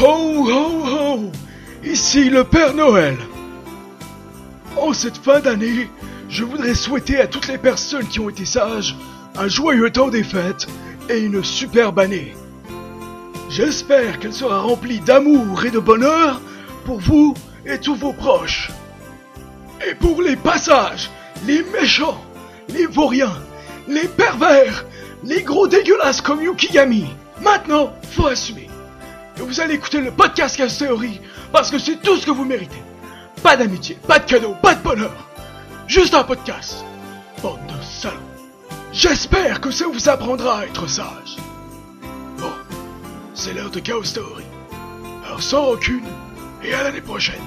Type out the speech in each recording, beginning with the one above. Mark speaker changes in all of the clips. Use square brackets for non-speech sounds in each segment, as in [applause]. Speaker 1: Ho ho ho Ici le Père Noël En cette fin d'année, je voudrais souhaiter à toutes les personnes qui ont été sages un joyeux temps des fêtes et une superbe année. J'espère qu'elle sera remplie d'amour et de bonheur pour vous et tous vos proches. Et pour les passages, les méchants, les vauriens, les pervers, les gros dégueulasses comme Yukigami, maintenant, faut assumer. Et vous allez écouter le podcast Casse Theory parce que c'est tout ce que vous méritez. Pas d'amitié, pas de cadeau, pas de bonheur. Juste un podcast. Bande de salauds. J'espère que ça vous apprendra à être sage. Bon, c'est l'heure de Chaos Theory. Alors sans rancune et à l'année prochaine.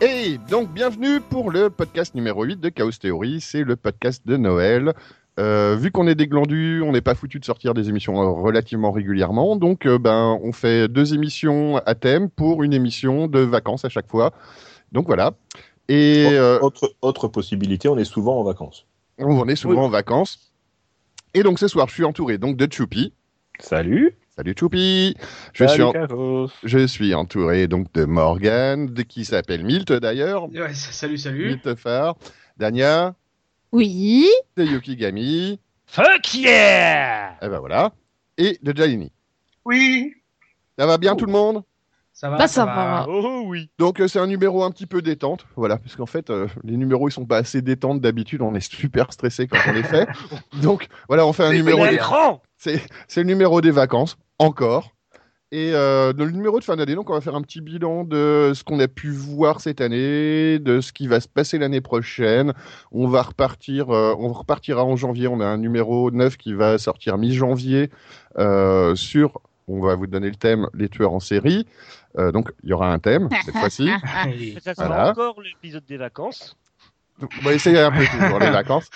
Speaker 2: Et donc, bienvenue pour le podcast numéro 8 de Chaos Theory. C'est le podcast de Noël. Euh, vu qu'on est des glandus, on n'est pas foutu de sortir des émissions euh, relativement régulièrement. Donc, euh, ben, on fait deux émissions à thème pour une émission de vacances à chaque fois. Donc, voilà. Et
Speaker 3: Oh.
Speaker 2: euh,
Speaker 4: Autre, autre possibilité, on est souvent en vacances.
Speaker 2: on est souvent en vacances. Et donc, ce soir, je suis entouré donc de Choupi.
Speaker 4: Salut
Speaker 2: Salut Choupi je suis, en- je suis entouré donc de Morgan, de qui s'appelle Milt d'ailleurs.
Speaker 1: Ouais, salut, salut.
Speaker 2: Milt Far, Dania,
Speaker 5: Oui.
Speaker 2: de Yukigami,
Speaker 6: Fuck yeah
Speaker 2: et ben voilà, et de Jalini.
Speaker 7: Oui,
Speaker 2: Ça va bien tout le monde
Speaker 7: ça va.
Speaker 5: Bah, ça va.
Speaker 6: Oh oui
Speaker 2: Donc euh, c'est un numéro un petit peu détente, voilà, parce qu'en fait euh, les numéros ils sont pas assez détentes d'habitude, on est super stressé quand on les fait. Donc voilà, on fait un
Speaker 7: C'est
Speaker 2: numéro,
Speaker 7: clair.
Speaker 2: des-
Speaker 6: l'écran
Speaker 2: c'est le numéro des vacances encore. Et euh, dans le numéro de fin d'année, donc on va faire un petit bilan de ce qu'on a pu voir cette année, de ce qui va se passer l'année prochaine. On va repartir, euh, on repartira en janvier. On a un numéro 9 qui va sortir mi-janvier euh, sur. On va vous donner le thème, les tueurs en série. Euh, donc il y aura un thème cette fois-ci.
Speaker 6: Ça sera
Speaker 2: Voilà.
Speaker 6: encore l'épisode des vacances.
Speaker 2: Donc, On va essayer un peu toujours les vacances.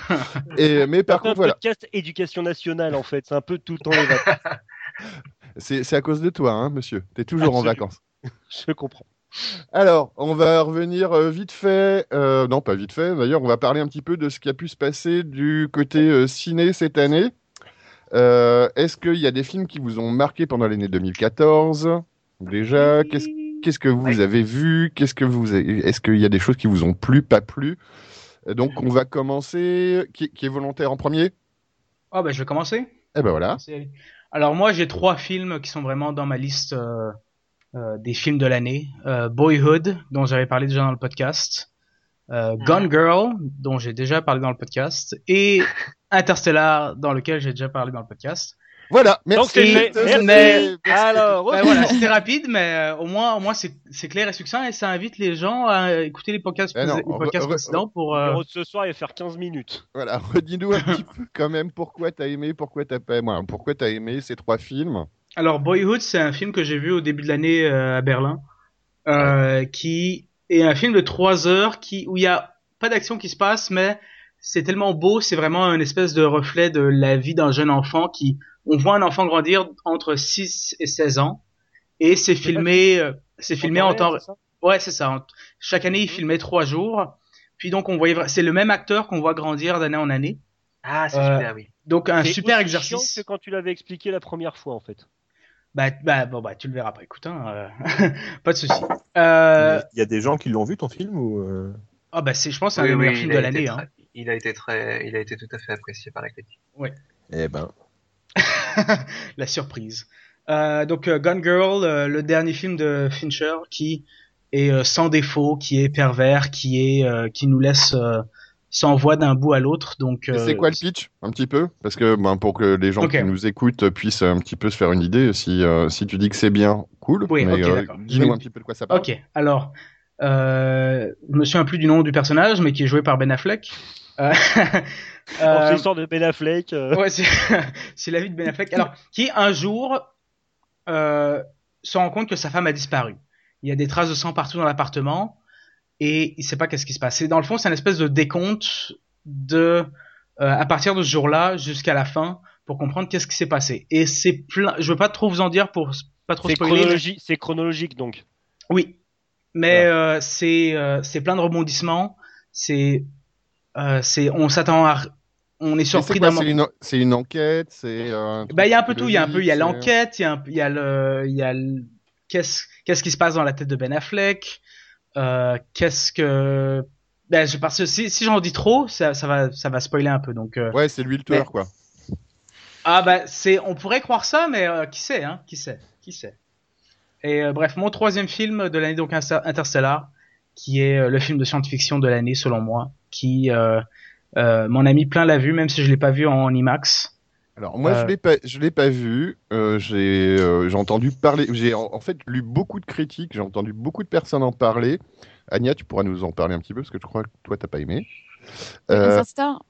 Speaker 2: Et, mais par
Speaker 6: C'est un
Speaker 2: contre, voilà,
Speaker 6: podcast éducation nationale en fait, c'est un peu tout le temps les vacances, [laughs]
Speaker 2: c'est c'est à cause de toi, hein, monsieur. T'es toujours en
Speaker 6: Absolument.
Speaker 2: vacances.
Speaker 6: je comprends.
Speaker 2: Alors, on va revenir euh, vite fait. euh, non, pas vite fait. D'ailleurs, on va parler un petit peu de ce qui a pu se passer du côté euh, ciné cette année. Euh, Est-ce qu'il y a des films qui vous ont marqué pendant l'année 2014 Déjà, Euh, qu'est-ce qu'est-ce que vous avez vu Qu'est-ce que vous avez- Est-ce qu'il y a des choses qui vous ont plu, pas plu Euh, Donc, on va commencer. Qui, qui est volontaire en premier
Speaker 7: Ah bah, je vais commencer.
Speaker 2: Eh ben voilà.
Speaker 7: C'est- Alors moi j'ai trois films qui sont vraiment dans ma liste euh, euh, des films de l'année. Euh, Boyhood dont j'avais parlé déjà dans le podcast, euh, Gone Girl dont j'ai déjà parlé dans le podcast et Interstellar dans lequel j'ai déjà parlé dans le podcast.
Speaker 2: Voilà, merci.
Speaker 6: Donc, c'est fait.
Speaker 2: Merci.
Speaker 7: Merci.
Speaker 2: Merci.
Speaker 6: Alors,
Speaker 7: Ben
Speaker 6: oui.
Speaker 7: voilà, c'était rapide mais euh, au moins au moins c'est c'est clair et succinct et ça invite les gens à écouter les podcasts,
Speaker 2: Ben non,
Speaker 7: les
Speaker 2: re-
Speaker 7: podcasts
Speaker 2: re-
Speaker 7: précédents pour
Speaker 6: Le
Speaker 7: euh,
Speaker 6: numéro de ce soir, il va faire 15 minutes.
Speaker 2: Voilà, [laughs] redis-nous un petit peu quand même pourquoi t'as aimé, pourquoi t'as pas aimé, pourquoi t'as aimé ces trois films.
Speaker 7: Alors Boyhood, c'est un film que j'ai vu au début de l'année euh, à Berlin, euh, qui est un film de trois heures qui où il y a pas d'action qui se passe, mais c'est tellement beau, c'est vraiment un espèce de reflet de la vie d'un jeune enfant qui on voit un enfant grandir entre 6 et 16 ans et c'est filmé euh, c'est filmé en temps
Speaker 6: c'est ça
Speaker 7: ouais c'est ça en- chaque année
Speaker 6: Mhm.
Speaker 7: il filmait trois jours puis donc on voyait vra- c'est le même acteur qu'on voit grandir d'année en année
Speaker 6: Ah,
Speaker 7: c'est super,
Speaker 6: oui.
Speaker 7: donc un
Speaker 6: C'est
Speaker 7: super
Speaker 6: aussi
Speaker 7: exercice
Speaker 6: chiant que quand tu l'avais expliqué la première fois en fait.
Speaker 7: Bah, bah, bon, bah, tu le verras après. Écoute, hein, euh, [laughs] pas de souci. Euh,
Speaker 4: Il y a des gens qui l'ont vu ton film ou euh,
Speaker 7: ah, bah, c'est, je pense, que c'est
Speaker 8: Oui,
Speaker 7: un des
Speaker 8: oui,
Speaker 7: meilleurs
Speaker 8: il
Speaker 7: films
Speaker 8: a
Speaker 7: de l'année.
Speaker 8: été très-
Speaker 7: Hein.
Speaker 8: Il a été très, il a été tout à fait apprécié par la critique.
Speaker 4: Eh ben,
Speaker 7: La surprise. Euh, donc, euh, Gone Girl, euh, le dernier film de Fincher, qui est euh, sans défaut, qui est pervers, qui est, euh, qui nous laisse euh, sans voix d'un bout à l'autre. Donc,
Speaker 2: Et
Speaker 7: euh,
Speaker 2: C'est quoi le pitch, un petit peu Parce que ben, pour que les gens
Speaker 7: Ok.
Speaker 2: qui nous écoutent puissent un petit peu se faire une idée, si, euh, si tu dis que c'est bien, cool,
Speaker 7: Oui,
Speaker 2: mais
Speaker 7: ok,
Speaker 2: euh,
Speaker 7: d'accord.
Speaker 2: dis-nous un petit peu de quoi ça parle.
Speaker 7: Ok, alors, euh, je me souviens plus du nom du personnage, mais qui est joué par Ben Affleck. Euh, [laughs]
Speaker 6: Alors,
Speaker 7: euh,
Speaker 6: C'est l'histoire de Ben Affleck. euh,
Speaker 7: Ouais, c'est, c'est la vie de Ben Affleck. Alors, qui un jour euh, se rend compte que sa femme a disparu. Il y a des traces de sang partout dans l'appartement et il sait pas qu'est-ce qui se passe. Et dans le fond, c'est une espèce de décompte de euh, à partir de ce jour-là jusqu'à la fin pour comprendre qu'est-ce qui s'est passé. Et c'est plein. Je veux pas trop vous en dire pour s- pas [laughs] trop
Speaker 6: c'est
Speaker 7: spoiler. mais-
Speaker 6: chronologi- c'est chronologique donc.
Speaker 7: oui, mais euh, c'est euh, c'est plein de rebondissements. C'est euh, c'est on s'attend à r- on est
Speaker 2: Mais C'est
Speaker 7: surpris
Speaker 2: quoi,
Speaker 7: d'un
Speaker 2: c'est une, c'est une enquête, c'est euh, un truc
Speaker 7: Bah, il y a un peu tout. Il y a un peu, il y a
Speaker 2: psychologique, c'est-
Speaker 7: l'enquête, il y a un peu- il y a le, il y a le- qu'est-ce, qu'est-ce qui se passe dans la tête de Ben Affleck, euh, qu'est-ce que, ben, je parce que si, si j'en dis trop, ça, ça va, ça va spoiler un peu. Donc, euh,
Speaker 2: Ouais, c'est lui le tueur,
Speaker 7: Mais-
Speaker 2: quoi.
Speaker 7: ah bah, c'est, on pourrait croire ça, mais euh, qui sait, hein, qui sait, qui sait. Et euh, bref, mon troisième film de l'année donc Insta- Interstellar, qui est euh, le film de science-fiction de l'année selon moi, qui euh, euh, mon ami plein l'a vu, même si je l'ai pas vu en IMAX.
Speaker 2: Alors moi
Speaker 7: Euh.
Speaker 2: je l'ai pas je l'ai pas vu, euh, j'ai euh, j'ai entendu parler, j'ai en, en fait lu beaucoup de critiques, j'ai entendu beaucoup de personnes en parler. Anya, tu pourras nous en parler un petit peu parce que je crois que toi t'as pas aimé. Euh,
Speaker 5: Star.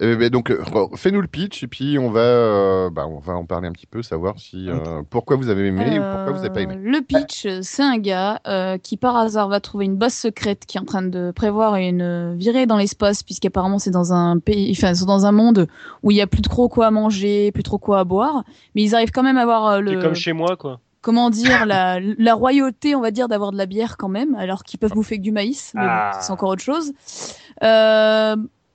Speaker 2: euh, mais donc euh, re- fais-nous le pitch et puis on va euh, bah, on va en parler un petit peu, savoir si euh, pourquoi vous avez aimé ou pourquoi vous avez pas aimé.
Speaker 5: euh, Le pitch, euh, c'est un gars euh, qui par hasard va trouver une base secrète qui est en train de prévoir une euh, virée dans l'espace, puisqu'apparemment c'est dans un pays, enfin ils sont dans un monde où il y a plus trop quoi à manger, plus trop quoi à boire, mais ils arrivent quand même à avoir euh,
Speaker 6: C'est
Speaker 5: le,
Speaker 6: comme chez moi, quoi.
Speaker 5: comment dire, la, la royauté, on va dire, d'avoir de la bière quand même, alors qu'ils peuvent bouffer que du maïs, mais bon,
Speaker 8: Ah.
Speaker 5: c'est encore autre chose. Euh,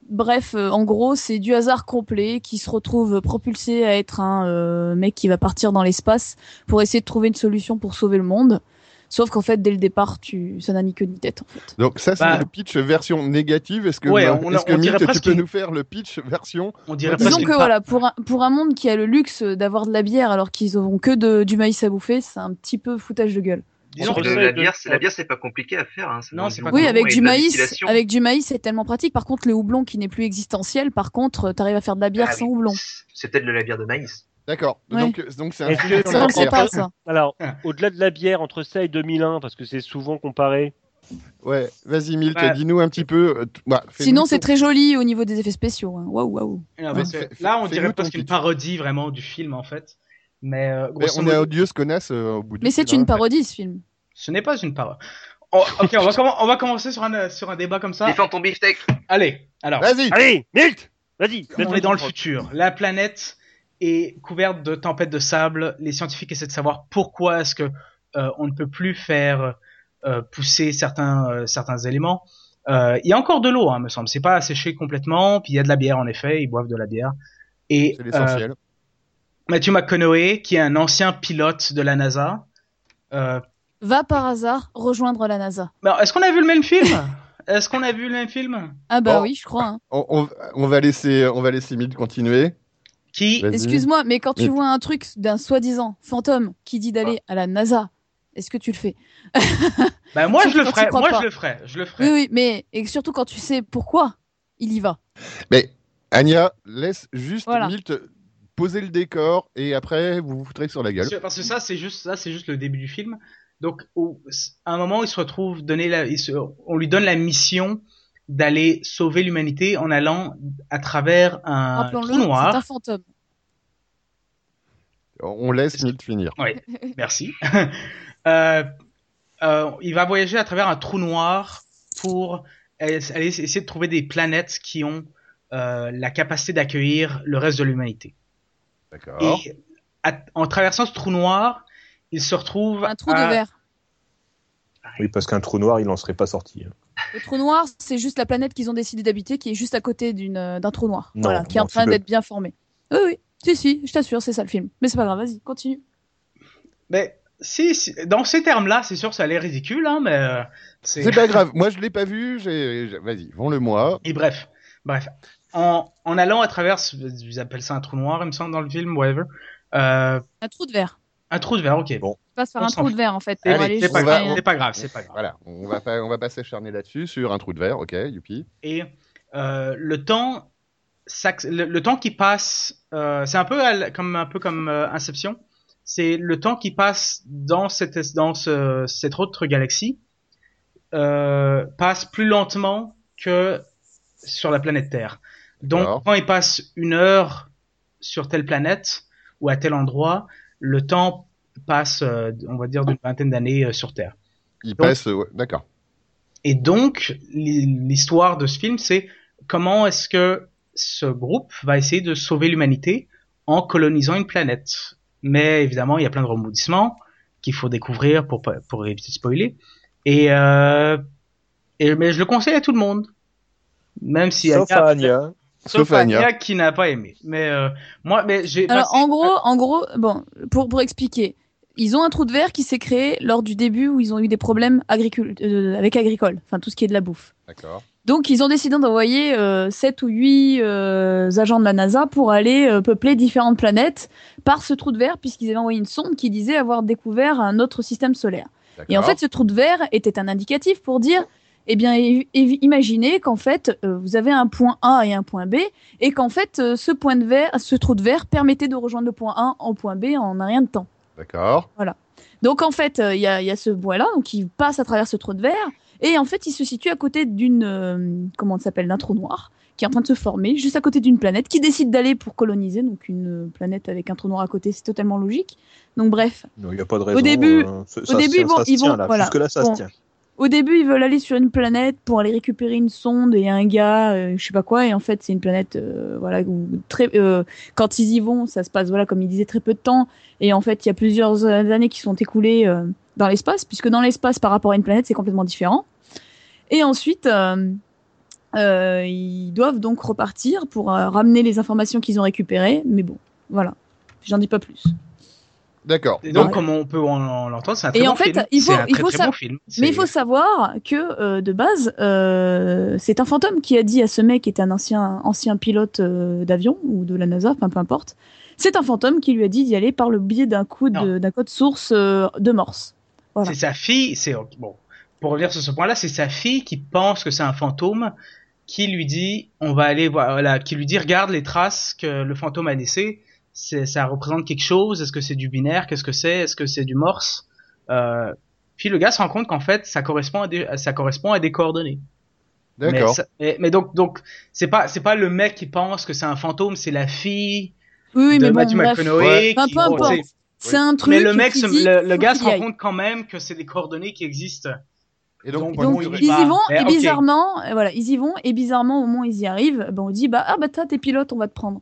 Speaker 5: bref, euh, en gros, c'est du hasard complet qui se retrouve propulsé à être un euh, mec qui va partir dans l'espace pour essayer de trouver une solution pour sauver le monde. Sauf qu'en fait, dès le départ, tu... ça n'a ni queue ni tête, en fait.
Speaker 2: Donc ça c'est
Speaker 7: Bah.
Speaker 2: le pitch version négative. Est-ce que
Speaker 7: Ouais,
Speaker 2: bah,
Speaker 7: on a-
Speaker 2: est-ce que
Speaker 7: on dirait
Speaker 2: Milt, tu
Speaker 7: presque
Speaker 2: peux
Speaker 7: une-
Speaker 2: nous faire le pitch version
Speaker 7: On dirait
Speaker 2: Disons
Speaker 5: Disons
Speaker 7: presque
Speaker 5: que
Speaker 7: une pa-
Speaker 5: voilà, pour un, pour un monde qui a le luxe d'avoir de la bière alors qu'ils n'auront que de, du maïs à bouffer, c'est un petit peu foutage de gueule.
Speaker 7: disons
Speaker 6: Entre
Speaker 7: que-
Speaker 8: De
Speaker 6: recette
Speaker 8: la
Speaker 6: de-
Speaker 8: bière, c'est la bière, c'est pas compliqué à faire. Hein.
Speaker 7: Non,
Speaker 8: dans
Speaker 7: c'est
Speaker 8: du
Speaker 7: pas
Speaker 5: Oui,
Speaker 8: houblon
Speaker 5: avec
Speaker 8: et
Speaker 5: du
Speaker 8: de la
Speaker 5: maïs,
Speaker 8: distillation.
Speaker 5: avec du maïs, c'est tellement pratique. Par contre, le houblon qui n'est plus existentiel, par contre, euh, t'arrives à faire de la bière
Speaker 8: Ah
Speaker 5: sans
Speaker 8: oui.
Speaker 5: houblon.
Speaker 8: C'est peut-être de la bière de maïs.
Speaker 2: D'accord.
Speaker 5: Ouais.
Speaker 2: Donc euh, donc c'est un
Speaker 6: Est-ce
Speaker 2: sujet
Speaker 6: que-
Speaker 2: sur
Speaker 5: Ça, on
Speaker 2: la
Speaker 5: le sait
Speaker 2: bière.
Speaker 5: pas, ça.
Speaker 6: Alors,
Speaker 7: Ah.
Speaker 6: au-delà de la bière, entre ça et 2001, parce que c'est souvent comparé.
Speaker 2: Ouais, vas-y Milt,
Speaker 7: Bah.
Speaker 2: dis-nous un petit peu. euh, t- bah, fais-nous
Speaker 5: Sinon,
Speaker 2: ton-
Speaker 5: c'est très joli au niveau des effets spéciaux. hein. Waouh, waouh.
Speaker 7: Ah, parce que
Speaker 2: Fais-
Speaker 7: là, on
Speaker 2: fais-nous
Speaker 7: dirait
Speaker 2: ton
Speaker 7: presque une
Speaker 2: pitch.
Speaker 7: parodie vraiment du film en fait. Mais, euh,
Speaker 2: Mais
Speaker 7: grosso
Speaker 2: on est
Speaker 7: modo,
Speaker 2: odieux ce connasse euh, au bout du
Speaker 5: Mais c'est
Speaker 2: fil, hein.
Speaker 5: une parodie, ce film.
Speaker 7: ce n'est pas une parodie. Oh, ok, on va, commen- on va commencer sur un, euh, sur un débat comme ça.
Speaker 8: Défends ton beefsteak.
Speaker 7: Allez, alors,
Speaker 2: Vas-y
Speaker 6: Allez, Milt Vas-y
Speaker 7: on est dans le futur. La planète est couverte de tempêtes de sable. Les scientifiques essaient de savoir pourquoi est-ce que euh, on ne peut plus faire euh, pousser certains euh, certains éléments. Euh, Il y a encore de l'eau, hein, me semble. C'est pas asséché complètement. Puis il y a de la bière en effet. Ils boivent de la bière. Et
Speaker 2: C'est
Speaker 7: euh,
Speaker 2: l'essentiel.
Speaker 7: Matthew McConaughey, qui est un ancien pilote de la NASA. Euh,
Speaker 5: Va par hasard rejoindre la NASA.
Speaker 7: alors, Est-ce qu'on a vu le
Speaker 5: [laughs]
Speaker 7: même film Est-ce qu'on a vu le même film
Speaker 5: Ah bah
Speaker 2: Bon.
Speaker 5: oui, je crois. hein.
Speaker 2: On, on- on va laisser, on va laisser Milt continuer.
Speaker 7: Qui
Speaker 2: Vas-y.
Speaker 5: Excuse-moi, mais quand tu
Speaker 2: Mais-
Speaker 5: vois un truc d'un soi-disant fantôme qui dit d'aller
Speaker 7: Ah.
Speaker 5: à la NASA, est-ce que tu le fais
Speaker 7: Bah moi
Speaker 5: Surtout
Speaker 7: je le
Speaker 5: quand tu
Speaker 7: ferais.
Speaker 5: crois
Speaker 7: Moi
Speaker 5: pas.
Speaker 7: je le ferais. Je le ferais.
Speaker 5: Oui, oui, mais et surtout quand tu sais pourquoi il y va.
Speaker 2: Mais Anya, laisse juste
Speaker 5: Voilà.
Speaker 2: Milt poser le décor et après vous vous foutrez sur la gueule.
Speaker 7: Parce que, parce que ça, c'est juste ça, c'est juste le début du film. Donc, au- à un moment, il se retrouve donné la, il se- on lui donne la mission d'aller sauver l'humanité en allant à travers un
Speaker 5: Rappelons-le,
Speaker 7: trou noir.
Speaker 5: c'est un fantôme.
Speaker 2: On laisse Milt finir.
Speaker 7: Merci. [laughs] Euh, euh, il va voyager à travers un trou noir pour aller aller essayer de trouver des planètes qui ont euh, la capacité d'accueillir le reste de l'humanité.
Speaker 2: D'accord.
Speaker 7: Et à- en traversant ce trou noir, il se retrouve
Speaker 5: Un trou
Speaker 7: à-
Speaker 5: de verre.
Speaker 4: Oui, parce qu'un trou noir, il n'en serait pas sorti. hein.
Speaker 5: Le trou noir, c'est juste la planète qu'ils ont décidé d'habiter, qui est juste à côté d'une euh, d'un trou noir,
Speaker 4: Non,
Speaker 5: voilà, qui est
Speaker 4: non,
Speaker 5: en train
Speaker 4: tu peux-
Speaker 5: d'être bien formé. Oui, oui, si, si, je t'assure, c'est ça le film. Mais c'est pas grave, vas-y, continue.
Speaker 7: Mais si, si- dans ces termes-là, c'est sûr, ça a l'air ridicule, hein, mais euh, c'est.
Speaker 2: C'est pas grave. Moi je l'ai pas vu. j'ai- j'ai- Vas-y, vends-le moi.
Speaker 7: Et bref, bref, en, en allant à travers, ce- ils appellent ça un trou noir, il me semble dans le film, whatever. Euh,
Speaker 5: Un trou de verre.
Speaker 7: un trou de verre, ok.
Speaker 4: Bon.
Speaker 5: Tu passes par
Speaker 7: On
Speaker 5: un
Speaker 7: s'en
Speaker 5: trou
Speaker 7: fout.
Speaker 5: de verre en fait. pour
Speaker 7: Allez,
Speaker 5: aller
Speaker 7: c'est pas,
Speaker 5: jusqu'à-
Speaker 7: grave, c'est pas grave, Ah, c'est pas grave.
Speaker 2: Voilà. On va pas, on va pas s'acharner là-dessus sur un trou de verre, ok, youpi.
Speaker 7: Et euh, le temps, s'acc- le, le temps qui passe, euh, c'est un peu à l- comme un peu comme euh, Inception. C'est le temps qui passe dans cette es- dans ce- cette autre galaxie euh, passe plus lentement que sur la planète Terre.
Speaker 2: D'accord.
Speaker 7: Donc quand il passe une heure sur telle planète ou à tel endroit, le temps passe, euh, on va dire, d'une vingtaine d'années euh, sur Terre.
Speaker 2: Il
Speaker 7: Donc-
Speaker 2: passe. ouais, D'accord.
Speaker 7: Et donc, l'hi- l'histoire de ce film, c'est comment est-ce que ce groupe va essayer de sauver l'humanité en colonisant une planète. Mais évidemment, il y a plein de rebondissements qu'il faut découvrir pour, pas- pour éviter de spoiler. Et, euh, et- mais je le conseille à tout le monde. Même si
Speaker 4: Sauf
Speaker 7: Anya-
Speaker 4: à Anya.
Speaker 7: Sauf
Speaker 2: Sauf Anya.
Speaker 7: Anya qui n'a pas aimé. Mais euh, moi, mais j'ai.
Speaker 5: Alors
Speaker 7: passé-
Speaker 5: en gros, en gros, bon, pour, pour expliquer, ils ont un trou de verre qui s'est créé lors du début où ils ont eu des problèmes agricul- euh, avec agricole, enfin tout ce qui est de la bouffe.
Speaker 2: D'accord.
Speaker 5: Donc ils ont décidé d'envoyer euh, 7 ou 8 euh, agents de la NASA pour aller euh, peupler différentes planètes par ce trou de verre puisqu'ils avaient envoyé une sonde qui disait avoir découvert un autre système solaire. Et en
Speaker 2: d'accord.
Speaker 5: fait ce trou de verre était un indicatif pour dire eh bien é- é- imaginez qu'en fait euh, vous avez un point A et un point B et qu'en fait euh, ce point de verre ce trou de verre permettait de rejoindre le point A en point B en un rien de temps.
Speaker 2: D'accord.
Speaker 5: Donc en fait, euh, il y, a, il y a ce bois-là donc, qui passe à travers ce trou de verre et en fait, il se situe à côté d'une euh, comment ça s'appelle d'un trou noir qui est en train de se former juste à côté d'une planète qui décide d'aller pour coloniser donc une euh, planète avec un trou noir à côté, c'est totalement logique. Donc bref,
Speaker 4: Il n'y a pas de raison.
Speaker 5: début-
Speaker 4: euh, ça-
Speaker 5: au
Speaker 4: ça se
Speaker 5: début,
Speaker 4: tient,
Speaker 5: bon,
Speaker 4: ça se
Speaker 5: ils
Speaker 4: tient,
Speaker 5: vont-
Speaker 4: là.
Speaker 5: voilà.
Speaker 4: Jusque-là, ça
Speaker 5: Bon.
Speaker 4: se tient.
Speaker 5: au début, ils veulent aller sur une planète pour aller récupérer une sonde et un gars, euh, je sais pas quoi. Et en fait, c'est une planète, euh, voilà, où très, euh, quand ils y vont, ça se passe, voilà, comme il disait, très peu de temps. Et en fait, il y a plusieurs euh, années qui sont écoulées euh, dans l'espace, puisque dans l'espace, par rapport à une planète, c'est complètement différent. Et ensuite, euh, euh, ils doivent donc repartir pour euh, ramener les informations qu'ils ont récupérées. Mais bon, voilà, j'en dis pas plus.
Speaker 2: D'accord.
Speaker 7: Et donc,
Speaker 2: Donc,
Speaker 7: comme on peut en, en l'entendre, c'est un très
Speaker 5: Et
Speaker 7: bon
Speaker 5: en fait,
Speaker 7: film.
Speaker 5: il faut-
Speaker 7: C'est un
Speaker 5: il
Speaker 7: très,
Speaker 5: faut
Speaker 7: très
Speaker 5: sa-
Speaker 7: bon film.
Speaker 5: Mais il
Speaker 7: C'est-
Speaker 5: faut savoir que euh, de base, euh, c'est un fantôme qui a dit à ce mec, qui était un ancien, ancien pilote euh, d'avion ou de la NASA, enfin peu importe, c'est un fantôme qui lui a dit d'y aller par le biais d'un coup de- d'un code source euh, de Morse. Voilà.
Speaker 7: C'est sa fille, c'est bon. Pour revenir sur ce point-là, c'est sa fille qui pense que c'est un fantôme qui lui dit on va aller voir voilà, qui lui dit regarde les traces que le fantôme a laissées, c'est ça représente quelque chose, est-ce que c'est du binaire, qu'est-ce que c'est, est-ce que c'est du morse Euh, puis le gars se rend compte qu'en fait ça correspond à des, ça correspond à des coordonnées. Mais,
Speaker 2: d'accord.
Speaker 7: ça- mais- mais donc donc c'est pas c'est pas le mec qui pense que c'est un fantôme, c'est la fille
Speaker 5: Oui, oui,
Speaker 7: de
Speaker 5: mais bon,
Speaker 7: Matthew
Speaker 5: bref.
Speaker 7: McConaughey
Speaker 5: Enfin,
Speaker 7: qui-
Speaker 5: peu
Speaker 7: bon,
Speaker 5: importe.
Speaker 7: c'est-
Speaker 5: C'est un truc.
Speaker 7: mais le mec, se-
Speaker 5: physique,
Speaker 7: le, le
Speaker 5: faut
Speaker 7: gars
Speaker 5: qu'il
Speaker 7: se
Speaker 5: y aille.
Speaker 7: rend compte quand même que c'est des coordonnées qui existent.
Speaker 2: Et donc,
Speaker 7: donc,
Speaker 2: point de
Speaker 7: bon,
Speaker 5: Donc
Speaker 2: vue-
Speaker 7: il-
Speaker 5: ils y
Speaker 7: pas.
Speaker 5: vont
Speaker 7: Eh,
Speaker 5: et
Speaker 7: ok.
Speaker 5: bizarrement, euh, voilà, ils y vont et bizarrement au moment où ils y arrivent, ben on dit bah ah bah t'as tes pilotes, on va te prendre.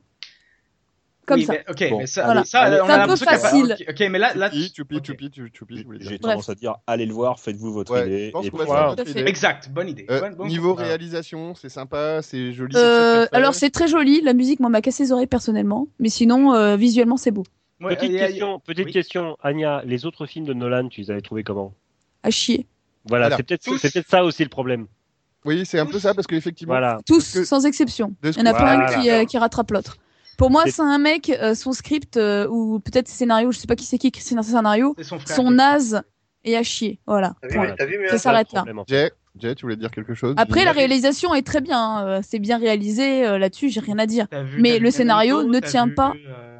Speaker 5: Comme
Speaker 7: Oui,
Speaker 5: ça.
Speaker 7: mais- ok,
Speaker 4: Bon,
Speaker 7: mais ça,
Speaker 5: voilà.
Speaker 7: ça,
Speaker 4: Allez,
Speaker 7: on
Speaker 4: c'est
Speaker 7: a
Speaker 4: un peu
Speaker 7: l'impression qu'il y a pas-
Speaker 5: facile.
Speaker 7: ok, ok, mais là,
Speaker 5: Ah,
Speaker 7: là,
Speaker 2: Choupi, choupi,
Speaker 7: ok.
Speaker 2: choupi, choupi, choupi, oui,
Speaker 4: J'ai
Speaker 2: d'accord.
Speaker 5: Bref.
Speaker 4: tendance à dire, allez le voir, faites-vous votre
Speaker 2: Ouais,
Speaker 4: idée.
Speaker 2: je pense
Speaker 4: et
Speaker 2: qu'on va
Speaker 4: puis
Speaker 2: se faire
Speaker 6: voilà.
Speaker 2: notre
Speaker 5: Tout à
Speaker 2: idée.
Speaker 5: fait.
Speaker 7: exact, bonne idée.
Speaker 2: Euh,
Speaker 7: Bonne- bonne-
Speaker 2: niveau
Speaker 7: bonne-
Speaker 2: réalisation, c'est sympa, c'est joli. c'est très,
Speaker 5: Euh,
Speaker 2: très fait.
Speaker 5: alors c'est très joli, la musique moi m'a cassé les oreilles personnellement, mais sinon euh, visuellement c'est beau.
Speaker 7: Ouais,
Speaker 6: petite
Speaker 7: il y a-
Speaker 6: question, petite
Speaker 7: oui.
Speaker 6: question, Anya, les autres films de Nolan, tu les avais trouvés comment
Speaker 5: À chier.
Speaker 6: Voilà,
Speaker 2: Alors,
Speaker 6: c'est peut-être
Speaker 7: tous-
Speaker 6: c'est peut-être ça aussi le problème.
Speaker 2: Oui, c'est un peu ça parce qu'effectivement,
Speaker 6: Voilà.
Speaker 5: Tous,
Speaker 2: que-
Speaker 5: sans exception.
Speaker 2: de
Speaker 5: Il
Speaker 2: ce
Speaker 5: n'y en a
Speaker 2: qu'on-
Speaker 5: pas un
Speaker 6: Voilà.
Speaker 5: qui, euh, qui rattrape l'autre. Pour moi,
Speaker 6: C'est-
Speaker 5: c'est un mec, euh, son script euh, ou peut-être ses scénarios, je sais pas qui c'est qui écrit ses scénarios,
Speaker 7: C'est son frère.
Speaker 5: sont nazes et à chier. Voilà.
Speaker 8: T'as vu,
Speaker 6: Voilà.
Speaker 8: t'as vu, mais
Speaker 5: Ça
Speaker 6: C'est le
Speaker 5: s'arrête là.
Speaker 6: problème, en fait.
Speaker 2: Jay, Jay, tu voulais dire quelque chose
Speaker 5: Après, la
Speaker 2: Dis-moi.
Speaker 5: réalisation est très bien, hein, euh, c'est bien réalisé euh, là-dessus, j'ai rien à dire.
Speaker 7: T'as vu
Speaker 5: mais le
Speaker 7: Danny DeVito,
Speaker 5: scénario ne
Speaker 7: t'as
Speaker 5: tient
Speaker 7: vu,
Speaker 5: pas.
Speaker 7: euh,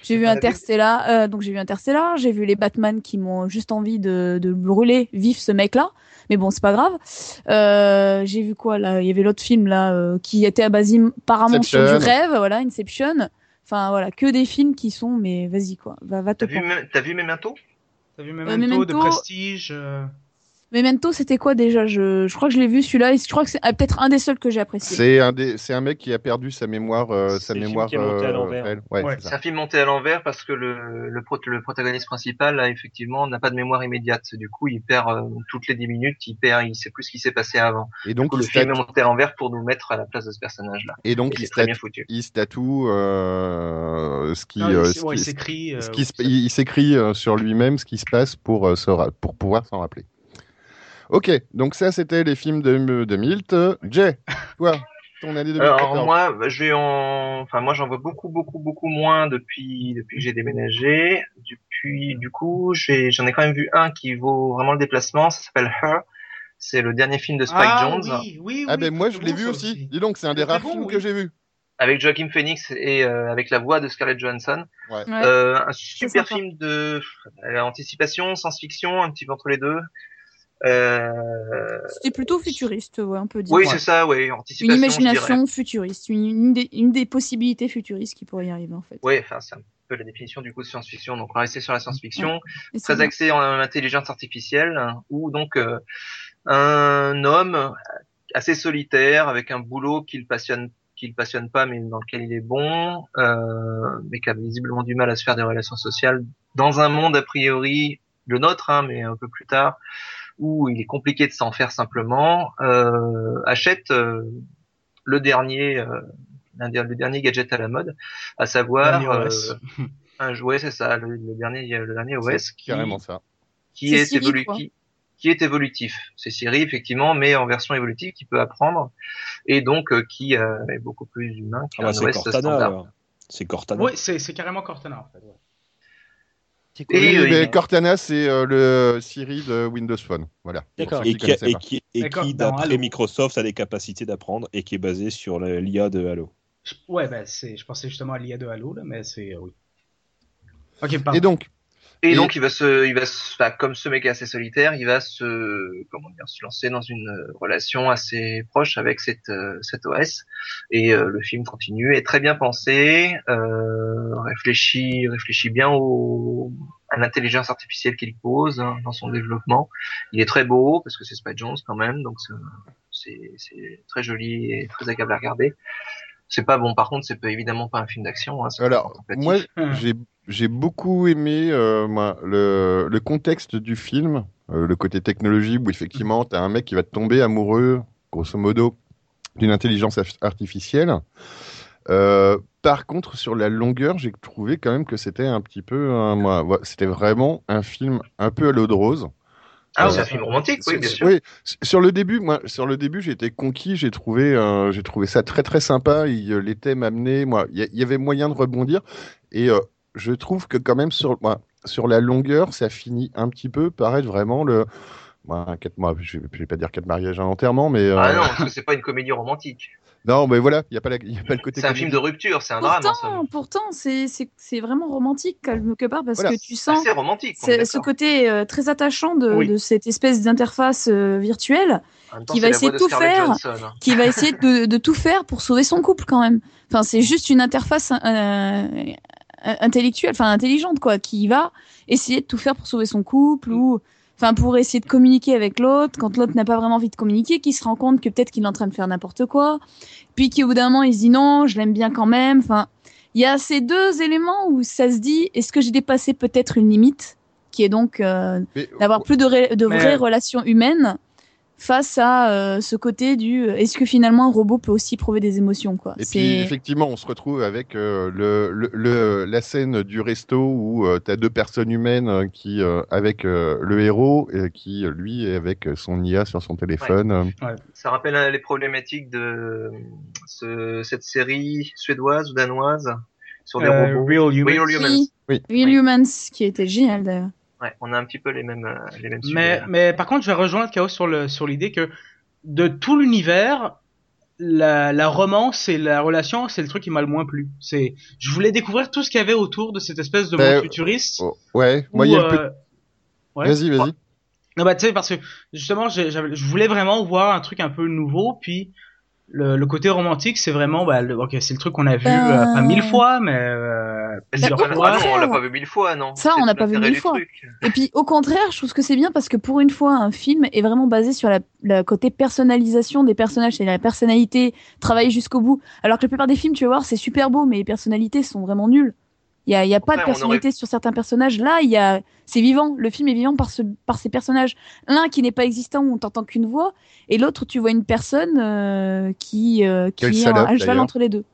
Speaker 5: J'ai vu
Speaker 8: Ah, d'accord.
Speaker 5: Interstellar, euh, donc j'ai vu Interstellar, j'ai vu les Batman qui m'ont juste envie de, de brûler vif ce mec-là, mais bon c'est pas grave. Euh, j'ai vu quoi là Il y avait l'autre film là euh, qui était à base apparemment sur du
Speaker 2: Inception.
Speaker 5: rêve, voilà Inception. Enfin voilà, que des films qui sont, mais vas-y quoi, va, va te
Speaker 8: T'as vu,
Speaker 5: prendre.
Speaker 8: Me- t'as vu Memento
Speaker 7: T'as vu
Speaker 5: Euh,
Speaker 7: Memento, de
Speaker 5: Memento-
Speaker 7: Prestige euh,
Speaker 5: Memento c'était quoi déjà je, je crois que je l'ai vu celui-là et je crois que c'est ah, peut-être un des seuls que j'ai apprécié.
Speaker 2: C'est un, des- c'est un mec qui a perdu sa mémoire, euh,
Speaker 6: C'est
Speaker 2: sa
Speaker 6: le film
Speaker 2: mémoire.
Speaker 6: qui est monté à l'envers.
Speaker 2: réelle. Ouais,
Speaker 7: Ouais.
Speaker 2: c'est
Speaker 8: C'est
Speaker 2: ça.
Speaker 8: un film monté à l'envers parce que le, le, prot- le protagoniste principal, a effectivement, n'a pas de mémoire immédiate. Du coup, il perd euh, toutes les 10 minutes, il perd, il sait plus ce qui s'est passé avant.
Speaker 2: Et
Speaker 8: Du
Speaker 2: donc,
Speaker 8: coup,
Speaker 2: il
Speaker 8: le
Speaker 2: se
Speaker 8: film est
Speaker 2: tatoue.
Speaker 8: monté à l'envers pour nous mettre à la place de ce personnage-là.
Speaker 2: Et donc,
Speaker 8: Et
Speaker 2: il
Speaker 8: c'est
Speaker 2: se
Speaker 8: très
Speaker 2: tatoue-
Speaker 8: bien foutu.
Speaker 2: il se tatoue euh, ce qui,
Speaker 6: Ah
Speaker 7: non, il
Speaker 2: euh,
Speaker 7: s-
Speaker 2: ce
Speaker 7: ouais, il
Speaker 2: qui-
Speaker 7: s'écrit. euh,
Speaker 2: ce qui se- il il s'écrit euh, sur lui-même ce qui se passe pour, euh, se ra- pour pouvoir s'en rappeler. Ok, donc ça c'était les films de, de Milt. Jay, toi, ton année 2014.
Speaker 8: Alors moi, bah, je vais en, enfin moi j'en vois beaucoup beaucoup beaucoup moins depuis depuis que j'ai déménagé. Depuis du coup, j'ai j'en ai quand même vu un qui vaut vraiment le déplacement. Ça s'appelle Her. C'est le dernier film de Spike
Speaker 7: ah,
Speaker 8: Jones
Speaker 7: Oui, oui,
Speaker 2: ah
Speaker 7: oui,
Speaker 2: ben moi
Speaker 7: c'est
Speaker 2: je l'ai
Speaker 7: bon,
Speaker 2: vu
Speaker 7: ça
Speaker 2: aussi. Dis donc, c'est un
Speaker 7: C'est
Speaker 2: des
Speaker 7: très
Speaker 2: rares
Speaker 7: bon,
Speaker 2: films
Speaker 7: oui.
Speaker 2: que j'ai vu.
Speaker 8: avec Joaquin Phoenix et euh, avec la voix de Scarlett Johansson.
Speaker 2: Ouais.
Speaker 5: Ouais.
Speaker 8: Euh, un super
Speaker 5: sympa.
Speaker 8: film de euh, anticipation, science-fiction, un petit peu entre les deux. Euh...
Speaker 5: C'était plutôt futuriste, ouais, on peut dire.
Speaker 8: Oui,
Speaker 5: Ouais.
Speaker 8: c'est ça, oui,
Speaker 5: une
Speaker 8: anticipation. je dirais.
Speaker 5: imagination futuriste, une, une des, une des possibilités futuristes qui pourrait y arriver en fait.
Speaker 8: Oui, enfin c'est un peu la définition du coup de science-fiction. Donc on va rester sur la science-fiction.
Speaker 5: Et c'est
Speaker 8: très
Speaker 5: bien.
Speaker 8: axé en intelligence artificielle, hein, où donc euh, un homme assez solitaire, avec un boulot qu'il passionne, qu'il passionne pas, mais dans lequel il est bon, euh, mais qui a visiblement du mal à se faire des relations sociales, dans un monde a priori le nôtre, hein, mais un peu plus tard, où il est compliqué de s'en faire simplement, euh, achète euh, le dernier euh, l'un des- le dernier gadget à la mode, à savoir
Speaker 7: Dernier OS.
Speaker 8: euh, un jouet, c'est ça, le, le dernier, le dernier OS
Speaker 2: C'est
Speaker 8: qui,
Speaker 2: carrément ça.
Speaker 8: qui
Speaker 5: C'est
Speaker 8: est,
Speaker 5: Siri,
Speaker 8: évolu-
Speaker 5: quoi.
Speaker 8: qui, qui est évolutif. C'est Siri effectivement, mais en version évolutive qui peut apprendre et donc euh, qui euh, est beaucoup plus humain
Speaker 4: Ah
Speaker 8: qu'un
Speaker 4: bah, c'est
Speaker 8: OS
Speaker 4: Cortana
Speaker 8: standard.
Speaker 4: alors. C'est Cortana.
Speaker 7: Oui, c'est c'est carrément Cortana en fait. ouais.
Speaker 6: C'est quoi,
Speaker 2: Oui,
Speaker 8: Et, euh,
Speaker 2: mais
Speaker 8: il-
Speaker 2: Cortana, c'est euh, le Siri de Windows Phone. Voilà.
Speaker 6: D'accord.
Speaker 2: Pour ceux
Speaker 4: Et
Speaker 2: qui
Speaker 4: qui, a-
Speaker 2: connaissaient
Speaker 4: et
Speaker 2: pas.
Speaker 4: qui, et
Speaker 7: D'accord,
Speaker 5: bah,
Speaker 4: qui,
Speaker 7: dans
Speaker 4: d'après
Speaker 7: Halo.
Speaker 4: Microsoft, a des capacités d'apprendre et qui est basé sur le- l'IA de Halo.
Speaker 7: Je- Ouais, bah, c'est, je pensais justement à l'IA de Halo, là, mais c'est, euh, oui. Ok, pardon.
Speaker 2: Et donc,
Speaker 8: Et,
Speaker 2: Et-
Speaker 8: donc il va se, il va se, enfin, comme ce mec est assez solitaire, il va se, comment dire, se lancer dans une euh, relation assez proche avec cette, euh, cette OS. Et euh, le film continue, est très bien pensé, euh, réfléchit, réfléchit bien au, à l'intelligence artificielle qu'il pose hein, dans son développement. Il est très beau parce que c'est Spike Jones quand même, donc c'est- c'est c'est très joli et très agréable à regarder. C'est pas bon, par contre, c'est pas- évidemment pas un film d'action. Hein, c'est
Speaker 2: alors,
Speaker 8: contemplatif.
Speaker 2: moi,
Speaker 7: Hum.
Speaker 2: j'ai j'ai beaucoup aimé euh, moi, le, le contexte du film, euh, le côté technologie où effectivement, tu as un mec qui va tomber amoureux, grosso modo, d'une intelligence ar- artificielle. Euh, par contre, sur la longueur, j'ai trouvé quand même que c'était un petit peu, un- moi, ouais, c'était vraiment un film un peu à l'eau de rose.
Speaker 8: ah, c'est
Speaker 2: euh,
Speaker 8: un film romantique, oui,
Speaker 2: Sur-
Speaker 8: bien
Speaker 2: sur-
Speaker 8: sûr.
Speaker 2: oui, s- sur le début, moi, sur le début, j'ai été conquis. J'ai trouvé, euh, j'ai trouvé ça très très sympa. Il, euh, les thèmes amenés, moi, il y, a- il y avait moyen de rebondir. Et euh, je trouve que quand même sur, moi, sur la longueur, ça finit un petit peu par être vraiment le, moi, quatre mois. Je, je vais pas dire quatre mariages, un enterrement, mais euh,
Speaker 8: Ah non, parce que c'est pas une comédie romantique.
Speaker 2: non, mais voilà, il y a pas, la- il y a pas le côté.
Speaker 8: C'est un
Speaker 2: comédie.
Speaker 8: film de rupture, c'est un drame. hein, en somme.
Speaker 5: Pourtant, pourtant, c'est- c'est c'est vraiment romantique quelque part parce
Speaker 2: Voilà.
Speaker 5: que tu sens
Speaker 8: C'est romantique. on
Speaker 5: ce
Speaker 8: est
Speaker 5: ce
Speaker 8: d'accord.
Speaker 5: côté euh, très attachant de,
Speaker 7: Oui.
Speaker 5: de cette espèce d'interface euh, virtuelle
Speaker 8: En même temps,
Speaker 5: qui
Speaker 8: c'est
Speaker 5: va
Speaker 8: la
Speaker 5: essayer
Speaker 8: voix
Speaker 5: de tout
Speaker 8: Scarlett
Speaker 5: faire.
Speaker 8: Johansson, hein.
Speaker 5: qui va essayer de, de tout faire pour sauver son couple quand même. Enfin, c'est juste une interface euh, intellectuelle, enfin intelligente quoi, qui va essayer de tout faire pour sauver son couple ou enfin pour essayer de communiquer avec l'autre quand l'autre n'a pas vraiment envie de communiquer, qui se rend compte que peut-être qu'il est en train de faire n'importe quoi, puis qui au bout d'un moment il se dit non, je l'aime bien quand même. Enfin, il y a ces deux éléments où ça se dit est-ce que j'ai dépassé peut-être une limite qui est donc euh,
Speaker 2: Mais-
Speaker 5: d'avoir plus de, ré- de
Speaker 7: Mais-
Speaker 5: vraies relations humaines face à euh, ce côté du euh, est-ce que finalement un robot peut aussi prouver des émotions quoi
Speaker 2: Et puis
Speaker 5: c'est
Speaker 2: effectivement, on se retrouve avec euh, le, le- le- la scène du resto où tu as deux personnes humaines euh, qui euh, avec euh, le héros euh, qui euh, lui est avec euh, son IA sur son téléphone. Euh,
Speaker 8: Ça rappelle euh, les problématiques de ce- cette série suédoise ou danoise sur des
Speaker 7: Euh,
Speaker 8: robots.
Speaker 7: Real Humans.
Speaker 8: Real Humans.
Speaker 5: Oui.
Speaker 2: Oui.
Speaker 5: Real
Speaker 8: Oui.
Speaker 5: Humans qui était génial d'ailleurs
Speaker 8: Ouais, on a un petit peu les mêmes, euh, les mêmes
Speaker 7: Mais,
Speaker 8: sujets.
Speaker 7: mais par contre, je vais rejoindre Chaos sur le sur l'idée que de tout l'univers, la, la romance et la relation, c'est le truc qui m'a le moins plu. C'est, je voulais découvrir tout ce qu'il y avait autour de cette espèce de monde
Speaker 2: Ben,
Speaker 7: futuriste.
Speaker 2: oh, ouais.
Speaker 7: où,
Speaker 2: Moi, il y a le
Speaker 7: euh,
Speaker 2: petit-
Speaker 7: ouais.
Speaker 2: Vas-y, vas-y.
Speaker 7: Non bah tu sais parce que justement j'ai- j'avais- je voulais vraiment voir un truc un peu nouveau puis le, le côté romantique c'est vraiment bah le, ok, c'est le truc qu'on a vu
Speaker 5: Euh.
Speaker 7: euh, pas mille fois mais euh,
Speaker 8: C'est
Speaker 7: plusieurs
Speaker 5: Bah,
Speaker 8: pas-
Speaker 5: au
Speaker 8: ah
Speaker 7: fois.
Speaker 8: non, on l'a
Speaker 5: contraire.
Speaker 8: pas vu mille fois, non.
Speaker 5: Ça,
Speaker 8: C'est
Speaker 5: on l'a
Speaker 8: tout
Speaker 5: pas vu
Speaker 8: l'intérêt
Speaker 5: mille
Speaker 8: du
Speaker 5: fois.
Speaker 8: truc.
Speaker 5: et puis au contraire je trouve que c'est bien parce que pour une fois un film est vraiment basé sur la, la côté personnalisation des personnages et la personnalité travaillée jusqu'au bout alors que la plupart des films tu vas voir c'est super beau mais les personnalités sont vraiment nulles il y a, il y a pas de
Speaker 8: Enfin, on
Speaker 5: personnalité sur certains personnages là il y a c'est vivant le film est vivant par ce par ces personnages l'un qui n'est pas existant où on t'entend qu'une voix et l'autre tu vois une personne euh, qui euh,
Speaker 2: Quelle
Speaker 5: qui est
Speaker 2: salope,
Speaker 5: à cheval
Speaker 2: d'ailleurs.
Speaker 5: entre les deux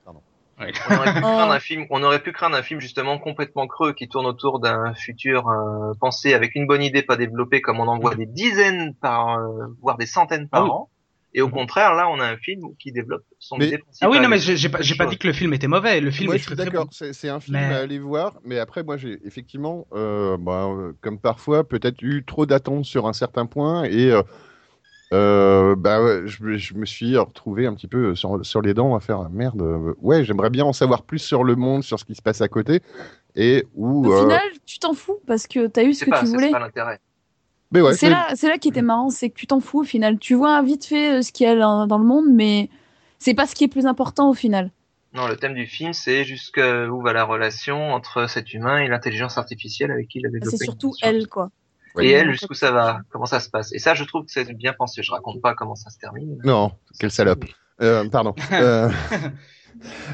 Speaker 8: On aurait, pu craindre
Speaker 5: Oh.
Speaker 8: un film, on aurait pu craindre un film justement complètement creux qui tourne autour d'un futur euh, pensé avec une bonne idée pas développée comme on en voit des dizaines par, euh, voire des centaines par
Speaker 7: Ah oui.
Speaker 8: an. Et au
Speaker 7: Mhm.
Speaker 8: contraire, là, on a un film qui développe son
Speaker 2: Mais-
Speaker 8: idée
Speaker 7: Ah
Speaker 8: principale.
Speaker 7: oui non mais j'ai j'ai pas, j'ai pas
Speaker 8: Chose.
Speaker 7: dit que le film était mauvais le film
Speaker 2: Moi,
Speaker 7: est
Speaker 2: je
Speaker 7: très
Speaker 2: suis
Speaker 7: très
Speaker 2: d'accord.
Speaker 7: bon.
Speaker 2: C'est c'est un film
Speaker 7: Mais-
Speaker 2: à aller voir, mais après, moi, j'ai effectivement, euh, bah, euh, comme parfois, peut-être eu trop d'attentes sur un certain point et euh, euh, bah, ouais, je, me- je me suis retrouvé un petit peu sur, sur les dents à faire merde. euh, ouais, j'aimerais bien en savoir plus sur le monde, sur ce qui se passe à côté et où.
Speaker 5: au
Speaker 2: euh,
Speaker 5: final tu t'en fous parce que t'as eu ce
Speaker 8: C'est
Speaker 5: que
Speaker 8: pas,
Speaker 5: tu
Speaker 8: c'est- c'est
Speaker 5: voulais
Speaker 8: pas l'intérêt.
Speaker 2: mais ouais,
Speaker 5: c'est
Speaker 2: mais-
Speaker 5: là, c'est là qui était marrant, c'est que tu t'en fous au final. Tu vois vite fait euh, ce qu'il y a dans, dans le monde, mais c'est pas ce qui est plus important au final.
Speaker 8: Non, le thème du film, c'est jusqu'où va la relation entre cet humain et l'intelligence artificielle avec qui il a développé.
Speaker 5: Ah, C'est
Speaker 8: une
Speaker 5: surtout
Speaker 8: relation.
Speaker 5: elle, quoi.
Speaker 8: Et
Speaker 5: Comme,
Speaker 8: elle,
Speaker 5: euh,
Speaker 8: jusqu'où ça va, comment ça se passe. Et ça, je trouve que c'est bien pensé. Je raconte pas comment ça se termine.
Speaker 2: Non, quelle salope. Euh,
Speaker 5: [laughs]
Speaker 2: pardon. Euh,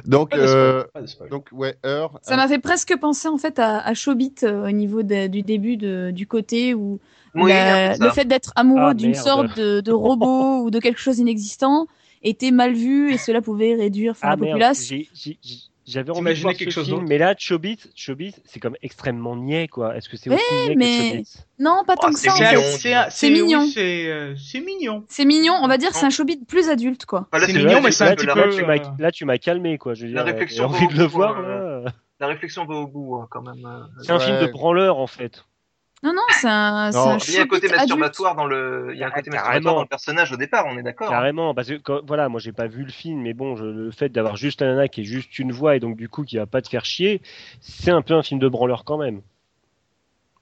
Speaker 2: donc,
Speaker 7: Pas de spoil,
Speaker 2: euh,
Speaker 7: pas de spoil.
Speaker 2: donc ouais, heure.
Speaker 5: Ça m'a fait presque penser en fait à, à Showbit euh, au niveau de- du début de- du côté où
Speaker 8: Oui, il y a un peu
Speaker 5: la-
Speaker 8: de ça.
Speaker 5: le fait d'être amoureux
Speaker 6: Ah,
Speaker 5: d'une
Speaker 6: merde. [laughs]
Speaker 5: sorte de, de robot ou de quelque chose inexistant était mal vu et cela pouvait réduire enfin,
Speaker 6: Ah,
Speaker 5: la
Speaker 6: merde,
Speaker 5: populace.
Speaker 6: j'ai- j'ai- j'ai- J'avais envie de
Speaker 7: T'imaginais
Speaker 6: voir
Speaker 7: quelque
Speaker 6: ce
Speaker 7: chose
Speaker 6: film,
Speaker 7: d'autre
Speaker 6: mais là, Chobits, Chobits, c'est comme extrêmement niais, quoi. Est-ce que c'est
Speaker 5: Ouais,
Speaker 6: aussi niais
Speaker 5: mais-
Speaker 6: que Chobits
Speaker 5: Non, pas
Speaker 8: Oh,
Speaker 5: tant que
Speaker 8: c'est
Speaker 5: ça. en
Speaker 8: mignon.
Speaker 5: fait.
Speaker 7: c'est-
Speaker 5: C'est
Speaker 7: oui,
Speaker 5: mignon.
Speaker 7: c'est euh, c'est mignon.
Speaker 5: C'est mignon, on va dire, c'est un showbiz plus adulte, quoi.
Speaker 8: Enfin, là,
Speaker 7: C'est
Speaker 8: tu-
Speaker 7: mignon,
Speaker 8: là,
Speaker 7: mais
Speaker 8: tu-
Speaker 7: c'est un
Speaker 8: là,
Speaker 6: là,
Speaker 7: petit
Speaker 8: tu-
Speaker 6: là,
Speaker 8: là,
Speaker 7: peu-
Speaker 6: tu m'as- là, tu m'as calmé, quoi. Je veux dire,
Speaker 8: La
Speaker 6: euh, j'ai
Speaker 8: réflexion
Speaker 6: envie de le
Speaker 8: vaut-
Speaker 6: voir.
Speaker 8: vaut, euh,
Speaker 6: là.
Speaker 8: La réflexion va au bout, hein, quand même. euh.
Speaker 6: C'est un film
Speaker 2: Ouais.
Speaker 6: de branleur, en fait.
Speaker 5: Non, non, c'est un, c'est un
Speaker 2: Non,
Speaker 8: Il y a un côté
Speaker 5: showbiz adulte.
Speaker 8: masturbatoire dans le, il y a un
Speaker 6: Ah,
Speaker 8: côté
Speaker 6: carrément.
Speaker 8: masturbatoire dans le personnage au départ, on est d'accord. hein.
Speaker 6: Carrément, parce que quand- voilà, moi j'ai pas vu le film, mais bon, je- le fait d'avoir juste la nana qui est juste une voix et donc du coup qui va pas te faire chier, c'est un peu un film de branleur quand même.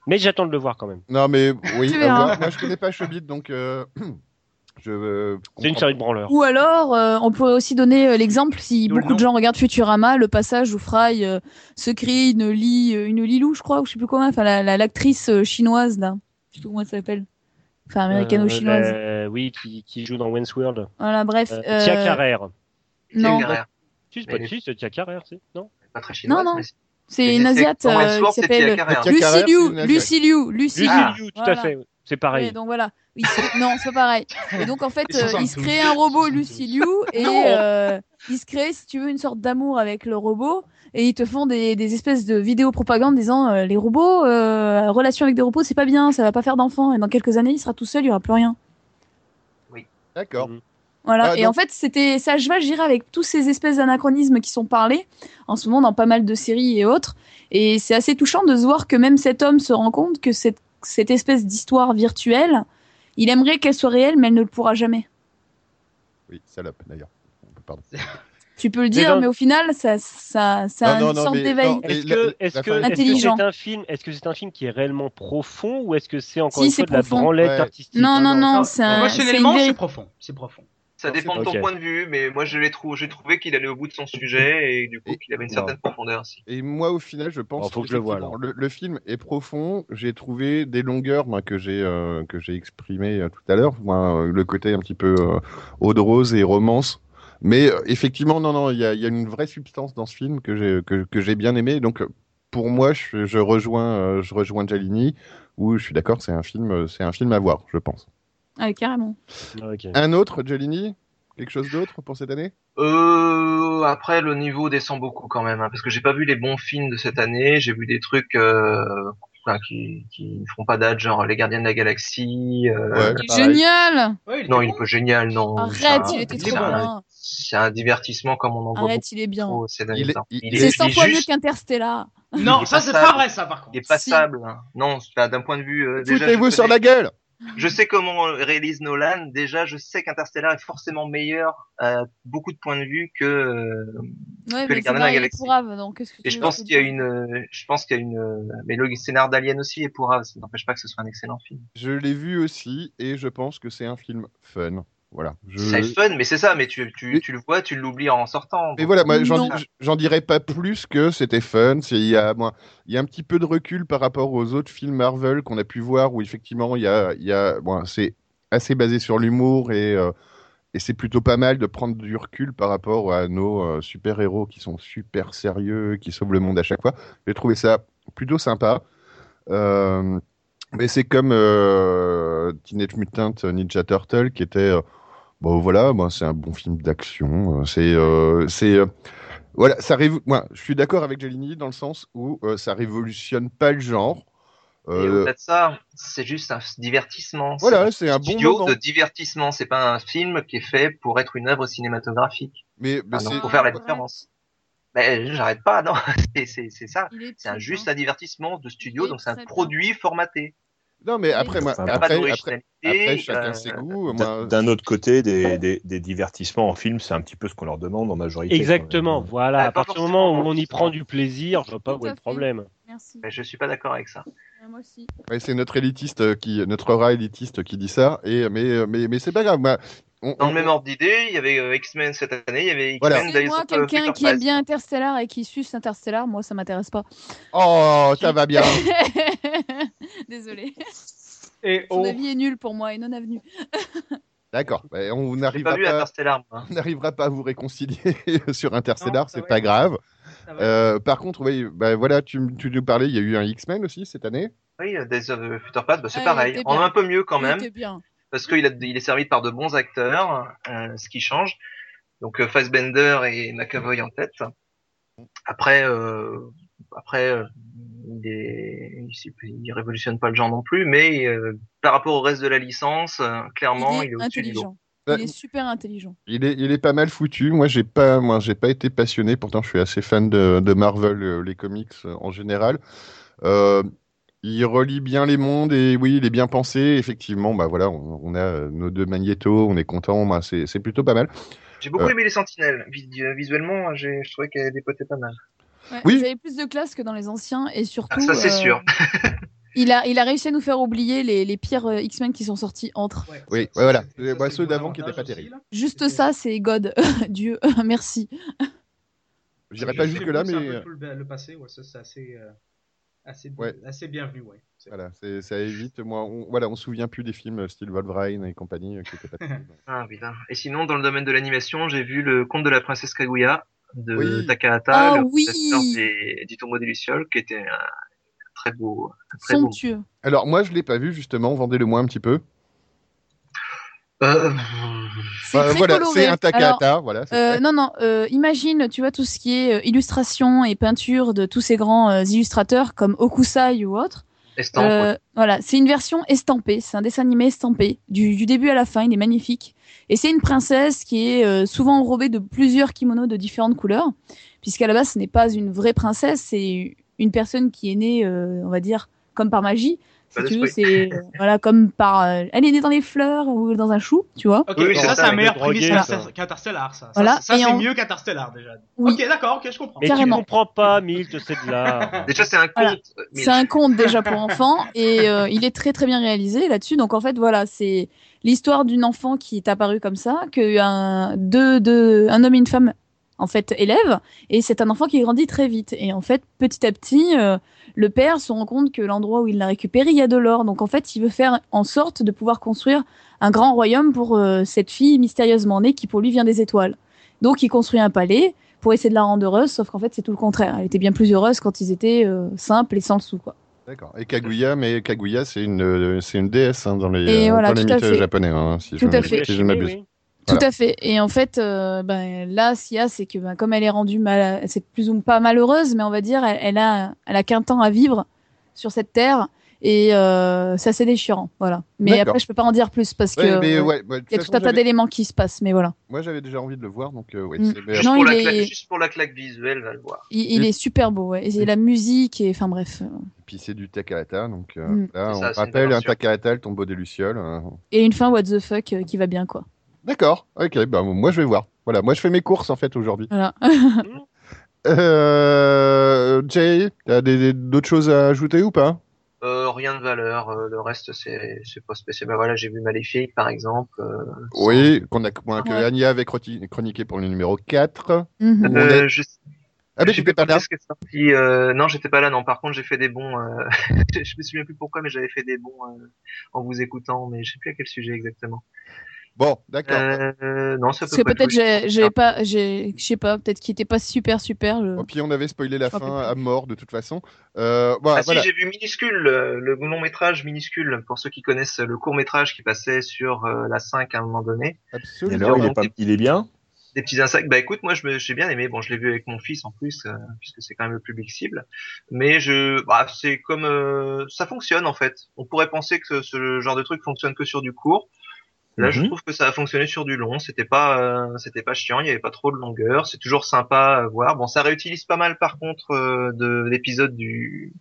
Speaker 6: Mais j'attends de le voir quand même.
Speaker 2: Non,
Speaker 5: [laughs]
Speaker 2: mais oui,
Speaker 5: Tu
Speaker 2: euh,
Speaker 5: verras.
Speaker 2: moi, moi, je connais pas Chobit, donc euh, [clears throat] je. euh,
Speaker 6: C'est une
Speaker 2: comprends-
Speaker 6: série de branleurs.
Speaker 5: Ou alors, euh, on pourrait aussi donner euh, l'exemple, si
Speaker 7: Ou le
Speaker 5: beaucoup de
Speaker 7: nom.
Speaker 5: gens regardent Futurama, le passage où Fry euh, se crée une, li, euh, une Lilou, je crois, ou je sais plus comment, enfin, la- la- l'actrice euh, chinoise, là. Je sais plus comment elle s'appelle. Enfin, américano-chinoise.
Speaker 6: Euh, oui, qui, qui joue dans Wayne's World.
Speaker 5: Voilà, bref.
Speaker 6: Euh,
Speaker 5: euh,
Speaker 6: Tia Carrère.
Speaker 8: C'est
Speaker 5: non.
Speaker 8: Carrère.
Speaker 6: Tu sais, c'est pas
Speaker 8: mais-
Speaker 6: si, c'est Tia Carrère, c'est non
Speaker 8: C'est Pas très chinois.
Speaker 5: Non, non.
Speaker 8: mais c'est-
Speaker 5: C'est
Speaker 8: mais
Speaker 5: une
Speaker 8: c'est-
Speaker 5: Asiate
Speaker 8: dans
Speaker 5: euh,
Speaker 8: Westworld,
Speaker 5: qui
Speaker 8: c'est Tia
Speaker 5: s'appelle
Speaker 8: Carrère.
Speaker 2: Tia Carrère,
Speaker 5: Lucy
Speaker 2: c'est
Speaker 5: Liu.
Speaker 2: une Asiate.
Speaker 5: Lucy Liu. Lucy
Speaker 6: Lucy
Speaker 5: Liu.
Speaker 8: Ah,
Speaker 6: Liu, tout
Speaker 5: voilà.
Speaker 6: à fait. C'est
Speaker 5: Ouais,
Speaker 6: pareil.
Speaker 5: donc voilà. Il se- Non, c'est pas pareil. Et donc en fait,
Speaker 7: Ils
Speaker 5: euh,
Speaker 7: sont
Speaker 5: il
Speaker 7: sans
Speaker 5: se
Speaker 7: doute.
Speaker 5: crée un robot
Speaker 7: Ils sont
Speaker 5: Luciliou et
Speaker 6: Non.
Speaker 5: euh, il se crée, si tu veux, une sorte d'amour avec le robot. Et ils te font des, des espèces de vidéos propagande disant euh, les robots, euh, relation avec des robots, c'est pas bien, ça va pas faire d'enfants. Et dans quelques années, il sera tout seul, il y aura plus rien.
Speaker 2: D'accord.
Speaker 5: Voilà.
Speaker 8: Euh,
Speaker 2: Ah,
Speaker 5: et
Speaker 2: donc-
Speaker 5: en fait, c'était ça cheval j'irai avec tous ces espèces d'anachronismes qui sont parlés en ce moment dans pas mal de séries et autres. Et c'est assez touchant de se voir que même cet homme se rend compte que cette, cette espèce d'histoire virtuelle, il aimerait qu'elle soit réelle, mais elle ne le pourra jamais.
Speaker 2: Oui, salope, d'ailleurs. Pardon.
Speaker 5: Tu peux le
Speaker 6: Mais
Speaker 5: dire,
Speaker 6: non.
Speaker 5: mais au final, ça, ça, ça a
Speaker 2: Non, non,
Speaker 5: une
Speaker 2: non,
Speaker 5: sorte
Speaker 2: mais-
Speaker 5: d'éveil.
Speaker 2: non. Et
Speaker 6: Est-ce
Speaker 2: la-
Speaker 6: que est-ce
Speaker 2: la
Speaker 6: que
Speaker 2: fin-
Speaker 6: est-ce que
Speaker 5: Intelligent.
Speaker 6: c'est un film est-ce que c'est un film qui est réellement profond ou est-ce que c'est encore
Speaker 5: Si,
Speaker 6: une
Speaker 5: c'est
Speaker 6: fois de la
Speaker 5: profond.
Speaker 6: branlette
Speaker 2: Ouais.
Speaker 6: artistique
Speaker 5: Non,
Speaker 2: non,
Speaker 5: non, non,
Speaker 7: Non,
Speaker 5: c'est un- c'est une
Speaker 7: Émotionnellement, c'est
Speaker 5: vérité.
Speaker 7: profond. C'est profond.
Speaker 8: Ça dépend de ton
Speaker 6: Ok.
Speaker 8: point de vue, mais moi je l'ai trouvé, j'ai trouvé qu'il allait au bout de son sujet et du coup
Speaker 2: Et-
Speaker 8: qu'il avait une
Speaker 6: Non.
Speaker 8: certaine profondeur aussi.
Speaker 2: Et moi, au final, je pense
Speaker 6: Oh, faut que je le voie,
Speaker 2: qu'effectivement,
Speaker 6: alors.
Speaker 2: le, le film est profond. J'ai trouvé des longueurs moi, que j'ai euh, que j'ai exprimées euh, tout à l'heure. Moi, euh, le côté un petit peu euh, eau de rose et romance. Mais euh, effectivement, non, non, il y a, il y a une vraie substance dans ce film que j'ai que, que j'ai bien aimé. Donc, euh, pour moi, je, je rejoins euh, je rejoins Jalini. Où je suis d'accord, c'est un film euh, c'est un film à voir, je pense.
Speaker 5: Ouais, carrément.
Speaker 6: Ah, ok.
Speaker 2: Un autre, Jalini Quelque chose d'autre pour cette année
Speaker 8: Euh, après le niveau descend beaucoup quand même, hein, parce que j'ai pas vu les bons films de cette année. J'ai vu des trucs euh, enfin, qui qui ne feront pas date, genre Les Gardiens de la Galaxie. euh,
Speaker 2: Ouais. Pareil.
Speaker 5: Génial
Speaker 7: Ouais, il
Speaker 8: Non,
Speaker 7: était
Speaker 8: il est
Speaker 7: bon.
Speaker 8: pas génial, non.
Speaker 5: Arrête,
Speaker 8: C'est un-
Speaker 5: il était
Speaker 8: c'est
Speaker 5: trop
Speaker 8: un-
Speaker 5: bien.
Speaker 8: C'est un divertissement comme on en voit
Speaker 5: Arrête, il est bien.
Speaker 8: beaucoup ces derniers
Speaker 2: Il est-
Speaker 8: temps.
Speaker 2: il-
Speaker 8: est-
Speaker 5: C'est 100
Speaker 8: est
Speaker 5: fois mieux
Speaker 8: juste-
Speaker 5: qu'Interstellar.
Speaker 7: Non,
Speaker 8: est
Speaker 7: ça c'est
Speaker 8: passable.
Speaker 7: pas vrai, ça par contre.
Speaker 8: Il est passable. hein. Non, c'est- d'un point de vue. euh, déjà, je
Speaker 2: Foutez-vous sur
Speaker 8: connais-
Speaker 2: la gueule
Speaker 8: Je sais comment réalise Nolan. Déjà, je sais qu'Interstellar est forcément meilleur à beaucoup de points de vue que. euh,
Speaker 5: Ouais,
Speaker 8: Que
Speaker 5: mais
Speaker 8: les
Speaker 5: c'est
Speaker 8: Gardiens de la
Speaker 5: pareil, il est
Speaker 8: Galaxie.
Speaker 5: pourrave. Donc, qu'est-ce que
Speaker 8: Et
Speaker 5: tu
Speaker 8: je
Speaker 5: veux,
Speaker 8: pense
Speaker 5: te
Speaker 8: qu'il y a
Speaker 5: dire
Speaker 8: une. euh, Je pense qu'il y a une. euh, Mais le scénar d'Alien aussi est pourrave. Ça n'empêche pas que ce soit un excellent film.
Speaker 2: Je l'ai vu aussi et je pense que c'est un film fun. Voilà. Je...
Speaker 8: C'est fun, mais c'est ça. Mais tu, tu,
Speaker 2: Mais-
Speaker 8: tu le vois, tu l'oublies en sortant.
Speaker 2: Mais voilà, moi, j'en
Speaker 5: Non.
Speaker 2: j'en dirais pas plus que c'était fun. C'est- Il y, a, moi, il y a un petit peu de recul par rapport aux autres films Marvel qu'on a pu voir où effectivement, il y a, il y a, bon, c'est assez basé sur l'humour et, euh, et c'est plutôt pas mal de prendre du recul par rapport à nos euh, super-héros qui sont super sérieux, qui sauvent le monde à chaque fois. J'ai trouvé ça plutôt sympa. Euh, mais c'est comme euh, Teenage Mutant Ninja Turtle qui était. euh, Bon voilà, moi c'est un bon film d'action. euh, C'est euh, c'est euh, voilà, ça révo- moi je suis d'accord avec Jalini dans le sens où euh, ça révolutionne pas le genre.
Speaker 8: Et
Speaker 2: Euh,
Speaker 8: au-delà de ça, c'est juste un divertissement.
Speaker 2: voilà, c'est un bon
Speaker 8: studio
Speaker 2: moment.
Speaker 8: de divertissement. C'est pas un film qui est fait pour être une œuvre cinématographique.
Speaker 2: Mais, mais
Speaker 8: Ah non,
Speaker 2: c'est-
Speaker 8: faut faire la
Speaker 5: Arrête.
Speaker 8: différence. Ben, j'arrête pas, non. [laughs] C'est- C'est c'est ça.
Speaker 5: Il est
Speaker 8: C'est un
Speaker 5: très
Speaker 8: juste
Speaker 5: bien.
Speaker 8: un divertissement de studio,
Speaker 5: Il est
Speaker 8: donc c'est un
Speaker 5: très bien.
Speaker 8: produit formaté.
Speaker 2: non mais après
Speaker 5: Oui,
Speaker 2: moi
Speaker 4: c'est
Speaker 8: Il n'y a pas
Speaker 2: après après,
Speaker 8: d'originalité.
Speaker 2: après, chacun
Speaker 8: euh,
Speaker 2: ses goûts.
Speaker 4: D'un
Speaker 2: Moi,
Speaker 4: d'un autre côté, des, des, des divertissements en film, c'est un petit peu ce qu'on leur demande en majorité.
Speaker 6: Exactement,
Speaker 4: quand
Speaker 6: voilà,
Speaker 8: Ah,
Speaker 6: à
Speaker 8: pas
Speaker 6: partir du
Speaker 8: forcément,
Speaker 6: moment où on y
Speaker 8: justement.
Speaker 6: prend du plaisir, je vois pas
Speaker 5: Tout
Speaker 6: où est
Speaker 5: à
Speaker 6: le
Speaker 5: fait.
Speaker 6: problème.
Speaker 5: Merci.
Speaker 8: mais je suis pas d'accord avec ça.
Speaker 5: Ouais, Moi aussi.
Speaker 2: ouais, c'est notre élitiste euh, qui notre rat élitiste qui dit ça. Et mais mais mais c'est pas grave. moi, on-
Speaker 8: Dans
Speaker 2: on-
Speaker 8: le même ordre d'idée, il y avait euh, X-Men cette année, il y avait
Speaker 2: Voilà.
Speaker 8: X-Men
Speaker 5: C'est
Speaker 8: Days
Speaker 5: moi
Speaker 8: of euh,
Speaker 5: quelqu'un
Speaker 8: Future
Speaker 5: qui aime
Speaker 8: Past.
Speaker 5: bien Interstellar et qui suce Interstellar, moi ça m'intéresse pas. [laughs]
Speaker 2: Oh, ça va
Speaker 7: [laughs]
Speaker 2: bien.
Speaker 5: Désolé.
Speaker 7: Et
Speaker 5: Son
Speaker 7: oh.
Speaker 5: avis est nul pour moi et non avenu.
Speaker 2: D'accord. mais On
Speaker 8: J'ai
Speaker 2: n'arrivera
Speaker 8: pas vu
Speaker 2: pas.
Speaker 8: Interstellar, moi.
Speaker 2: on n'arrivera pas à vous réconcilier [laughs] sur
Speaker 7: Non,
Speaker 2: Interstellar,
Speaker 7: ça
Speaker 2: c'est
Speaker 7: va,
Speaker 2: pas
Speaker 7: non.
Speaker 2: grave.
Speaker 7: Ça va.
Speaker 2: Euh, par contre, oui, bah voilà, tu, m- tu nous parlais, il y a eu un X-Men aussi cette année.
Speaker 8: Oui, euh, Days of Future Past, bah, c'est
Speaker 5: Ah, il
Speaker 8: pareil.
Speaker 5: était
Speaker 8: On est
Speaker 5: bien.
Speaker 8: un peu mieux quand
Speaker 5: Il
Speaker 8: même.
Speaker 5: était bien.
Speaker 8: parce qu'il a- il est servi par de bons acteurs, euh, ce qui change. Donc euh, Fassbender et McAvoy en tête. Après, euh, après, euh, il, est, il, s'est- il révolutionne pas le genre non plus, mais euh, par rapport au reste de la licence, euh, clairement, il est, au-dessus du lot.
Speaker 5: intelligent. Il est super intelligent.
Speaker 2: Il est, il est pas mal foutu. Moi, j'ai pas, moi, j'ai pas été passionné. Pourtant, je suis assez fan de, de Marvel, euh, les comics euh, en général. Euh, il relie bien les mondes et oui, il est bien pensé. Effectivement, bah voilà, on, on a euh, nos deux magnétos, on est content. Bah, c'est c'est plutôt pas mal.
Speaker 8: J'ai beaucoup
Speaker 2: Euh.
Speaker 8: aimé les Sentinelles. Vis- euh, Visuellement, j'ai- je trouvais qu'elle dépotait pas mal.
Speaker 5: Ouais,
Speaker 2: Oui.
Speaker 5: Vous avez plus de classe que dans les anciens et surtout.
Speaker 8: Ah, ça, c'est
Speaker 5: euh,
Speaker 8: sûr.
Speaker 5: [laughs] Il a, il a réussi à nous faire oublier les, les pires euh, X-Men qui sont sortis entre.
Speaker 7: Ouais,
Speaker 2: Oui,
Speaker 7: ça,
Speaker 2: ouais, voilà.
Speaker 7: ça,
Speaker 2: Les
Speaker 7: c'est- ça,
Speaker 2: boisseux
Speaker 7: c'est le bon
Speaker 2: d'avant qui étaient pas
Speaker 7: avantage
Speaker 2: terribles.
Speaker 7: aussi, là.
Speaker 5: Juste
Speaker 7: C'était-
Speaker 5: ça, c'est God, [laughs] Dieu, merci.
Speaker 2: J'irai
Speaker 7: Je
Speaker 2: pas
Speaker 7: sais
Speaker 2: jusque là,
Speaker 7: plus, c'est un
Speaker 2: mais
Speaker 7: peu
Speaker 2: euh,
Speaker 7: tout le, le passé, ouais, ça, c'est assez, euh, assez,
Speaker 2: Ouais.
Speaker 7: assez bienvenu, ouais. C'est-
Speaker 2: voilà, c'est- ça évite. Moi, on, voilà, on se souvient plus des films euh, style Wolverine et compagnie euh, qui étaient pas
Speaker 5: [laughs]
Speaker 2: terribles.
Speaker 8: Ah, putain. Et sinon, dans le domaine de l'animation, j'ai vu le conte de la princesse Kaguya de
Speaker 2: Oui.
Speaker 8: Takahata,
Speaker 5: Ah
Speaker 8: le
Speaker 5: oui.
Speaker 8: réalisateur des- du tombeau des Lucioles, qui était un très beau. un Très beau.
Speaker 5: Somptueux.
Speaker 2: Alors, moi, je l'ai pas vu justement. Vendez-le-moi un petit peu.
Speaker 8: Euh,
Speaker 5: C'est
Speaker 2: Bah,
Speaker 5: très
Speaker 2: voilà,
Speaker 5: coloré.
Speaker 2: c'est un
Speaker 5: Alors,
Speaker 2: Takahata. Voilà. c'est
Speaker 5: euh,
Speaker 2: ça.
Speaker 5: non, non, euh, imagine, tu vois, tout ce qui est euh, illustration et peinture de tous ces grands euh, illustrateurs comme Okusai ou autre.
Speaker 8: estampe, ouais.
Speaker 5: Euh, Voilà, c'est une version estampée, c'est un dessin animé estampé, du, du début à la fin, il est magnifique. Et c'est une princesse qui est euh, souvent enrobée de plusieurs kimonos de différentes couleurs, puisqu'à la base ce n'est pas une vraie princesse, c'est une personne qui est née, euh, on va dire, comme par magie. Si
Speaker 8: Pas
Speaker 5: tu veux,
Speaker 8: d'esprit.
Speaker 5: c'est euh, voilà comme par, euh, elle est née dans les fleurs ou dans un chou, tu vois.
Speaker 7: Ok,
Speaker 8: Oui, oui, c'est
Speaker 7: ça,
Speaker 8: ça,
Speaker 7: c'est un
Speaker 8: avec
Speaker 7: meilleur
Speaker 6: le
Speaker 7: prémisse
Speaker 6: drogué,
Speaker 7: qu'Inter-
Speaker 6: ça.
Speaker 7: qu'Interstellar, ça. Ça,
Speaker 5: Voilà,
Speaker 7: c'est- ça,
Speaker 5: et
Speaker 7: c'est
Speaker 5: en-
Speaker 7: mieux qu'Interstellar, déjà.
Speaker 5: Oui.
Speaker 7: Ok, d'accord, ok, je comprends.
Speaker 6: Mais
Speaker 5: Carrément.
Speaker 6: tu comprends pas, Milt, c'est de l'art.
Speaker 8: Déjà, c'est un
Speaker 5: Voilà.
Speaker 8: conte. mais-
Speaker 5: C'est un conte déjà pour enfants et euh, il est très très bien réalisé là-dessus. Donc en fait voilà, c'est l'histoire d'une enfant qui est apparue comme ça, que un, deux, deux, un homme et une femme en fait élèvent et c'est un enfant qui grandit très vite et en fait petit à petit euh, le père se rend compte que l'endroit où il l'a récupéré il y a de l'or donc en fait il veut faire en sorte de pouvoir construire un grand royaume pour euh, cette fille mystérieusement née qui pour lui vient des étoiles donc il construit un palais pour essayer de la rendre heureuse, sauf qu'en fait c'est tout le contraire. Elle était bien plus heureuse quand ils étaient euh, simples et sans le sou. Quoi.
Speaker 2: D'accord. Et Kaguya, mais Kaguya, c'est une, euh, c'est une déesse hein, dans les,
Speaker 5: Et
Speaker 2: euh,
Speaker 5: voilà,
Speaker 2: dans les
Speaker 5: tout à
Speaker 2: mythes
Speaker 5: fait.
Speaker 2: japonais, hein, si
Speaker 5: Tout
Speaker 2: je,
Speaker 5: à fait.
Speaker 2: si je ne m'abuse. Voilà.
Speaker 5: Tout à fait. Et en fait, euh, ben, là, ce qu'il y a, c'est que ben, comme elle est rendue mal, c'est plus ou pas malheureuse, mais on va dire, elle, elle a, elle a qu'un temps à vivre sur cette terre, et euh, c'est assez déchirant, voilà. Mais
Speaker 2: D'accord.
Speaker 5: après, je peux pas en dire plus parce
Speaker 2: Ouais,
Speaker 5: que
Speaker 2: mais
Speaker 5: euh,
Speaker 2: ouais, ouais, de
Speaker 5: il y
Speaker 2: toute
Speaker 5: a tout un
Speaker 2: façon,
Speaker 5: tas
Speaker 2: j'avais-
Speaker 5: d'éléments qui se passent, mais voilà.
Speaker 2: moi j'avais déjà envie de le voir, donc euh, ouais,
Speaker 5: Mm.
Speaker 2: c'est-
Speaker 8: Juste,
Speaker 5: Non,
Speaker 8: pour
Speaker 5: il
Speaker 8: la
Speaker 5: est-
Speaker 8: claque, juste pour la claque visuelle, va le voir.
Speaker 5: Il, il
Speaker 2: Et-
Speaker 5: est super beau, ouais. Et la musique, et enfin bref.
Speaker 2: Et puis c'est du Takahata, donc euh,
Speaker 5: Mm.
Speaker 2: là
Speaker 8: C'est
Speaker 2: on
Speaker 8: ça, c'est une
Speaker 2: rappelle un
Speaker 8: version.
Speaker 2: Takahata, le tombeau des Lucioles. euh.
Speaker 5: Et une fin what the fuck euh, qui va bien, quoi.
Speaker 2: D'accord, ok, bah, moi je vais voir. Voilà, moi je fais mes courses en fait aujourd'hui.
Speaker 5: Voilà. [laughs]
Speaker 2: Euh, Jay, t'as des- des- d'autres choses à ajouter ou pas
Speaker 8: Euh, rien de valeur, euh, le reste c'est c'est pas spécial. Ben voilà, j'ai vu Maléfique par exemple. euh, sans-
Speaker 2: Oui, qu'on a, qu'on a- que
Speaker 5: Ouais.
Speaker 2: Anya avait croti- chroniqué pour le numéro 4.
Speaker 5: Mhm.
Speaker 2: on
Speaker 8: Euh,
Speaker 2: est-
Speaker 8: je
Speaker 2: Ah, mais
Speaker 8: J'ai
Speaker 2: tu pas
Speaker 8: écouté
Speaker 2: là
Speaker 8: ce qui est sorti, euh, non, j'étais pas là, non. Par contre, j'ai fait des bons. euh, [laughs] je je me souviens plus pourquoi, mais j'avais fait des bons euh, en vous écoutant, mais je sais plus à quel sujet exactement.
Speaker 2: Bon, d'accord.
Speaker 8: Euh, non, ça
Speaker 5: Parce
Speaker 8: peut
Speaker 5: que
Speaker 8: pas
Speaker 5: peut-être j'ai, j'ai
Speaker 8: Ah.
Speaker 5: pas, j'ai, je sais pas, peut-être qu'il était pas super super. je-
Speaker 2: Et puis on avait spoilé la
Speaker 5: Je m'en
Speaker 2: fin
Speaker 5: rappelle
Speaker 2: à mort de toute façon. Euh, voilà,
Speaker 8: Ah
Speaker 2: voilà.
Speaker 8: si, j'ai vu Minuscule, euh, le long métrage Minuscule, pour ceux qui connaissent le court métrage qui passait sur euh, la 5 à un moment donné.
Speaker 4: Et
Speaker 2: Absolument.
Speaker 4: alors, il est,
Speaker 8: Vraiment.
Speaker 4: pas... il est bien
Speaker 8: Des petits insectes. Bah écoute, moi je me, j'ai bien aimé. Bon, je l'ai vu avec mon fils en plus, euh, puisque c'est quand même le public cible. Mais je, bah c'est comme, euh, ça fonctionne en fait. On pourrait penser que ce, ce genre de truc fonctionne que sur du court. Là, je
Speaker 4: Mhm.
Speaker 8: trouve que ça a fonctionné sur du long. C'était pas, euh, c'était pas chiant. Il y avait pas trop de longueur. C'est toujours sympa à voir. Bon, ça réutilise pas mal par contre euh, de l'épisode du,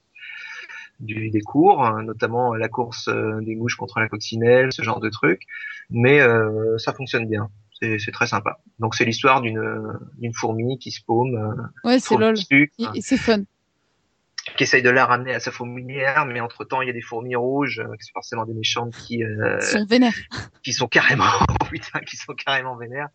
Speaker 8: du des cours, hein, notamment la course euh, des mouches contre la coccinelle, ce genre de truc. Mais euh, ça fonctionne bien. C'est c'est très sympa. Donc c'est l'histoire d'une euh, d'une fourmi qui se paume, euh,
Speaker 2: Oh,
Speaker 5: Ouais,
Speaker 8: qui
Speaker 5: c'est
Speaker 8: trouve
Speaker 5: lol.
Speaker 8: du sucre,
Speaker 2: Ah.
Speaker 5: Et- et c'est fun.
Speaker 8: qui essaye de la ramener à sa fourmilière, mais entre temps il y a des fourmis rouges, euh, qui sont forcément des méchantes qui euh,
Speaker 5: Ils sont vénères.
Speaker 8: qui sont carrément [laughs] oh putain, qui sont carrément vénères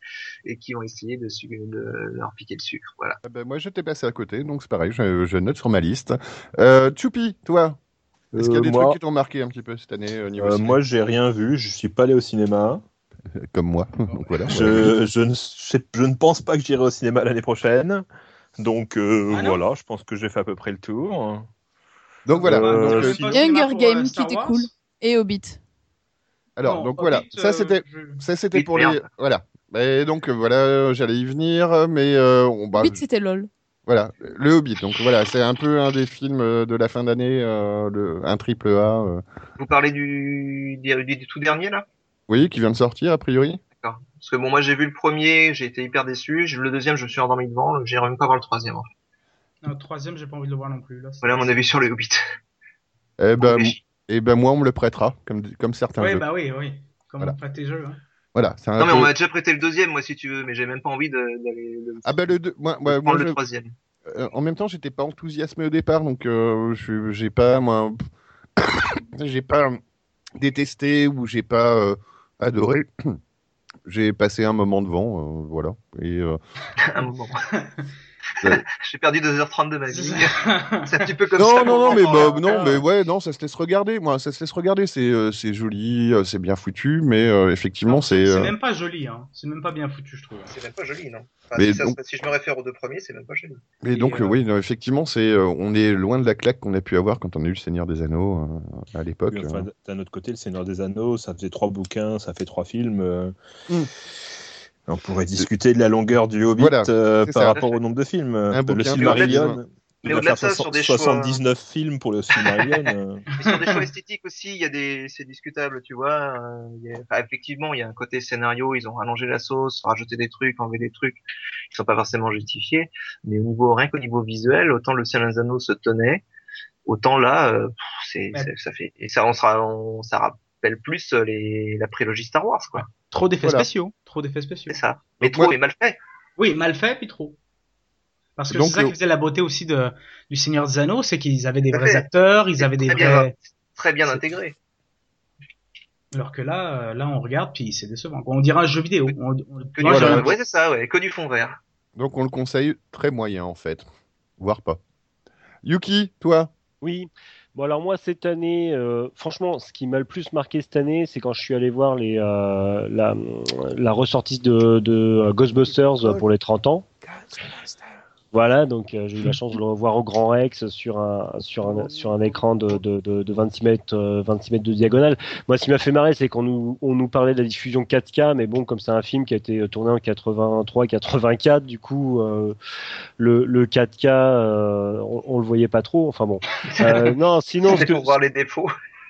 Speaker 8: et qui vont essayer de, su- de leur piquer le sucre. Voilà.
Speaker 2: Ah ben, moi, j'étais passé à côté, donc c'est pareil, je, je note sur ma liste. Euh, Choupi, toi, est-ce qu'il y a
Speaker 4: Euh,
Speaker 2: des
Speaker 4: moi,
Speaker 2: trucs qui t'ont marqué un petit peu cette année au niveau
Speaker 4: euh,
Speaker 2: ciné
Speaker 4: moi, j'ai rien vu, je suis pas allé au cinéma.
Speaker 2: Comme moi, [laughs] donc voilà. voilà.
Speaker 4: Je, je, ne, sais- je ne pense pas que j'irai au cinéma l'année prochaine. Donc euh,
Speaker 7: Ah non
Speaker 4: voilà, je pense que j'ai fait à peu près le tour.
Speaker 2: Donc voilà.
Speaker 4: Euh,
Speaker 2: donc,
Speaker 4: je
Speaker 2: euh,
Speaker 4: suis-
Speaker 2: sinon-
Speaker 5: Hunger Games, qui était cool. Et Hobbit.
Speaker 2: Alors,
Speaker 7: Non,
Speaker 2: donc
Speaker 7: Hobbit,
Speaker 2: voilà, ça
Speaker 7: euh,
Speaker 2: c'était
Speaker 7: je-
Speaker 2: ça c'était
Speaker 8: Vite,
Speaker 2: pour les
Speaker 8: merde.
Speaker 2: voilà. Et donc euh, voilà, euh, j'allais y venir, mais euh, on bah,
Speaker 5: Vite, c'était lol.
Speaker 2: voilà, le Hobbit. Donc voilà, c'est un peu un des films euh, de la fin d'année, euh, le- un triple A, euh,
Speaker 8: Vous parlez du, du, du tout dernier là
Speaker 2: oui, qui vient de sortir a priori.
Speaker 8: D'accord. Parce que bon, moi j'ai vu le premier, j'ai été hyper déçu. Je- Le deuxième, je me suis endormi devant. J'irai même pas voir le troisième. en fait.
Speaker 7: Non, le troisième, j'ai pas envie de le voir non plus. Là, c'est-
Speaker 8: Voilà mon avis sur le
Speaker 2: [laughs]
Speaker 8: Hobbit.
Speaker 2: Eh ben,
Speaker 8: Mais-
Speaker 2: eh ben moi on me le prêtera, comme comme certains
Speaker 7: Ouais,
Speaker 2: jeux.
Speaker 7: bah oui, oui. Comme
Speaker 2: Voilà.
Speaker 7: pas tes jeux. hein.
Speaker 2: Voilà, c'est un
Speaker 8: Non mais
Speaker 2: peu-
Speaker 8: on m'a déjà prêté le deuxième, moi si tu veux, mais j'ai même pas envie de- d'aller de-
Speaker 2: Ah bah le deux, moi,
Speaker 8: de
Speaker 2: moi- moi,
Speaker 8: prendre
Speaker 2: je-
Speaker 8: le troisième.
Speaker 2: euh, en même temps j'étais pas enthousiasmé au départ, donc euh, je- j'ai pas moi, [coughs] j'ai pas détesté ou j'ai pas euh, adoré. [coughs] J'ai passé un moment devant, euh, voilà. Et euh,
Speaker 8: un moment.
Speaker 2: [laughs] Ouais.
Speaker 8: [laughs] J'ai perdu 2h30 de ma vie. [laughs]
Speaker 7: hein.
Speaker 2: [laughs]
Speaker 8: C'est Ah, un petit peu comme
Speaker 2: non,
Speaker 8: ça.
Speaker 2: non,
Speaker 8: qu'on
Speaker 2: non, mais
Speaker 8: entend,
Speaker 2: bah,
Speaker 8: là.
Speaker 2: non, mais ouais, non, ça se laisse regarder. Moi, ça se laisse regarder. C'est, euh, c'est joli, euh, c'est bien foutu, mais euh, effectivement, c'est.
Speaker 7: C'est
Speaker 2: euh,
Speaker 7: même pas joli, hein. C'est même pas bien foutu, je trouve.
Speaker 8: C'est même pas joli, non. Enfin,
Speaker 2: Mais
Speaker 8: si, ça
Speaker 2: donc-
Speaker 8: se- si je me réfère aux deux premiers, c'est même pas joli.
Speaker 2: mais donc,
Speaker 7: euh,
Speaker 2: euh, oui, non, effectivement, c'est. euh, on est loin de la claque qu'on a pu avoir quand on a eu le Seigneur des Anneaux euh, à l'époque.
Speaker 4: Puis, enfin, D'un autre côté, Le Seigneur des Anneaux, ça faisait trois bouquins, ça fait trois films. euh,
Speaker 2: Mm.
Speaker 4: On pourrait discuter de la longueur du Hobbit
Speaker 2: Voilà,
Speaker 4: euh,
Speaker 2: c'est
Speaker 4: par
Speaker 2: ça.
Speaker 4: rapport au nombre de films.
Speaker 2: Un
Speaker 4: le
Speaker 2: bouquin,
Speaker 8: mais
Speaker 4: Silmarillion.
Speaker 8: Mais
Speaker 4: il va
Speaker 8: au-delà
Speaker 4: faire
Speaker 8: de ça, sur des
Speaker 4: 79 films pour le Silmarillion. euh.
Speaker 8: Et sur des choix esthétiques aussi, il y a des, c'est discutable, tu vois. euh, il y a- enfin, effectivement, il y a un côté scénario, ils ont rallongé la sauce, rajouté des trucs, enlevé des trucs qui sont pas forcément justifiés. Mais au niveau, rien qu'au niveau visuel, autant le Seigneur des Anneaux se tenait, autant là, euh, pff, c'est,
Speaker 7: Ouais.
Speaker 8: c'est- ça fait, et ça, on sera, on, ça rappelle plus euh, les, la prélogie Star Wars, quoi.
Speaker 7: Trop d'effets
Speaker 2: Voilà.
Speaker 7: spéciaux. Trop d'effets spéciaux.
Speaker 8: C'est ça. Mais
Speaker 2: Donc,
Speaker 8: trop,
Speaker 2: moi-
Speaker 8: mais mal fait.
Speaker 7: Oui, mal fait, puis trop. Parce que
Speaker 2: Donc,
Speaker 7: c'est ça
Speaker 2: euh,
Speaker 7: qui faisait la beauté aussi de, du Seigneur des Anneaux, c'est qu'ils avaient des
Speaker 8: Tout à
Speaker 7: vrais
Speaker 8: fait.
Speaker 7: acteurs, ils avaient des
Speaker 8: très bien.
Speaker 7: vrais.
Speaker 8: Très bien
Speaker 7: C'est-
Speaker 8: intégré.
Speaker 7: Alors que là, euh, là, on regarde, puis c'est décevant. quoi. On dirait un jeu vidéo. On, on-
Speaker 8: Que
Speaker 7: moi,
Speaker 8: du
Speaker 2: Voilà.
Speaker 7: j'aurais-
Speaker 8: fond- ouais, c'est ça, ouais, que du fond vert.
Speaker 2: Donc, on le conseille très moyen, en fait, voire pas. Yuki, toi,
Speaker 6: Oui. Bon alors moi cette année, euh, franchement, ce qui m'a le plus marqué cette année, c'est quand je suis allé voir les euh, la, la ressortie de, de euh, Ghostbusters euh, pour les 30 ans. Voilà, donc euh, j'ai
Speaker 8: [laughs]
Speaker 6: eu la chance de le revoir au Grand Rex sur un sur un sur un écran de de, de, de 26 mètres euh, 26 mètres de diagonale. Moi, ce qui m'a fait marrer, c'est qu'on nous on nous parlait de la diffusion 4K, mais bon, comme c'est un film qui a été euh, tourné en 83, 84, du coup euh, le le 4K, euh, on, on le voyait pas trop. Enfin
Speaker 8: [laughs]
Speaker 6: bon. Euh, non, sinon ce
Speaker 8: c'est
Speaker 6: que,
Speaker 8: pour voir les défauts.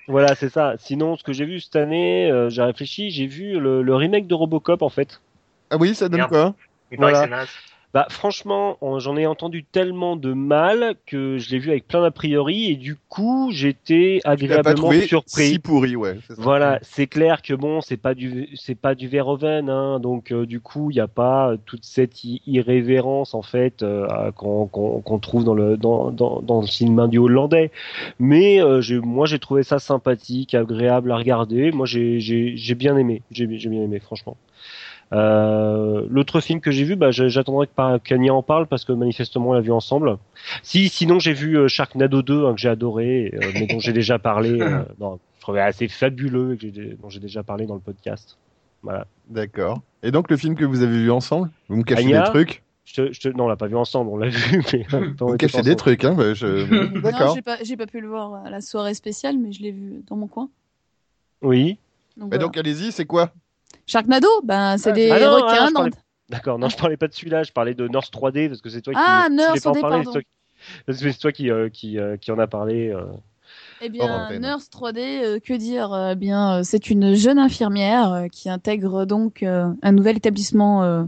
Speaker 6: voilà, c'est ça. Sinon, ce que j'ai vu cette année, euh, j'ai réfléchi, j'ai vu le, le remake de Robocop en fait.
Speaker 2: ah oui, ça donne
Speaker 8: Merde.
Speaker 2: quoi
Speaker 8: Il paraît
Speaker 6: Voilà.
Speaker 8: que c'est naze.
Speaker 6: Bah franchement, on- j'en ai entendu tellement de mal que je l'ai vu avec plein d'a priori et du coup, j'étais
Speaker 2: T'as pas
Speaker 6: agréablement
Speaker 2: trouvé
Speaker 6: surpris.
Speaker 2: si pourri, ouais. c'est ça.
Speaker 6: Voilà, c'est clair que bon, c'est pas du c'est pas du Verhoeven, hein, donc euh, du coup il n'y a pas euh, toute cette i- irrévérence en fait euh, à- qu'on qu'on qu'on trouve dans le dans, dans, dans le film indien hollandais. Mais euh, j'ai- moi j'ai trouvé ça sympathique, agréable à regarder. Moi j'ai j'ai j'ai bien aimé, j'ai j'ai bien aimé franchement. Euh, L'autre film que j'ai vu, bah, je- j'attendrai que par- qu'Ania en parle parce que manifestement on l'a vu ensemble. Si, sinon j'ai vu euh, Sharknado 2 hein, que j'ai adoré, euh, mais dont j'ai déjà
Speaker 2: [laughs]
Speaker 6: parlé. euh, non, je trouvais assez fabuleux et que j'ai dé- dont j'ai déjà parlé dans le podcast. Voilà.
Speaker 2: D'accord. Et donc, le film que vous avez vu ensemble, vous me cachez
Speaker 6: Anya
Speaker 2: des trucs.
Speaker 6: Je te, je te- non, on l'a pas vu ensemble, on l'a [laughs] vu, mais euh, on
Speaker 2: Vous me
Speaker 6: était
Speaker 2: cachez Hmm. des
Speaker 6: ensemble.
Speaker 2: trucs, hein. bah,
Speaker 5: [laughs]
Speaker 2: je-
Speaker 5: Non,
Speaker 2: D'accord.
Speaker 5: j'ai pas, j'ai pas pu le voir à la soirée spéciale, mais je l'ai vu dans mon coin.
Speaker 6: Oui.
Speaker 5: Donc,
Speaker 2: Bah
Speaker 5: voilà.
Speaker 2: donc, allez-y, c'est [laughs] quoi
Speaker 5: Sharknado, ben c'est
Speaker 6: Ah,
Speaker 5: des
Speaker 6: c'est- Ah non, ah,
Speaker 5: requins.
Speaker 6: je parlais-
Speaker 5: dans-
Speaker 6: D'accord. Non, je parlais pas de celui-là, je parlais de Nurse 3D parce que c'est toi
Speaker 5: Ah,
Speaker 6: qui.
Speaker 5: Nurse
Speaker 6: tu l'as pas
Speaker 5: 3D,
Speaker 6: parlé, c'est
Speaker 5: pardon.
Speaker 6: toi qui- parce que C'est toi qui euh, qui, euh, qui en a parlé. euh.
Speaker 5: Eh
Speaker 2: Hors
Speaker 5: bien,
Speaker 2: antenne.
Speaker 5: Nurse 3D, euh, que dire Eh bien, euh, c'est une jeune infirmière euh, qui intègre donc euh, un nouvel établissement euh,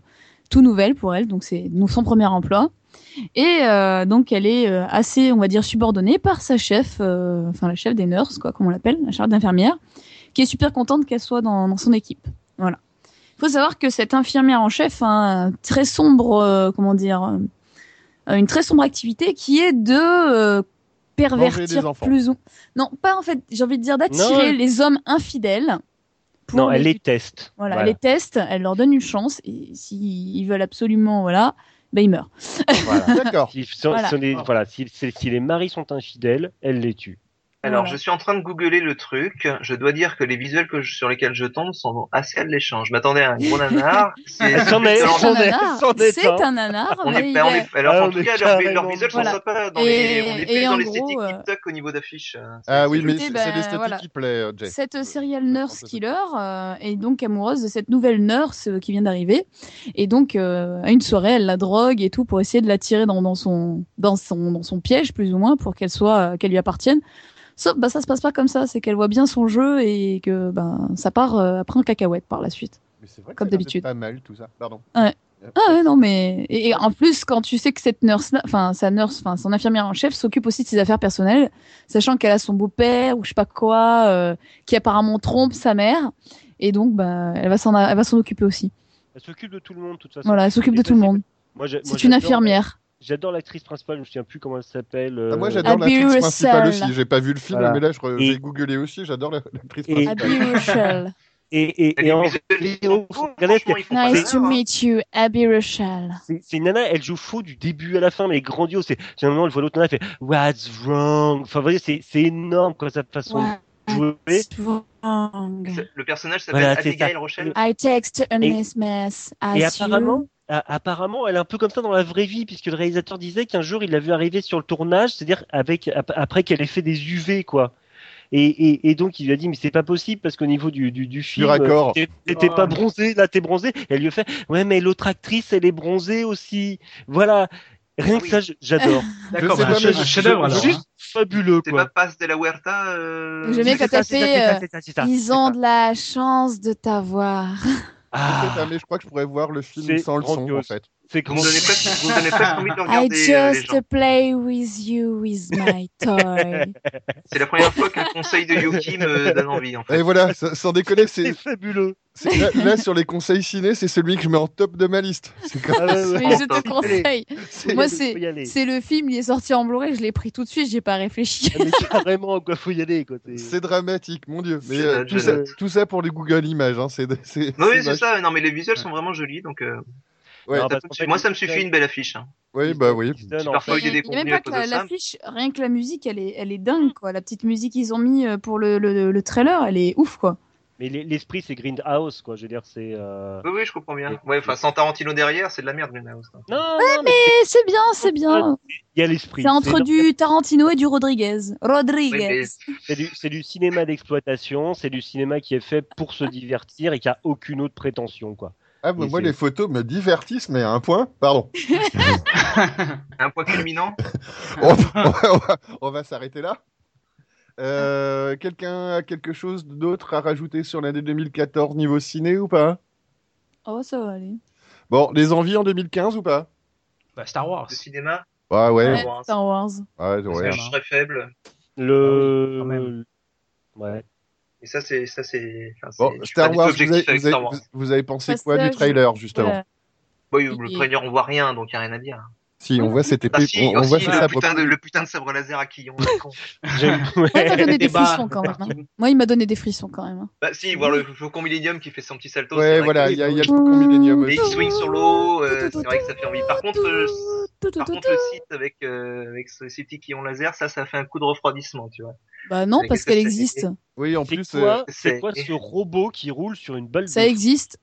Speaker 5: tout nouvel pour elle, donc c'est donc son premier emploi. Et euh, donc elle est euh, assez, on va dire, subordonnée par sa chef, euh, enfin la chef des nurses, quoi, comme on l'appelle, la chef d'infirmière, qui est super contente qu'elle soit dans, dans son équipe. Voilà. Il faut savoir que cette infirmière en chef a un très sombre, euh, comment dire, euh, une très sombre activité qui est de euh, pervertir
Speaker 2: des enfants.
Speaker 5: plus ou non, pas en fait, j'ai envie de dire d'attirer
Speaker 6: Non.
Speaker 5: les hommes infidèles. pour
Speaker 6: Non, elle
Speaker 5: les
Speaker 6: les teste.
Speaker 5: voilà, elle les teste, elle leur donne une chance et s'ils veulent absolument voilà, ben ils meurent.
Speaker 6: Voilà.
Speaker 2: D'accord.
Speaker 6: Si, si- si-
Speaker 5: Voilà.
Speaker 6: si- voilà, si- si- si les maris sont infidèles, elle les tue.
Speaker 8: Alors,
Speaker 5: Voilà.
Speaker 8: je suis en train de googler le truc. Je dois dire que les visuels que je- sur lesquels je tombe sont assez alléchants. Je m'attendais à un gros nanar. C'est
Speaker 6: C'en est-
Speaker 8: c'est-
Speaker 6: Alors,
Speaker 5: [laughs] C'est un
Speaker 6: c'en est-
Speaker 5: nanar,
Speaker 6: c'en est
Speaker 5: c'est
Speaker 6: un.
Speaker 5: un nanar,
Speaker 8: on
Speaker 5: mais
Speaker 8: est,
Speaker 5: il
Speaker 8: ben, on
Speaker 5: a-
Speaker 8: est- alors,
Speaker 6: Ah,
Speaker 8: en
Speaker 6: on
Speaker 8: tout
Speaker 6: est
Speaker 8: cas, leurs vi- leurs
Speaker 6: carrément-
Speaker 8: visuels
Speaker 5: Voilà.
Speaker 8: sont sympas. Dans
Speaker 5: Et-
Speaker 8: les, on est
Speaker 5: et
Speaker 8: plus
Speaker 5: en
Speaker 8: dans
Speaker 5: gros,
Speaker 8: l'esthétique
Speaker 5: euh,
Speaker 8: TikTok au niveau d'affiche. euh, c'est-
Speaker 2: Ah
Speaker 8: c'est
Speaker 2: oui,
Speaker 8: joli.
Speaker 2: mais
Speaker 5: Écoutez,
Speaker 2: c'est
Speaker 5: ben,
Speaker 2: l'esthétique
Speaker 5: voilà.
Speaker 2: qui plaît, euh, Jay.
Speaker 5: Cette
Speaker 2: Euh,
Speaker 5: serial
Speaker 2: je
Speaker 5: nurse
Speaker 2: pense que c'est-
Speaker 5: killer euh, est donc amoureuse de cette nouvelle nurse euh, qui vient d'arriver. Et donc, euh, à une soirée, elle la drogue et tout pour essayer de la tirer dans, dans, son, dans, son, dans son piège, plus ou moins, pour qu'elle soit, euh, qu'elle lui appartienne. Sauf, bah, ça se passe pas comme ça. C'est qu'elle voit bien son jeu et que ben, ça part euh, après en cacahuète par la suite.
Speaker 2: Mais c'est vrai que
Speaker 5: Comme
Speaker 2: ça a l'air
Speaker 5: d'habitude.
Speaker 2: d'être Pas mal tout ça. Pardon.
Speaker 5: Ouais.
Speaker 2: Euh,
Speaker 5: Ah ouais, non, mais. Et, et en plus, quand tu sais que cette nurse, enfin, sa nurse, enfin, son infirmière en chef s'occupe aussi de ses affaires personnelles, sachant qu'elle a son beau-père ou je sais pas quoi, euh, qui apparemment trompe sa mère, et donc, bah, elle va s'en, a- elle va s'en occuper aussi.
Speaker 6: Elle s'occupe de tout le monde, de toute façon.
Speaker 5: Voilà, elle s'occupe de tout le monde.
Speaker 6: Moi, j'ai- moi,
Speaker 5: C'est une
Speaker 6: j'adore-
Speaker 5: infirmière.
Speaker 6: J'adore l'actrice principale, je me souviens plus comment elle s'appelle.
Speaker 2: Ah, moi
Speaker 6: euh,
Speaker 2: j'adore
Speaker 5: Abby
Speaker 2: l'actrice principale
Speaker 5: Russell.
Speaker 2: aussi. J'ai pas vu le film,
Speaker 6: Voilà.
Speaker 2: mais là je re-
Speaker 6: Et-
Speaker 2: j'ai googlé aussi. J'adore la- l'actrice
Speaker 6: [laughs] Et-
Speaker 2: principale.
Speaker 5: Abby
Speaker 6: [laughs]
Speaker 5: Rochelle.
Speaker 6: Et, et, et
Speaker 8: Les
Speaker 6: en
Speaker 8: visuels, ils sont
Speaker 6: vidéo,
Speaker 8: beaux,
Speaker 6: faut regarder,
Speaker 8: franchement, ils font pas
Speaker 5: Nice to
Speaker 8: d'erreur, hein.
Speaker 5: meet you, Abby Rochelle.
Speaker 6: c'est c'est une nana, elle joue faux du début à la fin, mais grandiose. C'est c'est un moment, elle voit l'autre nana, elle fait What's wrong Enfin, vous voyez, c'est c'est énorme quoi, sa façon de jouer.
Speaker 5: What's wrong?
Speaker 8: C'est- Le personnage s'appelle
Speaker 6: Voilà, c'est
Speaker 8: Abigail
Speaker 6: ça.
Speaker 8: Rochelle.
Speaker 5: I text a
Speaker 6: Et-
Speaker 5: mess as
Speaker 6: Et
Speaker 5: you-
Speaker 6: apparemment, a- apparemment, elle est un peu comme ça dans la vraie vie, puisque le réalisateur disait qu'un jour il l'a vu arriver sur le tournage, c'est-à-dire avec ap- après qu'elle ait fait des UV, quoi. Et, et, et donc il lui a dit mais c'est pas possible parce qu'au niveau du du, du film
Speaker 2: raccord.
Speaker 6: t'es- t'étais
Speaker 7: Oh.
Speaker 6: pas bronzé là t'es bronzé et elle lui a fait ouais mais l'autre actrice elle est bronzée aussi voilà rien
Speaker 8: Ah
Speaker 6: que
Speaker 8: oui.
Speaker 6: ça j- j'adore
Speaker 7: D'accord,
Speaker 2: sais
Speaker 7: bah,
Speaker 2: pas,
Speaker 7: c'est
Speaker 2: mais
Speaker 7: un
Speaker 2: je-
Speaker 7: chef-d'œuvre
Speaker 2: je-
Speaker 7: alors.
Speaker 6: juste fabuleux
Speaker 8: C'est pas
Speaker 6: quoi
Speaker 8: Paz de la Huerta. euh,
Speaker 5: J'aime bien
Speaker 6: C'est
Speaker 5: quand
Speaker 6: ça,
Speaker 5: t'as
Speaker 6: c'est ça,
Speaker 5: fait,
Speaker 6: c'est ça,
Speaker 5: euh,
Speaker 6: c'est ça, Ah, c'est ça, c'est
Speaker 5: Ils ont
Speaker 6: ça.
Speaker 5: de la chance de t'avoir.
Speaker 6: Ah,
Speaker 2: Ah, mais je crois que je pourrais voir le film
Speaker 6: C'est
Speaker 2: sans le son en
Speaker 6: grandiose.
Speaker 2: fait.
Speaker 6: c'est
Speaker 8: Vous me
Speaker 6: grand
Speaker 8: donnez presque vous me donnez presque envie de le
Speaker 5: I
Speaker 8: regarder, euh, les
Speaker 5: just
Speaker 8: gens.
Speaker 5: play with you with
Speaker 6: [laughs]
Speaker 5: my toy.
Speaker 8: C'est la première fois qu'un conseil de Yuki me donne envie, en fait.
Speaker 2: Et voilà, ça- sans déconner,
Speaker 6: c'est
Speaker 2: c'est
Speaker 6: fabuleux
Speaker 2: c'est- là, là, sur les conseils ciné, c'est celui que je mets en top de ma liste. C'est quand
Speaker 6: Ah ouais,
Speaker 8: [laughs]
Speaker 6: ouais.
Speaker 5: Mais je te
Speaker 8: Faut
Speaker 5: conseille.
Speaker 2: [laughs]
Speaker 5: Moi,
Speaker 6: Faut y aller.
Speaker 5: C'est le film, il est sorti en Blu-ray, je l'ai pris tout de suite, j'ai pas réfléchi.
Speaker 6: Ah, mais carrément quoi faut y aller quoi c'est-
Speaker 2: C'est dramatique, mon dieu. Mais
Speaker 8: Je
Speaker 2: euh,
Speaker 8: note,
Speaker 2: tout,
Speaker 8: je
Speaker 2: ça,
Speaker 6: note.
Speaker 2: tout ça pour les Google Images, hein, c'est c'est
Speaker 8: Mais oui,
Speaker 2: c'est
Speaker 8: c'est
Speaker 2: vache.
Speaker 8: ça. Non, mais les visuels sont vraiment jolis, donc euh,
Speaker 2: Ouais,
Speaker 6: Non,
Speaker 8: ça
Speaker 6: parce
Speaker 8: me
Speaker 6: qu'en
Speaker 8: suffit-
Speaker 6: fait,
Speaker 8: moi, ça me
Speaker 6: Houston-
Speaker 8: suffit une belle affiche. hein.
Speaker 2: Oui, bah oui.
Speaker 6: Houston,
Speaker 8: Petit
Speaker 6: en fait,
Speaker 8: parfum Oh, il y a
Speaker 5: Il
Speaker 8: des
Speaker 5: y a même
Speaker 8: contenus
Speaker 5: pas
Speaker 8: à
Speaker 5: que
Speaker 8: cause
Speaker 5: la-
Speaker 8: de ça.
Speaker 5: l'affiche, rien que la musique, elle est, elle est dingue, quoi. La petite musique qu'ils ont mis euh, pour le, le, le trailer, elle est ouf, quoi.
Speaker 6: Mais l'es- l'esprit, c'est Grindhouse, quoi. Je veux dire, c'est. euh,
Speaker 8: Oui, oui, je comprends bien. Ouais, enfin, sans Tarantino derrière, c'est de la merde, Greenhouse. hein.
Speaker 6: Non, non, mais
Speaker 5: Et Eh, c'est bien, c'est
Speaker 8: Ah,
Speaker 5: bien.
Speaker 6: il y a l'esprit.
Speaker 5: C'est entre du Tarantino et du Rodriguez.
Speaker 8: Oui, mais
Speaker 5: Rodriguez.
Speaker 6: C'est du, c'est du cinéma d'exploitation, c'est du cinéma qui est fait pour se divertir et qui a aucune autre prétention, quoi.
Speaker 2: Ah, mais
Speaker 6: Et
Speaker 2: moi,
Speaker 6: c'est-
Speaker 2: les photos me divertissent, mais à un point, pardon.
Speaker 8: un point culminant.
Speaker 2: on, va- on va, on va s'arrêter là. Euh, Quelqu'un a quelque chose d'autre à rajouter sur l'année 2014 niveau ciné ou pas
Speaker 5: Oh, ça va aller.
Speaker 2: Bon, les envies en 2015 ou pas
Speaker 7: Bah, Star Wars.
Speaker 8: de cinéma.
Speaker 2: Ah ouais,
Speaker 5: Ouais,
Speaker 8: Wars.
Speaker 5: Star Wars.
Speaker 2: ouais,
Speaker 8: Parce
Speaker 2: ouais.
Speaker 8: que je serais faible.
Speaker 6: Le.
Speaker 7: quand même.
Speaker 6: Ouais.
Speaker 8: Et ça, c'est. ça c'est. enfin, c'est-
Speaker 2: Bon,
Speaker 8: je suis pas
Speaker 2: Star
Speaker 8: du tout
Speaker 2: Wars, vous avez,
Speaker 8: objectif avec
Speaker 2: vous avez-
Speaker 8: Star Wars.
Speaker 2: vous- vous avez pensé quoi du
Speaker 5: Passage.
Speaker 2: trailer justement
Speaker 5: Ouais.
Speaker 8: Bon, le trailer, on voit rien, donc y a rien à dire.
Speaker 2: Si, on voit cette épée,
Speaker 8: Ah, si,
Speaker 2: on, on
Speaker 8: oh,
Speaker 2: voit
Speaker 8: si,
Speaker 2: ses
Speaker 8: le,
Speaker 2: sabres.
Speaker 8: putain de, le putain de sabre laser à Quillon, le con.
Speaker 6: J'aime- [laughs]
Speaker 5: Moi, il m'a
Speaker 7: [laughs]
Speaker 5: donné des
Speaker 7: Débat.
Speaker 5: frissons quand même. hein. Moi, il m'a donné des frissons quand même. hein.
Speaker 8: Bah, si, voir le Faucon Millennium qui fait son petit salto. c'est
Speaker 2: Ouais,
Speaker 8: vrai
Speaker 2: voilà,
Speaker 8: que-
Speaker 2: il y a, il y a le
Speaker 5: Mmh.
Speaker 2: Faucon Millennium aussi.
Speaker 8: Et il swing sur l'eau, euh, c'est vrai que ça fait envie. Par contre, euh, Par contre, le site avec, euh, avec ce- ces petits quillons laser, ça, ça fait un coup de refroidissement, tu vois.
Speaker 5: Bah non,
Speaker 8: Mais
Speaker 5: parce
Speaker 8: qu'est-ce que
Speaker 5: qu'elle
Speaker 8: c'est
Speaker 5: existe.
Speaker 2: Oui, en
Speaker 6: C'est
Speaker 2: plus, euh,
Speaker 6: quoi, c'est
Speaker 8: c'est-
Speaker 6: quoi ce robot qui roule sur une balle
Speaker 5: Ça
Speaker 6: de
Speaker 5: existe.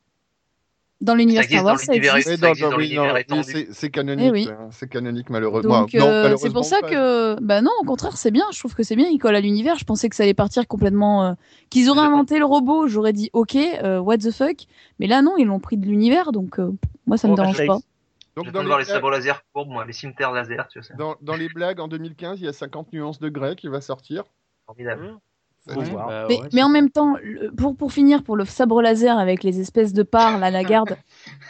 Speaker 5: Dans l'univers
Speaker 8: Ça existe
Speaker 5: Star
Speaker 8: dans
Speaker 5: Wars, ça
Speaker 8: l'univers
Speaker 5: existe.
Speaker 2: ouais,
Speaker 8: Ça
Speaker 2: dans-
Speaker 8: existe
Speaker 2: dans-
Speaker 8: dans
Speaker 2: oui,
Speaker 8: l'univers
Speaker 2: non,
Speaker 8: étendu.
Speaker 2: oui, c'est- c'est canonique,
Speaker 5: Eh oui.
Speaker 2: hein, c'est canonique malheureusement.
Speaker 5: Donc
Speaker 2: Non,
Speaker 5: euh, c'est
Speaker 2: malheureusement
Speaker 5: pour ça
Speaker 2: pas.
Speaker 5: que bah non au contraire c'est bien je trouve que c'est bien il colle à l'univers je pensais que ça allait partir complètement euh, qu'ils auraient
Speaker 8: Exactement.
Speaker 5: inventé le robot j'aurais dit ok euh, what the fuck mais là non ils l'ont pris de l'univers donc euh, moi ça me
Speaker 6: Oh, bah,
Speaker 5: dérange
Speaker 6: ça
Speaker 5: pas
Speaker 6: existe.
Speaker 2: Donc,
Speaker 8: J'attends
Speaker 2: dans
Speaker 8: de voir
Speaker 2: les,
Speaker 8: les sabres laser courbes, moi, les cimetières laser, tu vois,
Speaker 2: [laughs]
Speaker 8: c'est
Speaker 2: Dans, dans les blagues, en 2015, il y a 50 nuances de grec qui va sortir.
Speaker 8: formidable.
Speaker 6: Faut
Speaker 7: Ouais,
Speaker 6: voir.
Speaker 7: bah,
Speaker 5: mais,
Speaker 7: ouais,
Speaker 5: mais
Speaker 7: c'est-
Speaker 5: en même temps le- pour pour finir pour le sabre laser avec les espèces de parts là la garde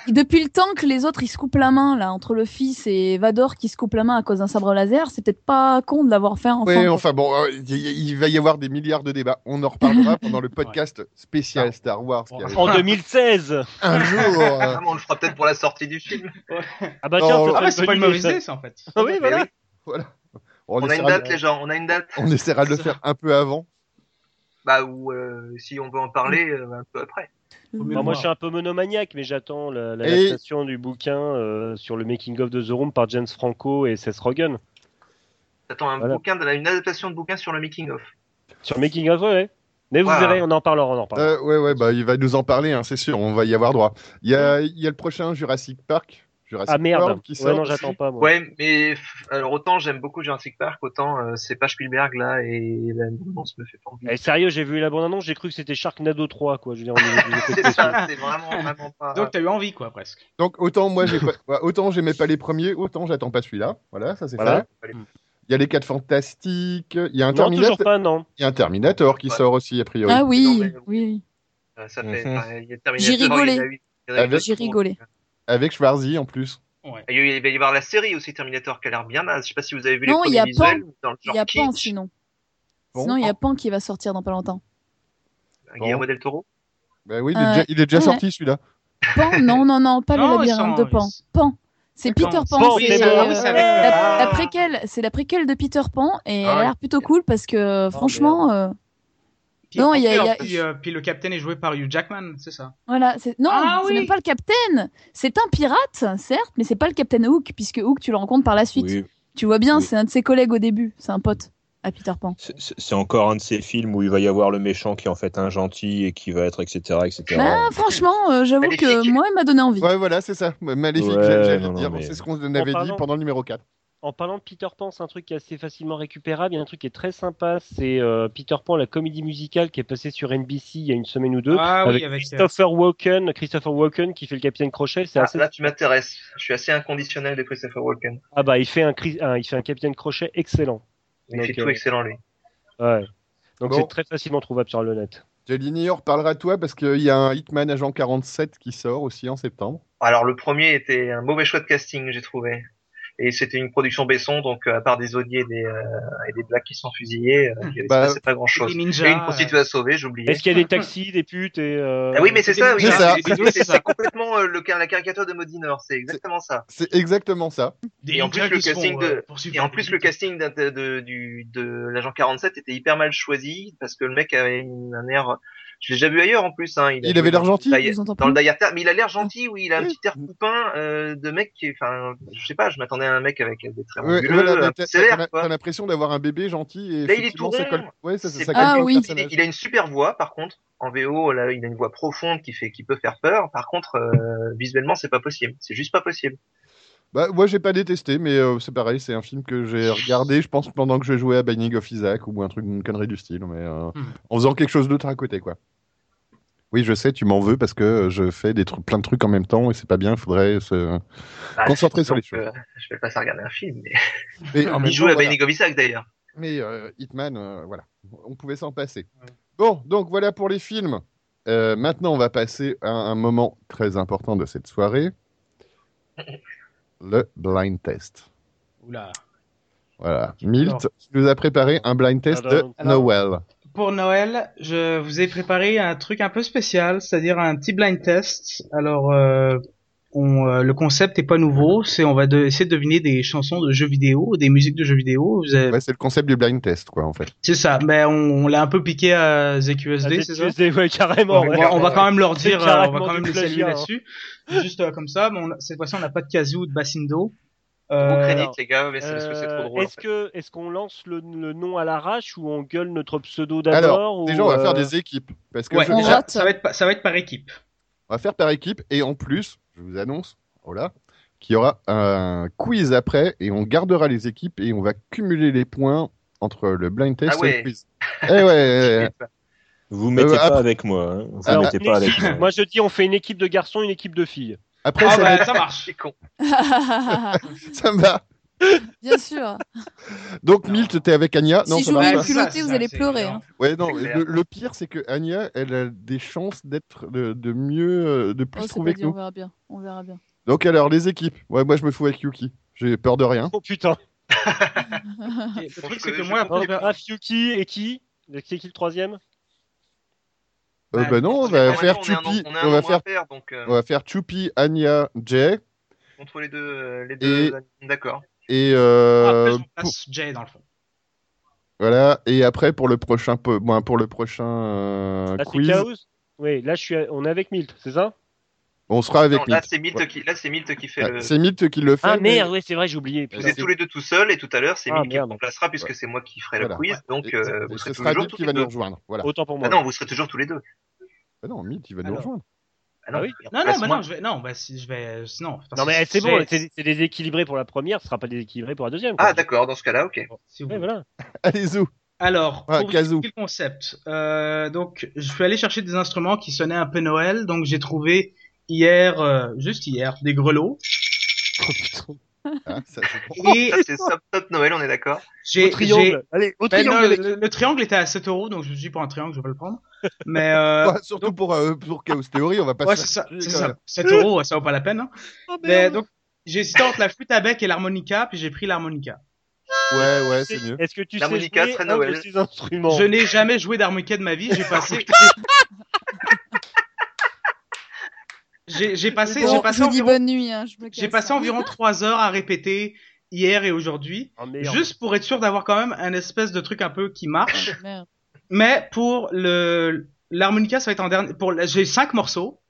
Speaker 5: depuis le temps que les autres ils se coupent la main là entre le fils et Vador qui se coupent la main à cause d'un sabre laser c'est peut-être pas con de l'avoir fait enfin,
Speaker 2: ouais,
Speaker 5: quoi.
Speaker 2: enfin bon, euh, il y- il va y avoir des milliards de débats. On en
Speaker 5: [laughs]
Speaker 2: reparlera pendant le podcast spécial
Speaker 7: Ouais.
Speaker 2: Star Wars. qui
Speaker 7: Ouais.
Speaker 2: arrive.
Speaker 6: En 2016
Speaker 2: Un jour. euh,
Speaker 8: Ah, mais on le fera peut-être pour la sortie du film.
Speaker 6: Ah bah tiens,
Speaker 2: Oh.
Speaker 7: Ah,
Speaker 6: ça serait
Speaker 7: bah, c'est pas une
Speaker 6: idée,
Speaker 7: mauvaise
Speaker 6: ça.
Speaker 7: idée, ça, en fait.
Speaker 6: Ah oui, voilà.
Speaker 8: Mais oui, [laughs] on a une
Speaker 2: essaiera
Speaker 8: date,
Speaker 2: de-
Speaker 8: les gens, on a une date.
Speaker 2: on essaiera de le faire un peu avant.
Speaker 8: Bah, ou euh, si on veut en parler euh, un peu après.
Speaker 6: Bah, moi, je suis un peu monomaniaque, mais j'attends la-
Speaker 2: Et-
Speaker 6: l'adaptation du bouquin euh, sur le making of de The Room par James Franco et Seth Rogen.
Speaker 8: T'attends un
Speaker 6: Voilà.
Speaker 8: bouquin, de la- une adaptation de bouquin sur le making-of.
Speaker 6: Sur Making of, ouais. ouais. Mais vous
Speaker 8: Voilà.
Speaker 6: verrez, on en parlera, on en parlera.
Speaker 2: Euh, ouais, ouais, bah, il va nous en parler, hein, c'est sûr, on va y avoir droit. Il y a, il y a le prochain Jurassic Park. Jurassic
Speaker 6: Mm. ah merde,
Speaker 2: World Euh, qui
Speaker 6: ouais,
Speaker 2: sort.
Speaker 6: non, j'attends pas. Moi.
Speaker 8: Ouais, mais pff, alors autant j'aime beaucoup Jurassic Park, autant euh, c'est pas Spielberg là et la se me fait pas [laughs] envie.
Speaker 6: Eh, sérieux, j'ai vu la bande-annonce, j'ai cru que c'était Sharknado 3, quoi. Je veux dire, on est- on
Speaker 8: [laughs]
Speaker 6: était
Speaker 8: C'est
Speaker 6: spéciaux.
Speaker 8: ça, c'est vraiment, vraiment pas.
Speaker 7: Donc t'as eu envie, quoi, presque.
Speaker 2: Donc autant moi
Speaker 6: [laughs]
Speaker 2: j'ai pas- ouais, autant j'aimais pas les premiers, autant j'attends pas celui-là. Voilà, ça c'est
Speaker 6: Voilà.
Speaker 2: fait. Il y a les 4 fantastiques, il y a un
Speaker 6: Non, toujours
Speaker 2: Terminator,
Speaker 6: pas, non.
Speaker 2: il y a un Terminator qui
Speaker 8: Ouais.
Speaker 2: sort aussi a priori.
Speaker 5: Ah oui,
Speaker 8: mais-
Speaker 5: oui.
Speaker 8: Euh, ça fait.
Speaker 2: Mhm.
Speaker 8: enfin, il y a Terminator,
Speaker 5: J'ai rigolé.
Speaker 8: il y a eu- il y a eu-
Speaker 2: Avec-
Speaker 5: J'ai rigolé.
Speaker 2: Avec Schwarzy en plus.
Speaker 7: Ouais.
Speaker 8: Ah, Il y a eu- il va y avoir la série aussi Terminator qui a l'air bien naze. Je sais pas si vous avez vu
Speaker 5: Non,
Speaker 8: les
Speaker 5: il y a
Speaker 8: premiers visuels. dans le
Speaker 5: Il
Speaker 8: genre
Speaker 5: y a
Speaker 8: kitsch,
Speaker 5: Pan sinon.
Speaker 2: Bon.
Speaker 5: Sinon, il y a Pan qui va sortir dans pas longtemps.
Speaker 8: euh, Guillermo del Toro.
Speaker 2: Bah oui, il est
Speaker 5: Ah
Speaker 2: déjà, il est déjà
Speaker 5: ouais.
Speaker 2: sorti celui-là.
Speaker 5: Pan Non, non, non, pas
Speaker 7: Non,
Speaker 5: le
Speaker 7: ils
Speaker 5: labyrinthe
Speaker 7: sont-
Speaker 5: de Pan.
Speaker 7: ils-
Speaker 5: Pan. C'est Peter
Speaker 7: Pan,
Speaker 5: Pan.
Speaker 6: Pan,
Speaker 5: c'est,
Speaker 6: c'est
Speaker 5: euh,
Speaker 6: bon.
Speaker 7: ah oui, c'est avec-
Speaker 5: la,
Speaker 7: ah.
Speaker 5: la préquelle, c'est la préquelle de Peter Pan
Speaker 2: Ah
Speaker 5: et elle a
Speaker 2: oui.
Speaker 5: l'air plutôt cool parce que franchement, euh,
Speaker 7: Puis,
Speaker 5: Non, il y a-
Speaker 7: alors,
Speaker 5: il y a-
Speaker 7: Puis, euh, puis le capitaine est joué par Hugh Jackman, c'est ça.
Speaker 5: voilà, c'est... non,
Speaker 7: Ah
Speaker 5: c'est
Speaker 7: oui.
Speaker 5: même pas le capitaine. C'est un pirate, certes, mais c'est pas le capitaine Hook puisque Hook tu le rencontres par la suite.
Speaker 4: Oui,
Speaker 5: Tu vois bien,
Speaker 4: Oui.
Speaker 5: c'est un de ses collègues au début, c'est un pote à Peter Pan.
Speaker 4: c'est- c'est c'est encore un de ces films où il va y avoir le méchant qui est en fait un gentil et qui va être etc etc.
Speaker 5: Bah, franchement, euh, j'avoue que
Speaker 8: Maléfique.
Speaker 5: moi, elle m'a donné envie. [laughs]
Speaker 2: Ouais, voilà, c'est ça. Maléfique,
Speaker 4: Ouais,
Speaker 2: j'a- j'allais
Speaker 4: non, non,
Speaker 2: dire.
Speaker 4: mais-
Speaker 2: C'est ce qu'on avait dit
Speaker 6: parlant-
Speaker 2: pendant le numéro 4.
Speaker 6: En parlant de Peter Pan, c'est un truc qui est assez facilement récupérable. Il y a un truc qui est très sympa, c'est euh, Peter Pan, la comédie musicale qui est passée sur NBC il y a une semaine ou deux.
Speaker 7: Ah oui,
Speaker 6: avec
Speaker 7: avec. euh,
Speaker 6: Christopher Walken, Christopher Walken qui fait le capitaine Crochet, c'est
Speaker 8: Ah,
Speaker 6: assez
Speaker 8: Là, tu m'intéresses. Je suis assez inconditionnel de Christopher Walken.
Speaker 6: Ah bah il fait un, cri- un- il fait un capitaine crochet excellent.
Speaker 8: Il
Speaker 6: Donc,
Speaker 8: fait
Speaker 6: euh,
Speaker 8: tout excellent lui.
Speaker 6: Ouais. Donc
Speaker 2: Bon.
Speaker 6: c'est très facilement trouvable sur le net.
Speaker 2: Jalini, on reparlera à toi parce qu'il y a un Hitman Agent 47 qui sort aussi en septembre.
Speaker 8: Alors le premier était un mauvais choix de casting, j'ai trouvé. Et c'était une production Besson, donc euh, à part des Odier et des, euh, et des Blacks qui sont fusillés, euh, il y avait-
Speaker 2: Bah,
Speaker 8: c'est pas grand
Speaker 7: des
Speaker 8: chose.
Speaker 7: ninjas, euh,
Speaker 8: Et une prostituée à sauver, j'oubliais.
Speaker 6: Est-ce qu'il y a des taxis, des putes et euh,
Speaker 8: Ah oui, mais c'est
Speaker 7: des
Speaker 8: ça, oui,
Speaker 2: ninjas,
Speaker 7: c'est
Speaker 8: c'est- c'est-
Speaker 7: ça.
Speaker 8: c'est- c'est complètement euh, le, ca- la caricature de Modinor, c'est exactement ça.
Speaker 2: C'est exactement ça.
Speaker 7: Des
Speaker 8: Et en plus,
Speaker 7: ninjas
Speaker 8: le
Speaker 7: qui se
Speaker 8: casting
Speaker 7: font,
Speaker 8: de-
Speaker 7: euh, poursuivre
Speaker 8: Et en
Speaker 7: par des
Speaker 8: plus, le
Speaker 7: ninjas.
Speaker 8: casting de, de, de- du- de l'agent 47 était hyper mal choisi, parce que le mec avait une- un air... Je l'ai déjà vu ailleurs en plus. Hein. a
Speaker 2: Il
Speaker 8: joué
Speaker 2: avait
Speaker 8: dans-
Speaker 2: l'air gentil.
Speaker 8: D'ailleurs-
Speaker 5: Je vous entends
Speaker 8: dans le
Speaker 5: plus.
Speaker 8: Die Hard Terre, mais il a l'air gentil, oui, il a un
Speaker 2: Oui.
Speaker 8: petit air poupin euh, de mec qui, est- enfin, je sais pas, je m'attendais à un mec avec des traits
Speaker 2: Ouais,
Speaker 8: anguleux,
Speaker 2: voilà,
Speaker 8: un
Speaker 2: mais
Speaker 8: peu
Speaker 2: t'as-
Speaker 8: sévère,
Speaker 2: t'as-
Speaker 8: quoi.
Speaker 2: T'as l'impression d'avoir un bébé gentil. Et
Speaker 8: Là, il est
Speaker 2: effectivement,
Speaker 8: tout
Speaker 2: ça
Speaker 8: rond.
Speaker 2: colle. Ouais, ça, ça-
Speaker 8: C'est
Speaker 2: ça
Speaker 8: pas
Speaker 2: colle
Speaker 5: du
Speaker 2: pas au
Speaker 5: tout- oui.
Speaker 8: Il,
Speaker 2: personnage.
Speaker 8: il a une super voix, par contre, en VO, là, il a une voix profonde qui fait, qui peut faire peur. Par contre, euh, visuellement, c'est pas possible, c'est juste pas possible.
Speaker 2: Bah, moi, j'ai pas détesté, mais euh, c'est pareil, c'est un film que j'ai regardé, je pense, pendant que je jouais à Binding of Isaac ou un truc, une connerie du style, mais euh,
Speaker 7: Hmm.
Speaker 2: en faisant quelque chose d'autre à côté, quoi. Oui, je sais, tu m'en veux parce que euh, je fais des trucs, plein de trucs en même temps et c'est pas bien, il faudrait se
Speaker 8: Bah,
Speaker 2: concentrer sur les
Speaker 8: donc,
Speaker 2: choses.
Speaker 8: euh, je vais pas ça regarder un film, mais
Speaker 2: Mais en
Speaker 8: il
Speaker 2: même
Speaker 8: joue
Speaker 2: temps,
Speaker 8: à
Speaker 2: voilà.
Speaker 8: Benny Gomissac, d'ailleurs.
Speaker 2: Mais euh, Hitman, euh, voilà, on pouvait s'en passer.
Speaker 7: Ouais.
Speaker 2: Bon, donc voilà pour les films. Euh, maintenant, on va passer à un moment très important de cette soirée, le blind test.
Speaker 7: Oula.
Speaker 2: Voilà, Milt
Speaker 7: Alors.
Speaker 2: tu nous a préparé un blind test de
Speaker 6: Alors.
Speaker 2: Noël.
Speaker 7: Pour Noël, je vous ai préparé un truc un peu spécial, c'est-à-dire un petit blind test. Alors, euh, on, euh, le concept est pas nouveau, c'est on va de- essayer de deviner des chansons de jeux vidéo, des musiques de jeux vidéo. Vous avez-
Speaker 2: Ouais, c'est le concept du blind test, quoi, en fait.
Speaker 7: C'est ça, mais on, on l'a un peu piqué à
Speaker 6: Ah,
Speaker 7: ZQSD, c'est ça
Speaker 6: ZQSD, ouais, carrément.
Speaker 7: on,
Speaker 6: ouais.
Speaker 7: va, on va quand même leur
Speaker 6: C'est
Speaker 7: dire, euh, on
Speaker 6: carrément
Speaker 7: va quand
Speaker 6: du
Speaker 7: même les
Speaker 6: plagiat,
Speaker 7: saluer
Speaker 6: hein.
Speaker 7: là-dessus. Juste euh, comme ça, mais on a- cette fois-ci on n'a pas de Kazoo ou de Bassindo.
Speaker 8: Au
Speaker 7: Euh,
Speaker 8: crédit, les gars, mais c'est parce que c'est trop
Speaker 6: Euh,
Speaker 8: drôle. en
Speaker 6: Est-ce
Speaker 8: fait.
Speaker 6: que est-ce qu'on lance le, le nom à l'arrache ou on gueule notre pseudo
Speaker 2: Alors,
Speaker 6: d'abord
Speaker 2: déjà,
Speaker 6: ou,
Speaker 2: on va faire
Speaker 6: euh,
Speaker 2: des équipes. Parce que
Speaker 7: ouais,
Speaker 2: je-
Speaker 5: On
Speaker 7: déjà,
Speaker 5: rate.
Speaker 7: ça va être pa- ça va être par équipe.
Speaker 2: on va faire par équipe. Et en plus, je vous annonce, oh là, qu'il y aura un quiz après. Et on gardera les équipes et on va cumuler les points entre le blind test
Speaker 8: Ah ouais.
Speaker 2: et le quiz. Eh ouais, ouais,
Speaker 8: [laughs]
Speaker 2: ouais.
Speaker 7: Ah
Speaker 4: Vous mettez
Speaker 2: Euh,
Speaker 4: pas
Speaker 2: après-
Speaker 4: avec moi. hein. Vous
Speaker 2: Alors,
Speaker 4: mettez
Speaker 6: une
Speaker 4: pas
Speaker 2: [laughs]
Speaker 4: avec
Speaker 6: équipe-
Speaker 4: moi.
Speaker 6: Moi je dis on fait une équipe de garçons, une équipe de filles.
Speaker 2: Après,
Speaker 7: Ah
Speaker 2: ça,
Speaker 7: bah, ça marche.
Speaker 8: C'est con.
Speaker 2: va, ça va.
Speaker 5: Bien sûr.
Speaker 2: Donc,
Speaker 7: Non.
Speaker 2: Milt, t'es avec Anya Non,
Speaker 5: Si
Speaker 2: ça
Speaker 5: je
Speaker 2: marche
Speaker 5: vous
Speaker 2: pas.
Speaker 7: c'est
Speaker 5: culotter,
Speaker 7: c'est
Speaker 5: vous allez
Speaker 7: c'est
Speaker 5: pleurer,
Speaker 7: évident.
Speaker 2: Ouais, non,
Speaker 8: C'est clair.
Speaker 2: le, le pire, c'est que Anya, elle a des chances d'être de, de mieux, euh, de plus
Speaker 5: Oh, c'est pas
Speaker 2: trouver que
Speaker 5: dit, on
Speaker 2: nous.
Speaker 5: verra bien. On verra bien.
Speaker 2: Donc, alors, les équipes. Ouais, moi, je me fous avec Yuki. J'ai peur de rien.
Speaker 6: Oh putain.
Speaker 7: Et Le truc
Speaker 8: Je-
Speaker 7: c'est que
Speaker 8: je-
Speaker 7: moi
Speaker 6: Non,
Speaker 2: Oh,
Speaker 7: après,
Speaker 6: Raph, Oh, Yuki et qui C'est qui le troisième
Speaker 2: Euh,
Speaker 7: Bah,
Speaker 2: bah non, on va
Speaker 8: Parce que
Speaker 2: faire
Speaker 8: on est un nom-
Speaker 2: Choupi, on
Speaker 8: on a un
Speaker 2: va
Speaker 8: nombre à
Speaker 2: faire,
Speaker 8: faire, donc euh,
Speaker 2: on va faire Choupi, Anya, Jay
Speaker 8: contre les deux, euh, les deux, d'accord.
Speaker 2: et euh,
Speaker 7: on
Speaker 2: pour-
Speaker 7: passe Jay dans le fond.
Speaker 2: voilà et après pour le prochain po- bon, pour le prochain euh,
Speaker 6: Ah, c'est
Speaker 2: quiz.
Speaker 6: Chaos Oui, là je suis à- on est avec Milt, c'est ça
Speaker 2: On sera avec
Speaker 8: Non, là,
Speaker 2: Mythe.
Speaker 8: c'est Milt
Speaker 2: Ouais.
Speaker 8: qui, là, c'est Milt qui fait
Speaker 2: Ah,
Speaker 8: le.
Speaker 2: C'est Mythe qui le fait.
Speaker 6: Ah
Speaker 2: mais-
Speaker 6: merde, ouais, c'est vrai, j'ai oublié.
Speaker 8: Vous êtes tous les deux tout seuls et tout à l'heure c'est
Speaker 6: Ah,
Speaker 8: Milt qui vous
Speaker 6: merde.
Speaker 8: remplacera puisque c'est moi qui ferai le
Speaker 2: Voilà.
Speaker 8: quiz donc
Speaker 2: Et-
Speaker 8: euh,
Speaker 2: et
Speaker 8: vous
Speaker 2: ce
Speaker 8: serez
Speaker 2: sera
Speaker 8: toujours
Speaker 2: Mythe
Speaker 8: tous
Speaker 2: qui
Speaker 8: les
Speaker 2: va nous
Speaker 8: deux.
Speaker 2: rejoindre. Voilà.
Speaker 6: Autant pour
Speaker 8: Ah
Speaker 6: moi.
Speaker 8: non, vous serez toujours tous les deux.
Speaker 2: Oh. Ah non, Mythe, il va nous
Speaker 7: Alors.
Speaker 2: rejoindre. [laughs]
Speaker 8: Ah non,
Speaker 6: Ah oui.
Speaker 8: il
Speaker 7: Non, non,
Speaker 8: remplace
Speaker 7: bah
Speaker 8: moi.
Speaker 7: non, je vais, non, bah, si, je vais, non. putain,
Speaker 6: Non
Speaker 7: si-
Speaker 6: mais eh, c'est
Speaker 7: je
Speaker 6: bon,
Speaker 7: vais-
Speaker 6: c'est c'est déséquilibré pour la première, ce sera pas déséquilibré pour la deuxième. quoi.
Speaker 8: Ah d'accord, dans ce cas-là, ok.
Speaker 7: si vous
Speaker 6: Ouais, voilà.
Speaker 2: Allez,
Speaker 8: [laughs]
Speaker 2: Zou.
Speaker 7: Alors,
Speaker 2: Ouais,
Speaker 7: pour vous
Speaker 2: Kazoo.
Speaker 7: expliquer le concept, euh, donc je suis allé chercher des instruments qui sonnaient un peu Noël, donc j'ai trouvé hier, euh, juste hier, des grelots.
Speaker 6: Oh, putain.
Speaker 2: Ah, ça, c'est bon.
Speaker 7: Et
Speaker 8: Ça c'est Stop Top Noël, on est d'accord.
Speaker 6: Au
Speaker 7: j'ai, j'ai-
Speaker 6: triangle. Allez, au
Speaker 7: Ben non,
Speaker 6: triangle. les-
Speaker 7: le, le triangle était à 7 euros, donc je me suis dit pour un triangle, je vais pas le prendre. Mais euh,
Speaker 2: Bah, surtout pour, euh, pour Chaos Theory, on va pas
Speaker 7: ouais,
Speaker 2: se
Speaker 7: c'est ça, c'est
Speaker 2: quand
Speaker 7: ça.
Speaker 2: même.
Speaker 7: 7 euros, ça vaut pas la peine. hein.
Speaker 6: Oh,
Speaker 8: ben
Speaker 7: Mais
Speaker 6: merde.
Speaker 7: donc j'ai hésité entre la flûte à bec et l'harmonica, puis j'ai pris l'harmonica.
Speaker 2: Ouais, ouais, c'est mieux.
Speaker 6: Est-ce que tu sais
Speaker 8: L'harmonica,
Speaker 6: jouer
Speaker 8: très
Speaker 6: un de
Speaker 8: Noël.
Speaker 6: ces instruments
Speaker 7: Je n'ai jamais joué d'harmonica de ma vie. J'ai passé. [laughs] j'ai j'ai passé.
Speaker 5: Bon,
Speaker 7: j'ai passé
Speaker 5: je vous dis
Speaker 7: environ,
Speaker 5: bonne nuit. Hein, je me
Speaker 7: j'ai
Speaker 5: casse.
Speaker 7: passé environ trois heures à répéter hier et aujourd'hui,
Speaker 6: Oh, merde.
Speaker 7: juste pour être sûr d'avoir quand même un espèce de truc un peu qui marche.
Speaker 5: Ah,
Speaker 7: [laughs]
Speaker 5: Merde.
Speaker 7: Mais pour le l'harmonica, ça va être en dernier. Pour la- j'ai cinq morceaux.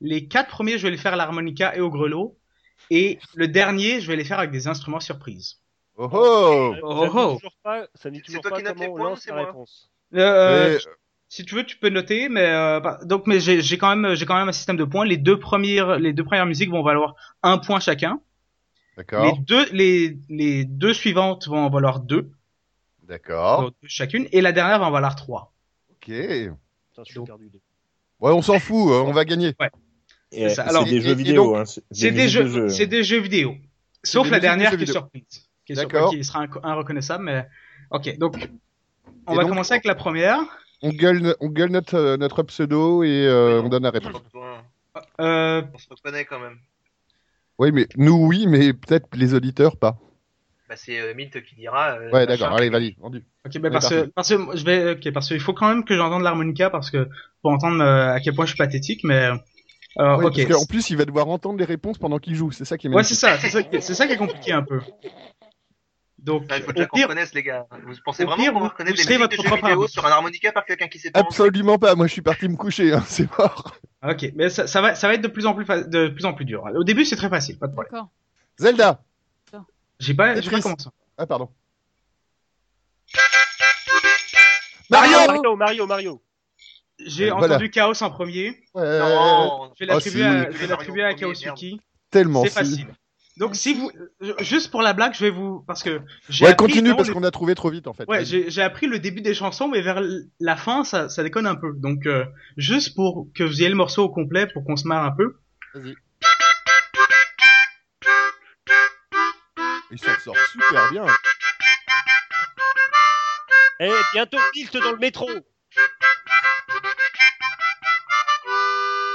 Speaker 7: Les quatre premiers, je vais les faire à l'harmonica et au grelot. Et le dernier, je vais les faire avec des instruments surprises.
Speaker 2: Oh oh
Speaker 7: Oh,
Speaker 6: ça me
Speaker 7: oh.
Speaker 6: dit toujours pas, ça me dit
Speaker 8: C'est
Speaker 6: toujours
Speaker 8: toi
Speaker 6: pas
Speaker 8: qui notes les
Speaker 6: comment on
Speaker 8: points,
Speaker 6: lance
Speaker 8: c'est
Speaker 6: la
Speaker 8: moi.
Speaker 6: réponse.
Speaker 7: Euh,
Speaker 2: Mais,
Speaker 7: Si tu veux, tu peux noter, mais euh, bah, donc mais j'ai j'ai quand même j'ai quand même un système de points. Les deux premières les deux premières musiques vont valoir un point chacun. Les
Speaker 2: D'accord,
Speaker 7: deux les les deux suivantes vont en valoir deux,
Speaker 2: d'accord.
Speaker 7: donc deux chacune, et la dernière va en valoir trois.
Speaker 2: Ok. Ouais,
Speaker 6: Putain, je suis
Speaker 7: Donc-
Speaker 6: perdu.
Speaker 2: on s'en fout, euh, on va gagner.
Speaker 4: Et
Speaker 7: ça.
Speaker 4: C'est
Speaker 7: Alors,
Speaker 4: des
Speaker 2: et- et
Speaker 4: jeux vidéo.
Speaker 2: donc,
Speaker 4: hein,
Speaker 7: C'est des
Speaker 4: musiques de
Speaker 7: jeux c'est des jeux vidéo. Sauf
Speaker 2: des musiques
Speaker 7: la
Speaker 2: de
Speaker 7: dernière
Speaker 2: jeux
Speaker 7: qui est
Speaker 2: vidéo.
Speaker 7: surprise, qui, est sur-
Speaker 2: D'accord.
Speaker 7: qui sera inco- inreconnaissable, mais ok. Donc on
Speaker 2: Et
Speaker 7: va
Speaker 2: donc-
Speaker 7: commencer avec la première.
Speaker 2: On gueule, on gueule notre, euh, notre pseudo et euh, on donne la réponse.
Speaker 8: Toi,
Speaker 7: Euh,
Speaker 8: On se reconnaît quand même.
Speaker 2: Oui, mais nous, oui, mais peut-être les auditeurs, pas.
Speaker 8: Bah c'est euh, Milt qui dira. euh,
Speaker 2: Ouais,
Speaker 8: machin.
Speaker 2: d'accord, allez, vas-y, vendu.
Speaker 7: ok, ben
Speaker 2: On est
Speaker 7: parce que parce que je vais ok parce qu'il faut quand même que j'entende l'harmonica parce que pour entendre euh, à quel point je suis pathétique, mais euh,
Speaker 2: Ouais,
Speaker 7: ok.
Speaker 2: Parce qu'en plus, il va devoir entendre les réponses pendant qu'il joue, c'est ça qui est
Speaker 7: Ouais, c'est
Speaker 2: magnifique.
Speaker 7: ça, c'est ça, qui- c'est ça qui est compliqué un peu. Donc,
Speaker 8: Enfin, il Bah, faut
Speaker 7: au
Speaker 8: déjà qu'on
Speaker 7: pire,
Speaker 8: reconnaisse les gars. Vous pensez
Speaker 7: au
Speaker 8: vraiment
Speaker 7: pire,
Speaker 8: qu'on va
Speaker 7: vous-
Speaker 8: reconnaître
Speaker 7: vous
Speaker 8: des
Speaker 7: serez
Speaker 8: musiques de
Speaker 7: votre
Speaker 8: jeux
Speaker 7: propre
Speaker 8: vidéo
Speaker 7: arbitre.
Speaker 8: sur un harmonica par quelqu'un qui sait pas en faire
Speaker 2: Absolument pas, moi je suis parti me coucher, hein, c'est mort.
Speaker 7: ok, mais ça, ça va, ça va être de plus en plus, fa- de plus en plus dur. Au début, c'est très facile, pas de problème.
Speaker 5: D'accord.
Speaker 2: Zelda
Speaker 7: J'ai pas, j'ai
Speaker 2: Tetris.
Speaker 7: pas commencé.
Speaker 2: Ah, pardon.
Speaker 7: Mario
Speaker 6: Mario, Mario, Mario.
Speaker 7: J'ai
Speaker 2: Euh, voilà.
Speaker 7: entendu Chaos en premier.
Speaker 2: Ouais,
Speaker 8: Non.
Speaker 7: Je vais
Speaker 2: Oh,
Speaker 7: l'attribuer
Speaker 2: si.
Speaker 7: à, je vais l'attribuer à
Speaker 8: Mario en premier,
Speaker 7: Chaos
Speaker 2: tellement.
Speaker 7: C'est
Speaker 2: si.
Speaker 7: facile. Donc, si vous, je- juste pour la blague, je vais vous, parce que j'ai
Speaker 2: Ouais,
Speaker 7: appris
Speaker 2: continue
Speaker 7: vraiment
Speaker 2: parce
Speaker 7: le-
Speaker 2: qu'on a trouvé trop vite en fait.
Speaker 7: Ouais,
Speaker 2: Vas-y.
Speaker 7: j'ai j'ai appris le début des chansons, mais vers l- la fin, ça, ça déconne un peu. Donc, euh, juste pour que vous ayez le morceau au complet, pour qu'on se marre un peu.
Speaker 2: Vas-y. Il s'en sort super bien.
Speaker 6: Eh, bientôt Milt dans le métro.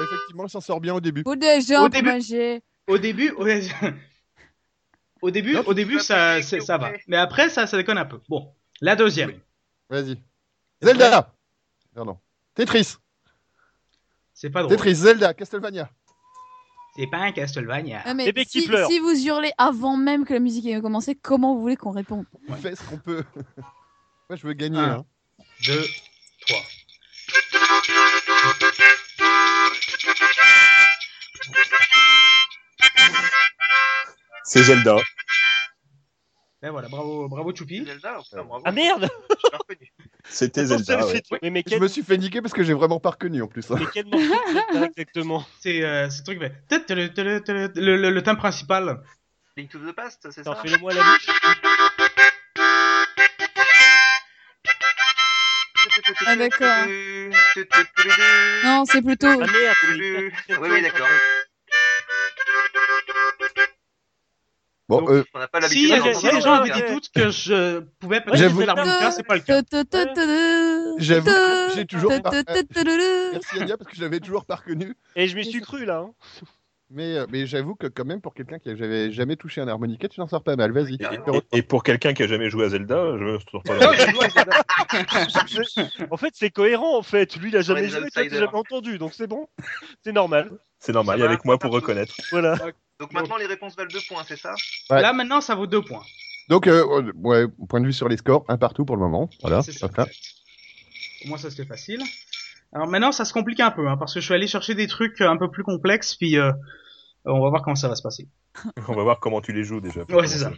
Speaker 2: Effectivement, il s'en sort bien au début.
Speaker 5: Faut déjà
Speaker 7: Au
Speaker 5: un peu
Speaker 7: début-
Speaker 5: manger.
Speaker 7: Au début, au, [laughs] au début,
Speaker 2: Non,
Speaker 7: au début,
Speaker 8: vas
Speaker 7: ça,
Speaker 8: payer,
Speaker 7: c'est-
Speaker 8: s'il
Speaker 7: ça
Speaker 8: vous
Speaker 7: va.
Speaker 8: plaît.
Speaker 7: Mais après, ça, ça déconne un peu. Bon, la deuxième,
Speaker 2: Vas-y. Zelda Pardon. Tetris
Speaker 7: c'est pas drôle.
Speaker 2: Tetris, Zelda, Castlevania.
Speaker 7: C'est pas un Castlevania.
Speaker 5: Ah, mais
Speaker 6: Bébé qui
Speaker 5: si,
Speaker 6: pleure.
Speaker 5: si vous hurlez avant même que la musique ait commencé, comment vous voulez qu'on réponde
Speaker 2: On fait ce qu'on peut. [laughs] Moi, je veux gagner.
Speaker 7: Un.
Speaker 2: hein.
Speaker 7: Deux, trois.
Speaker 4: C'est Zelda.
Speaker 7: Ben voilà, bravo, bravo
Speaker 2: [laughs]
Speaker 7: Choupi.
Speaker 8: Zelda, enfin, bravo.
Speaker 6: Ah merde.
Speaker 8: Je l'ai reconnu.
Speaker 4: C'était
Speaker 6: Attends,
Speaker 4: Zelda.
Speaker 6: c'est-
Speaker 4: ouais.
Speaker 6: c'est- Mais mais
Speaker 2: Je
Speaker 6: quel
Speaker 2: me suis fait niquer parce que j'ai vraiment pas reconnu en plus. hein.
Speaker 6: mais quel morceau c'est ça exactement
Speaker 7: C'est euh, ce truc, ben, tut, tut, tut, tut, tut, le, le, le thème principal.
Speaker 8: Link to the Past, c'est
Speaker 6: Attends,
Speaker 8: ça
Speaker 6: fais-le moi la bouche.
Speaker 5: Ah, d'accord. Non, c'est plutôt.
Speaker 7: Bah,
Speaker 5: [laughs]
Speaker 6: Ah merde.
Speaker 8: Oui, oui, d'accord.
Speaker 2: Bon,
Speaker 7: Donc,
Speaker 2: euh,
Speaker 8: On n'a pas
Speaker 7: Si,
Speaker 8: l'habitude
Speaker 6: euh,
Speaker 8: d'entendre
Speaker 7: si les
Speaker 8: ça.
Speaker 7: gens avaient
Speaker 6: ouais.
Speaker 7: des doutes que je pouvais pas
Speaker 2: J'avoue-
Speaker 7: utiliser l'harmonica, c'est pas le cas.
Speaker 2: J'avoue,
Speaker 5: J'avoue, [laughs]
Speaker 2: j'ai toujours pas- merci Anya parce que j'avais toujours pas reconnu.
Speaker 6: Et je m'y suis cru là. hein.
Speaker 2: Mais, euh, mais j'avoue que quand même pour quelqu'un qui j'avais jamais touché un harmonica, tu t'en sors pas mal. Vas-y.
Speaker 8: Carrément.
Speaker 4: Et, et pour quelqu'un qui a jamais joué à Zelda, je me sors pas.
Speaker 7: Non,
Speaker 4: dans-
Speaker 7: je dois-
Speaker 6: En fait, c'est cohérent en fait. Lui, il a jamais
Speaker 8: les
Speaker 6: joué, toi, t'as
Speaker 8: outsiders.
Speaker 6: jamais entendu, donc c'est bon. C'est normal.
Speaker 4: C'est normal, il
Speaker 8: Ça
Speaker 4: est
Speaker 8: va,
Speaker 4: avec moi
Speaker 8: ça
Speaker 4: pour
Speaker 8: va.
Speaker 4: reconnaître.
Speaker 6: Voilà.
Speaker 8: Donc maintenant, les réponses valent deux points,
Speaker 7: [laughs]
Speaker 8: c'est ça
Speaker 2: Ouais.
Speaker 7: Là maintenant, ça vaut deux points.
Speaker 2: Donc, euh, ouais, Ah, point de vue sur les scores, un partout pour le moment. Voilà.
Speaker 7: C'est ça.
Speaker 2: Hop là.
Speaker 7: Au moins, ça c'était facile. Alors maintenant, ça se complique un peu, hein, parce que je suis allé chercher des trucs un peu plus complexes, puis euh, on va voir comment ça va se passer.
Speaker 4: On va voir comment tu les joues déjà.
Speaker 7: Ouais, c'est ça.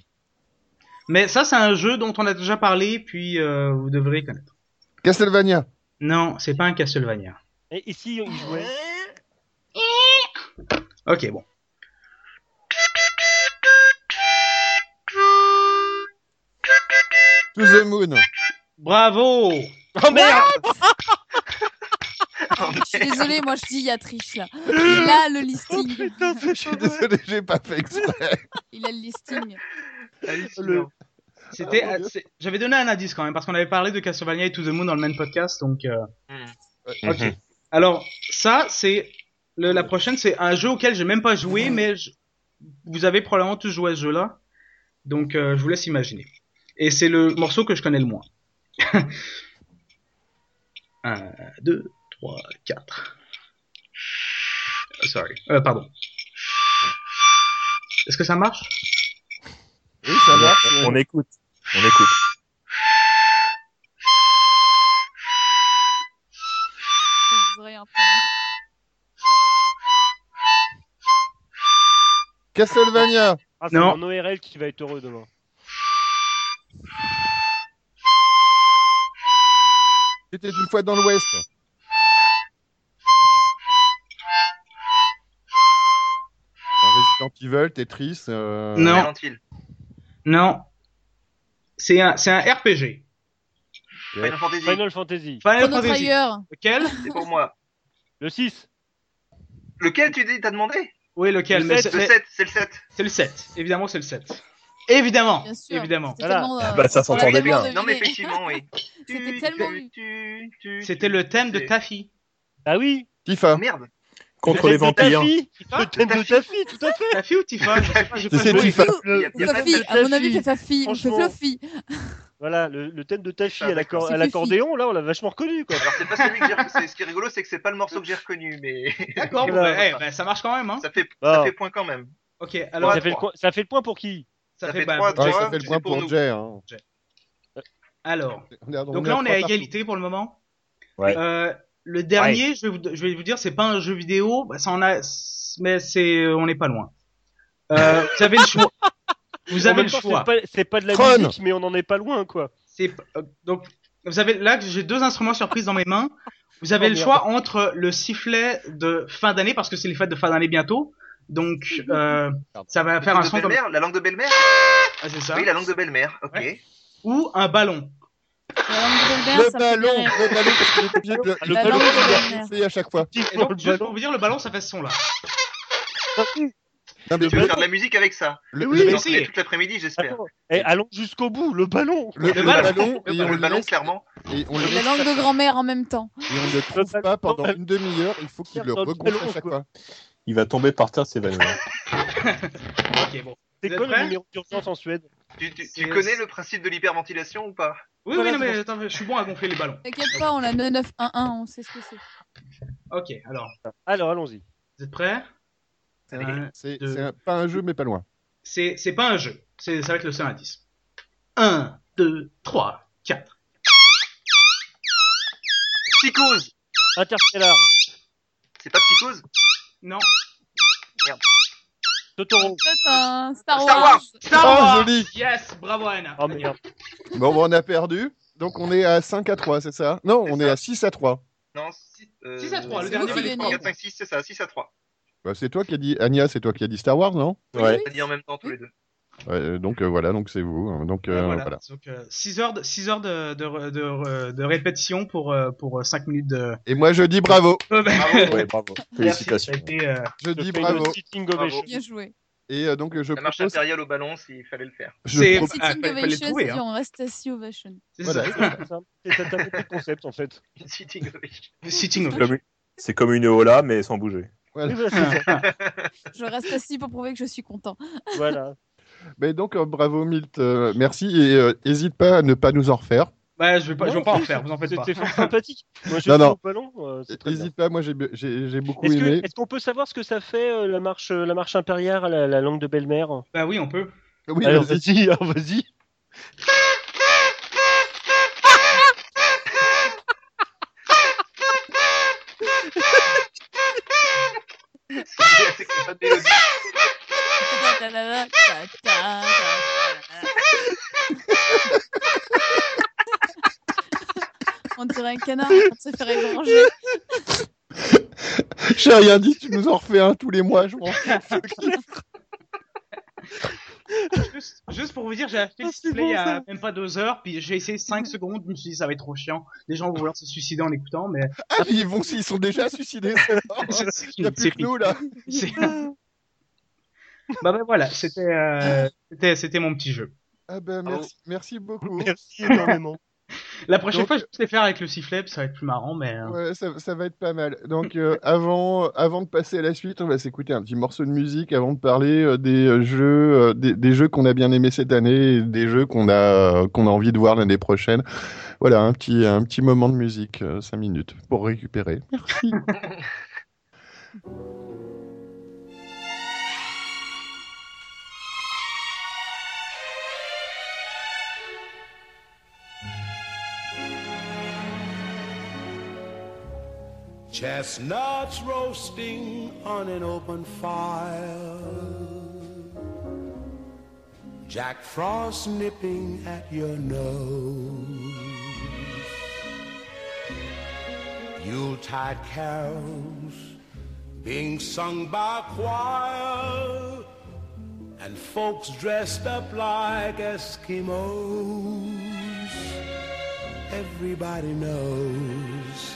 Speaker 7: Mais ça, c'est un jeu dont on a déjà parlé, puis euh, vous devrez connaître.
Speaker 2: Castlevania.
Speaker 7: Non, c'est pas un Castlevania.
Speaker 6: Et ici, il jouait.
Speaker 7: Ok, bon.
Speaker 2: To the
Speaker 7: [laughs]
Speaker 2: Moon.
Speaker 7: Bravo
Speaker 6: Oh merde
Speaker 7: Ah,
Speaker 5: Je suis désolée, moi je dis il y a triche
Speaker 7: [laughs]
Speaker 5: là. Il a le
Speaker 6: Oh,
Speaker 5: listing.
Speaker 2: Je suis désolé, j'ai pas fait exprès.
Speaker 5: Il a le listing.
Speaker 8: Ah, Hallucinant.
Speaker 7: C'était,
Speaker 2: Ah, mon Dieu.
Speaker 7: assez- j'avais donné un indice quand même parce qu'on avait parlé de Castlevania et To the Moon dans le même podcast, donc. euh,
Speaker 8: Hmm.
Speaker 7: Ok. Alors ça, c'est le- la prochaine, c'est un jeu auquel j'ai même pas joué, mais je- vous avez probablement tous joué à ce jeu-là, donc euh, je vous laisse imaginer. Et c'est le morceau que je connais le moins. [laughs] 1, 2, 3, 4. Sorry. Euh, pardon. Est-ce que ça marche
Speaker 2: Oui, ça
Speaker 4: On,
Speaker 2: marche.
Speaker 4: on écoute. On écoute.
Speaker 5: Vous aurez un problème.
Speaker 2: Castlevania.
Speaker 6: Ah, c'est
Speaker 7: Non.
Speaker 6: mon ORL qui va être heureux demain.
Speaker 2: C'était une fois dans l'Ouest. Un Resident Evil, Tetris. euh,
Speaker 7: Non.
Speaker 8: Silent Hill.
Speaker 7: Non. C'est un, c'est un RPG.
Speaker 8: Final Fantasy.
Speaker 6: Final Fantasy.
Speaker 7: Final
Speaker 5: Chrono
Speaker 7: Fantasy.
Speaker 5: Trigger.
Speaker 7: Lequel
Speaker 8: C'est pour moi.
Speaker 6: Le 6.
Speaker 8: Lequel tu dis T'as demandé
Speaker 7: Oui, lequel
Speaker 6: Le
Speaker 7: mais
Speaker 8: Le
Speaker 6: sept,
Speaker 7: c'est-
Speaker 8: 7, c'est le 7.
Speaker 7: C'est le 7. Évidemment, c'est le 7. Évidemment.
Speaker 5: Bien sûr.
Speaker 7: Évidemment.
Speaker 5: C'était
Speaker 6: Voilà.
Speaker 5: tellement, euh,
Speaker 4: Bah, ça s'entendait
Speaker 5: Ouais,
Speaker 4: bien.
Speaker 5: deviner.
Speaker 8: Non, mais effectivement, oui.
Speaker 5: C'était
Speaker 8: Tu-
Speaker 5: tellement-
Speaker 8: tu- tu- tu-
Speaker 7: C'était le thème de
Speaker 8: C'est-
Speaker 7: ta fille.
Speaker 6: Ah oui
Speaker 2: FIFA.
Speaker 8: Merde.
Speaker 4: Contre
Speaker 6: Le
Speaker 4: les
Speaker 6: thème de ta
Speaker 4: vampires.
Speaker 6: fille.
Speaker 7: Tifa
Speaker 6: Le thème de ta fille, tout à fait
Speaker 7: Ta fille ou
Speaker 8: [laughs]
Speaker 7: Tifa Ah, Je sais pas, j'ai pas
Speaker 2: C'est
Speaker 7: joué.
Speaker 2: Tifa.
Speaker 8: Il y a- il y a pas de-
Speaker 5: Fluffy, à mon avis,
Speaker 6: Fluffy.
Speaker 5: c'est Fluffy. On fait
Speaker 6: Franchement.
Speaker 5: Fluffy.
Speaker 6: Voilà, le, le thème de ta fille
Speaker 8: Ah,
Speaker 6: à
Speaker 8: d'accord.
Speaker 6: l'accor-
Speaker 5: C'est
Speaker 6: à
Speaker 5: Fifi.
Speaker 6: l'accordéon, là, on l'a vachement reconnu, quoi.
Speaker 8: Alors, c'est pas celui que j'ai c'est- Ce qui est rigolo, c'est que c'est pas le morceau que j'ai reconnu, mais.
Speaker 7: D'accord, bon,
Speaker 6: Voilà.
Speaker 7: bah, eh, bah, ça marche quand même. Hein.
Speaker 8: Ça fait, ça
Speaker 6: Bon.
Speaker 8: fait point quand même.
Speaker 7: Ok, alors
Speaker 6: ça,
Speaker 8: à
Speaker 6: fait le
Speaker 8: trois.
Speaker 6: coin- ça fait le point pour qui
Speaker 7: ça,
Speaker 8: ça
Speaker 7: fait,
Speaker 8: fait
Speaker 7: bah,
Speaker 8: trois,
Speaker 7: bon,
Speaker 2: Ouais,
Speaker 8: trois.
Speaker 2: ça fait le
Speaker 8: c'est
Speaker 2: point
Speaker 8: pour
Speaker 2: pour,
Speaker 8: nous.
Speaker 2: Jay. hein.
Speaker 7: Alors,
Speaker 2: On est à-
Speaker 7: donc
Speaker 2: est
Speaker 7: là, on est à
Speaker 2: trois
Speaker 7: égalité pour le moment.
Speaker 4: Ouais.
Speaker 7: Euh, le dernier, je, vais vous, je vais vous dire, c'est pas un jeu vidéo, bah, ça en a, mais c'est, on n'est pas loin. Euh, vous
Speaker 5: [laughs]
Speaker 7: avez le choix. Vous
Speaker 6: En
Speaker 7: avez
Speaker 6: même
Speaker 7: le
Speaker 6: temps,
Speaker 7: choix.
Speaker 6: C'est pas, c'est pas de la
Speaker 2: Tron.
Speaker 6: musique, mais on en est pas loin, quoi.
Speaker 7: C'est euh, donc vous avez là que j'ai deux instruments surprises dans mes mains. Vous avez
Speaker 6: Oh,
Speaker 7: le
Speaker 6: merde.
Speaker 7: choix entre le sifflet de fin d'année parce que c'est les fêtes de fin d'année bientôt. Donc euh, ça va faire un
Speaker 8: de
Speaker 7: son comme
Speaker 8: belle-mère, la langue de belle-mère
Speaker 7: Ah, c'est ça.
Speaker 8: Oui, la langue de belle-mère. Ok.
Speaker 7: Ouais. ou un ballon.
Speaker 5: La langue de Goldberg,
Speaker 2: Le
Speaker 5: ça me fait
Speaker 2: ballon,
Speaker 5: bien rire.
Speaker 2: le ballon, parce que j'ai oublié de le-
Speaker 6: Le
Speaker 5: La
Speaker 6: ballon,
Speaker 5: langue
Speaker 6: il
Speaker 5: de
Speaker 6: est
Speaker 5: Goldberg.
Speaker 2: le- à chaque fois.
Speaker 7: Et
Speaker 6: Oh, Le
Speaker 7: donc juste
Speaker 6: ballon.
Speaker 7: pour vous dire le ballon ça fait ce son là.
Speaker 2: Non, mais
Speaker 8: Tu veux faire de la musique avec ça
Speaker 2: le,
Speaker 6: Oui,
Speaker 2: le-
Speaker 8: Tu vas en
Speaker 7: si.
Speaker 8: faire toute l'après-midi, j'espère.
Speaker 6: Attends, eh, allons jusqu'au bout, le ballon [laughs]
Speaker 2: le- le
Speaker 7: ballon.
Speaker 2: ballon, et
Speaker 8: Le
Speaker 2: on le
Speaker 8: ballon,
Speaker 2: laisse-
Speaker 8: clairement.
Speaker 2: et on le
Speaker 5: La
Speaker 2: laisse-
Speaker 5: langue de grand-mère en même temps.
Speaker 2: et on ne le trouve
Speaker 6: ballon.
Speaker 2: pas pendant une demi-heure. Il faut qu'il le
Speaker 6: Dans le
Speaker 2: regonfle à
Speaker 6: ballon,
Speaker 2: chaque
Speaker 6: quoi.
Speaker 2: fois.
Speaker 4: Il va tomber par terre, s'évanouir.
Speaker 7: Ok bon.
Speaker 6: C'est
Speaker 7: Vous
Speaker 6: quoi
Speaker 7: êtes
Speaker 6: le
Speaker 7: prêts
Speaker 6: numéro d'urgence en Suède
Speaker 8: Tu, tu- tu
Speaker 7: C'est-
Speaker 8: connais le principe de l'hyperventilation ou pas
Speaker 7: Oui oui
Speaker 6: Voilà,
Speaker 7: non,
Speaker 6: c'est
Speaker 7: mais
Speaker 6: bon.
Speaker 7: attends, je suis bon à gonfler les ballons.
Speaker 5: T'inquiète pas, on a 9911, on sait ce que c'est.
Speaker 7: Ok alors
Speaker 6: Alors, allons-y.
Speaker 7: vous êtes prêts Un,
Speaker 2: C'est
Speaker 7: deux.
Speaker 2: c'est un- pas un jeu, mais pas loin.
Speaker 7: C'est c'est pas un jeu. C'est ça va être le seul indice. 1 2 3 4.
Speaker 8: Psychose
Speaker 6: Interstellar,
Speaker 8: C'est pas psychose
Speaker 7: Non.
Speaker 6: Totoro.
Speaker 5: Peut-être un Star
Speaker 8: Star
Speaker 5: Wars.
Speaker 7: Oh. Star
Speaker 2: Oh,
Speaker 7: Wars.
Speaker 2: joli.
Speaker 7: Yes, bravo Anna.
Speaker 6: Oh merde.
Speaker 2: Bon, bah, on a perdu. Donc on est à 5 à 3, c'est ça Non,
Speaker 8: C'est
Speaker 2: on
Speaker 8: ça.
Speaker 2: est à 6 à 3.
Speaker 8: Non, 6, euh,
Speaker 7: Six à trois, le
Speaker 8: c'est
Speaker 7: dernier
Speaker 8: ça,
Speaker 5: qui gagnait.
Speaker 8: 4, 5, 6, c'est ça, 6 à 3.
Speaker 2: Bah, c'est toi qui as dit, Anya, c'est toi qui as dit Star Wars, non
Speaker 4: Ouais.
Speaker 8: On a dit en même temps tous les deux.
Speaker 2: Ouais, Donc euh, voilà, donc c'est vous. hein. Donc
Speaker 7: Ouais,
Speaker 2: euh,
Speaker 7: voilà.
Speaker 2: voilà.
Speaker 7: Donc, euh, six heures, de, six heures de, de, re- de, re- de répétition pour, euh, pour 5 minutes de.
Speaker 2: Et moi je dis bravo.
Speaker 7: [laughs]
Speaker 8: Bravo.
Speaker 4: Ouais, bravo.
Speaker 7: Merci,
Speaker 4: Félicitations.
Speaker 7: ça a été, euh,
Speaker 2: Je
Speaker 6: Je
Speaker 2: dis
Speaker 6: fais
Speaker 2: bravo.
Speaker 6: une sitting
Speaker 8: Bravo.
Speaker 6: ovation.
Speaker 5: Bien joué.
Speaker 2: Et euh, donc je
Speaker 8: La marche
Speaker 2: propose.
Speaker 8: impériale au ballon, s'il fallait le faire. [laughs]
Speaker 2: je
Speaker 7: C'est
Speaker 2: pro-
Speaker 5: Sitting
Speaker 7: ah, fallait- fallait le
Speaker 5: Ovation,
Speaker 7: trouver,
Speaker 5: c'est-à-dire
Speaker 7: hein.
Speaker 5: on reste assis ovation.
Speaker 7: C'est
Speaker 2: Voilà.
Speaker 7: ça.
Speaker 6: C'est ça. C'est ça, t'as compris le concept, en fait.
Speaker 8: Sitting ovation.
Speaker 7: Sitting
Speaker 4: C'est
Speaker 7: over.
Speaker 4: comme une- C'est comme une hola, mais sans bouger.
Speaker 6: Oui,
Speaker 2: voilà.
Speaker 6: voilà,
Speaker 7: [laughs]
Speaker 6: c'est ça.
Speaker 5: Je reste assis pour prouver que je suis content.
Speaker 6: Voilà.
Speaker 2: Mais donc euh, bravo Milt, euh, merci et euh, hésite pas à ne pas nous en refaire.
Speaker 7: Bah, je vais pas, je vais
Speaker 6: Non,
Speaker 7: pas en
Speaker 6: oui,
Speaker 7: faire, vous en faites pas.
Speaker 6: C'était fort sympathique. Moi, je
Speaker 2: Non,
Speaker 6: suis
Speaker 2: non.
Speaker 6: au ballon. euh, c'est très bien.
Speaker 2: Hésite pas, moi j'ai bu- j'ai j'ai beaucoup
Speaker 6: Est-ce que-
Speaker 2: aimé.
Speaker 6: est-ce qu'on peut savoir ce que ça fait euh, la marche euh, la marche impériale la, la langue de belle-mère
Speaker 7: Bah oui, on peut.
Speaker 2: Oui,
Speaker 6: Alors
Speaker 2: vas-y.
Speaker 6: vas-y, [laughs] alors, vas-y.
Speaker 8: C'est c'est pas de mélodie.
Speaker 5: [laughs] On dirait un canard en train de se faire égorger.
Speaker 2: J'ai rien dit, tu nous en refais un tous les mois, je m'en fous.
Speaker 7: Juste, juste pour vous dire, j'ai acheté le
Speaker 2: Ah, c'est
Speaker 7: display
Speaker 2: bon,
Speaker 7: il y a
Speaker 2: ça.
Speaker 7: même pas deux heures, puis j'ai
Speaker 2: [laughs]
Speaker 7: essayé cinq secondes, je me suis dit ça va être trop chiant, les gens vont vouloir se suicider en écoutant, mais
Speaker 2: Ah, mais ils vont s'ils sont déjà
Speaker 6: [laughs]
Speaker 2: suicidés. alors. [laughs] Il n'y a plus que nous, là.
Speaker 7: C'est- [laughs] bah ben voilà, c'était euh, c'était c'était mon petit jeu.
Speaker 2: Ah ben,
Speaker 8: Bravo.
Speaker 2: merci, merci beaucoup.
Speaker 3: Merci énormément.
Speaker 7: La prochaine
Speaker 2: Donc,
Speaker 7: fois, je vais les faire avec le sifflet, puis ça va être plus marrant, mais euh,
Speaker 2: Ouais, ça, ça va être pas mal. Donc, euh, [laughs] avant, avant de passer à la suite, on va s'écouter un petit morceau de musique avant de parler euh, des euh, jeux, euh, des, des jeux qu'on a bien aimés cette année, et des jeux qu'on a, euh, qu'on a envie de voir l'année prochaine. Voilà, un petit, un petit moment de musique, 5 minutes, pour récupérer. Merci.
Speaker 9: Chestnuts roasting on an open fire. Jack Frost nipping at your nose. Yuletide carols being sung by a choir. And folks dressed up like Eskimos. Everybody knows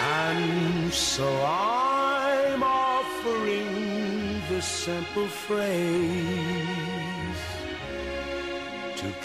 Speaker 9: And so I'm offering this simple phrase to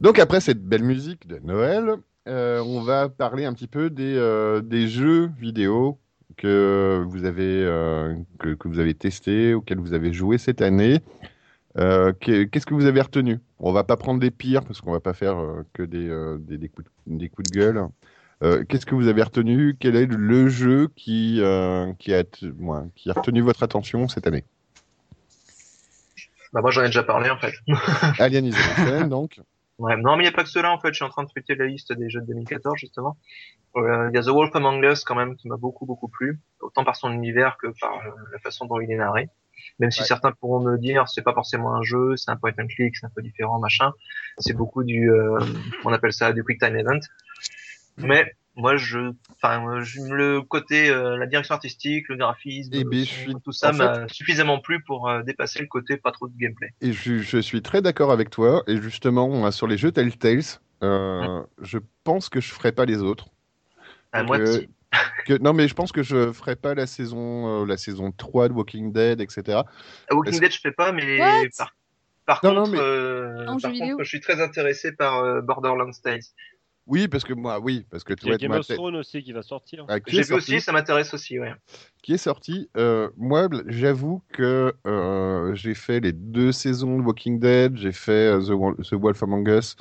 Speaker 2: Donc après cette belle musique de Noël, euh, on va parler un petit peu des, euh, des jeux vidéo que vous avez euh, que, que vous avez testé, auxquels vous avez joué cette année. Euh, que- Qu'est-ce que vous avez retenu On va pas prendre des pires parce qu'on va pas faire euh, que des, euh, des, des coups, de, des coups de gueule. Euh, Qu'est-ce que vous avez retenu Quel est le jeu qui, euh, qui, a, t- moi, qui a retenu votre attention cette année
Speaker 8: Bah moi j'en ai déjà parlé en fait.
Speaker 2: Alien Isolation, donc.
Speaker 8: Ouais, non, mais il n'y a pas que cela, en fait. Je suis en train de feuilleter la liste des jeux de 2014, justement. Euh, Il y a The Wolf Among Us, quand même, qui m'a beaucoup, beaucoup plu. Autant par son univers que par euh, la façon dont il est narré. Même si certains pourront me dire, c'est pas forcément un jeu, c'est un point and click, c'est un peu différent, machin. C'est beaucoup du, euh, on appelle ça du quick time event. Mais, moi, je enfin, euh, je- le côté, euh, la direction artistique, le graphisme,
Speaker 2: Eh
Speaker 8: le
Speaker 2: ben, je
Speaker 8: son,
Speaker 2: suis-
Speaker 8: tout ça
Speaker 2: en
Speaker 8: m'a suffisamment plu pour euh, dépasser le côté pas trop de gameplay.
Speaker 2: Et je, je suis très d'accord avec toi. Et justement, euh, sur les jeux Telltales, euh, je pense que je ferai pas les autres.
Speaker 8: À
Speaker 2: Que-
Speaker 8: Ah, moi, si.
Speaker 2: que- non, mais je pense que je ferai pas la saison, euh, la saison 3 de Walking Dead, etc.
Speaker 8: À Walking
Speaker 2: Est-ce-
Speaker 8: Dead, je fais pas, mais
Speaker 5: What
Speaker 8: par, par
Speaker 2: Non, non,
Speaker 8: contre,
Speaker 2: mais-
Speaker 8: euh,
Speaker 5: En
Speaker 8: par
Speaker 5: jeu vidéo.
Speaker 8: contre, je suis très intéressé par euh, Borderlands Tales.
Speaker 2: Oui, parce que moi, oui, parce que
Speaker 6: Il y
Speaker 2: toi,
Speaker 6: a Game
Speaker 2: moi,
Speaker 6: of
Speaker 2: t'es-
Speaker 6: Thrones aussi qui va sortir.
Speaker 2: Ah, qui
Speaker 8: J'ai
Speaker 2: est
Speaker 8: vu aussi,
Speaker 2: sorti-
Speaker 8: ça m'intéresse aussi, ouais.
Speaker 2: qui est sorti. Euh, moi, j'avoue que euh, j'ai fait les deux saisons de Walking Dead, j'ai fait euh, The, Wol- The Wolf Among Us.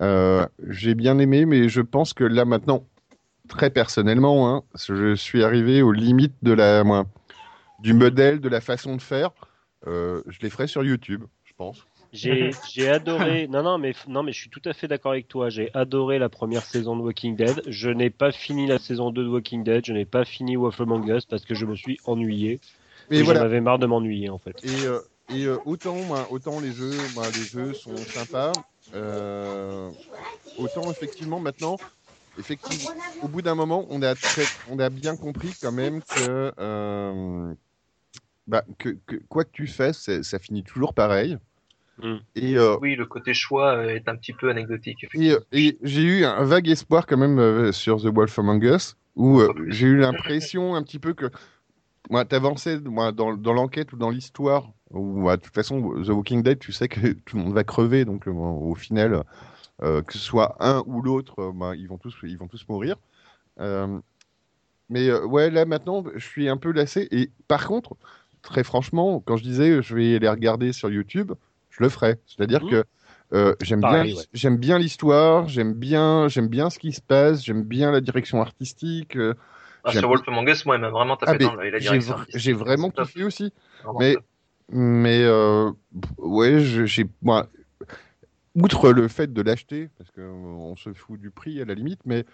Speaker 2: Euh, j'ai bien aimé, mais je pense que là maintenant, très personnellement, hein, je suis arrivé aux limites de la, moi, du modèle, de la façon de faire. Euh, je les ferai sur YouTube, je pense.
Speaker 6: J'ai
Speaker 2: [laughs]
Speaker 6: j'ai adoré. Non, non, mais f- non, mais je suis tout à fait d'accord avec toi. J'ai adoré la première saison de Walking Dead. Je n'ai pas fini la saison 2 de Walking Dead. Je n'ai pas fini Wolf Among Us parce que je me suis ennuyé.
Speaker 2: Mais
Speaker 6: Et
Speaker 2: voilà.
Speaker 6: J'en avais marre de m'ennuyer en fait.
Speaker 2: Et, euh, et, euh, autant, moi, autant les jeux, moi, les jeux sont sympas. euh, autant effectivement maintenant, effectivement, au bout d'un moment, on a très- on a bien compris quand même que, euh, bah, que, que quoi que tu fasses, ça, ça finit toujours pareil.
Speaker 6: Mm.
Speaker 2: Et, euh,
Speaker 8: Oui, le côté choix euh, est un petit peu anecdotique. effectivement.
Speaker 2: et, euh, et j'ai eu un vague espoir quand même euh, sur The Wolf Among Us, où euh, j'ai eu l'impression un petit peu que moi, t'avançais moi, dans, dans l'enquête ou dans l'histoire, ou bah, de toute façon, The Walking Dead, tu sais que [laughs] tout le monde va crever, donc euh, au final, euh, que ce soit un ou l'autre, euh, bah, ils, vont tous, ils vont tous mourir. Euh, mais euh, ouais, là maintenant, je suis un peu lassé. Et par contre, très franchement, quand je disais je vais les regarder sur YouTube, je le ferai. C'est-à-dire
Speaker 8: Mmh.
Speaker 6: Mhm.
Speaker 2: que euh, j'aime bien,
Speaker 6: Pareil, ouais.
Speaker 2: j'aime bien l'histoire, j'aime bien, j'aime bien ce qui se passe, j'aime bien la direction artistique. euh,
Speaker 8: Ah,
Speaker 2: j'aime-
Speaker 8: sur Wolf Among Us, moi, il m'a vraiment
Speaker 2: Ah,
Speaker 8: tapé dans
Speaker 2: mais
Speaker 8: l'œil. la
Speaker 2: j'ai
Speaker 8: direction
Speaker 2: vr-
Speaker 8: artistique,
Speaker 2: J'ai vraiment
Speaker 8: c'est top,
Speaker 2: kiffé aussi.
Speaker 8: vraiment
Speaker 2: Mais,
Speaker 8: top.
Speaker 2: mais euh, ouais, je- j'ai moi, outre le fait de l'acheter, parce que euh, on se fout du prix à la limite, mais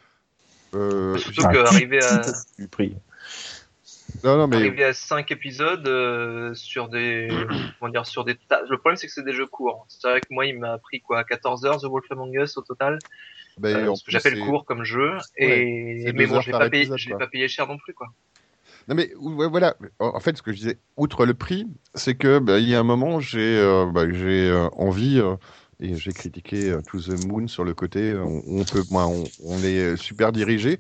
Speaker 2: euh,
Speaker 8: Bah, Surtout
Speaker 2: j'ai-
Speaker 8: que arriver à,
Speaker 4: Du prix.
Speaker 2: non, non, mais
Speaker 8: arriver à 5 épisodes euh,
Speaker 2: [clears throat]
Speaker 8: sur des, comment dire, sur des. ta- Le problème, c'est que c'est des jeux courts. C'est vrai que moi, il m'a pris quoi, 14 heures The Wolf Among Us au total.
Speaker 2: bah,
Speaker 8: euh,
Speaker 2: en
Speaker 8: ce que
Speaker 2: plus,
Speaker 8: j'appelle
Speaker 2: c'est-
Speaker 8: court comme jeu.
Speaker 2: Ouais,
Speaker 8: et
Speaker 2: c'est
Speaker 8: mais
Speaker 2: deux
Speaker 8: bon,
Speaker 2: heures
Speaker 8: je l'ai
Speaker 2: par
Speaker 8: pas payé,
Speaker 2: épisode,
Speaker 8: je l'ai
Speaker 2: quoi.
Speaker 8: pas payé cher non plus quoi.
Speaker 2: Non mais ouais, voilà. En en fait, ce que je disais, outre le prix, c'est que bah, il y a un moment, j'ai euh, bah, j'ai euh, envie euh, et j'ai critiqué euh, To the Moon sur le côté. euh, On, on peut, moi, on, on est euh, super dirigé.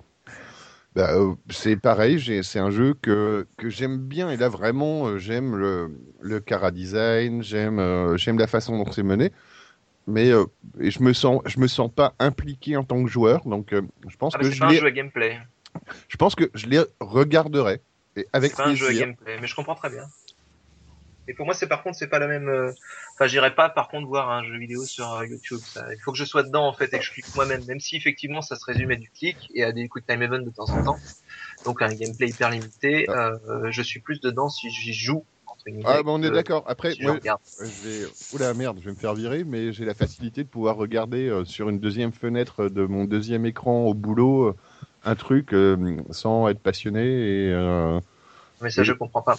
Speaker 2: Bah, euh, c'est pareil. j'ai- C'est un jeu que que j'aime bien. Et là, vraiment, euh, j'aime le le cara design. J'aime euh, j'aime la façon dont c'est mené. Mais euh, et je me sens je me sens pas impliqué en tant que joueur. Donc, euh, je pense
Speaker 8: Ah, mais
Speaker 2: que
Speaker 8: c'est
Speaker 2: je
Speaker 8: pas un
Speaker 2: les
Speaker 8: jeu à gameplay.
Speaker 2: je pense que je les regarderai. Et avec
Speaker 8: C'est pas un jeu à
Speaker 2: plaisir.
Speaker 8: gameplay, mais je comprends très bien. Et pour moi, c'est par contre, c'est pas la même. euh, Enfin, j'irai pas par contre voir un jeu vidéo sur euh, YouTube. Ça. Il faut que je sois dedans en fait et que je clique moi-même, même si effectivement ça se résume à du clic et à des quick time events de temps en temps. Donc un gameplay hyper limité. euh, je suis plus dedans si j'y joue. Entre guillemets,
Speaker 2: Ah, bah, on est
Speaker 8: que
Speaker 2: d'accord. Après,
Speaker 8: euh, si je
Speaker 2: moi,
Speaker 8: regarde.
Speaker 2: je vais. Oula, merde, je vais me faire virer, mais j'ai la facilité de pouvoir regarder euh, sur une deuxième fenêtre de mon deuxième écran au boulot euh, un truc euh, sans être passionné. Et, euh,
Speaker 8: Mais ça, je comprends pas.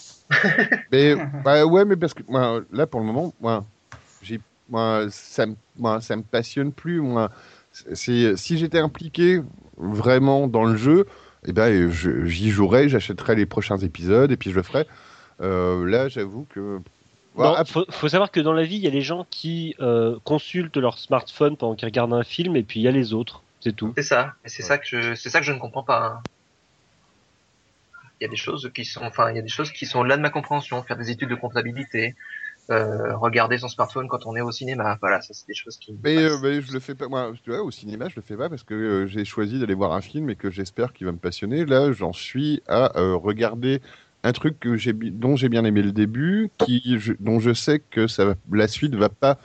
Speaker 2: Mais bah, ouais, mais parce que moi, là, pour le moment, moi, j'ai, moi, ça, me- moi, ça me passionne plus. Moi, c'est si j'étais impliqué vraiment dans le jeu, eh ben, je- j'y jouerais, j'achèterais les prochains épisodes et puis je le ferais. Euh, là, j'avoue que.
Speaker 6: Non,
Speaker 2: Ah,
Speaker 6: faut, faut savoir que dans la vie, il y a les gens qui euh, consultent leur smartphone pendant qu'ils regardent un film, et puis il y a les autres. C'est tout.
Speaker 8: C'est ça. Et c'est ça que je, c'est ça que je ne comprends pas. hein. Il y a des choses qui sont, enfin, il y a des choses qui sont au-delà de ma compréhension. Faire des études de comptabilité, euh, regarder son smartphone quand on est au cinéma. Voilà, ça, c'est des choses qui. me
Speaker 2: Mais, euh,
Speaker 8: passent.
Speaker 2: mais je le fais pas. Moi, tu vois, au cinéma, je le fais pas parce que euh, j'ai choisi d'aller voir un film et que j'espère qu'il va me passionner. Là, j'en suis à euh, regarder un truc que j'ai, bi- dont j'ai bien aimé le début, qui, je- dont je sais que ça, va- la suite va pas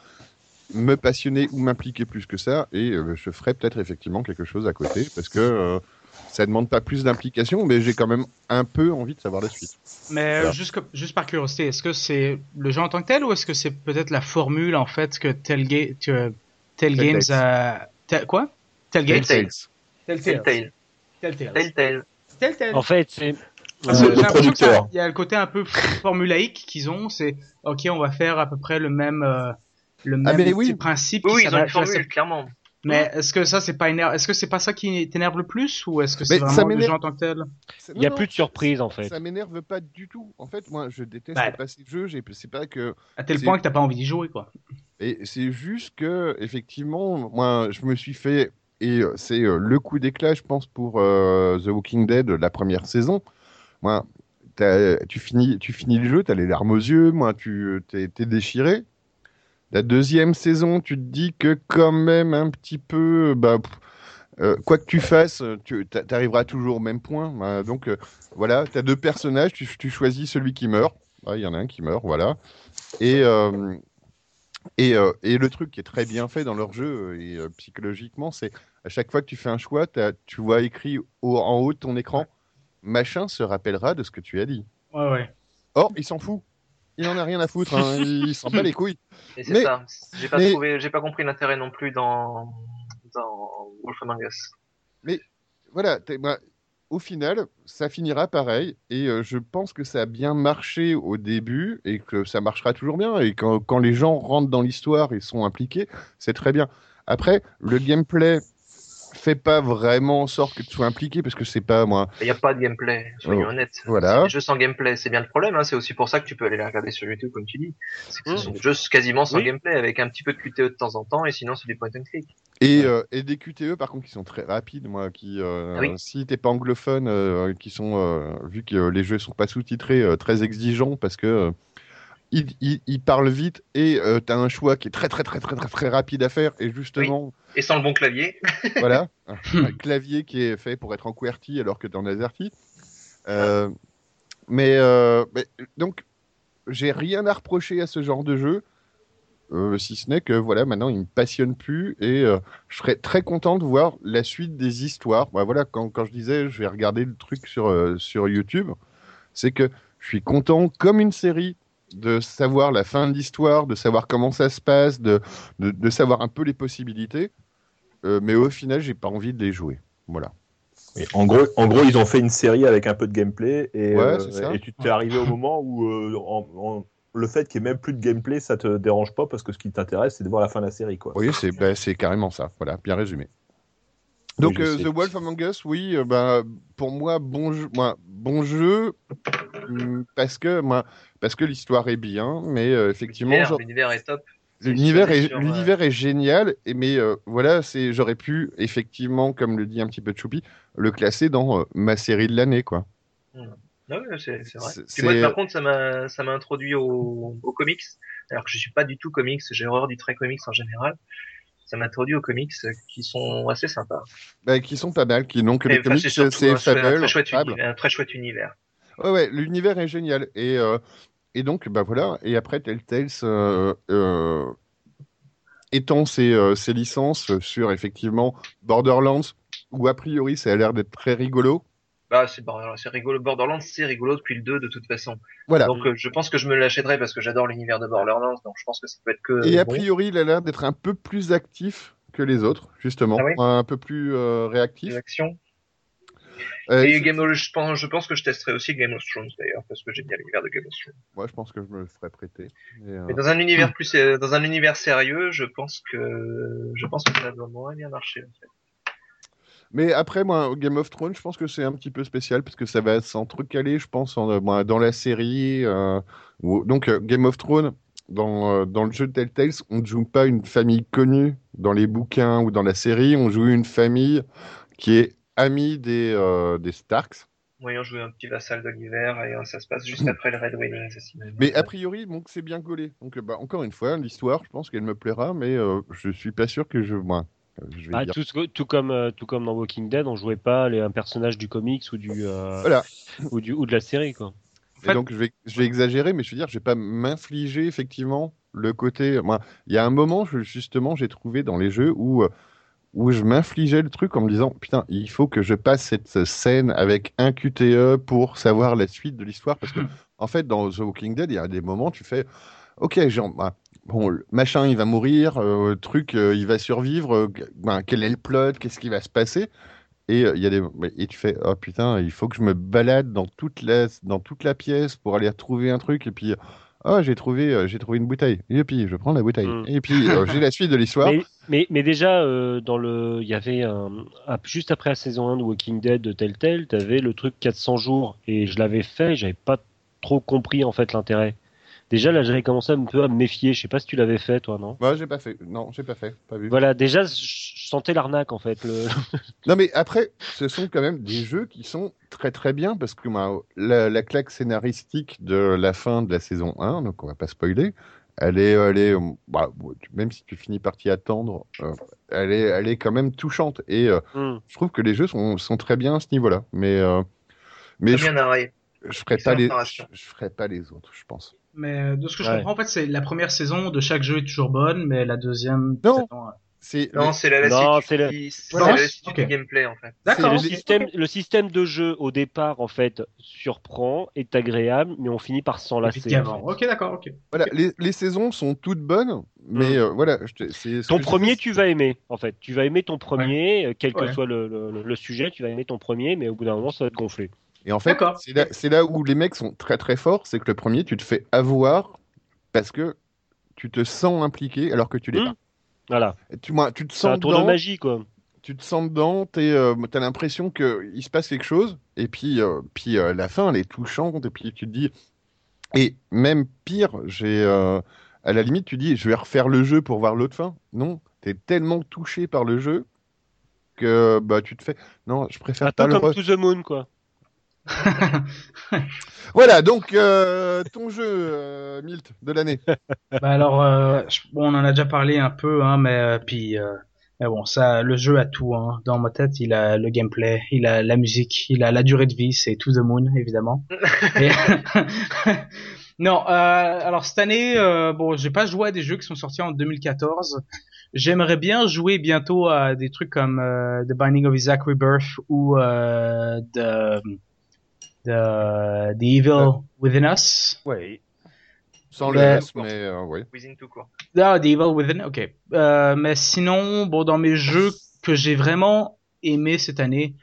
Speaker 2: me passionner ou m'impliquer plus que ça, et euh, je ferai peut-être effectivement quelque chose à côté parce que euh, ça demande pas plus d'implication, mais j'ai quand même un peu envie de savoir la suite.
Speaker 7: Mais euh,
Speaker 2: Voilà.
Speaker 7: juste, que- juste par curiosité, est-ce que c'est le jeu en tant que tel ou est-ce que c'est peut-être la formule en fait que Tell, Ga- que Tell
Speaker 2: Telltale.
Speaker 7: Games a. Tell- quoi Tell Games
Speaker 8: Telltale.
Speaker 7: Telltale.
Speaker 8: Telltale.
Speaker 7: Telltale.
Speaker 8: Telltale.
Speaker 7: Telltale.
Speaker 6: En fait, c'est.
Speaker 2: Ah,
Speaker 6: euh,
Speaker 7: Parce que
Speaker 4: Le
Speaker 7: j'ai l'impression que ça-
Speaker 4: producteur.
Speaker 7: Il y a le côté un peu formulaïque qu'ils ont, c'est ok, on va faire à peu près le même, euh, le
Speaker 2: Ah,
Speaker 7: même
Speaker 2: mais oui.
Speaker 7: petit principe.
Speaker 8: Oui,
Speaker 7: qui
Speaker 8: oui, ils ont
Speaker 7: s'adapte
Speaker 8: une
Speaker 7: à cette-
Speaker 8: formule, clairement.
Speaker 7: Mais est-ce que ça c'est pas éner- est-ce que c'est pas ça qui t'énerve le plus ou est-ce que
Speaker 2: Mais
Speaker 7: c'est
Speaker 2: ça
Speaker 7: vraiment les
Speaker 2: m'énerve-
Speaker 7: gens en tant que tel
Speaker 2: C'est-
Speaker 6: Il n'y a
Speaker 2: non,
Speaker 6: plus de surprise en fait.
Speaker 2: Ça m'énerve pas du tout. En fait, moi, je déteste
Speaker 7: Bah.
Speaker 2: le passé de jeu. j'ai- C'est pas que
Speaker 7: à tel
Speaker 2: C'est-
Speaker 7: point que t'as pas envie d'y jouer quoi
Speaker 2: Et c'est juste que, effectivement, moi, je me suis fait, et euh, c'est euh, le coup d'éclat, je pense, pour euh, The Walking Dead, la première saison. Moi, t'as- tu finis, tu finis le jeu, t'as les larmes aux yeux, moi, tu t'es t'es déchiré. La deuxième saison, tu te dis que quand même un petit peu, bah, pff, euh, quoi que tu fasses, tu t'a- t'arriveras toujours au même point. Bah, donc euh, voilà, tu as deux personnages, tu, tu choisis celui qui meurt. Ah, Il y en a un qui meurt, voilà. Et, euh, et, euh, et le truc qui est très bien fait dans leur jeu, euh, et euh, psychologiquement, c'est à chaque fois que tu fais un choix, t'as- tu vois écrit au- en haut de ton écran, machin se rappellera de ce que tu as dit.
Speaker 7: Ouais ouais.
Speaker 2: Or, il s'en fout. Il en a rien à foutre, hein. il s'en bat les couilles.
Speaker 8: Et c'est
Speaker 2: Mais-
Speaker 8: ça. J'ai pas
Speaker 2: mais-
Speaker 8: trouvé, j'ai pas compris l'intérêt non plus dans dans Wolf Among Us.
Speaker 2: voilà, t'es- moi, au final, ça finira pareil. Et euh, je pense que ça a bien marché au début et que ça marchera toujours bien. Et quand, quand les gens rentrent dans l'histoire et sont impliqués, c'est très bien. Après, le gameplay fait pas vraiment en sorte que tu sois impliqué parce que c'est pas moi.
Speaker 8: Il n'y a pas de gameplay, soyons
Speaker 2: Oh.
Speaker 8: honnêtes.
Speaker 2: Voilà.
Speaker 8: Les jeux sans gameplay, c'est bien le problème. Hein. C'est aussi pour ça que tu peux aller les regarder sur YouTube, comme tu dis. C'est que ce sont des jeux quasiment sans
Speaker 6: Oui.
Speaker 8: gameplay, avec un petit peu de QTE de temps en temps, et sinon c'est du point and click.
Speaker 2: Et, euh, et des QTE par contre qui sont très rapides, moi, qui euh,
Speaker 8: Ah oui.
Speaker 2: si t'es pas anglophone, euh, qui sont euh, vu que euh, les jeux sont pas sous-titrés, euh, très exigeants parce que euh, ils, ils- ils parlent vite et euh, t'as un choix qui est très très très très très très rapide à faire et justement
Speaker 8: Et sans le bon clavier.
Speaker 2: voilà un, un clavier qui est fait pour être en QWERTY alors que t'es en AZERTY. Euh, mais, euh, mais, donc j'ai rien à reprocher à ce genre de jeu. euh, si ce n'est que voilà, maintenant il me passionne plus et euh, je serais très content de voir la suite des histoires. Bah, voilà, quand, quand je disais je vais regarder le truc sur, euh, sur YouTube, c'est que je suis content comme une série de savoir la fin de l'histoire, de savoir comment ça se passe, de, de, de savoir un peu les possibilités. Euh, mais au final, j'ai pas envie de les jouer. Voilà.
Speaker 4: Et en, gros, en gros, ils ont fait une série avec un peu de gameplay et,
Speaker 2: Ouais,
Speaker 4: euh,
Speaker 2: c'est ça.
Speaker 4: et tu t'es arrivé au moment où euh, en- en- le fait qu'il n'y ait même plus de gameplay, ça te dérange pas parce que ce qui t'intéresse, c'est de voir la fin de la série. Quoi.
Speaker 2: Vous voyez, c'est bah, c'est carrément ça. Voilà, bien résumé. Donc,
Speaker 4: je
Speaker 2: euh,
Speaker 4: sais.
Speaker 2: The Wolf Among Us, oui, euh, bah, pour moi, bon jeu, moi, bon jeu hum, parce que, moi, parce que l'histoire est bien, mais euh, effectivement,
Speaker 8: L'univers-
Speaker 2: genre,
Speaker 8: L'univers est top.
Speaker 2: l'univers
Speaker 8: c'est
Speaker 2: est,
Speaker 8: sûr, ouais.
Speaker 2: l'univers est génial, et, mais euh, voilà, c'est, j'aurais pu, effectivement, comme le dit un petit peu Choupi, le classer dans euh, ma série de l'année, quoi.
Speaker 8: Non, mais euh, c'est c'est vrai.
Speaker 2: C'est-
Speaker 8: Puis moi,
Speaker 2: c'est-
Speaker 8: par contre, ça m'a ça m'a introduit au, aux comics, alors que je suis pas du tout comics, j'ai horreur du trait comics en général. Ça m'a introduit aux comics euh, qui sont assez sympas.
Speaker 2: Bah, qui sont pas mal, qui n'ont que
Speaker 8: Et
Speaker 2: les
Speaker 8: enfin,
Speaker 2: comics,
Speaker 8: c'est surtout
Speaker 2: c'est
Speaker 8: un, chouette- un
Speaker 2: Fable,
Speaker 8: très chouette
Speaker 2: Fable.
Speaker 8: uni- un très chouette univers.
Speaker 2: Ouais, ouais, l'univers est génial. Et, euh, et donc, bah voilà. Et après, Telltales euh, euh, étend ses, euh, ses licences sur effectivement Borderlands, où a priori ça a l'air d'être très rigolo.
Speaker 8: Bah, c'est Borderlands, c'est rigolo. Borderlands, c'est rigolo depuis le 2 de toute façon.
Speaker 2: Voilà.
Speaker 8: Donc, euh, je pense que je me l'achèterai parce que j'adore l'univers de Borderlands. Donc, je pense que ça peut être que.
Speaker 2: et
Speaker 8: euh,
Speaker 2: a
Speaker 8: bon.
Speaker 2: priori, il a l'air d'être un peu plus actif que les autres, justement.
Speaker 8: Ah ouais
Speaker 2: un peu plus euh,
Speaker 8: des
Speaker 2: réactif.
Speaker 8: actions.
Speaker 2: Euh,
Speaker 8: Et
Speaker 2: c'est-
Speaker 8: Game of, je pense, je pense que je testerai aussi Game of Thrones d'ailleurs parce que j'aime bien l'univers de Game of Thrones.
Speaker 2: Moi, je pense que je me le ferais prêter. Et, euh,
Speaker 8: Mais dans un univers plus, euh, dans un univers sérieux, je pense que, je pense que ça doit moins bien marcher. en fait.
Speaker 2: Mais après, moi, Game of Thrones, je pense que c'est un petit peu spécial parce que ça va s'entrecaler, je pense, en, euh, moi, dans la série. euh, ou- Donc, euh, Game of Thrones, dans, euh, dans le jeu de Telltales, on ne joue pas une famille connue dans les bouquins ou dans la série. On joue une famille qui est amie des, euh, des Starks.
Speaker 8: Moi, ayant joué un petit vassal de l'hiver et euh, ça se passe juste après le Red Wedding assassinat.
Speaker 2: Mais a priori, donc, c'est bien collé. Donc, euh, bah, encore une fois, l'histoire, je pense qu'elle me plaira, mais euh, je suis pas sûr que je. Moi, euh, je vais
Speaker 6: Ah,
Speaker 2: dire.
Speaker 6: tout, ce- tout comme euh, tout comme dans Walking Dead, on jouait pas les- un personnage du comics ou du euh,
Speaker 2: Voilà.
Speaker 6: ou du ou de la série quoi.
Speaker 2: Et donc, je vais, je vais exagérer, mais je veux dire, je vais pas m'infliger, effectivement, le côté. Moi, il y a un moment, je- justement, j'ai trouvé dans les jeux où, euh, où je m'infligeais le truc en me disant Putain, il faut que je passe cette euh, scène avec un QTE pour savoir la suite de l'histoire. Parce que, en fait, dans The Walking Dead, il y a des moments, tu fais Ok, genre, bah, bon, le machin, il va mourir, euh, truc, euh, il va survivre, euh, bah, quel est le plot, qu'est-ce qui va se passer et, euh, il y a des... et tu fais, oh putain, il faut que je me balade dans toute la, dans toute la pièce pour aller trouver un truc. Et puis, Ah, j'ai trouvé, euh, j'ai trouvé une bouteille. Et puis, je prends la bouteille.
Speaker 6: Mm.
Speaker 2: Et puis, euh, j'ai la suite de l'histoire.
Speaker 6: Mais, mais, mais déjà, euh, dans le, il y avait un, un- juste après la saison 1 de Walking Dead de Telltale, t'avais le truc 400 jours et je l'avais fait, j'avais pas trop compris en fait l'intérêt. Déjà là, j'avais commencé un peu à me méfier. Je sais pas si tu l'avais fait toi, non
Speaker 2: Bah, j'ai pas fait. Non, j'ai pas fait. Pas vu.
Speaker 6: Voilà, déjà, je je sentais l'arnaque en fait. Le... [laughs]
Speaker 2: Non, mais après, ce sont quand même des jeux qui sont très très bien parce que bah, la, la claque scénaristique de la fin de la saison 1, donc on va pas spoiler, elle est, elle est, euh, bah, bon, tu- même si tu finis par t'y attendre, euh, elle, est, elle est quand même touchante. Et euh,
Speaker 6: Hmm.
Speaker 2: je trouve que les jeux sont, sont très bien à ce niveau-là. Mais, euh, mais
Speaker 8: Très
Speaker 2: je,
Speaker 8: bien narré.
Speaker 2: je ferai pas
Speaker 8: excellente
Speaker 2: les, je,
Speaker 8: narration.
Speaker 2: je ferai pas les autres, je pense.
Speaker 7: Mais euh, de ce que je
Speaker 6: Ouais.
Speaker 7: comprends, en fait, c'est la première saison de chaque jeu est toujours bonne, mais la deuxième.
Speaker 2: Non.
Speaker 7: saison, euh,
Speaker 2: C'est
Speaker 8: Non, c'est la
Speaker 6: Non,
Speaker 8: lassitude
Speaker 6: c'est le-
Speaker 8: du- c'est
Speaker 7: Voilà.
Speaker 8: la lassitude
Speaker 7: Ok.
Speaker 8: du gameplay en fait.
Speaker 7: D'accord.
Speaker 6: Le
Speaker 7: ok.
Speaker 6: système, le système de jeu au départ en fait surprend, est agréable, mais on finit par
Speaker 7: Depuis
Speaker 6: s'enlacer.
Speaker 7: qu'avant.
Speaker 6: en fait.
Speaker 7: Ok, d'accord. Ok. [laughs]
Speaker 2: Voilà, les, les saisons sont toutes bonnes,
Speaker 8: Mm.
Speaker 2: mais euh, voilà, je te- c'est ce
Speaker 6: Ton
Speaker 2: que je
Speaker 6: premier,
Speaker 2: disais,
Speaker 6: tu vas aimer, en fait. Tu vas aimer ton premier, euh, quel que
Speaker 7: Ouais.
Speaker 6: soit le, le- le sujet, tu vas aimer ton premier, mais au bout d'un moment, ça va te gonfler.
Speaker 2: Et en fait,
Speaker 7: D'accord.
Speaker 2: c'est là, c'est là où les mecs sont très très forts, c'est que le premier, tu te fais avoir parce que tu te sens impliqué alors que tu l'es
Speaker 6: Mm.
Speaker 2: pas.
Speaker 6: Voilà.
Speaker 2: Et Tu, moi, tu te
Speaker 6: C'est
Speaker 2: sens
Speaker 6: un tour de
Speaker 2: dedans,
Speaker 6: magie, quoi.
Speaker 2: tu te sens dedans, t'es, euh, t'as l'impression qu'il se passe quelque chose, et puis, euh, puis euh, la fin, elle est touchante, et puis tu te dis... Et même pire, j'ai... euh, à la limite, tu dis, je vais refaire le jeu pour voir l'autre fin. Non, t'es tellement touché par le jeu que bah, tu te fais... Non, je préfère
Speaker 6: Un
Speaker 2: pas
Speaker 6: peu
Speaker 2: le
Speaker 6: comme
Speaker 2: re-
Speaker 6: To the Moon,
Speaker 2: [laughs]
Speaker 6: quoi.
Speaker 2: Voilà, donc euh, ton jeu, euh, Milt, de l'année.
Speaker 7: Bah alors, euh, je- bon, on en a déjà parlé un peu, hein, mais euh, puis, euh, mais bon, ça, le jeu a tout. Hein. Dans ma tête, il a le gameplay, il a la musique, il a la durée de vie, c'est To the Moon, évidemment. Et- [laughs] non, euh, alors cette année, euh, bon, j'ai pas joué à des jeux qui sont sortis en 2014. J'aimerais bien jouer bientôt à des trucs comme euh, The Binding of Isaac Rebirth ou euh, The, The, The Evil Within Us.
Speaker 6: Ouais.
Speaker 2: Sans le
Speaker 7: Ouais.
Speaker 2: S, mais euh, ouais.
Speaker 8: Within tout court.
Speaker 7: Ah, The Evil Within, ok. Euh, mais sinon, bon, dans mes jeux que j'ai vraiment aimé cette année,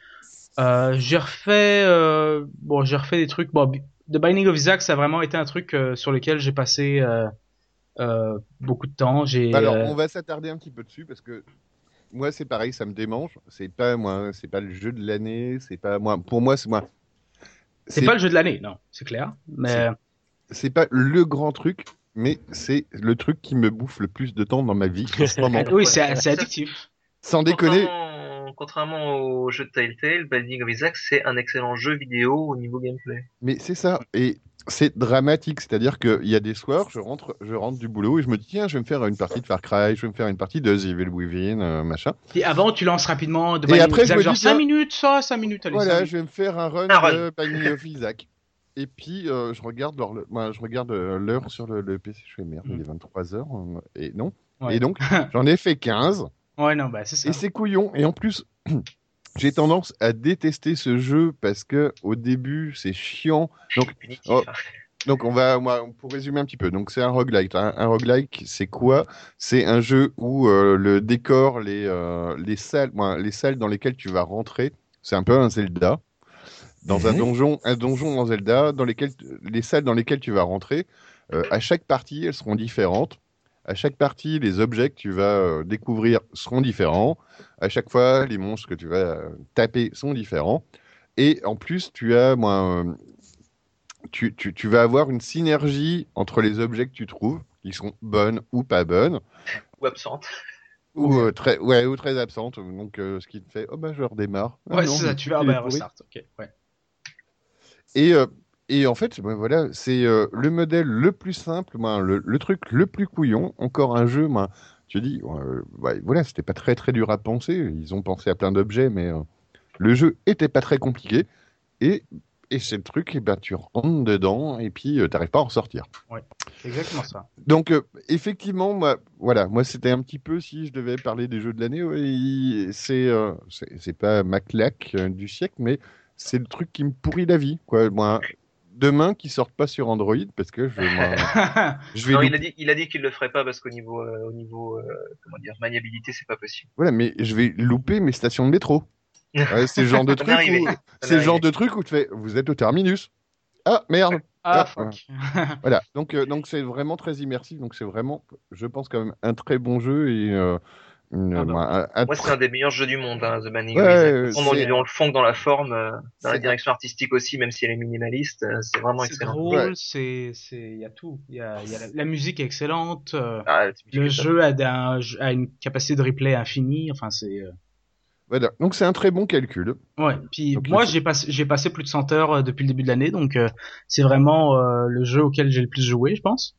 Speaker 7: euh, j'ai refait, euh, bon, j'ai refait des trucs. Bon, B- The Binding of Isaac, ça a vraiment été un truc euh, sur lequel j'ai passé euh, euh, beaucoup de temps. J'ai,
Speaker 2: Bah Alors,
Speaker 7: euh,
Speaker 2: on va s'attarder un petit peu dessus parce que moi, c'est pareil, ça me démange. C'est pas moi, c'est pas le jeu de l'année, c'est pas moi. Pour moi, c'est moi.
Speaker 7: c'est pas le jeu de l'année, non, c'est clair. Mais
Speaker 2: c'est pas le grand truc, mais c'est le truc qui me bouffe le plus de temps dans ma vie en ce moment.
Speaker 7: euh, oui, c'est, c'est addictif.
Speaker 2: Sans déconner,
Speaker 8: Contrairement, contrairement au jeu de Telltale, Binding of Isaac, c'est un excellent jeu vidéo au niveau gameplay.
Speaker 2: mais c'est ça. Et c'est dramatique, c'est-à-dire qu'il y a des soirs, je rentre, je rentre du boulot et je me dis tiens, je vais me faire une partie de Far Cry, je vais me faire une partie de The Evil Within, euh, machin.
Speaker 7: Et avant, tu lances rapidement The
Speaker 2: Et
Speaker 7: Binding
Speaker 2: après,
Speaker 7: of Isaac,
Speaker 2: je me
Speaker 7: genre
Speaker 2: dis,
Speaker 7: 5
Speaker 2: tiens,
Speaker 7: minutes, ça, 5 minutes, allez, cinq
Speaker 2: Voilà,
Speaker 7: minutes.
Speaker 2: je vais me faire un run
Speaker 8: Un run.
Speaker 2: de Binding of Isaac. Et puis, euh, je regarde l'heure moi, je regarde euh, l'heure sur le, le PC. Je fais merde,
Speaker 8: Mm.
Speaker 2: il est 23h. Et non.
Speaker 7: Ouais.
Speaker 2: Et
Speaker 8: [laughs]
Speaker 2: donc, j'en ai fait 15.
Speaker 7: Ouais, non, bah, c'est ça.
Speaker 2: Et c'est couillon. Et en plus, [clears throat] j'ai tendance à détester ce jeu parce que au début, c'est chiant. Donc,
Speaker 8: Punitif.
Speaker 2: Oh. donc on va, moi, pour résumer un petit peu, donc c'est un roguelike. Un, un roguelike, c'est quoi C'est un jeu où euh, le décor, les, euh, les salles, enfin, les salles dans lesquelles tu vas rentrer, c'est un peu un Zelda. Dans un donjon, un donjon dans Zelda, dans lesquels les salles dans lesquelles tu vas rentrer, euh, à chaque partie, elles seront différentes. À chaque partie, les objets que tu vas euh, découvrir seront différents. À chaque fois, les monstres que tu vas euh, taper sont différents. Et en plus, tu as, moi, euh, tu, tu- tu vas avoir une synergie entre les objets que tu trouves, qui sont bonnes ou pas bonnes,
Speaker 8: Ou absente.
Speaker 2: ou, euh, très, ouais, ou très absentes. Donc, euh, ce qui te fait, oh bah, je redémarre. Ah
Speaker 7: Ouais,
Speaker 2: non,
Speaker 7: c'est ça,
Speaker 2: mais
Speaker 7: tu vas, ah,
Speaker 2: il est
Speaker 7: bah,
Speaker 2: pourri.
Speaker 7: restart, ok, ouais.
Speaker 2: Et, euh, et en fait, ben voilà, c'est euh, le modèle le plus simple, ben, le, le truc le plus couillon. Encore un jeu, ben, tu dis, euh, ouais, voilà, c'était pas très très dur à penser. Ils ont pensé à plein d'objets, mais euh, le jeu était pas très compliqué. Et, et c'est le truc, et ben, tu rentres dedans et puis euh, t'arrives pas à en sortir.
Speaker 7: C'est exactement [laughs] ça.
Speaker 2: Donc, euh, effectivement, moi, voilà, moi, c'était un petit peu si je devais parler des jeux de l'année. ouais, il- c'est, euh, c'est, c'est pas ma claque euh, du siècle, mais c'est le truc qui me pourrit la vie. Quoi. Moi, demain, qu'ils sortent pas sur Android, parce que je,
Speaker 8: [laughs]
Speaker 2: moi,
Speaker 7: Ah,
Speaker 2: je vais.
Speaker 8: Non, il
Speaker 2: louper-
Speaker 8: a dit, il a dit qu'il le ferait pas parce qu'au niveau, euh, au niveau, euh, comment dire, maniabilité, c'est pas possible.
Speaker 2: Voilà, mais je vais louper mes stations de
Speaker 8: [laughs]
Speaker 2: métro. Ouais, c'est le genre de
Speaker 8: Ça m'est
Speaker 2: truc
Speaker 8: arrivé.
Speaker 2: où,
Speaker 8: Ça m'est
Speaker 2: c'est le genre
Speaker 8: arrivé.
Speaker 2: de truc où tu fais, vous êtes au terminus. Ah merde
Speaker 7: Ah,
Speaker 2: Ah,
Speaker 7: fuck.
Speaker 2: Voilà, donc euh, donc c'est vraiment très immersif, donc c'est vraiment, je pense quand même un très bon jeu et euh, une-
Speaker 6: Ah bah.
Speaker 2: un- un
Speaker 8: Moi, c'est
Speaker 2: très-
Speaker 8: un des meilleurs jeux du monde, hein, The Manning.
Speaker 2: Ouais, ouais,
Speaker 8: on,
Speaker 2: c'est-
Speaker 8: le fond dans la forme, euh, dans
Speaker 2: C'est-
Speaker 8: la direction artistique aussi, même si elle est minimaliste. euh, C'est vraiment
Speaker 7: C'est
Speaker 8: excellent.
Speaker 2: Ouais.
Speaker 7: drôle, c'est, c'est, il y a tout. Il y a, il y a la, la musique est excellente. euh,
Speaker 8: Ah, tu
Speaker 7: le
Speaker 8: m'étonnes.
Speaker 7: jeu a, d'un- a une capacité de replay infinie. Enfin, c'est. euh,
Speaker 2: voilà. donc c'est un très bon calcul.
Speaker 7: Ouais. Puis
Speaker 2: Donc,
Speaker 7: moi,
Speaker 2: le-
Speaker 7: j'ai passé, j'ai passé plus de 100 heures euh, depuis le début de l'année, donc euh, c'est vraiment euh, le jeu auquel j'ai le plus joué, je pense.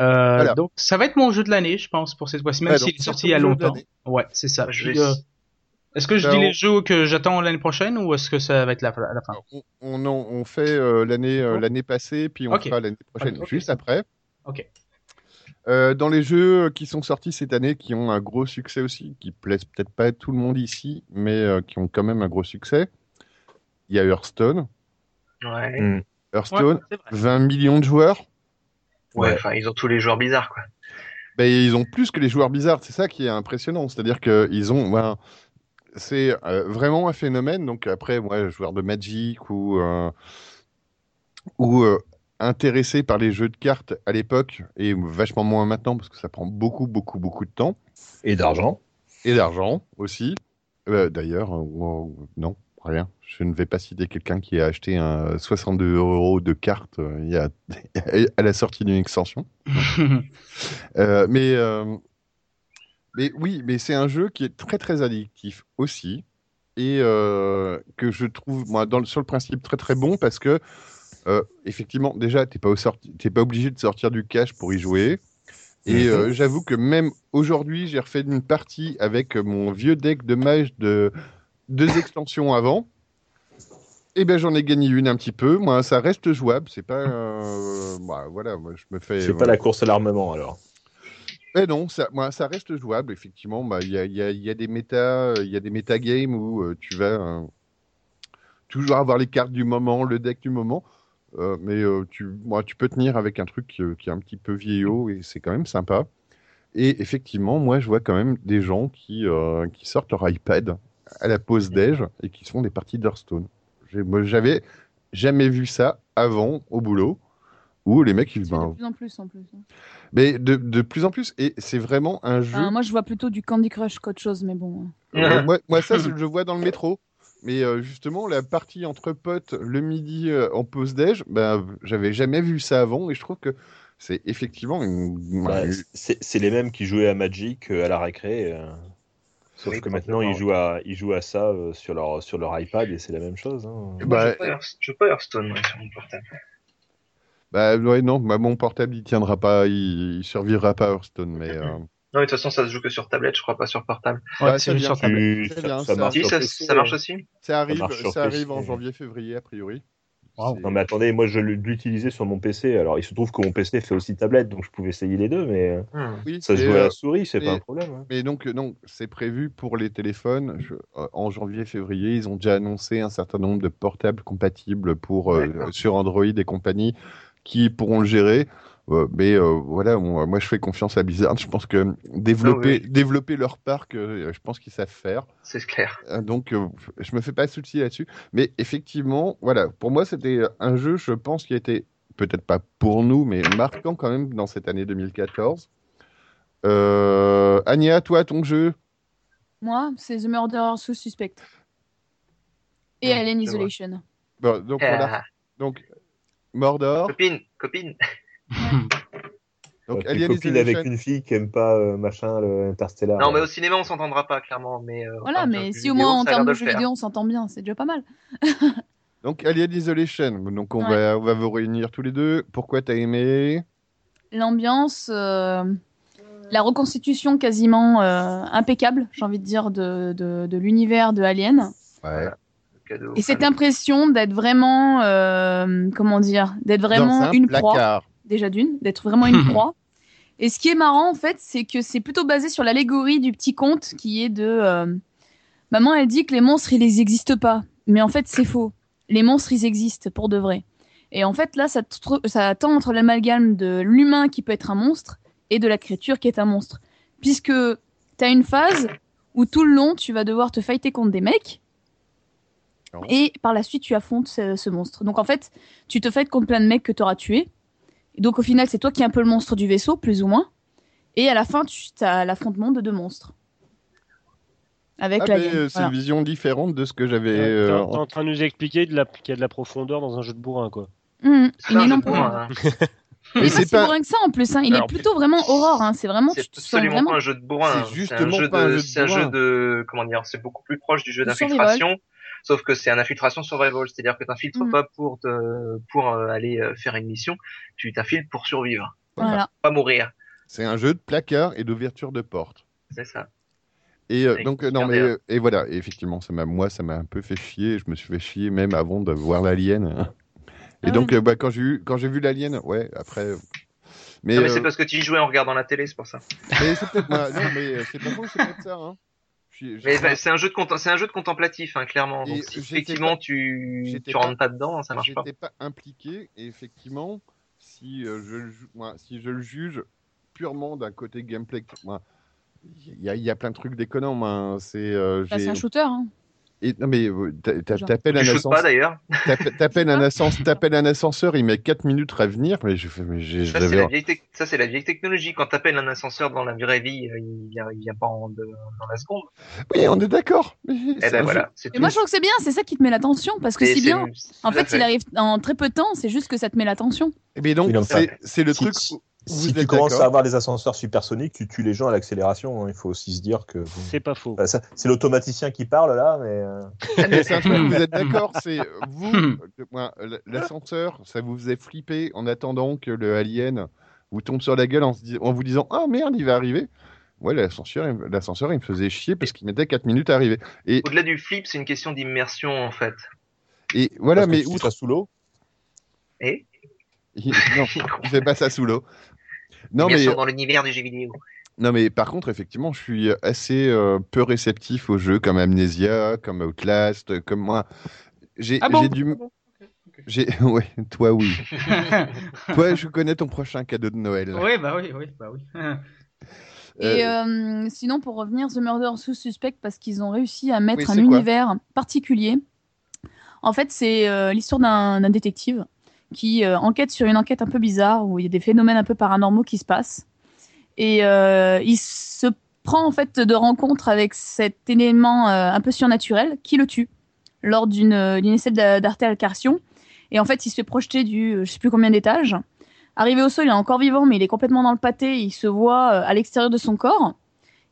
Speaker 7: Euh,
Speaker 2: Voilà.
Speaker 7: Donc, ça va être mon jeu de l'année, je pense, pour cette fois-ci, même
Speaker 2: Ouais,
Speaker 7: s'il
Speaker 2: donc,
Speaker 7: est
Speaker 2: surtout
Speaker 7: sorti il y a
Speaker 2: le jeu de
Speaker 7: longtemps.
Speaker 2: l'année. Bah,
Speaker 7: Ouais, c'est ça.
Speaker 8: Moi, je
Speaker 7: Puis,
Speaker 8: vais-
Speaker 7: euh, Est-ce que je
Speaker 2: Ben,
Speaker 7: dis
Speaker 2: on-
Speaker 7: les jeux que j'attends l'année prochaine ou est-ce que ça va être la, la fin
Speaker 2: On, on, en- on fait euh, l'année euh, l'année passée, puis on
Speaker 7: Ok.
Speaker 2: fera l'année prochaine,
Speaker 7: Ok, ok.
Speaker 2: juste après.
Speaker 7: Ok.
Speaker 2: Euh, dans les jeux qui sont sortis cette année, qui ont un gros succès aussi, qui plaisent peut-être pas à tout le monde ici, mais euh, qui ont quand même un gros succès, il y a Hearthstone.
Speaker 8: Ouais.
Speaker 4: Mm.
Speaker 2: Hearthstone,
Speaker 7: Ouais, c'est vrai.
Speaker 2: 20 millions de joueurs.
Speaker 8: Ouais,
Speaker 4: Ouais.
Speaker 8: enfin, ils ont tous les joueurs bizarres, quoi.
Speaker 2: Ben, ils ont plus que les joueurs bizarres, c'est ça qui est impressionnant. C'est-à-dire qu'ils ont. ben, c'est euh, vraiment un phénomène. Donc, après, moi, joueur de Magic ou, euh, ou euh, intéressé par les jeux de cartes à l'époque, et vachement moins maintenant, parce que ça prend beaucoup, beaucoup, beaucoup de temps
Speaker 4: Et d'argent.
Speaker 2: et d'argent aussi. Euh, D'ailleurs, euh, wow, non, rien. Je ne vais pas citer quelqu'un qui a acheté un 62 euros de cartes euh, il y a- [laughs] à la sortie d'une extension. Euh, mais, euh, mais oui, mais c'est un jeu qui est très très addictif aussi et euh, que je trouve moi dans le, sur le principe très très bon parce que euh, effectivement déjà t'es pas au sorti- t'es pas obligé de sortir du cash pour y jouer. Et
Speaker 4: Mhm.
Speaker 2: euh, j'avoue que même aujourd'hui, j'ai refait une partie avec mon vieux deck de mage de deux extensions avant. Et ben j'en ai gagné une un petit peu. Moi, ça reste jouable. C'est pas, euh, bah, voilà, moi je me fais.
Speaker 4: C'est pas la course à l'armement alors.
Speaker 2: Eh non, ça, moi, ça reste jouable, effectivement. Bah, Il y, a, il y a- il y a des méta, euh, il y a des métagames où euh, tu vas euh, toujours avoir les cartes du moment, le deck du moment. Euh, mais euh, tu, moi, tu peux tenir avec un truc euh, qui est un petit peu vieillot et c'est quand même sympa. Et effectivement, moi, je vois quand même des gens qui, euh, qui sortent leur iPad à la pause déj et qui se font des parties d'Hearthstone. J'ai- moi, J'avais jamais vu ça avant au boulot où les mecs, ils,
Speaker 5: Tu fais de
Speaker 2: ben,
Speaker 5: plus en plus en plus. hein.
Speaker 2: mais de, de plus en plus, et c'est vraiment un jeu.
Speaker 4: Ah,
Speaker 5: Enfin, Euh, moi, je vois plutôt du Candy Crush qu'autre chose, mais bon. hein.
Speaker 2: Euh,
Speaker 8: [laughs]
Speaker 2: moi,
Speaker 4: [laughs]
Speaker 2: moi, ça, je le vois dans le métro. Mais euh, justement, la partie entre potes le midi euh, en pause déj, ben, j'avais jamais vu ça avant, et je trouve que c'est effectivement une.
Speaker 4: Bah, c'est c'est les mêmes qui jouaient à Magic euh, à la récré. euh, Sauf
Speaker 8: Oui,
Speaker 4: que maintenant
Speaker 8: complètement,
Speaker 4: ils
Speaker 8: ouais.
Speaker 4: jouent à ils jouent à ça euh, sur leur sur leur iPad et c'est la même chose. hein.
Speaker 8: Moi, je
Speaker 2: Bah,
Speaker 8: joue pas Hearth- je joue pas Hearthstone, moi, sur mon portable.
Speaker 2: bah, ouais, non, bah, mon portable, il tiendra pas, il, il survivra pas à Hearthstone,
Speaker 4: [laughs]
Speaker 2: mais. euh,
Speaker 8: Non, mais de toute façon, ça se joue que sur tablette, je crois pas sur portable.
Speaker 7: [laughs] Ouais,
Speaker 2: Ah, ça
Speaker 7: c'est juste
Speaker 2: vient, [laughs]
Speaker 7: sur
Speaker 2: tu-
Speaker 7: tablette.
Speaker 4: Tu-
Speaker 2: Très bien,
Speaker 4: ça,
Speaker 2: ça.
Speaker 4: ça marche
Speaker 8: Si,
Speaker 4: sur
Speaker 8: ça,
Speaker 4: PC,
Speaker 8: ça marche
Speaker 4: hein.
Speaker 8: aussi?
Speaker 2: Ça arrive,
Speaker 4: marche sur
Speaker 2: ça arrive en
Speaker 4: PC.
Speaker 2: janvier-février, a priori.
Speaker 7: Wow.
Speaker 2: C'est-
Speaker 4: Non mais attendez, moi je l'utilisais sur mon PC. Alors il se trouve que mon PC fait aussi tablette, donc je pouvais essayer les deux, mais euh,
Speaker 8: Hmm.
Speaker 2: Oui,
Speaker 4: ça se
Speaker 2: mais,
Speaker 4: joue à
Speaker 2: euh,
Speaker 4: la souris, c'est
Speaker 2: mais-
Speaker 4: pas un problème. hein.
Speaker 2: Mais donc, euh, non, c'est prévu pour les téléphones. Je- euh, en janvier-février, ils ont déjà annoncé un certain nombre de portables compatibles pour, euh,
Speaker 8: D'accord.
Speaker 2: sur Android et compagnie qui pourront le gérer. Euh, mais euh, voilà, moi, moi, je fais confiance à Blizzard. Je pense que développer, développer leur parc, euh, je pense qu'ils savent faire.
Speaker 8: C'est clair.
Speaker 2: Euh, Donc, euh, je me fais pas de soucis là-dessus. Mais effectivement, voilà, pour moi, c'était un jeu, je pense, qui a été, peut-être pas pour nous, mais marquant quand même dans cette année 2014. Euh, Ania, toi, ton jeu
Speaker 5: Moi, c'est The Murderer sous Suspect. Et
Speaker 8: Ouais,
Speaker 5: Alien
Speaker 8: je vois.
Speaker 5: Isolation.
Speaker 2: Bon, donc, voilà.
Speaker 8: Ah,
Speaker 2: donc Mordor,
Speaker 8: copine, copine.
Speaker 2: donc
Speaker 4: T'es
Speaker 2: Alien
Speaker 4: copine
Speaker 2: Isolation.
Speaker 4: avec Euh, une fille qui aime pas euh, machin le Interstellar.
Speaker 8: Non, mais
Speaker 4: euh.
Speaker 8: au cinéma, on s'entendra pas, clairement, mais. euh, en
Speaker 5: Voilà,
Speaker 8: termes de
Speaker 5: mais
Speaker 8: jeux
Speaker 5: si au
Speaker 8: vidéo,
Speaker 5: moins en
Speaker 8: ça a l'air
Speaker 5: termes de
Speaker 8: le
Speaker 5: jeux
Speaker 8: faire.
Speaker 5: vidéo, on s'entend bien, c'est déjà pas mal.
Speaker 2: Donc Alien Isolation, donc on,
Speaker 5: Ouais.
Speaker 2: va, on va vous réunir tous les deux. Pourquoi t'as aimé
Speaker 5: L'ambiance, euh, la reconstitution quasiment euh, impeccable, j'ai envie de dire, de, de, de l'univers de Alien.
Speaker 2: Ouais.
Speaker 8: Cadeau.
Speaker 5: Et cette impression d'être vraiment, euh, comment dire, d'être
Speaker 2: Dans
Speaker 5: vraiment
Speaker 2: un
Speaker 5: une proie.
Speaker 2: placard.
Speaker 5: déjà d'une, d'être vraiment
Speaker 8: [laughs]
Speaker 5: une proie. Et ce qui est marrant, en fait, c'est que c'est plutôt basé sur l'allégorie du petit conte qui est de. euh, Maman, elle dit que les monstres, ils n'existent pas. Mais en fait, c'est faux. Les monstres, ils existent pour de vrai. Et en fait, là, ça, tr- ça tend entre l'amalgame de l'humain qui peut être un monstre et de la créature qui est un monstre. Puisque tu as une phase où tout le long, tu vas devoir te fighter contre des mecs.
Speaker 2: D'accord.
Speaker 5: Et par la suite, tu affrontes ce, ce monstre. Donc en fait, tu te fais contre plein de mecs que tu auras tués. Et donc au final, c'est toi qui es un peu le monstre du vaisseau, plus ou moins. Et à la fin, tu as l'affrontement de deux monstres. Avec
Speaker 2: Ah,
Speaker 5: la
Speaker 2: mais,
Speaker 5: hyène,
Speaker 2: euh, c'est
Speaker 5: voilà.
Speaker 2: une vision différente de ce que j'avais.
Speaker 6: [laughs] T'es t'es
Speaker 2: euh,
Speaker 6: en train de nous expliquer de la- qu'il y a de la profondeur dans un jeu de bourrin, quoi.
Speaker 5: Mhm.
Speaker 8: C'est
Speaker 5: Il
Speaker 8: un
Speaker 5: est
Speaker 8: jeu
Speaker 5: non
Speaker 8: de
Speaker 5: plus.
Speaker 8: bourrin, hein.
Speaker 5: Il
Speaker 2: Mais
Speaker 5: est pas
Speaker 2: c'est
Speaker 5: si
Speaker 2: pas-
Speaker 5: bourrin que ça en plus. hein. Il
Speaker 8: Alors,
Speaker 5: est plutôt vraiment aurore. hein. C'est vraiment.
Speaker 8: C'est
Speaker 5: tu te sens
Speaker 8: absolument
Speaker 5: vraiment...
Speaker 8: pas un jeu de bourrin.
Speaker 2: C'est
Speaker 8: hein. un
Speaker 2: justement
Speaker 8: jeu
Speaker 2: pas un jeu
Speaker 8: de,
Speaker 2: de
Speaker 8: c'est un
Speaker 2: bourrin.
Speaker 8: jeu de, comment dire, c'est beaucoup plus proche du jeu
Speaker 5: Du
Speaker 8: d'infiltration. Sauf que c'est un infiltration survival, c'est-à-dire que t'infiltres
Speaker 5: Mm.
Speaker 8: pas pour te- pour euh, aller euh, faire une mission, tu t'infiltres pour survivre,
Speaker 5: Voilà.
Speaker 8: pas mourir.
Speaker 2: C'est un jeu de placard et d'ouverture de porte.
Speaker 8: C'est ça.
Speaker 2: Et euh,
Speaker 8: Et
Speaker 2: donc,
Speaker 8: qui
Speaker 2: euh, non,
Speaker 8: perd
Speaker 2: mais,
Speaker 8: derrière.
Speaker 2: euh, et voilà, et effectivement, ça m'a, moi, ça m'a un peu fait chier. Je me suis fait chier même avant de voir
Speaker 8: [laughs]
Speaker 2: l'alien. Et
Speaker 5: Ah
Speaker 2: donc,
Speaker 5: ouais.
Speaker 2: euh, bah, quand j'ai eu, quand j'ai vu l'alien, ouais, après. euh, Mais,
Speaker 8: Non,
Speaker 2: euh,
Speaker 8: mais c'est parce que tu y jouais en regardant la télé, c'est pour ça.
Speaker 2: mais c'est peut-être moi. Non, mais euh, c'est pas faux, c'est peut-être ça. Hein. Je suis- je- [laughs]
Speaker 8: Mais bah, c'est un jeu de contem- c'est un jeu de contemplatif, hein, clairement.
Speaker 2: Et
Speaker 8: Donc si
Speaker 2: j'étais
Speaker 8: effectivement
Speaker 2: pas-
Speaker 8: tu
Speaker 2: j'étais
Speaker 8: tu rentres pas dedans, ça marche pas.
Speaker 2: J'étais pas impliqué et effectivement, si euh, je le ju- moi, si je le juge purement d'un côté gameplay, moi, il y, a- il y a plein de trucs déconnants. moi, hein. C'est, euh,
Speaker 5: Bah,
Speaker 2: j'ai-
Speaker 5: c'est un shooter. hein.
Speaker 2: et- non mais euh, t'a- t'a-
Speaker 5: Genre.
Speaker 2: t'appelles
Speaker 8: Tu
Speaker 2: un
Speaker 8: shootes
Speaker 2: ascenseur.
Speaker 8: pas d'ailleurs.
Speaker 2: T'appelles- T'appelles un,
Speaker 5: pas.
Speaker 2: ascens- t'appelles un ascenseur, il met 4 minutes à venir, mais je fais, mais j'ai-
Speaker 8: Ça c'est
Speaker 2: j'avais-
Speaker 8: la vieille tec- ça, c'est la vieille technologie. Quand t'appelles un ascenseur dans la vraie vie, euh, il vient il vient pas en deux- dans la seconde.
Speaker 2: Oui, on est d'accord. mais
Speaker 8: Et
Speaker 2: c'est
Speaker 8: ben
Speaker 2: un
Speaker 8: voilà. c'est
Speaker 5: Mais
Speaker 8: tout.
Speaker 5: moi, je trouve que c'est bien. C'est ça qui te met l'attention parce que
Speaker 8: Et
Speaker 5: c'est bien. En
Speaker 8: tout à
Speaker 5: fait, il arrive en très peu de temps. C'est juste que ça te met l'attention.
Speaker 2: jeu. Mais donc,
Speaker 4: Oui, donc,
Speaker 2: c'est- c'est le
Speaker 4: si-
Speaker 2: truc.
Speaker 4: si-
Speaker 2: où vous
Speaker 4: Si
Speaker 2: êtes
Speaker 4: tu commences à
Speaker 2: d'accord.
Speaker 4: avoir les ascenseurs supersoniques, tu tues les gens à l'accélération. hein. Il faut aussi se dire que. bon,
Speaker 6: C'est pas faux.
Speaker 4: bah, ça- C'est l'automaticien qui parle là, mais. euh,
Speaker 8: Ah,
Speaker 2: mais
Speaker 5: [laughs]
Speaker 2: c'est un truc où
Speaker 4: [laughs]
Speaker 2: vous êtes d'accord, c'est vous,
Speaker 4: Hmm.
Speaker 2: euh, moi, euh, l'ascenseur, ça vous faisait flipper en attendant que le alien vous tombe sur la gueule en, se dis- en vous disant Ah merde, il va arriver. Ouais, l'ascenseur, il- l'ascenseur, il me faisait chier parce qu'il mettait 4 minutes à arriver.
Speaker 8: Au-delà du flip, c'est une question d'immersion en fait.
Speaker 2: Et voilà,
Speaker 4: parce que
Speaker 2: mais
Speaker 4: tu
Speaker 2: outre
Speaker 4: seras sous l'eau.
Speaker 8: Et
Speaker 2: non, [laughs] il fait pas ça sous l'eau. Non, mais
Speaker 8: immersion dans l'univers du jeu vidéo.
Speaker 2: Non, mais par contre, effectivement, je suis assez euh, peu réceptif aux jeux comme Amnesia, comme Outlast, comme moi. J'ai
Speaker 7: Ah bon
Speaker 2: j'ai du. J'ai... [laughs] Ouais, toi, oui. toi, je connais ton prochain cadeau de Noël.
Speaker 7: Oui, bah oui, oui, bah oui. [laughs]
Speaker 5: Et
Speaker 2: Euh,
Speaker 5: euh, sinon, pour revenir, The Murder sous Suspect, parce qu'ils ont réussi à mettre
Speaker 2: Oui,
Speaker 5: un
Speaker 2: c'est quoi
Speaker 5: univers particulier. En fait, c'est euh, l'histoire d'un d'un détective qui euh, enquête sur une enquête un peu bizarre où il y a des phénomènes un peu paranormaux qui se passent. Et euh, il se prend en fait de rencontre avec cet élément euh, un peu surnaturel qui le tue lors d'une euh, d'une essai d'a- d'artéalcartion. Et en fait, il se fait projeter du euh, je sais plus combien d'étages. Arrivé au sol, il est encore vivant, mais il est complètement dans le pâté. Il se voit euh, à l'extérieur de son corps.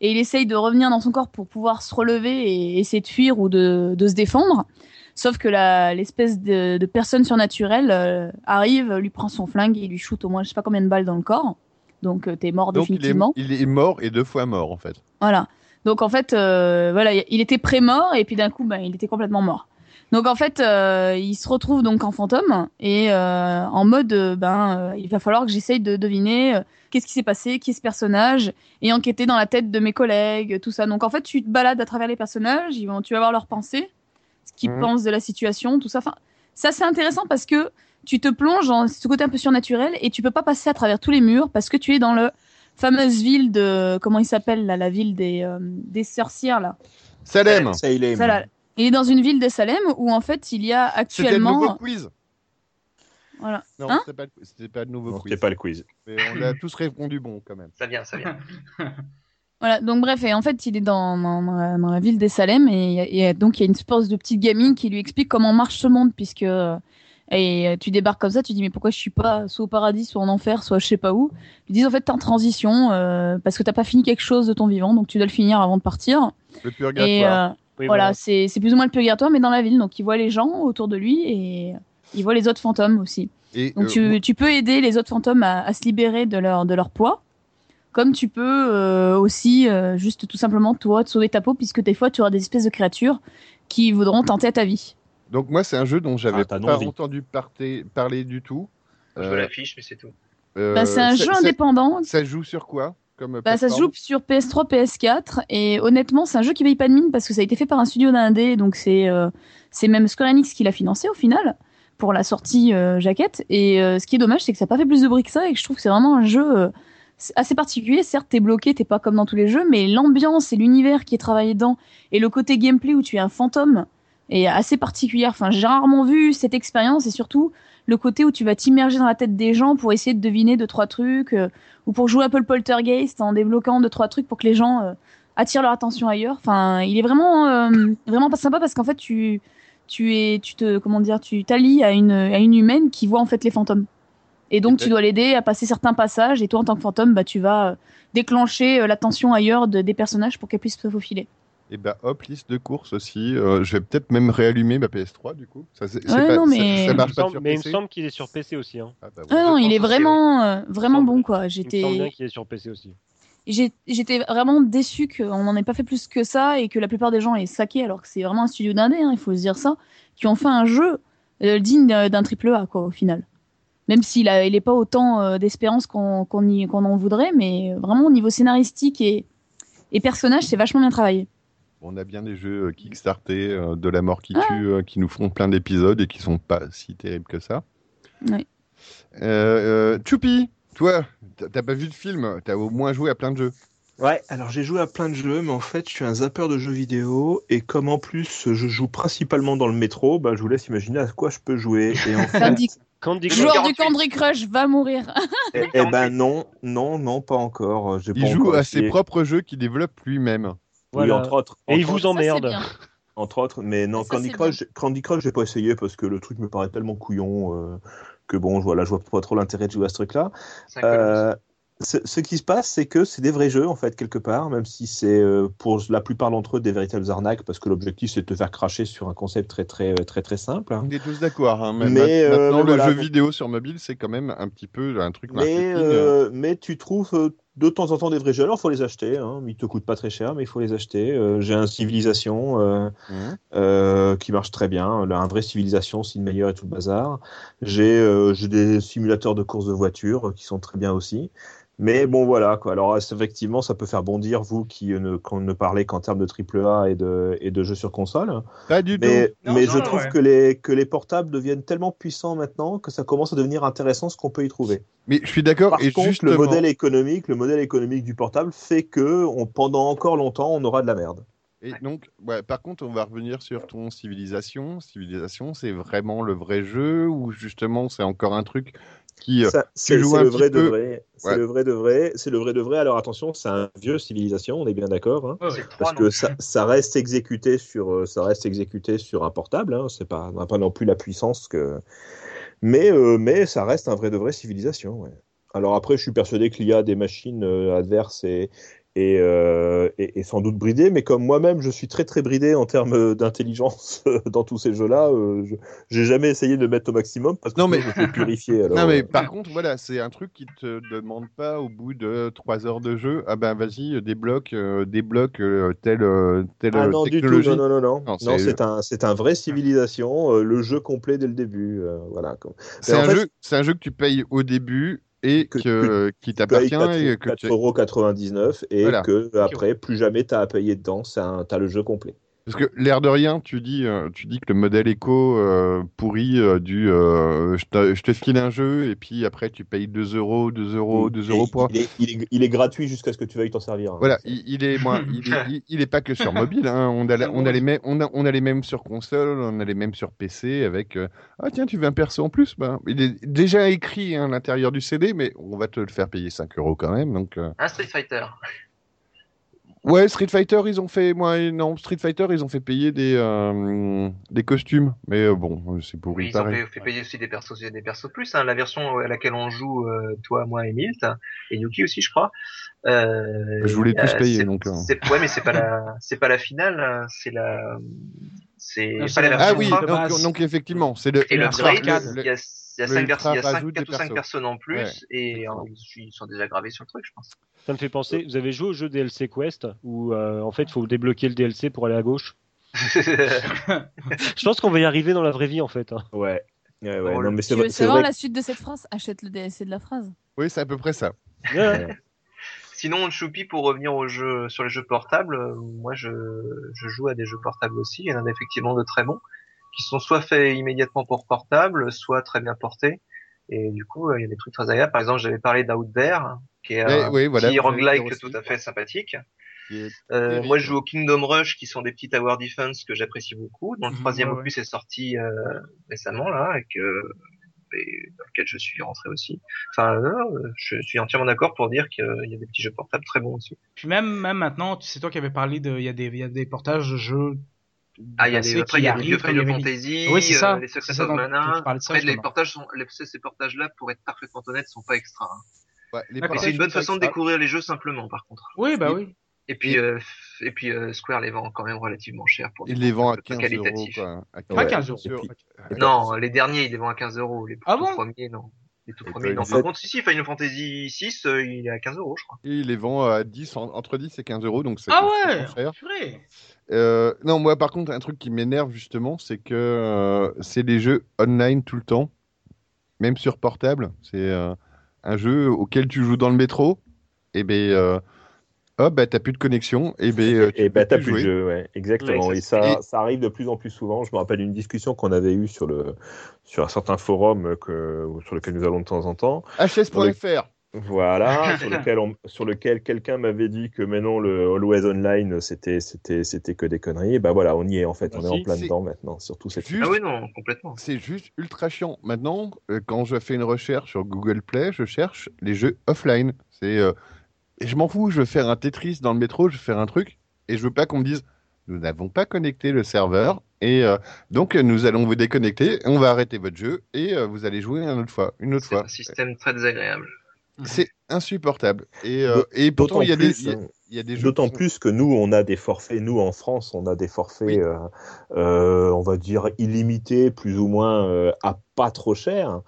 Speaker 5: Et il essaye de revenir dans son corps pour pouvoir se relever et essayer de fuir ou de, de se défendre. Sauf que la- l'espèce de, de personne surnaturelle euh, arrive, lui prend son flingue et lui shoot au moins je sais pas combien de balles dans le corps. Donc euh, t'es mort
Speaker 2: donc, il est,
Speaker 5: définitivement.
Speaker 2: il est mort et deux fois mort, en fait.
Speaker 5: Voilà. Donc en fait, euh, voilà, il était pré-mort et puis d'un coup, ben, il était complètement mort. Donc en fait, euh, il se retrouve donc en fantôme et euh, en mode, euh, ben, euh, il va falloir que j'essaye de deviner euh, qu'est-ce qui s'est passé, qui est ce personnage et enquêter dans la tête de mes collègues, tout ça. Donc en fait, tu te balades à travers les personnages, ils vont, tu vas voir leurs pensées, ce qu'ils
Speaker 2: Mhm.
Speaker 5: pensent de la situation, tout ça. Enfin, ça c'est intéressant parce que tu te plonges dans ce côté un peu surnaturel et tu peux pas passer à travers tous les murs parce que tu es dans le fameuse ville de comment il s'appelle là, la ville des euh, des sorcières là. Euh,
Speaker 2: Salem
Speaker 4: Ça, il est.
Speaker 5: Ça, là. Il est dans une ville de Salem où en fait il y a
Speaker 2: C'était le nouveau
Speaker 5: actuellement.
Speaker 2: quiz
Speaker 5: Voilà.
Speaker 2: Non,
Speaker 5: Hein
Speaker 2: c'était, pas le... c'était pas le nouveau
Speaker 4: Non,
Speaker 2: quiz.
Speaker 4: c'était pas le quiz.
Speaker 2: Mais on l'a tous répondu bon, quand même.
Speaker 8: Ça vient, ça
Speaker 2: [laughs]
Speaker 8: vient.
Speaker 5: Voilà. Donc bref et en fait il est dans dans, dans la- dans la ville des Salem et, il y a- il y a- donc il y a une espèce de petite gamine qui lui explique comment marche ce monde puisque euh, et euh, tu débarques comme ça tu dis mais pourquoi je suis pas soit au paradis soit en enfer soit je sais pas où. Ils disent en fait t'es en transition euh, parce que t'as pas fini quelque chose de ton vivant donc tu dois le finir avant de partir.
Speaker 2: Le purgatoire.
Speaker 5: Et euh,
Speaker 6: Oui,
Speaker 5: voilà, c'est c'est plus ou moins le purgatoire, mais dans la ville. Donc, il voit les gens autour de lui et il voit les autres fantômes aussi.
Speaker 2: Et,
Speaker 5: Donc,
Speaker 2: euh,
Speaker 5: tu, tu peux aider les autres fantômes à, à se libérer de leur, de leur poids, comme tu peux euh, aussi euh, juste tout simplement, toi, te sauver ta peau, puisque des fois, tu auras des espèces de créatures qui voudront tenter ta vie.
Speaker 2: Donc, moi, c'est un jeu dont j'avais
Speaker 4: Ah, t'as
Speaker 2: pas
Speaker 4: non-dit.
Speaker 2: entendu parter- parler du tout.
Speaker 8: Je veux l'affiche, mais c'est tout.
Speaker 2: Euh,
Speaker 5: Bah, c'est un
Speaker 2: ça-
Speaker 5: jeu
Speaker 2: ça-
Speaker 5: indépendant.
Speaker 2: Ça joue sur quoi comme
Speaker 5: Bah, ça se joue sur PS3, PS4, et honnêtement, c'est un jeu qui paye pas de mine parce que ça a été fait par un studio d'indé, donc c'est euh, c'est même Square Enix qui l'a financé au final pour la sortie euh, jaquette. Et euh, ce qui est dommage, c'est que ça n'a pas fait plus de bruit que ça, et que je trouve que c'est vraiment un jeu euh, c'est assez particulier. Certes, t'es bloqué, t'es pas comme dans tous les jeux, mais l'ambiance et l'univers qui est travaillé dedans, et le côté gameplay où tu es un fantôme est assez particulière. Enfin, j'ai rarement vu cette expérience et surtout le côté où tu vas t'immerger dans la tête des gens pour essayer de deviner deux trois trucs euh, ou pour jouer un peu le poltergeist en débloquant deux trois trucs pour que les gens euh, attirent leur attention ailleurs. Enfin, il est vraiment euh, vraiment pas sympa parce qu'en fait tu tu es tu te comment dire tu t'allies à une à une humaine qui voit en fait les fantômes. Et donc tu dois l'aider à passer certains passages et toi en tant que fantôme bah tu vas euh, déclencher euh, l'attention ailleurs de- des personnages pour qu'elle puisse se faufiler.
Speaker 2: Et bah hop, liste de courses aussi. Euh, je vais peut-être même réallumer ma PS3 du coup. Ça, c'est, c'est
Speaker 5: Ouais,
Speaker 2: pas-
Speaker 5: non,
Speaker 2: ça-
Speaker 5: mais-
Speaker 2: ça,
Speaker 6: Il me
Speaker 2: marche pas
Speaker 6: semble-
Speaker 2: sur
Speaker 6: mais il me
Speaker 2: PC.
Speaker 6: semble qu'il est sur PC aussi. Hein.
Speaker 2: Ah, bah,
Speaker 5: Ah
Speaker 2: voilà.
Speaker 5: non, il est
Speaker 8: pense aussi,
Speaker 5: vraiment euh, vraiment
Speaker 6: semble-
Speaker 5: bon quoi.
Speaker 6: Il me semble bien
Speaker 5: J'étais
Speaker 6: qu'il est sur PC aussi.
Speaker 5: j'ai- j'étais vraiment déçu qu'on n'en ait pas fait plus que ça et que la plupart des gens aient saqué alors que c'est vraiment un studio d'indé, hein, il faut se dire ça, qui ont fait un jeu euh, digne d'un d'un triple A quoi au final. Même s'il a- il n'est pas autant euh, d'espérance qu'on qu'on y- qu'on en voudrait, mais euh, vraiment au niveau scénaristique et, et personnage, c'est vachement bien travaillé.
Speaker 2: On a bien des jeux euh, Kickstarter euh, de la mort qui
Speaker 5: Ah.
Speaker 2: tue euh, qui nous font plein d'épisodes et qui sont pas si terribles que ça.
Speaker 5: Ouais.
Speaker 2: Euh, euh, Choupi, toi, t'as- t'as pas vu de film, t'as au moins joué à plein de jeux.
Speaker 4: Ouais.
Speaker 3: Alors j'ai joué à plein de jeux, mais en fait je suis un zappeur de jeux vidéo et comme en plus je joue principalement dans le métro, bah, je vous laisse imaginer à quoi je peux jouer. Et en fait,
Speaker 5: Candy
Speaker 6: Candy Crush.
Speaker 5: Joueur du
Speaker 8: 48.
Speaker 5: Candy Crush va mourir.
Speaker 3: eh eh ben non, non, non, pas encore. J'ai
Speaker 2: Il
Speaker 3: pas
Speaker 2: joue
Speaker 3: encore
Speaker 2: à
Speaker 3: essayé.
Speaker 2: ses propres jeux qu'il développe lui-même.
Speaker 3: Oui,
Speaker 6: Voilà.
Speaker 3: entre autres.
Speaker 6: Et il
Speaker 3: entre
Speaker 6: vous
Speaker 3: autres,
Speaker 6: emmerde.
Speaker 5: Ça,
Speaker 3: entre autres, mais non,
Speaker 5: Ça,
Speaker 3: Candy
Speaker 5: c'est
Speaker 3: Crush, Candy Crush, j'ai pas essayé parce que le truc me paraît tellement couillon euh, que bon, voilà, je vois pas trop l'intérêt de jouer à ce truc-là.
Speaker 8: Cinq colonnes.
Speaker 3: Euh, ce, ce qui se passe, c'est que c'est des vrais jeux, en fait, quelque part, même si c'est euh, pour la plupart d'entre eux des véritables arnaques, parce que l'objectif, c'est de te faire cracher sur un concept très, très, très, très, très simple. hein.
Speaker 2: On est tous d'accord. Hein, mais
Speaker 3: Mais,
Speaker 2: ma-
Speaker 3: euh,
Speaker 2: maintenant,
Speaker 3: mais
Speaker 2: le
Speaker 3: voilà,
Speaker 2: jeu
Speaker 3: donc-
Speaker 2: vidéo sur mobile, c'est quand même un petit peu un truc marketing.
Speaker 3: Mais, euh, mais tu trouves euh, de temps en temps des vrais jeux, alors faut les acheter, hein. ils te coûtent pas très cher, mais il faut les acheter. Euh, J'ai un Civilisation euh,
Speaker 2: Mhm.
Speaker 3: euh, qui marche très bien, Là, un vrai Civilisation, Sid Meier et tout le bazar. J'ai euh, j'ai des simulateurs de course de voiture euh, qui sont très bien aussi. Mais bon, voilà. Quoi. Alors, euh, c'est- effectivement, ça peut faire bondir, vous qui euh, ne, qu'on ne parlez qu'en termes de AAA et de, et de jeux sur console.
Speaker 2: Pas du tout.
Speaker 3: Mais,
Speaker 7: Non,
Speaker 3: mais
Speaker 7: non,
Speaker 3: je trouve
Speaker 7: ouais.
Speaker 3: que, les, que les portables deviennent tellement puissants maintenant que ça commence à devenir intéressant ce qu'on peut y trouver.
Speaker 2: Mais je suis d'accord.
Speaker 3: Par
Speaker 2: Et
Speaker 3: contre,
Speaker 2: justement,
Speaker 3: le, modèle économique, le modèle économique du portable fait que on, pendant encore longtemps, on aura de la merde.
Speaker 2: Et donc, ouais, par contre, on va revenir sur ton civilisation. Civilisation, c'est vraiment le vrai jeu ou justement c'est encore un truc qui. euh,
Speaker 3: Ça, C'est
Speaker 2: joues
Speaker 3: c'est
Speaker 2: un
Speaker 3: le
Speaker 2: petit
Speaker 3: vrai de
Speaker 2: peu.
Speaker 3: vrai. C'est
Speaker 2: Ouais.
Speaker 3: le vrai de vrai. C'est le vrai de vrai. Alors attention, c'est un vieux civilisation, on est bien d'accord. hein.
Speaker 7: Ouais, ouais.
Speaker 8: C'est trois,
Speaker 3: parce
Speaker 8: non
Speaker 3: que ça, ça reste exécuté sur euh, ça reste exécuté sur un portable hein, c'est pas on n'a pas non plus la puissance que mais euh, mais ça reste un vrai de vrai civilisation ouais. alors après je suis persuadé qu'il y a des machines euh, adverses et et, euh, et et sans doute bridées mais comme moi-même je suis très très bridé en termes euh, d'intelligence euh, dans tous ces jeux là j'ai jamais essayé de mettre au maximum parce que
Speaker 2: Non, mais-
Speaker 3: sinon, je me fais purifier
Speaker 2: [laughs]
Speaker 3: alors
Speaker 2: Non, mais
Speaker 3: euh,
Speaker 2: par contre, voilà, c'est un truc qui te demande pas au bout de trois heures de jeu. Ah ben, vas-y, euh, débloque, euh, débloque euh, telle, euh, telle
Speaker 3: Ah
Speaker 2: euh,
Speaker 3: non, du tout,
Speaker 2: technologie.
Speaker 3: non, non, non, non.
Speaker 2: Non,
Speaker 3: Non,
Speaker 2: c'est-
Speaker 3: c'est un, c'est un vrai civilisation, euh, le jeu complet dès le début. euh, voilà. quoi.
Speaker 2: C'est
Speaker 3: Mais en
Speaker 2: un,
Speaker 3: fait,
Speaker 2: jeu- c'est un jeu que tu payes au début et
Speaker 3: Que-
Speaker 2: que, euh,
Speaker 3: que-
Speaker 2: qui
Speaker 3: paye
Speaker 2: t'appartient et que tu...
Speaker 3: 4,99€ et
Speaker 2: Voilà.
Speaker 3: que après plus jamais t'as à payer dedans, c'est un- t'as le jeu complet.
Speaker 2: Parce que l'air de rien, tu dis, euh, tu dis que le modèle éco euh, pourri euh, du euh, je, te, je te file un jeu et puis après tu payes 2 euros, 2 euros, 2 Oh, euros
Speaker 3: Et
Speaker 2: pour.
Speaker 3: il, est, il est- il est gratuit jusqu'à ce que tu veuilles t'en servir. hein.
Speaker 2: Voilà, il, il est moins, il, est, il- il est pas que sur mobile. hein. On, a, la- on, a les mêmes, on, a, on a les mêmes sur console, on a les mêmes sur PC avec euh, ah tiens tu veux un perso en plus. Ben, il est déjà écrit hein, à l'intérieur du CD, mais on va te le faire payer 5 euros quand même. Donc euh.
Speaker 8: Un Street Fighter.
Speaker 2: ouais, Street Fighter ils ont fait moi non Street Fighter ils ont fait payer des euh, des costumes, mais euh, bon c'est pourri
Speaker 8: Oui, ils ont
Speaker 2: pareil.
Speaker 8: fait, fait payer aussi des persos, des persos plus. hein. La version à laquelle on joue, euh, toi, moi et Milt, et Yuki aussi, je crois. Euh,
Speaker 2: Je voulais tous
Speaker 8: euh,
Speaker 2: payer,
Speaker 8: c'est-
Speaker 2: donc, euh.
Speaker 8: c'est- Ouais, mais c'est
Speaker 2: [laughs]
Speaker 8: pas la, c'est pas la finale, hein. c'est la, c'est
Speaker 7: Non, c'est
Speaker 8: pas
Speaker 7: la-
Speaker 8: la
Speaker 2: Ah
Speaker 8: version
Speaker 2: oui,
Speaker 7: de
Speaker 8: ultra.
Speaker 2: donc,
Speaker 7: base.
Speaker 2: donc effectivement, c'est le,
Speaker 8: Et le
Speaker 7: le
Speaker 2: l'ultra-
Speaker 8: upgrade,
Speaker 7: arcade,
Speaker 2: le-
Speaker 8: il y a, il y a
Speaker 2: le
Speaker 8: cinq vers-
Speaker 2: ultra
Speaker 8: il y a cinq-
Speaker 2: rajoute
Speaker 8: quatre
Speaker 2: des
Speaker 8: ou cinq
Speaker 2: persos.
Speaker 8: personnes en plus,
Speaker 2: Ouais.
Speaker 8: et euh, ils sont déjà gravés sur le truc, je pense.
Speaker 6: Ça me fait penser, vous avez joué au jeu DLC Quest où euh, en fait il faut débloquer le DLC pour aller à gauche.
Speaker 2: [laughs]
Speaker 6: Je pense qu'on va y arriver dans la vraie vie en fait. hein.
Speaker 3: Ouais. Ouais, ouais.
Speaker 8: Oh,
Speaker 3: Non, mais
Speaker 5: Tu
Speaker 3: c'est
Speaker 5: veux
Speaker 3: vrai. c'est
Speaker 5: savoir
Speaker 3: vrai
Speaker 5: la suite de cette phrase Achète le DLC de la phrase.
Speaker 2: Oui, c'est à peu près ça.
Speaker 6: Ouais.
Speaker 8: Sinon, Choupi, pour revenir au jeu, sur les jeux portables, euh, moi je, je joue à des jeux portables aussi. Il y en a effectivement de très bons, qui sont soit faits immédiatement pour portable, soit très bien portés. Et du coup, euh, il y a des trucs très agréables. Par exemple, j'avais parlé d'Out There, qui est
Speaker 2: Mais
Speaker 8: un
Speaker 2: oui, voilà,
Speaker 8: petit
Speaker 2: vous allez
Speaker 8: roguelike
Speaker 2: dire aussi.
Speaker 8: tout à fait sympathique.
Speaker 2: qui est
Speaker 8: Euh,
Speaker 2: Terrible.
Speaker 8: moi, je joue au Kingdom Rush, qui sont des petits Tower Defense que j'apprécie beaucoup. Dont le
Speaker 7: Mhm,
Speaker 8: troisième
Speaker 7: ouais,
Speaker 8: opus est sorti euh, récemment là, et que et dans lequel je suis rentré aussi. Enfin, non, non, je suis entièrement d'accord pour dire qu'il y a des petits jeux portables très bons aussi.
Speaker 7: Puis même, même maintenant, tu- c'est toi qui avais parlé de, il y a des, il y a des portages de jeux.
Speaker 8: Ah, il y a
Speaker 7: passés
Speaker 8: des,
Speaker 7: Bah,
Speaker 8: après,
Speaker 7: qui
Speaker 8: il y a
Speaker 7: arrivent,
Speaker 8: Vieux
Speaker 7: comme
Speaker 8: Final
Speaker 7: il y avait
Speaker 8: Fantasy,
Speaker 7: Oui, c'est ça,
Speaker 8: euh, les
Speaker 7: c'est
Speaker 8: Secrets
Speaker 7: ça
Speaker 8: of
Speaker 7: dont- dont
Speaker 8: Mana.
Speaker 7: tu parlais de ça,
Speaker 8: Après, les
Speaker 7: justement.
Speaker 8: portages sont, les- ces portages-là, pour être parfaitement honnête, sont pas extra. hein.
Speaker 2: Ouais, les
Speaker 7: D'accord.
Speaker 8: Mais
Speaker 2: portages
Speaker 8: c'est une
Speaker 2: sont
Speaker 8: bonne
Speaker 2: pas
Speaker 8: façon de
Speaker 2: extra.
Speaker 8: découvrir les jeux simplement, par contre.
Speaker 7: dit. Oui, bah oui.
Speaker 8: Et puis, euh, f- et puis euh, Square les vend quand même relativement cher pour des
Speaker 2: Ils les
Speaker 8: vend
Speaker 2: vendent à 15 euros. Quoi. À
Speaker 7: Pas 15 euros.
Speaker 2: Sur-
Speaker 3: Et
Speaker 8: Non, les derniers, ils les vendent à 15 euros. Les
Speaker 7: Ah
Speaker 8: tout
Speaker 7: bon
Speaker 8: premiers, non. Les tout
Speaker 2: Et
Speaker 8: premiers,
Speaker 2: toi,
Speaker 8: non.
Speaker 3: il
Speaker 8: Par
Speaker 3: fait-
Speaker 8: contre, si, si, Final Fantasy 6, il est à 15 euros, je crois.
Speaker 2: Et ils les vendent à 10, en- entre 10 et 15 euros, donc c'est
Speaker 7: Ah
Speaker 2: c'est
Speaker 7: ouais
Speaker 2: pas cher.
Speaker 7: Purée.
Speaker 2: Euh, non, moi par contre, un truc qui m'énerve justement, c'est que euh, c'est des jeux online tout le temps, même sur portable. C'est euh, un jeu auquel tu joues dans le métro, et ben euh, hop, bah, t'as plus de connexion, et ben
Speaker 3: [laughs]
Speaker 2: euh, tu
Speaker 3: Et bah,
Speaker 2: peux
Speaker 3: t'as
Speaker 2: plus
Speaker 3: plus de
Speaker 2: jouer.
Speaker 3: jeu, ouais, exactement.
Speaker 8: Ouais,
Speaker 3: et
Speaker 8: ça,
Speaker 3: ça, ça arrive de plus en plus souvent. Je me rappelle une discussion qu'on avait eue sur, le, sur un certain forum euh, que, sur lequel nous allons de temps en temps.
Speaker 2: HS.fr. [laughs]
Speaker 3: Voilà, sur lequel, on- sur lequel quelqu'un m'avait dit que maintenant le Always Online c'était c'était c'était que des conneries. Et bah voilà, on y est en fait,
Speaker 6: Bah
Speaker 3: on est
Speaker 6: si,
Speaker 3: en plein
Speaker 2: c'est-
Speaker 3: dedans maintenant, surtout cette.
Speaker 2: Juste-
Speaker 8: Ah oui, non, complètement.
Speaker 2: C'est juste ultra chiant. Maintenant, euh, quand je fais une recherche sur Google Play, je cherche les jeux offline. C'est, euh, et je m'en fous, je veux faire un Tetris dans le métro, je veux faire un truc, et je veux pas qu'on me dise nous n'avons pas connecté le serveur, et euh, donc euh, nous allons vous déconnecter, on va arrêter votre jeu, et euh, vous allez jouer une autre fois, une autre
Speaker 8: C'est
Speaker 2: fois.
Speaker 8: un système très désagréable.
Speaker 2: C'est insupportable. Et, euh,
Speaker 3: D'aut-
Speaker 2: et pourtant, il y a des,
Speaker 3: plus,
Speaker 2: il
Speaker 3: euh,
Speaker 2: y a- il y a des jeux.
Speaker 3: D'autant
Speaker 2: qui sont-
Speaker 3: plus que nous, on a des forfaits, nous en France, on a des forfaits,
Speaker 2: Oui.
Speaker 3: euh, euh, on va dire, illimités, plus ou moins euh, à pas trop cher,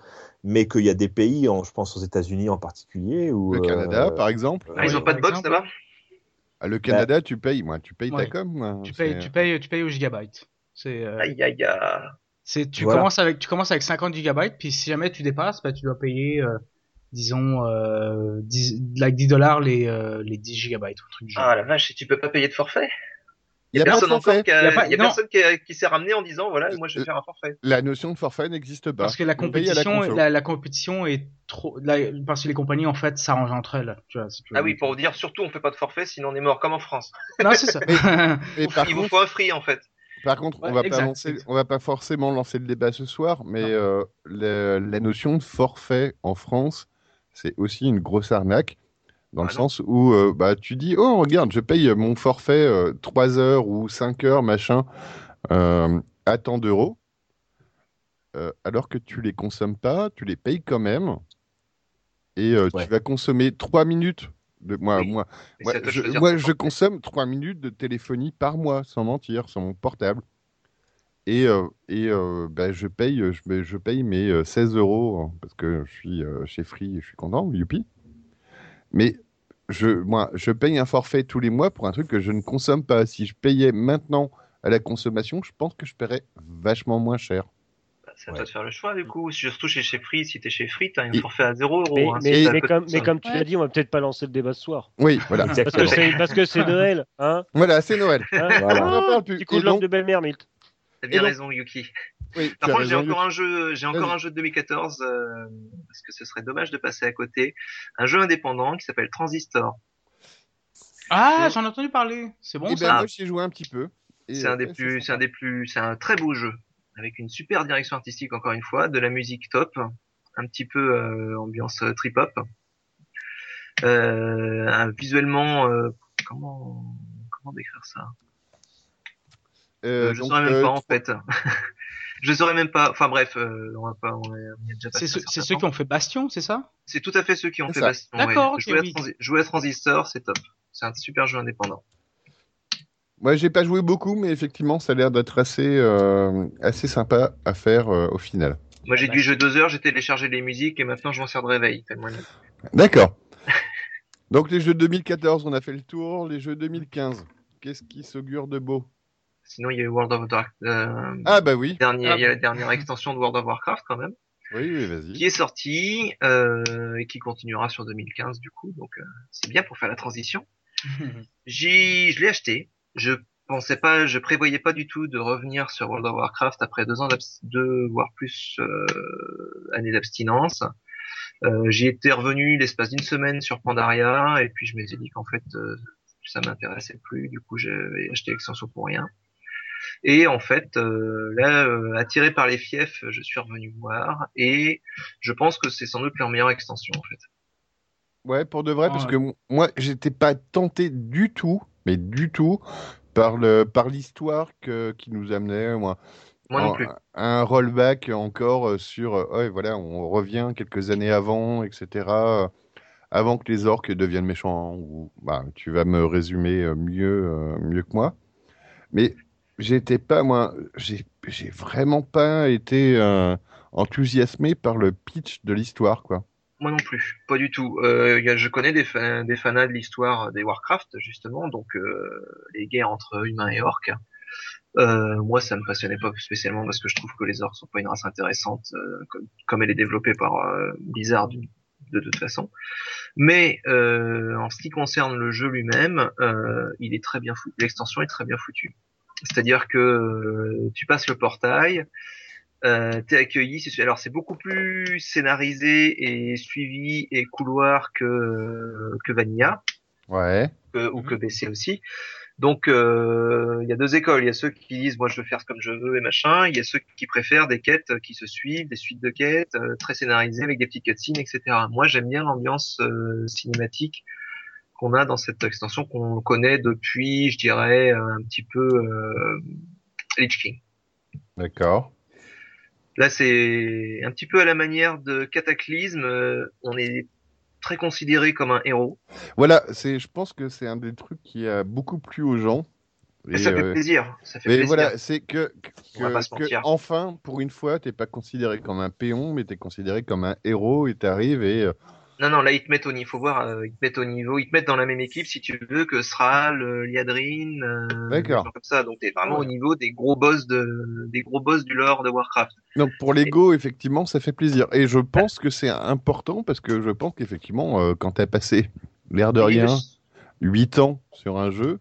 Speaker 3: mais qu'il y a des pays, en, je pense aux États-Unis en particulier, où. euh,
Speaker 2: Le Canada, par exemple.
Speaker 8: Ah, ils
Speaker 7: Oui,
Speaker 8: ont
Speaker 7: par
Speaker 8: pas de box
Speaker 7: exemple.
Speaker 8: là-bas
Speaker 2: Ah,
Speaker 3: bah
Speaker 2: Le Canada, tu payes, moi, tu payes ta
Speaker 7: Ouais.
Speaker 2: com. moi.
Speaker 7: Tu
Speaker 2: C'est-
Speaker 7: payes, tu payes, tu payes au gigabyte. C'est, euh,
Speaker 8: Aïe, aïe, aïe.
Speaker 7: c'est, tu
Speaker 3: Voilà.
Speaker 7: commences avec, tu commences avec 50 gigabytes, puis si jamais tu dépasses, bah, tu dois payer, euh, disons, euh, 10, like 10 dollars les, euh, les 10 gigabytes ou un truc du genre.
Speaker 8: Ah la vache, et tu peux pas payer de forfait
Speaker 2: Il y a pas de
Speaker 7: hein.
Speaker 8: Personne
Speaker 2: forfait.
Speaker 8: encore qui a,
Speaker 7: Y a pas-
Speaker 8: y a
Speaker 7: non.
Speaker 8: personne qui, a- qui s'est ramené en disant voilà, moi je vais
Speaker 2: Euh,
Speaker 8: faire un forfait.
Speaker 2: La notion de forfait n'existe pas.
Speaker 7: Parce que la
Speaker 2: bah, On paye à
Speaker 7: compétition,
Speaker 2: conso.
Speaker 7: la, la compétition est trop, la- parce que les compagnies, en fait, s'arrangent entre elles. Tu vois, si tu veux.
Speaker 8: Ah oui, pour vous dire surtout on fait pas de forfait sinon on est mort comme en France.
Speaker 7: Non, c'est
Speaker 8: [laughs]
Speaker 7: ça.
Speaker 2: Mais
Speaker 8: Il
Speaker 2: par
Speaker 8: vous
Speaker 2: contre,
Speaker 8: faut un free en fait.
Speaker 2: par contre, on
Speaker 7: Ouais,
Speaker 2: va pas
Speaker 7: exact.
Speaker 2: lancer- on va pas forcément lancer le débat ce soir, mais
Speaker 7: Non.
Speaker 2: euh, le- la notion de forfait en France, c'est aussi une grosse arnaque. Dans le
Speaker 8: Ah non.
Speaker 2: sens où euh, bah, tu dis, oh regarde, je paye mon forfait euh, 3 heures ou 5 heures, machin, euh, à tant d'euros, Euh, alors que tu les consommes pas, tu les payes quand même, et euh,
Speaker 3: Ouais.
Speaker 2: tu vas consommer 3 minutes. De, moi,
Speaker 8: Oui.
Speaker 2: moi,
Speaker 8: Et
Speaker 2: Ouais,
Speaker 8: c'est à toi de
Speaker 2: je,
Speaker 8: choisir
Speaker 2: moi,
Speaker 8: ton
Speaker 2: je
Speaker 8: forfait.
Speaker 2: consomme 3 minutes de téléphonie par mois, sans mentir, sur mon portable. Et, euh, et euh, ben, je paye, euh, je, mais je paye mes euh, 16 euros hein, parce que je suis euh, chez Free et je suis content, youpi. Mais je, moi, je paye un forfait tous les mois pour un truc que je ne consomme pas. Si je payais maintenant à la consommation, je pense que je paierais vachement moins cher.
Speaker 8: Bah, C'est à
Speaker 3: Ouais.
Speaker 8: toi de faire le choix du coup. Surtout chez, chez Free, si t'es chez Free, t'as un
Speaker 2: Et-
Speaker 8: forfait à 0
Speaker 6: Mais,
Speaker 8: euros. hein,
Speaker 6: mais,
Speaker 8: si t'as
Speaker 6: mais
Speaker 8: peu de
Speaker 6: comme, mais
Speaker 8: personnes.
Speaker 6: comme tu
Speaker 5: Ouais.
Speaker 6: l'as dit, on va peut-être pas lancer le débat ce soir.
Speaker 2: Oui,
Speaker 8: [laughs]
Speaker 2: voilà.
Speaker 6: Parce que
Speaker 3: Exactement.
Speaker 6: c'est, parce que c'est Noël, hein.
Speaker 2: voilà, c'est Noël.
Speaker 6: hein
Speaker 3: Voilà.
Speaker 8: Ah,
Speaker 2: On n'en parle plus.
Speaker 6: Petit coup
Speaker 2: Et
Speaker 6: de langue
Speaker 2: donc-
Speaker 6: de belle-mère, Milt.
Speaker 8: T'as bien
Speaker 2: donc-
Speaker 8: raison, Yuki.
Speaker 2: oui, tu
Speaker 8: Par
Speaker 2: as
Speaker 8: contre, j'ai
Speaker 2: raison,
Speaker 8: encore un jeu, j'ai encore
Speaker 2: Vas-y.
Speaker 8: un jeu de 2014 euh, parce que ce serait dommage de passer à côté. Un jeu indépendant qui s'appelle Transistor.
Speaker 7: Ah, j'en ai entendu parler. C'est
Speaker 2: Eh
Speaker 7: bon,
Speaker 2: ben,
Speaker 7: ça.
Speaker 2: moi, j'y ai joué un petit peu. Et,
Speaker 8: C'est
Speaker 2: euh,
Speaker 8: un des
Speaker 2: ouais,
Speaker 8: plus,
Speaker 2: c'est
Speaker 8: c'est un des plus, c'est un très beau jeu avec une super direction artistique encore une fois, de la musique top, un petit peu euh, ambiance trip hop, euh, un- visuellement euh, comment comment décrire ça
Speaker 2: Euh,
Speaker 8: Je
Speaker 2: donc,
Speaker 8: saurais même
Speaker 2: euh,
Speaker 8: pas en fait. [laughs] Je saurais même pas. Enfin bref, euh, on va pas. On est, on y a déjà passé
Speaker 7: C'est ceux-
Speaker 8: un certain
Speaker 7: c'est ceux
Speaker 8: temps.
Speaker 7: qui ont fait Bastion, c'est [laughs] ça
Speaker 8: C'est tout à fait ceux qui ont
Speaker 2: C'est
Speaker 8: fait
Speaker 2: ça.
Speaker 8: Bastion. ouais.
Speaker 7: D'accord, ok,
Speaker 8: jouer, à
Speaker 7: oui.
Speaker 8: Transi- jouer à Transistor, c'est top. C'est un super jeu indépendant.
Speaker 2: Moi, j'ai pas joué beaucoup, mais effectivement, ça a l'air d'être assez, euh, assez sympa à faire euh, au final.
Speaker 8: Moi, j'ai
Speaker 7: bah.
Speaker 8: dû jouer deux heures, j'ai téléchargé les musiques et maintenant je m'en sers de réveil. Tellement... il y en a.
Speaker 2: D'accord. [laughs] Donc, les jeux 2014, on a fait le tour. Les jeux 2015, qu'est-ce qui s'augure de beau
Speaker 8: Sinon, il y a eu World of Dark. Euh,
Speaker 2: Ah, bah oui.
Speaker 8: dernier,
Speaker 7: Ah.
Speaker 8: Il y a la dernière extension de World of Warcraft quand même,
Speaker 2: Oui, oui, vas-y.
Speaker 8: qui est sortie euh, et qui continuera sur 2015 du coup. Donc, euh, c'est bien pour faire la transition. J'ai, je l'ai acheté. Je pensais pas, je prévoyais pas du tout de revenir sur World of Warcraft après deux ans d'abs- deux voire plus euh, années d'abstinence. Euh, J'y étais revenu l'espace d'une semaine sur Pandaria et puis je m'étais dit qu'en fait euh, ça m'intéressait plus, du coup j'avais acheté l'extension pour rien. Et en fait, euh, là, euh, attiré par les fiefs, je suis revenu voir et je pense que c'est sans doute leur meilleure extension en fait.
Speaker 2: Ouais, pour de vrai,
Speaker 7: Ah
Speaker 2: parce
Speaker 7: ouais.
Speaker 2: que m- moi, j'étais pas tenté du tout, mais du tout, par le par l'histoire que qui nous amenait, moi.
Speaker 8: Moi
Speaker 2: Un-
Speaker 8: non plus.
Speaker 2: Un rollback encore euh, sur, euh, ouais, voilà, on revient quelques années avant, etc. euh, avant que les orques deviennent méchants. Ou, bah, tu vas me résumer euh, mieux, euh, mieux que moi. Mais j'étais pas, moi, j'ai j'ai vraiment pas été euh, enthousiasmé par le pitch de l'histoire, quoi.
Speaker 8: Moi non plus, pas du tout. Euh, il y a- je connais des, fa- des fanas de l'histoire des Warcraft justement, donc euh, les guerres entre humains et orques. Euh, moi, ça me passionnait pas spécialement parce que je trouve que les orques sont pas une race intéressante euh, comme, comme elle est développée par euh, Blizzard de, de toute façon. Mais euh, en ce qui concerne le jeu lui-même, euh, il est très bien foutu. L'extension est très bien foutue. C'est-à-dire que euh, tu passes le portail, euh, t'es accueilli. c'est- Alors c'est beaucoup plus scénarisé et suivi et couloir que que Vanilla
Speaker 2: Ouais.
Speaker 8: que- ou que BC aussi. Donc euh, il y a deux écoles, il y a ceux qui disent moi je veux faire comme je veux et machin, il y a ceux qui préfèrent des quêtes euh, qui se suivent, des suites de quêtes euh, très scénarisées avec des petites cutscenes, etc. Moi j'aime bien l'ambiance euh, cinématique qu'on a dans cette extension qu'on connaît depuis, je dirais, euh, un petit peu euh, Lich King.
Speaker 2: D'accord.
Speaker 8: Là, c'est un petit peu à la manière de Cataclysme. euh, on est très considéré comme un héros.
Speaker 2: Voilà, c'est, je pense que c'est un des trucs qui a beaucoup plu aux gens.
Speaker 8: Et, ça
Speaker 2: euh,
Speaker 8: fait plaisir. Ça fait
Speaker 2: et
Speaker 8: plaisir.
Speaker 2: voilà, c'est que, que,
Speaker 8: On va pas se
Speaker 2: que-
Speaker 8: mentir.
Speaker 2: enfin, pour une fois, t'es pas considéré comme un péon, mais t'es considéré comme un héros et t'arrives et euh,
Speaker 8: Non, non, là, ils te mettent au niveau. Faut voir, euh, ils te mettent au niveau. Ils te mettent dans la même équipe, si tu veux, que Sral, euh, Liadrin, euh,
Speaker 2: D'accord.
Speaker 8: des gens comme ça. Donc, t'es vraiment au niveau des gros boss de, des gros boss du lore de Warcraft.
Speaker 2: donc pour l'ego, effectivement, ça fait plaisir. Et je pense que c'est important parce que je pense qu'effectivement, euh, quand t'as passé l'air de
Speaker 8: Et
Speaker 2: rien,
Speaker 8: le-
Speaker 2: 8 ans sur un jeu,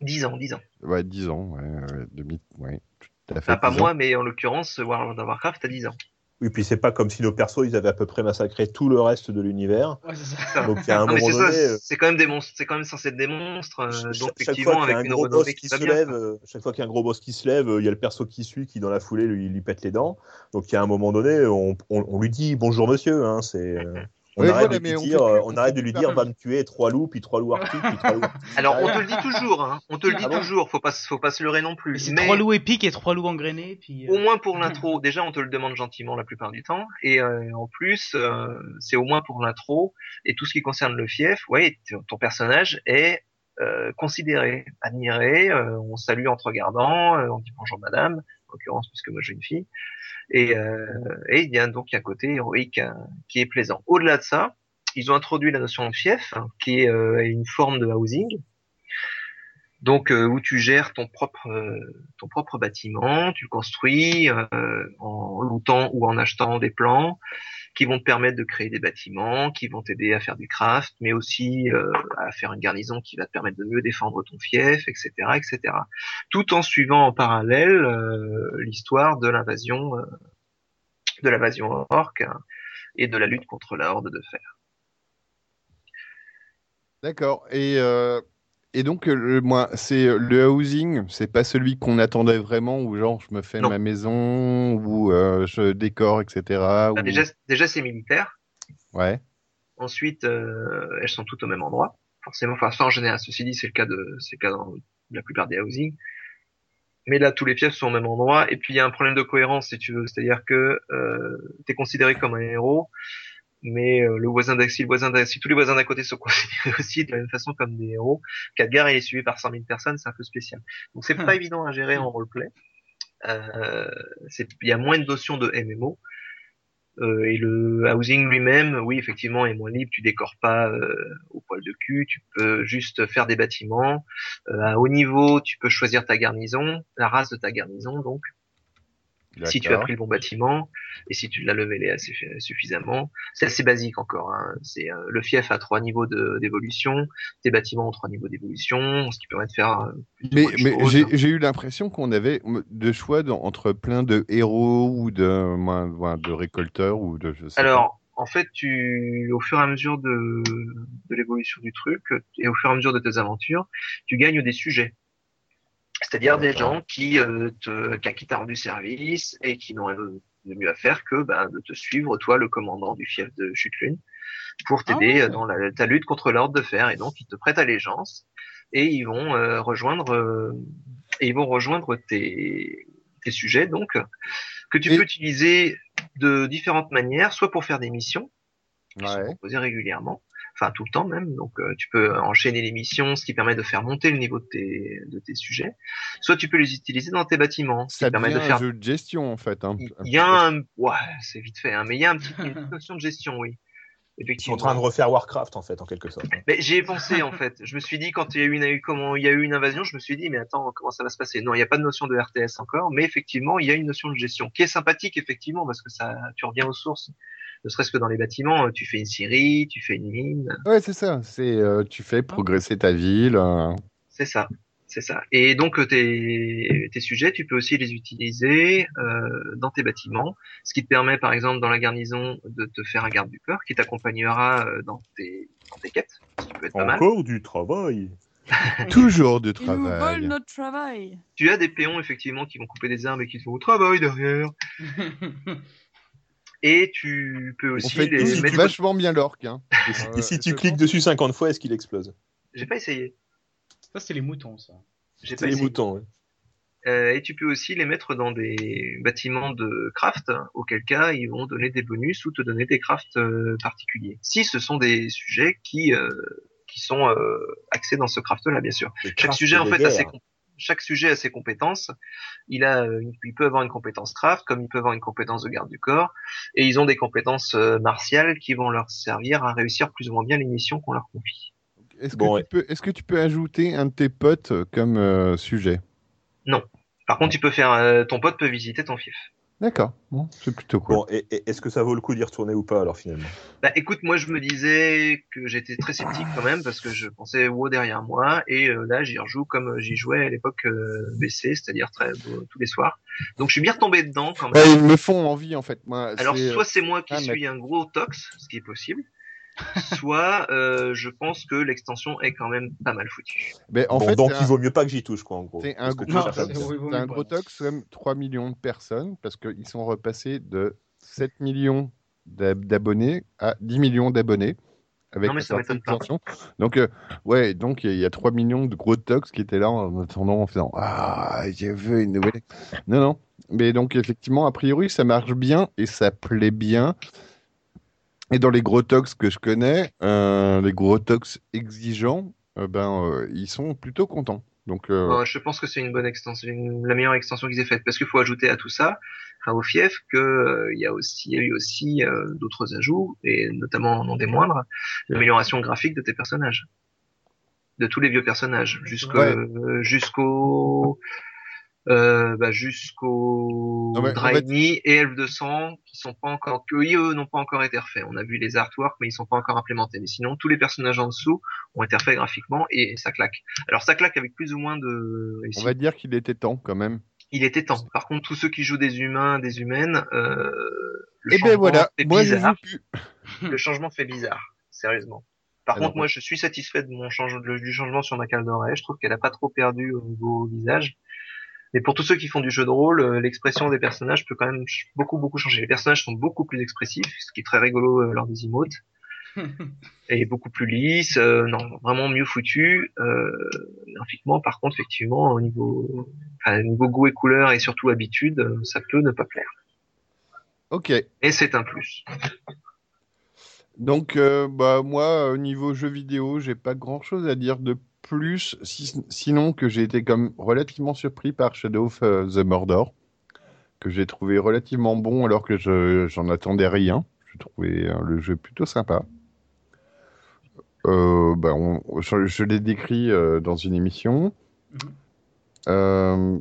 Speaker 8: 10 ans, 10 ans.
Speaker 2: ouais, 10 ans, ouais, ouais, demi, ouais, tout à fait.
Speaker 8: Enfin, Bah, pas
Speaker 2: 10 ans.
Speaker 8: moi, mais en l'occurrence, World of Warcraft, t'as 10 ans.
Speaker 3: Oui, puis c'est pas comme si nos persos, ils avaient à peu près massacré tout le reste de l'univers.
Speaker 7: Ouais, c'est
Speaker 3: [laughs]
Speaker 7: ça.
Speaker 3: Donc il y a un
Speaker 8: non, mais
Speaker 3: moment
Speaker 8: c'est ça,
Speaker 3: donné, euh,
Speaker 8: c'est quand même des monstres, c'est quand même censé être des monstres, euh,
Speaker 3: Cha-
Speaker 8: donc
Speaker 3: chaque fois
Speaker 8: effectivement,
Speaker 3: qu'il y a
Speaker 8: avec
Speaker 3: un
Speaker 8: une
Speaker 3: gros boss
Speaker 8: renommée
Speaker 3: qui
Speaker 8: qui va
Speaker 3: se
Speaker 8: bien.
Speaker 3: lève, euh, chaque fois qu'il y a un gros boss qui se lève, euh, il y a le perso qui suit, qui dans la foulée lui, lui pète les dents. Donc il y a un moment donné, on, on- on lui dit bonjour monsieur. hein, c'est, euh, on
Speaker 2: Oui,
Speaker 3: arrête
Speaker 2: voilà,
Speaker 3: de
Speaker 2: mais
Speaker 3: lui
Speaker 2: on
Speaker 3: dire,
Speaker 2: fait plus-
Speaker 3: euh,
Speaker 2: on
Speaker 3: on
Speaker 2: fait
Speaker 3: arrête de
Speaker 2: plus
Speaker 3: lui
Speaker 2: pareil.
Speaker 3: dire va me tuer trois loups, puis trois loups arctiques, puis trois loups arctiques.
Speaker 8: [laughs] Alors, on
Speaker 3: derrière.
Speaker 8: te le dit toujours, hein. on te le dit
Speaker 3: Ah bon
Speaker 8: toujours, faut pas, se- faut pas se leurrer non
Speaker 7: Mais
Speaker 8: plus.
Speaker 7: c'est
Speaker 8: Mais
Speaker 7: trois loups épiques et trois loups engrainés, puis. euh,
Speaker 8: au moins pour l'intro, déjà on te le demande gentiment la plupart du temps, et euh, en plus, euh, c'est au moins pour l'intro, et tout ce qui concerne le fief, ouais, t- ton personnage est euh, considéré, admiré, euh, on salue en te regardant, euh, on dit bonjour madame, en l'occurrence, puisque moi j'ai une fille, et, euh, et il y a donc un côté héroïque hein, qui est plaisant. Au-delà de ça, ils ont introduit la notion de fief, hein, qui est euh, une forme de housing. Donc euh, où tu gères ton propre euh, ton propre bâtiment, tu le construis euh, en lootant ou en achetant des plans qui vont te permettre de créer des bâtiments, qui vont t'aider à faire du craft, mais aussi euh, à faire une garnison qui va te permettre de mieux défendre ton fief, etc., etc. Tout en suivant en parallèle euh, l'histoire de l'invasion euh, de l'invasion orque hein, et de la lutte contre la horde de fer.
Speaker 2: D'accord. Et, euh, et donc, euh, le, moi, c'est euh, le housing, c'est pas celui qu'on attendait vraiment, où genre je me fais
Speaker 8: Non.
Speaker 2: ma maison, ou euh, je décore, etc.
Speaker 8: Bah,
Speaker 2: ou-
Speaker 8: déjà, déjà c'est militaire.
Speaker 2: Ouais,
Speaker 8: Ensuite, euh, elles sont toutes au même endroit. Forcément, enfin, ça en général. Ceci dit, c'est le cas de, c'est le cas dans la plupart des housings. Mais là, tous les fiefs sont au même endroit. Et puis, il y a un problème de cohérence, si tu veux. C'est-à-dire que euh, t'es considéré comme un héros, mais euh, le voisin d'à- si le voisin d'à- si tous les voisins d'à côté sont [laughs] considérés aussi de la même façon comme des héros, Khadgar il est suivi par 100 000 personnes, c'est un peu spécial. Donc, c'est pas évident à gérer en roleplay. Euh, c'est- Il y a moins de notions de MMO. Euh, et le housing lui-même, oui, effectivement, est moins libre. Tu décores pas euh, au poil de cul. Tu peux juste faire des bâtiments. Euh, à haut niveau, tu peux choisir ta garnison, la race de ta garnison, donc si tu as
Speaker 2: d'accord.
Speaker 8: pris le bon bâtiment et si tu l'as levelé assez suffisamment. C'est assez basique encore. Hein. C'est euh, le fief à trois niveaux de- d'évolution, tes bâtiments ont trois niveaux d'évolution, ce qui permet de faire. euh, plus ou
Speaker 2: Mais,
Speaker 8: moins de
Speaker 2: mais
Speaker 8: choses.
Speaker 2: j'ai j'ai eu l'impression qu'on avait m- de choix dans- entre plein de héros ou de, moi, moi, de récolteurs ou de je sais
Speaker 8: Alors, en fait, tu, au fur et à mesure de, de l'évolution du truc et au fur et à mesure de tes aventures, tu gagnes des sujets. C'est-à-dire des gens qui, euh, te, qui t'ont rendu service et qui n'ont rien de mieux à faire que ben, de te suivre, toi, le commandant du fief de Chutlun, pour t'aider euh, dans la- ta lutte contre l'ordre de fer. Et donc, ils te prêtent allégeance et ils vont euh, rejoindre euh, et ils vont rejoindre tes, tes sujets, donc que tu
Speaker 2: Et-
Speaker 8: peux utiliser de différentes manières, soit pour faire des missions qui sont
Speaker 2: Ouais.
Speaker 8: proposées régulièrement, enfin tout le temps même. Donc euh, tu peux enchaîner les missions, ce qui permet de faire monter le niveau de tes, de tes sujets. Soit tu peux les utiliser dans tes bâtiments, ce qui
Speaker 2: Ça
Speaker 8: permet
Speaker 2: devient
Speaker 8: de faire.
Speaker 2: un jeu de gestion, en fait. hein.
Speaker 8: Il il y a un, ouais, c'est vite fait, hein, mais il y a un petit, une petite notion de gestion, oui.
Speaker 3: Ils sont
Speaker 8: Effectivement.
Speaker 3: en train de refaire Warcraft, en fait, en quelque sorte.
Speaker 8: Mais j'y ai pensé en fait. Je me suis dit quand il y a eu une comment il y a eu une invasion, je me suis dit mais attends comment ça va se passer Non, il n'y a pas de notion de RTS encore, mais effectivement il y a une notion de gestion qui est sympathique effectivement parce que ça tu reviens aux sources. Ne serait-ce que dans les bâtiments, tu fais une scierie, tu fais une mine,
Speaker 2: Ouais, c'est ça. C'est euh, tu
Speaker 8: Hein
Speaker 2: fais progresser ta ville. euh.
Speaker 8: [laughs] c'est ça, c'est ça. Et donc euh, tes tes sujets, tu peux aussi les utiliser euh, dans tes bâtiments, ce qui te permet par exemple dans la garnison de te faire un garde du corps qui t'accompagnera euh, dans tes dans tes quêtes, ce qui peut être pas mal.
Speaker 3: Encore du travail.
Speaker 2: Toujours de
Speaker 5: Ils nous volent
Speaker 2: travail.
Speaker 5: notre travail.
Speaker 8: Tu as des péons effectivement qui vont couper des arbres et qui te font au travail derrière. Et tu peux
Speaker 2: On
Speaker 8: aussi
Speaker 2: fait
Speaker 8: les
Speaker 2: tous
Speaker 8: mettre.
Speaker 2: vachement bien l'orque. [laughs] Hein.
Speaker 3: Et si,
Speaker 2: Ouais,
Speaker 3: et si tu
Speaker 2: je
Speaker 3: cliques
Speaker 2: pense-
Speaker 3: dessus 50 fois, est-ce qu'il explose
Speaker 8: J'ai pas essayé.
Speaker 7: [laughs] Ça, c'est les moutons, ça.
Speaker 8: J'ai
Speaker 3: C'est
Speaker 8: pas
Speaker 3: les
Speaker 8: essayé.
Speaker 3: boutons. ouais.
Speaker 8: Euh, et tu peux aussi les mettre dans des bâtiments de craft, hein, auquel cas ils vont donner des bonus ou te donner des crafts euh, particuliers. Si ce sont des sujets qui euh, qui sont euh, axés dans ce craft-là, bien sûr.
Speaker 3: Les
Speaker 8: Chaque
Speaker 3: crafts
Speaker 8: sujet en
Speaker 3: des
Speaker 8: fait a
Speaker 3: guerres.
Speaker 8: ses comp- chaque sujet a ses compétences. Il a, euh, il peut avoir une compétence craft, comme il peut avoir une compétence de garde du corps, et ils ont des compétences euh, martiales qui vont leur servir à réussir plus ou moins bien les missions qu'on leur confie.
Speaker 2: Est-ce
Speaker 3: Bon,
Speaker 2: que,
Speaker 3: ouais.
Speaker 2: tu peux- est-ce que tu peux ajouter un de tes potes euh, comme euh, sujet
Speaker 8: Par contre, tu peux faire, euh, ton pote peut visiter ton fief.
Speaker 2: D'accord. Bon, c'est plutôt cool.
Speaker 3: Bon, et, et- est-ce que ça vaut le coup d'y retourner ou pas, alors, finalement
Speaker 8: Bah, écoute, moi je me disais que j'étais très sceptique quand même parce que je pensais WoW derrière moi et euh, là j'y rejoue comme j'y jouais à l'époque euh, BC, c'est-à-dire très euh, tous les soirs. Donc je suis bien retombé dedans quand même.
Speaker 2: Ouais, Bah, ils me font envie en fait. Moi,
Speaker 8: Alors
Speaker 2: c'est, euh,
Speaker 8: soit c'est moi qui
Speaker 2: ah, mais-
Speaker 8: suis un gros tox, ce qui est possible, [laughs] soit euh, je pense que l'extension est quand même pas mal foutue.
Speaker 2: ben, en
Speaker 3: Bon,
Speaker 2: fait,
Speaker 3: donc
Speaker 2: c'est
Speaker 3: il
Speaker 2: un-
Speaker 3: vaut mieux pas que j'y touche, quoi, en gros.
Speaker 2: c'est un,
Speaker 3: Parce que
Speaker 2: gros,
Speaker 3: tu
Speaker 7: Non,
Speaker 3: cherches à-
Speaker 7: c'est- oui, oui,
Speaker 2: c'est un
Speaker 7: oui,
Speaker 2: gros
Speaker 7: voilà.
Speaker 2: tox, quand même 3 millions de personnes parce qu'ils sont repassés de 7 millions d'ab- d'abonnés à 10 millions d'abonnés. Avec
Speaker 8: Non, mais
Speaker 2: la
Speaker 8: ça
Speaker 2: sortie
Speaker 8: m'étonne
Speaker 2: de l'extension. Donc, euh, ouais, donc il y, a 3 millions de gros tox qui étaient là en attendant, en faisant Ah, j'ai vu une nouvelle. Non, non. Mais donc, effectivement, a priori, ça marche bien et ça plaît bien. Et dans les gros tox que je connais, euh, les gros tox exigeants, euh, ben, euh, ils sont plutôt contents. Donc, euh,
Speaker 8: Euh, je pense que c'est une bonne extension, une- la meilleure extension qu'ils aient faite parce qu'il faut ajouter à tout ça, enfin, au fief, que euh, il y a aussi, il y a eu aussi euh, d'autres ajouts et notamment non des moindres, l'amélioration graphique de tes personnages, de tous les vieux personnages, jusqu'au
Speaker 2: Ouais.
Speaker 8: euh, jusqu'au euh, bah, jusqu'au
Speaker 2: Non, mais Ah en
Speaker 8: Draini et Elf de Sang qui sont pas encore que oui, eux n'ont pas encore été refaits. On a vu les artworks mais ils sont pas encore implémentés. Mais sinon tous les personnages en dessous ont été refaits graphiquement et ça claque. Alors ça claque avec plus ou moins de
Speaker 2: on
Speaker 8: réussite.
Speaker 2: va dire qu'il était temps quand même.
Speaker 8: Il était temps. Par contre tous ceux qui jouent des humains, des humaines, euh, le
Speaker 2: Et ben
Speaker 8: changement
Speaker 2: voilà,
Speaker 8: fait
Speaker 2: moi je
Speaker 8: bizarre.
Speaker 2: joue Ah plus.
Speaker 8: Le changement fait bizarre, sérieusement. Par
Speaker 2: Alors,
Speaker 8: contre, moi, je suis satisfait de mon change... le- du changement sur ma cale d'oreille. Je trouve qu'elle a pas trop perdu au niveau visage. Mais pour tous ceux qui font du jeu de rôle, euh, l'expression des personnages peut quand même ch- beaucoup, beaucoup changer. Les personnages sont beaucoup plus expressifs, ce qui est très rigolo euh, lors des emotes. Et beaucoup plus lisses, euh, non, vraiment mieux foutu. Euh, graphiquement, par contre, effectivement, au niveau, enfin, au niveau goût et couleur et surtout habitude, euh, ça peut ne pas plaire.
Speaker 2: Ok,
Speaker 8: Et c'est un plus.
Speaker 2: donc euh, bah, moi au niveau jeu vidéo, j'ai pas grand chose à dire de plus, si ce- sinon que j'ai été comme relativement surpris par Shadow of euh, the Mordor, que j'ai trouvé relativement bon alors que je j'en attendais rien. J'ai trouvé euh, le jeu plutôt sympa. Euh, ben, on- je, je l'ai décrit euh, dans une émission.
Speaker 7: Mhm.
Speaker 2: Euh,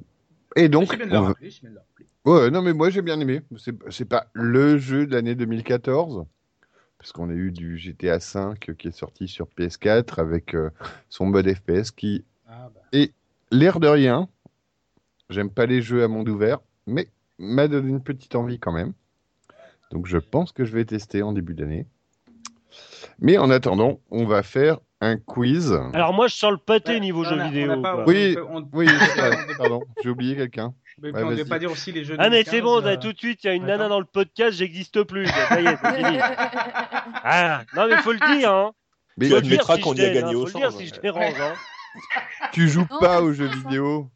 Speaker 2: et [laughs] donc,
Speaker 7: je viens de
Speaker 2: on
Speaker 7: le
Speaker 2: va-
Speaker 7: rappeler, je viens de le rappeler.
Speaker 2: ouais, non, mais moi j'ai bien aimé. C'est c'est pas le jeu de l'année 2014, parce qu'on a eu du GTA V qui est sorti sur PS4 avec euh, son mode FPS qui,
Speaker 7: Ah, bah.
Speaker 2: l'air de rien, j'aime pas les jeux à monde ouvert, mais m'a donné une petite envie quand même. Donc je pense que je vais tester en début d'année. Mais en attendant, on va faire un quiz.
Speaker 6: Alors moi, je sens le pâté
Speaker 7: Ouais,
Speaker 6: niveau
Speaker 7: on a-
Speaker 6: jeux
Speaker 7: on a
Speaker 6: vidéo.
Speaker 7: pas-
Speaker 6: quoi.
Speaker 2: Oui.
Speaker 7: on peut- on-
Speaker 2: Oui, c'est vrai, pardon, j'ai oublié quelqu'un.
Speaker 7: mais
Speaker 2: Ouais,
Speaker 7: on devait
Speaker 2: vas-y.
Speaker 7: pas dire aussi les jeux.
Speaker 6: Ah mais
Speaker 7: 2015,
Speaker 6: c'est bon,
Speaker 7: euh,
Speaker 6: là, tout de suite, il y a une
Speaker 7: attends.
Speaker 6: nana dans le podcast, j'existe plus. Ça y est, c'est
Speaker 7: [laughs]
Speaker 6: fini. Ah, non mais faut le dire, hein.
Speaker 2: Mais
Speaker 4: Tu
Speaker 6: Faut
Speaker 2: tu,
Speaker 6: le dire
Speaker 4: admettras
Speaker 6: si
Speaker 4: qu'on
Speaker 6: je
Speaker 4: y a
Speaker 6: dérange,
Speaker 4: gagné
Speaker 6: hein.
Speaker 4: au
Speaker 6: Faut le dire
Speaker 4: change.
Speaker 6: si je dérange, hein.
Speaker 2: tu joues
Speaker 5: Non,
Speaker 2: pas
Speaker 5: c'est
Speaker 2: aux
Speaker 5: ça,
Speaker 2: jeux
Speaker 5: ça.
Speaker 2: vidéo.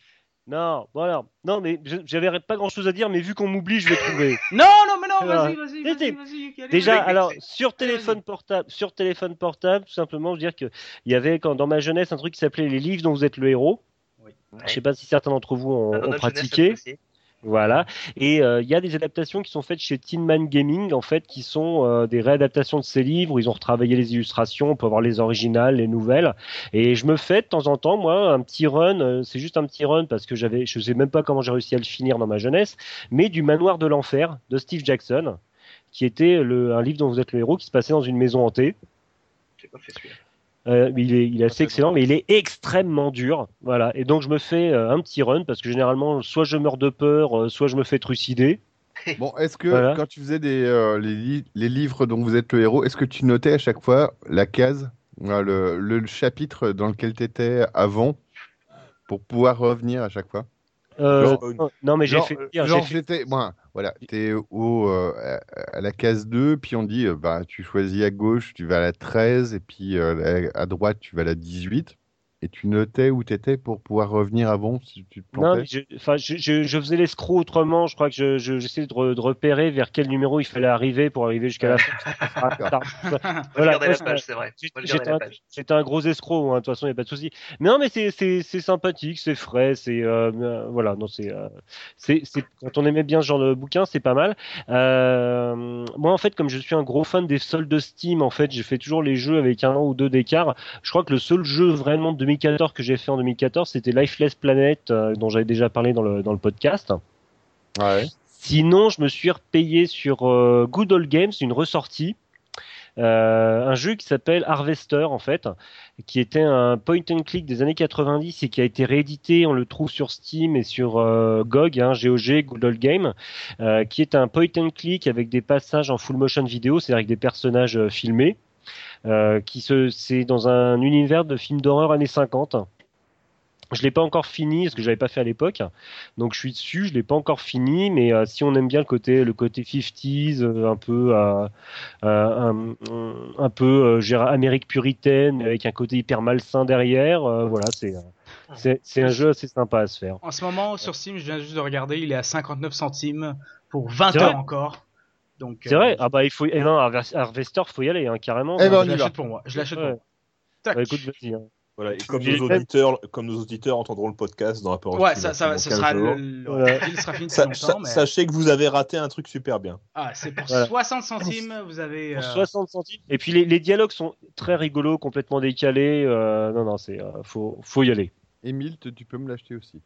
Speaker 6: Non, voilà. Non mais je- j'avais pas grand-chose à dire, mais vu qu'on m'oublie, je vais trouver.
Speaker 7: [laughs] Non, non, mais non, vas-y, vas-y, vas-y,
Speaker 6: C'était-
Speaker 7: vas-y. allez,
Speaker 6: Déjà,
Speaker 7: vas-y.
Speaker 6: alors sur téléphone portable, sur téléphone portable, tout simplement, je veux dire que il y avait quand dans ma jeunesse un truc qui s'appelait les livres dont vous êtes le héros.
Speaker 7: Oui.
Speaker 6: Je sais pas si certains d'entre vous ont,
Speaker 8: Ah, Dans
Speaker 6: ont
Speaker 8: notre jeunesse,
Speaker 6: pratiqué.
Speaker 8: cette fois-ci.
Speaker 6: Voilà. Et euh, il y a des adaptations qui sont faites chez Tin Man Gaming, en fait, qui sont euh, des réadaptations de ces livres. où Ils ont retravaillé les illustrations, on peut avoir les originales, les nouvelles. Et je me fais de temps en temps, moi, un petit run. euh, c'est juste un petit run parce que j'avais, je sais même pas comment j'ai réussi à le finir dans ma jeunesse, mais du Manoir de l'enfer de Steve Jackson, qui était le, un livre dont vous êtes le héros, qui se passait dans une maison hantée.
Speaker 8: J'ai pas fait celui-là.
Speaker 6: Euh, mais il est, il est assez excellent, mais il est extrêmement dur. Voilà. Et donc je me fais euh, un petit run parce que généralement, soit je meurs de peur, euh, soit je me fais trucider.
Speaker 2: Bon, est-ce que
Speaker 6: Voilà.
Speaker 2: quand tu faisais des, euh, les, li- les livres dont vous êtes le héros, est-ce que tu notais à chaque fois la case, voilà, le, le chapitre dans lequel tu étais avant pour pouvoir revenir à chaque fois
Speaker 6: Euh,
Speaker 2: Genre,
Speaker 6: euh, non, non, mais j'ai
Speaker 2: Genre,
Speaker 6: fait.
Speaker 2: euh,
Speaker 6: j'ai
Speaker 2: genre,
Speaker 6: fait-
Speaker 2: j'étais. Moi, voilà, t'es au, euh, à à la case 2, puis on te dit, euh, bah, tu choisis à gauche, tu vas à la 13, et puis euh, à à droite, tu vas à la 18. Et tu notais où t'étais pour pouvoir revenir avant si tu te
Speaker 6: Non, mais
Speaker 2: plantais.
Speaker 6: je, enfin, je, je, je faisais l'escroc autrement. Je crois que je, je- j'essayais de, re- de repérer vers quel numéro il fallait arriver pour arriver jusqu'à la
Speaker 8: [laughs]
Speaker 6: fin.
Speaker 8: Moi,
Speaker 6: Voilà,
Speaker 8: je
Speaker 6: moi,
Speaker 8: gardais la page, c'est vrai.
Speaker 6: J'étais
Speaker 8: Moi, je gardais
Speaker 6: j'étais un,
Speaker 8: la page.
Speaker 6: j'étais un gros escroc, hein, de toute façon, il n'y a pas de souci. Mais non, mais c'est- c'est c'est sympathique, c'est frais, c'est. euh, euh, voilà, non, c'est. euh, c'est- c'est- quand on aimait bien ce genre de bouquin, c'est pas mal. Euh, moi, en fait, comme je suis un gros fan des soldes Steam, en fait, je fais toujours les jeux avec un an ou deux d'écart. Je crois que le seul jeu vraiment de 2014 que j'ai fait en 2014, c'était Lifeless Planet, euh, dont j'avais déjà parlé dans le, dans le podcast.
Speaker 2: Ouais.
Speaker 6: Sinon, je me suis repayé sur euh, Good Old Games, une ressortie. Euh, un jeu qui s'appelle Harvester en fait, qui était un point and click des années 90 et qui a été réédité. On le trouve sur Steam et sur euh, GOG, hein, GOG, Good Old Game, euh, qui est un point and click avec des passages en full motion vidéo, c'est-à-dire avec des personnages euh, filmés, euh, qui se, c'est dans un univers de films d'horreur années 50. Je l'ai pas encore fini, parce que j'avais pas fait à l'époque. Donc je suis dessus, je l'ai pas encore fini, mais euh, si on aime bien le côté le côté 50s, euh, un peu euh, euh, un, un peu euh, je dirais, Amérique puritaine avec un côté hyper malsain derrière, euh, voilà, c'est euh, c'est c'est un jeu assez sympa à se faire.
Speaker 7: [laughs] En ce moment, sur Steam, je viens juste de regarder, il est à 59 centimes pour 20
Speaker 6: C'est vrai
Speaker 7: heures encore. Donc,
Speaker 6: C'est
Speaker 7: euh,
Speaker 6: vrai. Ah bah il faut eh non, Harvest- Harvester, faut y aller hein, carrément.
Speaker 2: Eh ben,
Speaker 7: Je
Speaker 2: on y va.
Speaker 7: l'achète pour moi. Je l'achète pour
Speaker 6: Ouais.
Speaker 7: moi. Tac.
Speaker 6: Bah, écoute, vas-y. hein.
Speaker 3: Voilà, et comme
Speaker 6: J'ai
Speaker 3: nos,
Speaker 6: les mêmes-
Speaker 3: auditeurs, comme nos auditeurs entendront le podcast dans la parole.
Speaker 7: Ouais,
Speaker 3: qui
Speaker 7: ça,
Speaker 3: va
Speaker 7: ça,
Speaker 3: dans
Speaker 7: ça
Speaker 3: 15
Speaker 7: sera
Speaker 3: jours,
Speaker 7: le- le-
Speaker 6: Voilà.
Speaker 7: Il sera fini depuis
Speaker 3: sa- sa-
Speaker 7: longtemps, mais.
Speaker 3: Sachez que vous avez raté un truc super bien.
Speaker 7: Ah, c'est pour
Speaker 6: Voilà.
Speaker 7: 60 centimes, vous avez.
Speaker 6: Pour
Speaker 7: euh,
Speaker 6: 60 centimes. Et puis les, les dialogues sont très rigolos, complètement décalés. euh, non non, c'est euh, faut faut y aller.
Speaker 2: Émile, tu tu peux me l'acheter aussi.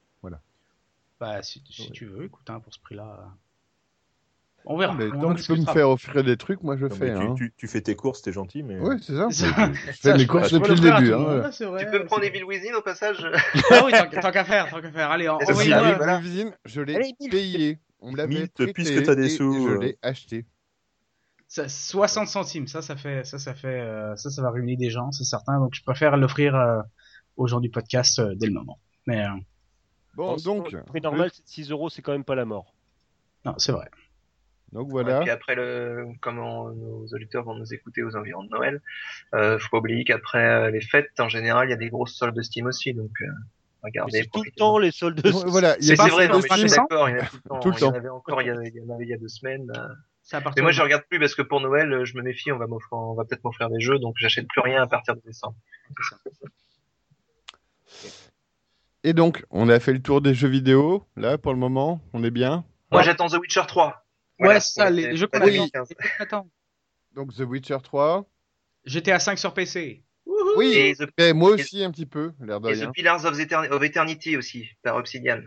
Speaker 7: Bah, si, si tu veux, écoute, hein, pour ce prix-là. euh, On
Speaker 2: Non,
Speaker 7: verra.
Speaker 2: mais
Speaker 7: on en
Speaker 2: tant que tu peux me
Speaker 7: discutera.
Speaker 2: faire offrir des trucs, moi je
Speaker 3: Non,
Speaker 2: fais.
Speaker 3: mais tu,
Speaker 2: Hein.
Speaker 3: tu- tu fais tes courses, t'es gentil, mais.
Speaker 2: Ouais, c'est ça.
Speaker 7: Ça,
Speaker 2: Je fais mes courses
Speaker 7: Je peux
Speaker 2: depuis le
Speaker 7: l'offrir à
Speaker 2: début.
Speaker 7: tout le monde.
Speaker 2: hein.
Speaker 7: Ouais, c'est vrai,
Speaker 8: Tu peux me prendre
Speaker 7: c'est-
Speaker 8: Evil Within au passage
Speaker 7: Ah oui, tant qu'à- tant qu'à faire, tant qu'à faire. Allez, en-
Speaker 8: Et ça, c'est
Speaker 2: Aussi,
Speaker 8: oui,
Speaker 2: avec
Speaker 7: envoyez-moi.
Speaker 8: voilà.
Speaker 2: le Visine, je
Speaker 6: Allez,
Speaker 2: l'ai
Speaker 6: Mille.
Speaker 2: payé. On me l'avait
Speaker 3: Mille,
Speaker 2: prêté
Speaker 3: puisque t'as des
Speaker 2: et
Speaker 3: sous,
Speaker 2: je
Speaker 3: euh.
Speaker 2: l'ai acheté.
Speaker 7: Ça, 60 centimes, ça, ça fait, ça, ça fait, euh, ça, ça va réunir des gens, c'est certain. Donc, je préfère l'offrir euh, aux gens du podcast euh, dès le moment. Mais euh,
Speaker 2: Bon, donc,
Speaker 6: le prix normal, c'est 6 euros, c'est quand même pas la mort.
Speaker 7: non, c'est vrai.
Speaker 2: donc
Speaker 8: Et
Speaker 2: voilà.
Speaker 8: puis après, le, comme on- nos auditeurs vont nous écouter aux environs de Noël, euh, faut pas oublier qu'après euh, les fêtes, en général, il y a des grosses soldes de Steam aussi. Donc, euh,
Speaker 6: Mais
Speaker 8: regardez.
Speaker 6: c'est tout le
Speaker 8: profitez-en.
Speaker 6: temps les soldes.
Speaker 2: [laughs] Donc, Voilà, il y
Speaker 8: C'est
Speaker 2: a
Speaker 8: c'est
Speaker 2: pas
Speaker 8: vrai,
Speaker 2: de
Speaker 8: non, mais je suis
Speaker 2: Steam.
Speaker 8: d'accord, il y en a tout le temps.
Speaker 2: Tout le
Speaker 8: Il y en
Speaker 2: temps.
Speaker 8: avait encore il y, en a- il y en avait il y a deux semaines. euh.
Speaker 7: C'est à partir
Speaker 8: Mais moi,
Speaker 7: de-
Speaker 8: je regarde plus parce que pour Noël, euh, je me méfie, on va, m'offrir- on va peut-être m'offrir des jeux, donc j'achète plus rien à partir de décembre.
Speaker 2: Et donc, on a fait le tour des jeux vidéo. Là, pour le moment, on est bien.
Speaker 8: Moi, j'attends The Witcher 3.
Speaker 7: Ouais,
Speaker 8: Voilà,
Speaker 7: ça,
Speaker 8: pour
Speaker 7: les, les jeux qu'on
Speaker 8: les-
Speaker 7: attend.
Speaker 2: hein.
Speaker 7: les jeux qu'on attend.
Speaker 2: Donc, The Witcher 3.
Speaker 7: GTA 5 sur PC.
Speaker 2: Oui, Bah,
Speaker 8: Et The,
Speaker 2: mais moi aussi un petit peu, l'air de
Speaker 8: et The
Speaker 2: rien.
Speaker 8: Pillars of, Eterni- of Eternity aussi, par Obsidian.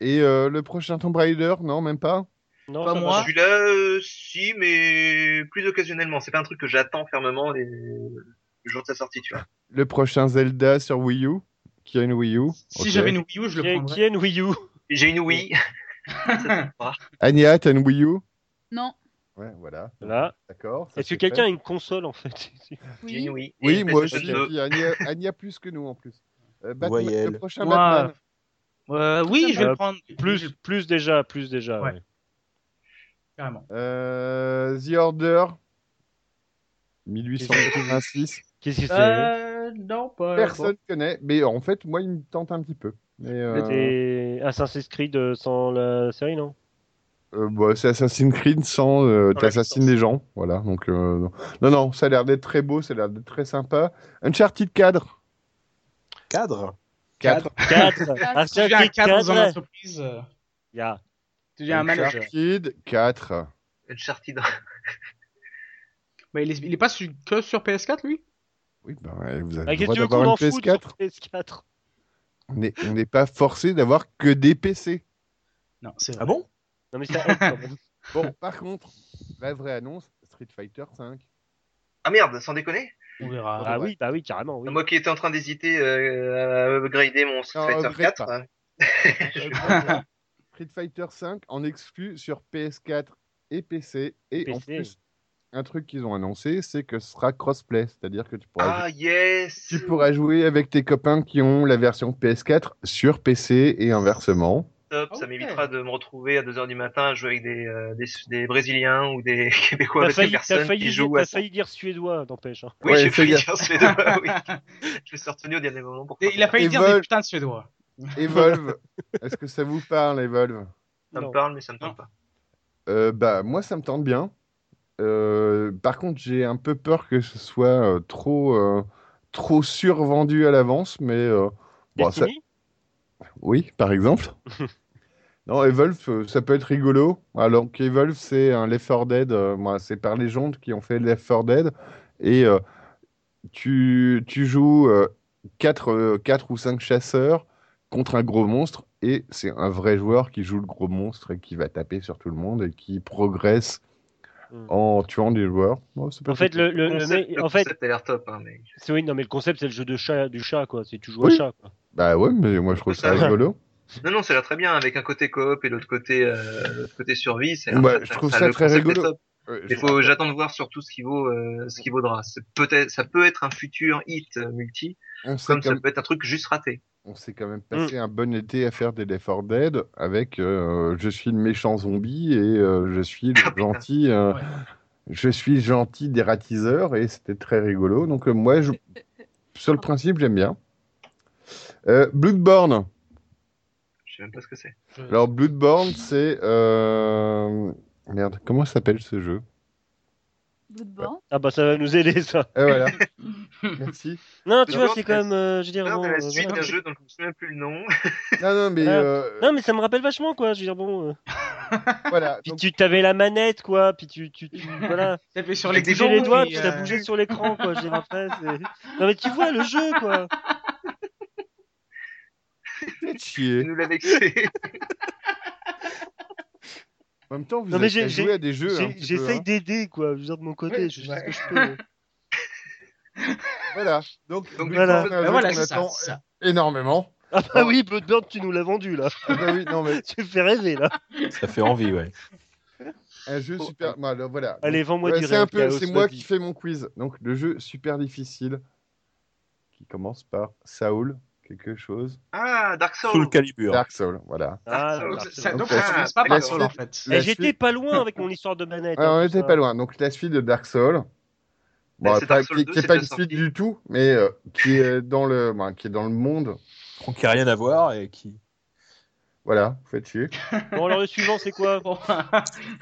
Speaker 2: Et euh, le prochain Tomb Raider, non, même pas.
Speaker 6: Non,
Speaker 7: Pas
Speaker 6: ça va.
Speaker 7: moi.
Speaker 8: Celui-là, euh, si, mais plus occasionnellement. C'est pas un truc que j'attends fermement les... le jour de sa sortie, tu vois.
Speaker 2: Le prochain Zelda sur Wii U, qui a une Wii U.
Speaker 7: Si
Speaker 2: Ok.
Speaker 7: j'avais une Wii U, je le
Speaker 6: Qui est-
Speaker 7: prendrais.
Speaker 6: Qui est une Wii U
Speaker 8: J'ai une Wii.
Speaker 7: Moi,
Speaker 2: Anya, t'as une Wii U
Speaker 5: [laughs] non,
Speaker 2: Ouais, voilà.
Speaker 6: Voilà.
Speaker 2: D'accord. ça
Speaker 6: Est-ce que
Speaker 2: c'est
Speaker 6: quelqu'un a
Speaker 2: fait.
Speaker 6: une console en fait
Speaker 8: Jean, oui.
Speaker 2: Oui,
Speaker 8: Et
Speaker 2: moi
Speaker 8: espèce
Speaker 2: aussi.
Speaker 8: de-
Speaker 2: Et puis Anya, Anya plus que nous en plus. Euh, Batman-
Speaker 3: Voyelle.
Speaker 2: le prochain
Speaker 7: Moi,
Speaker 2: Batman.
Speaker 7: Euh, oui, je vais
Speaker 6: Euh,
Speaker 7: le prendre.
Speaker 6: Plus, plus déjà, plus déjà.
Speaker 7: Ouais.
Speaker 6: ouais.
Speaker 7: Carrément.
Speaker 2: Euh, The Order. 1886.
Speaker 6: Qu'est-ce que c'est
Speaker 7: Euh, non,
Speaker 2: [laughs]
Speaker 7: pas.
Speaker 2: Personne connaît, mais en fait, moi, il me tente un petit peu. Mais, euh,
Speaker 6: Des Assassin's Creed euh, sans la série, non
Speaker 2: euh, bah, c'est Assassin's Creed sans euh,
Speaker 8: Sans la
Speaker 2: t'assassines des gens, voilà. Donc euh, non. non, non, ça a l'air d'être très beau, ça a l'air d'être très sympa. Uncharted cadre.
Speaker 3: Cadre
Speaker 7: Quatre.
Speaker 6: 4
Speaker 7: Si tu
Speaker 6: Assassin's
Speaker 7: viens à
Speaker 6: Creed
Speaker 7: 4 dans
Speaker 6: 4
Speaker 7: l'entreprise, euh,
Speaker 6: yeah.
Speaker 7: tu deviens un manager.
Speaker 2: Uncharted 4.
Speaker 8: Uncharted.
Speaker 7: Bah, il, est, il est pas su- que sur PS4, lui
Speaker 2: Oui, ben, ouais, vous avez
Speaker 6: Ah,
Speaker 2: le
Speaker 6: Qu'est-ce
Speaker 2: droit
Speaker 6: que tu veux qu'on
Speaker 2: d'avoir une
Speaker 6: en foute sur
Speaker 2: PS4.
Speaker 6: PS4
Speaker 2: On n'est on n'est pas forcé d'avoir que des PC.
Speaker 7: Non, c'est vrai.
Speaker 3: Ah bon
Speaker 6: Non mais ça aide
Speaker 2: [laughs]
Speaker 6: quand même.
Speaker 2: Bon, par contre, la vraie annonce, Street Fighter 5.
Speaker 8: Ah merde, sans déconner.
Speaker 7: On verra.
Speaker 6: Ah oui, bah oui, carrément. Oui.
Speaker 8: Moi qui étais en train d'hésiter euh, à upgrader mon Street
Speaker 2: Non,
Speaker 8: Fighter
Speaker 2: upgrade
Speaker 8: 4.
Speaker 2: pas.
Speaker 8: hein.
Speaker 2: Euh, Street Fighter 5 en exclu sur PS4 et PC. Et en
Speaker 6: PC.
Speaker 2: plus, un truc qu'ils ont annoncé, c'est que ce sera crossplay, c'est-à-dire que tu pourras,
Speaker 8: Ah yes.
Speaker 2: tu pourras jouer avec tes copains qui ont la version PS4 sur PC et
Speaker 6: [laughs]
Speaker 2: inversement.
Speaker 8: Top,
Speaker 7: Ah
Speaker 8: ça
Speaker 7: ouais.
Speaker 8: m'évitera de me retrouver à 2h du matin à jouer avec des, euh, des, des Brésiliens ou des [laughs] Québécois
Speaker 6: T'as
Speaker 8: parce que
Speaker 6: failli, t'as
Speaker 8: personne qui
Speaker 6: failli,
Speaker 8: joue
Speaker 6: t'as
Speaker 8: à ça.
Speaker 6: failli dire suédois, n'empêche. hein.
Speaker 8: Oui,
Speaker 2: Ouais,
Speaker 8: j'ai
Speaker 2: fais
Speaker 8: [laughs] failli
Speaker 2: gaffe.
Speaker 8: dire suédois, oui. Je me suis retenu au dernier moment pour
Speaker 7: Et Il a failli
Speaker 2: Et
Speaker 7: dire des
Speaker 2: vol.
Speaker 7: putains de Suédois.
Speaker 2: Evolve, est-ce que ça vous parle, Evolve
Speaker 8: ça
Speaker 6: Non.
Speaker 8: me parle, mais ça me tente pas.
Speaker 2: Euh, bah, moi, ça me tente bien. Euh, par contre, j'ai un peu peur que ce soit euh, trop, euh, trop survendu à l'avance, mais euh, bon, ça-
Speaker 6: Destiny
Speaker 2: oui, par
Speaker 8: [laughs]
Speaker 2: exemple. non, Evolve, euh, ça peut être rigolo. Alors qu'Evolve, c'est un Left 4 Dead. euh, moi, c'est par les gens qui ont fait Left 4 Dead. Et euh, tu, tu joues euh, 4, ou 5 chasseurs contre un gros monstre. Et c'est un vrai joueur qui joue le gros monstre et qui va taper sur tout le monde et qui progresse
Speaker 6: Hmm.
Speaker 2: en tuant des joueurs. Oh, c'est pas
Speaker 6: En fait,
Speaker 2: fou.
Speaker 6: le, le-
Speaker 8: Le
Speaker 6: le
Speaker 8: concept,
Speaker 6: mec-
Speaker 8: le
Speaker 6: en fait,
Speaker 8: concept a l'air top, hein, mais
Speaker 6: c'est oui, non, mais le concept, c'est le jeu de chat, du chat, quoi. C'est tu joues
Speaker 2: Oui.
Speaker 6: à chat. quoi.
Speaker 2: Bah ouais, mais moi, je trouve
Speaker 6: [laughs]
Speaker 2: ça
Speaker 8: Ça va.
Speaker 2: rigolo.
Speaker 8: Non, non, ça a l'air très bien, avec un côté coop et l'autre côté, euh, l'autre côté survie. ça a l'air
Speaker 2: Bah,
Speaker 8: très-
Speaker 2: je trouve
Speaker 8: ça-
Speaker 2: ça
Speaker 8: le
Speaker 2: très
Speaker 8: concept est
Speaker 2: rigolo.
Speaker 8: top.
Speaker 2: Euh,
Speaker 8: Mais
Speaker 2: je-
Speaker 8: faut, j'attends de voir surtout ce qui vaut, euh, ce qui vaudra. C'est peut-être, ça peut être un futur hit euh, multi,
Speaker 2: on sait
Speaker 8: comme
Speaker 2: quand
Speaker 8: ça peut être un truc juste raté.
Speaker 2: On s'est quand
Speaker 6: Mm.
Speaker 2: même passé un bon été à faire des Left 4 Dead avec euh, je suis le méchant zombie et euh, je suis
Speaker 8: Ah,
Speaker 2: le
Speaker 8: putain.
Speaker 2: gentil euh,
Speaker 7: Ouais.
Speaker 2: je suis gentil dératiseur et c'était très rigolo donc euh, moi je- sur le principe j'aime bien Euh, Bloodborne
Speaker 8: Je sais même pas ce que c'est.
Speaker 2: alors Bloodborne c'est euh, merde comment s'appelle ce jeu
Speaker 5: Bloodborne.
Speaker 6: Ah bah ça va nous aider ça.
Speaker 2: Ah, voilà
Speaker 6: [laughs]
Speaker 2: merci
Speaker 6: Non, tu
Speaker 8: Non,
Speaker 6: vois,
Speaker 8: non,
Speaker 6: c'est
Speaker 8: mais-
Speaker 6: comme, euh, je veux dire,
Speaker 8: Alors,
Speaker 6: bon,
Speaker 8: de la
Speaker 6: euh,
Speaker 8: suite
Speaker 6: voilà.
Speaker 8: d'un jeu dont je me souviens même plus le nom.
Speaker 2: non non mais
Speaker 6: Ah.
Speaker 2: euh,
Speaker 6: Non, mais ça me rappelle vachement, quoi. Je veux dire, bon. euh,
Speaker 2: voilà
Speaker 6: Puis
Speaker 2: donc,
Speaker 6: tu t'avais la manette, quoi. Puis tu, tu,
Speaker 8: [laughs]
Speaker 6: tu voilà.
Speaker 7: T'as fait sur
Speaker 6: Tu
Speaker 7: les
Speaker 6: bougeais
Speaker 7: boutons,
Speaker 6: les doigts,
Speaker 7: puis,
Speaker 6: puis ça
Speaker 7: euh,
Speaker 6: bougeait sur l'écran, quoi. Je veux dire, après, c'est- non mais tu vois le jeu, quoi.
Speaker 2: faites
Speaker 8: Il
Speaker 2: chier
Speaker 8: nous l'a
Speaker 6: [laughs]
Speaker 8: vexé.
Speaker 2: en même temps vous
Speaker 6: Non, mais
Speaker 2: avez
Speaker 6: j'ai-
Speaker 2: joué
Speaker 6: j'ai-
Speaker 2: à des jeux
Speaker 6: J'ai-
Speaker 2: un petit peu,
Speaker 6: J'essaye
Speaker 2: hein.
Speaker 6: d'aider, quoi. Je veux dire de mon côté,
Speaker 7: Ouais,
Speaker 6: je fais
Speaker 7: ouais.
Speaker 6: ce que je peux. hein.
Speaker 2: voilà donc,
Speaker 8: Donc,
Speaker 6: voilà.
Speaker 2: Bloodborne, un
Speaker 7: bah
Speaker 2: jeu
Speaker 7: voilà,
Speaker 2: qu'on
Speaker 7: c'est ça.
Speaker 2: attend
Speaker 7: c'est ça.
Speaker 2: énormément
Speaker 6: Ah bah oui, Bloodborne, tu nous l'as vendu là. [laughs]
Speaker 2: Ah bah oui, non, mais
Speaker 6: tu me fais rêver là.
Speaker 3: Ça fait envie, ouais.
Speaker 2: un jeu
Speaker 8: Oh,
Speaker 2: super. Bon, alors, voilà.
Speaker 6: Allez, vends-moi
Speaker 2: Ouais,
Speaker 6: du
Speaker 2: c'est un
Speaker 6: rêve,
Speaker 2: peu,
Speaker 6: Chaos,
Speaker 2: c'est moi
Speaker 6: vas-y.
Speaker 2: qui fais mon quiz. Donc le jeu super difficile qui commence par Saul quelque chose.
Speaker 8: Ah, Dark
Speaker 3: Sous le
Speaker 8: Souls.
Speaker 3: calibur.
Speaker 2: Dark Soul, voilà.
Speaker 6: Ah,
Speaker 8: Donc,
Speaker 6: là,
Speaker 7: Donc,
Speaker 6: c'est
Speaker 7: ça,
Speaker 6: bon.
Speaker 7: donc,
Speaker 2: la
Speaker 7: ça
Speaker 2: suite-
Speaker 7: commence pas
Speaker 2: la
Speaker 7: par Dark Souls, en
Speaker 2: suite-
Speaker 7: fait.
Speaker 2: la
Speaker 6: Eh, J'étais
Speaker 2: suite-
Speaker 6: pas loin avec mon histoire de manette.
Speaker 2: Ah,
Speaker 6: hein,
Speaker 2: on
Speaker 6: tout
Speaker 2: était
Speaker 6: ça.
Speaker 2: pas loin. Donc la suite de Dark Soul. Bon,
Speaker 8: Eh, c'est
Speaker 2: pas-
Speaker 8: Dark Souls
Speaker 2: qui,
Speaker 8: 2,
Speaker 2: qui est
Speaker 8: c'est
Speaker 2: pas
Speaker 8: déjà
Speaker 2: une suite
Speaker 8: sorti.
Speaker 2: du tout, mais euh, qui est dans le, bon, qui est dans le monde.
Speaker 3: Qui n'a rien à voir et qui.
Speaker 2: Voilà, vous faites chier.
Speaker 6: Bon, alors le suivant, c'est
Speaker 7: [laughs]
Speaker 6: quoi
Speaker 7: Bon.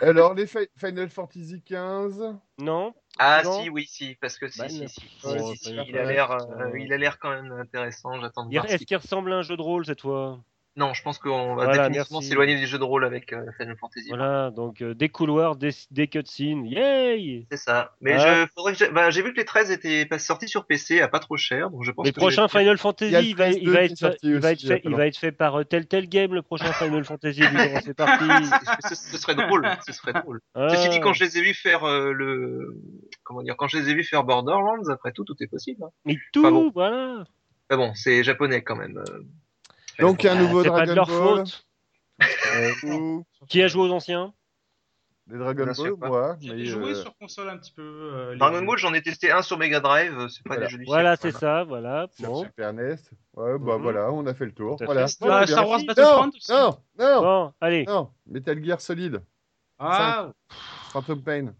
Speaker 2: Alors les Fi- Final Fantasy 15.
Speaker 6: Non
Speaker 8: Ah
Speaker 6: Non.
Speaker 8: si, oui, si, parce que si,
Speaker 6: Bah,
Speaker 8: si,
Speaker 6: non.
Speaker 8: si, si,
Speaker 6: Ouais,
Speaker 8: si,
Speaker 6: ça
Speaker 8: si,
Speaker 6: y est,
Speaker 8: il a
Speaker 6: ouais,
Speaker 8: l'air,
Speaker 6: putain.
Speaker 8: euh, il a l'air quand même intéressant. J'attends de
Speaker 6: Il-
Speaker 8: voir.
Speaker 6: Est-ce
Speaker 8: ce
Speaker 6: qu'il ressemble à un jeu de rôle cette fois
Speaker 8: Non, je pense qu'on va
Speaker 6: Voilà,
Speaker 8: définitivement
Speaker 6: merci.
Speaker 8: s'éloigner des jeux de rôle avec euh, Final Fantasy.
Speaker 6: Voilà, donc euh, des couloirs, des, des cutscenes. Yay
Speaker 8: C'est ça. Mais
Speaker 6: Ah.
Speaker 8: je faudrait que j'ai bah, j'ai vu que les 13 étaient pas sortis sur PC à pas trop cher, donc je pense
Speaker 6: Les
Speaker 8: que
Speaker 6: prochains
Speaker 8: je vais-
Speaker 6: Final
Speaker 2: Il y a le
Speaker 6: Fantasy, il va,
Speaker 2: 13
Speaker 6: il
Speaker 2: qui
Speaker 6: va
Speaker 2: est
Speaker 6: être,
Speaker 2: sorti
Speaker 6: il va
Speaker 2: aussi,
Speaker 6: être fait,
Speaker 2: il y a
Speaker 6: il
Speaker 2: pas
Speaker 6: va être fait par euh, Telltale Game, le prochain Final Fantasy. évidemment, c'est parti.
Speaker 8: [laughs] ce, ce serait drôle, ce serait
Speaker 6: [laughs]
Speaker 8: drôle.
Speaker 6: Ah.
Speaker 8: Ceci dit, quand je les ai vus faire euh, le, comment dire, quand je les ai vus faire Borderlands, après tout, tout est possible. Hein.
Speaker 6: Mais tout,
Speaker 8: Enfin bon.
Speaker 6: voilà.
Speaker 8: Mais bon, c'est japonais quand même. euh.
Speaker 2: Donc un
Speaker 6: Ah,
Speaker 2: nouveau
Speaker 6: c'est pas de
Speaker 2: Dragon
Speaker 6: leur
Speaker 2: Ball.
Speaker 6: faute.
Speaker 2: Ou-
Speaker 6: Qui a joué aux anciens
Speaker 2: Les Dragon
Speaker 8: Bien
Speaker 2: Ball,
Speaker 8: sûr pas.
Speaker 2: moi.
Speaker 7: J'avais
Speaker 2: Mais,
Speaker 7: joué
Speaker 2: euh,
Speaker 7: sur console un petit peu. euh, les
Speaker 8: Dragon
Speaker 7: jeux.
Speaker 8: Ball, j'en ai testé un sur Mega Drive, euh, c'est pas
Speaker 2: Voilà.
Speaker 8: des jeux du
Speaker 6: Voilà,
Speaker 8: siècle.
Speaker 6: c'est ça, voilà.
Speaker 2: sur
Speaker 6: Bon.
Speaker 2: Super NES. Ouais, bah
Speaker 6: Mhm.
Speaker 2: voilà, on a fait le tour.
Speaker 6: Tout à
Speaker 2: Voilà.
Speaker 6: fait.
Speaker 2: Voilà,
Speaker 7: Ah,
Speaker 2: bien.
Speaker 7: Star Wars
Speaker 2: Non,
Speaker 7: Battlefront aussi.
Speaker 2: Non, non,
Speaker 6: Bon, allez.
Speaker 2: non. Metal Gear Solid,
Speaker 7: Ah,
Speaker 2: Phantom Pain.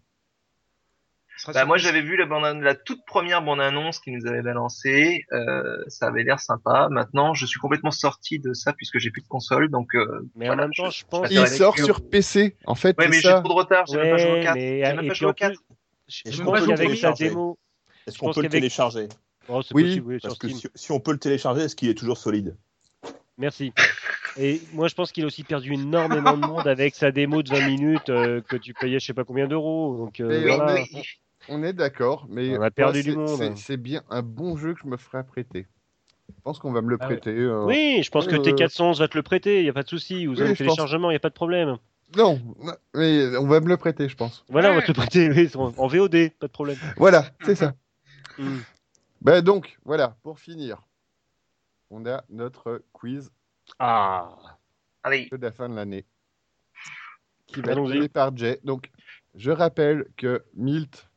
Speaker 7: ce sera
Speaker 8: Bah,
Speaker 7: sur
Speaker 8: moi,
Speaker 7: PC.
Speaker 8: j'avais vu la, bande, la toute première bande-annonce qu'ils nous avaient balancée. Euh, ça avait l'air sympa. Maintenant, je suis complètement sorti de ça puisque j'ai plus de console. Donc, euh,
Speaker 6: Mais
Speaker 8: voilà,
Speaker 6: en même temps, je pense.
Speaker 8: Ça
Speaker 2: Il
Speaker 8: reste
Speaker 2: sort
Speaker 8: que-
Speaker 2: sur PC, en fait,
Speaker 8: Ouais,
Speaker 2: c'est
Speaker 8: mais j'ai
Speaker 2: ça.
Speaker 8: trop de retard. J'ai même pas joué au
Speaker 6: Ouais,
Speaker 8: 4.
Speaker 6: mais-
Speaker 8: J'ai même
Speaker 6: et
Speaker 8: pas
Speaker 6: puis
Speaker 8: joué
Speaker 6: en
Speaker 8: au 4.
Speaker 6: plus,
Speaker 3: Est-ce
Speaker 6: je
Speaker 7: même
Speaker 3: qu'on
Speaker 7: pas
Speaker 3: peut
Speaker 6: pense
Speaker 7: joué
Speaker 3: le
Speaker 7: au
Speaker 6: qu'avec sa
Speaker 3: télécharger
Speaker 6: démo.
Speaker 3: Est-ce
Speaker 6: je
Speaker 3: qu'on
Speaker 6: pense
Speaker 3: peut le
Speaker 6: qu'avec-
Speaker 3: télécharger
Speaker 6: Oh, c'est
Speaker 2: Oui,
Speaker 6: possible, oui, sur
Speaker 3: Parce que
Speaker 6: Steam.
Speaker 3: si, si on peut le télécharger, est-ce qu'il est toujours solide
Speaker 6: Merci. Et moi, je pense qu'il a aussi perdu énormément de monde avec sa démo de 20 minutes euh, que tu payais je sais pas combien d'euros. Donc euh,
Speaker 2: Mais
Speaker 8: Oui,
Speaker 6: voilà.
Speaker 8: mais-
Speaker 2: On est d'accord, mais
Speaker 6: On a
Speaker 2: moi,
Speaker 6: perdu
Speaker 2: c'est-
Speaker 6: du monde.
Speaker 2: c'est- C'est bien un bon jeu que je me ferai prêter. Je pense qu'on va me le
Speaker 7: Ah ouais.
Speaker 2: prêter. euh,
Speaker 6: Oui, je pense que
Speaker 2: Euh,
Speaker 6: T411 va te le prêter, il n'y a pas de souci. Vous
Speaker 2: Oui,
Speaker 6: avez le
Speaker 2: je pense.
Speaker 6: téléchargement, il n'y a pas de problème.
Speaker 2: Non, mais on va me le prêter, je pense.
Speaker 6: Voilà, on va
Speaker 7: Ouais.
Speaker 6: te le prêter oui, en en VOD, pas de problème.
Speaker 2: Voilà, c'est ça.
Speaker 6: [laughs] Mm.
Speaker 2: Ben donc, voilà, pour finir, on a notre quiz
Speaker 6: Ah,
Speaker 8: Allez,
Speaker 2: de la fin de l'année qui va être
Speaker 6: bah, Allons-y.
Speaker 2: mené par Jay. Donc, je rappelle que Milt,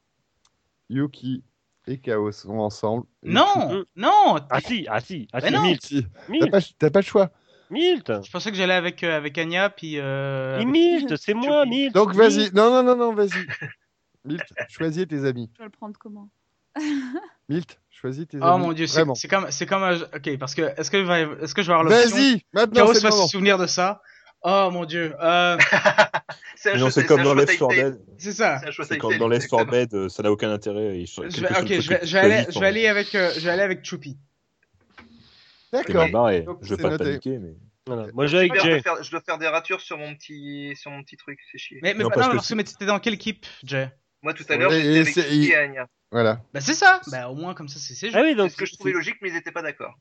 Speaker 2: Yuki et Chaos sont ensemble.
Speaker 7: Non, non.
Speaker 6: ah si, ah si, ah
Speaker 7: Mais
Speaker 6: si,
Speaker 7: non.
Speaker 6: Milt,
Speaker 2: Si, T'as
Speaker 6: Milt,
Speaker 2: pas, t'as pas le choix.
Speaker 6: Milt,
Speaker 7: Je pensais que j'allais avec euh, avec Anya puis. euh,
Speaker 6: Il
Speaker 7: avec-
Speaker 6: Milt, c'est moi,
Speaker 7: Milt.
Speaker 6: Milt.
Speaker 2: Donc,
Speaker 6: Milt.
Speaker 2: vas-y. Non, non, non, non, vas-y. Milt, choisis tes amis.
Speaker 5: Je vais le prendre comment
Speaker 2: Milt, choisis tes
Speaker 7: Oh
Speaker 2: amis.
Speaker 7: mon dieu, c'est
Speaker 2: Vraiment.
Speaker 7: c'est comme c'est comme un jeu- ok parce que est-ce que je vais- est-ce que je vais avoir l'option
Speaker 2: Vas-y, maintenant,
Speaker 7: Chaos
Speaker 2: c'est
Speaker 7: va
Speaker 2: le moment.
Speaker 7: se souvenir de ça. Oh mon dieu, euh,
Speaker 8: c'est un
Speaker 3: Non,
Speaker 8: choix-
Speaker 3: c'est
Speaker 8: c'est
Speaker 3: comme
Speaker 8: un
Speaker 3: dans
Speaker 8: choix
Speaker 3: Left 4
Speaker 8: tailleté.
Speaker 3: Dead.
Speaker 7: c'est ça.
Speaker 3: [laughs]
Speaker 8: C'est un choix
Speaker 3: C'est comme
Speaker 8: tailleté,
Speaker 3: dans Left 4
Speaker 8: exactement.
Speaker 3: Dead, euh, ça n'a aucun intérêt. il- quel
Speaker 7: Je
Speaker 3: que
Speaker 7: vais,
Speaker 3: soit le
Speaker 7: ok,
Speaker 3: truc
Speaker 7: je vais,
Speaker 3: que
Speaker 7: je
Speaker 3: tu
Speaker 7: vais aller,
Speaker 3: choisis,
Speaker 7: je vais aller avec euh, je vais aller avec Choupi.
Speaker 3: T'es mal
Speaker 2: D'accord.
Speaker 3: barré.
Speaker 2: Donc,
Speaker 3: Je
Speaker 2: c'est
Speaker 3: vais pas
Speaker 2: noté.
Speaker 3: te paniquer, mais.
Speaker 6: Voilà. Moi, je vais
Speaker 8: Je
Speaker 6: avec
Speaker 8: dois
Speaker 6: Jay.
Speaker 8: faire- je dois faire des ratures sur mon petit, sur mon petit truc, c'est chier.
Speaker 7: Mais, mais
Speaker 3: Non,
Speaker 7: pas-
Speaker 3: parce
Speaker 7: non, mais
Speaker 3: que
Speaker 7: parce que mais t'étais dans quelle équipe, Jay
Speaker 8: Moi, tout à l'heure,
Speaker 2: Et- et
Speaker 8: j'étais avec
Speaker 2: c'est-
Speaker 8: Kiki
Speaker 2: il-
Speaker 8: et Anya.
Speaker 2: Voilà.
Speaker 7: Bah c'est ça. Bah au moins comme ça c'est c'est
Speaker 6: Ah oui,
Speaker 8: C'est
Speaker 6: donc.
Speaker 8: ce que je trouvais logique, mais ils étaient pas d'accord.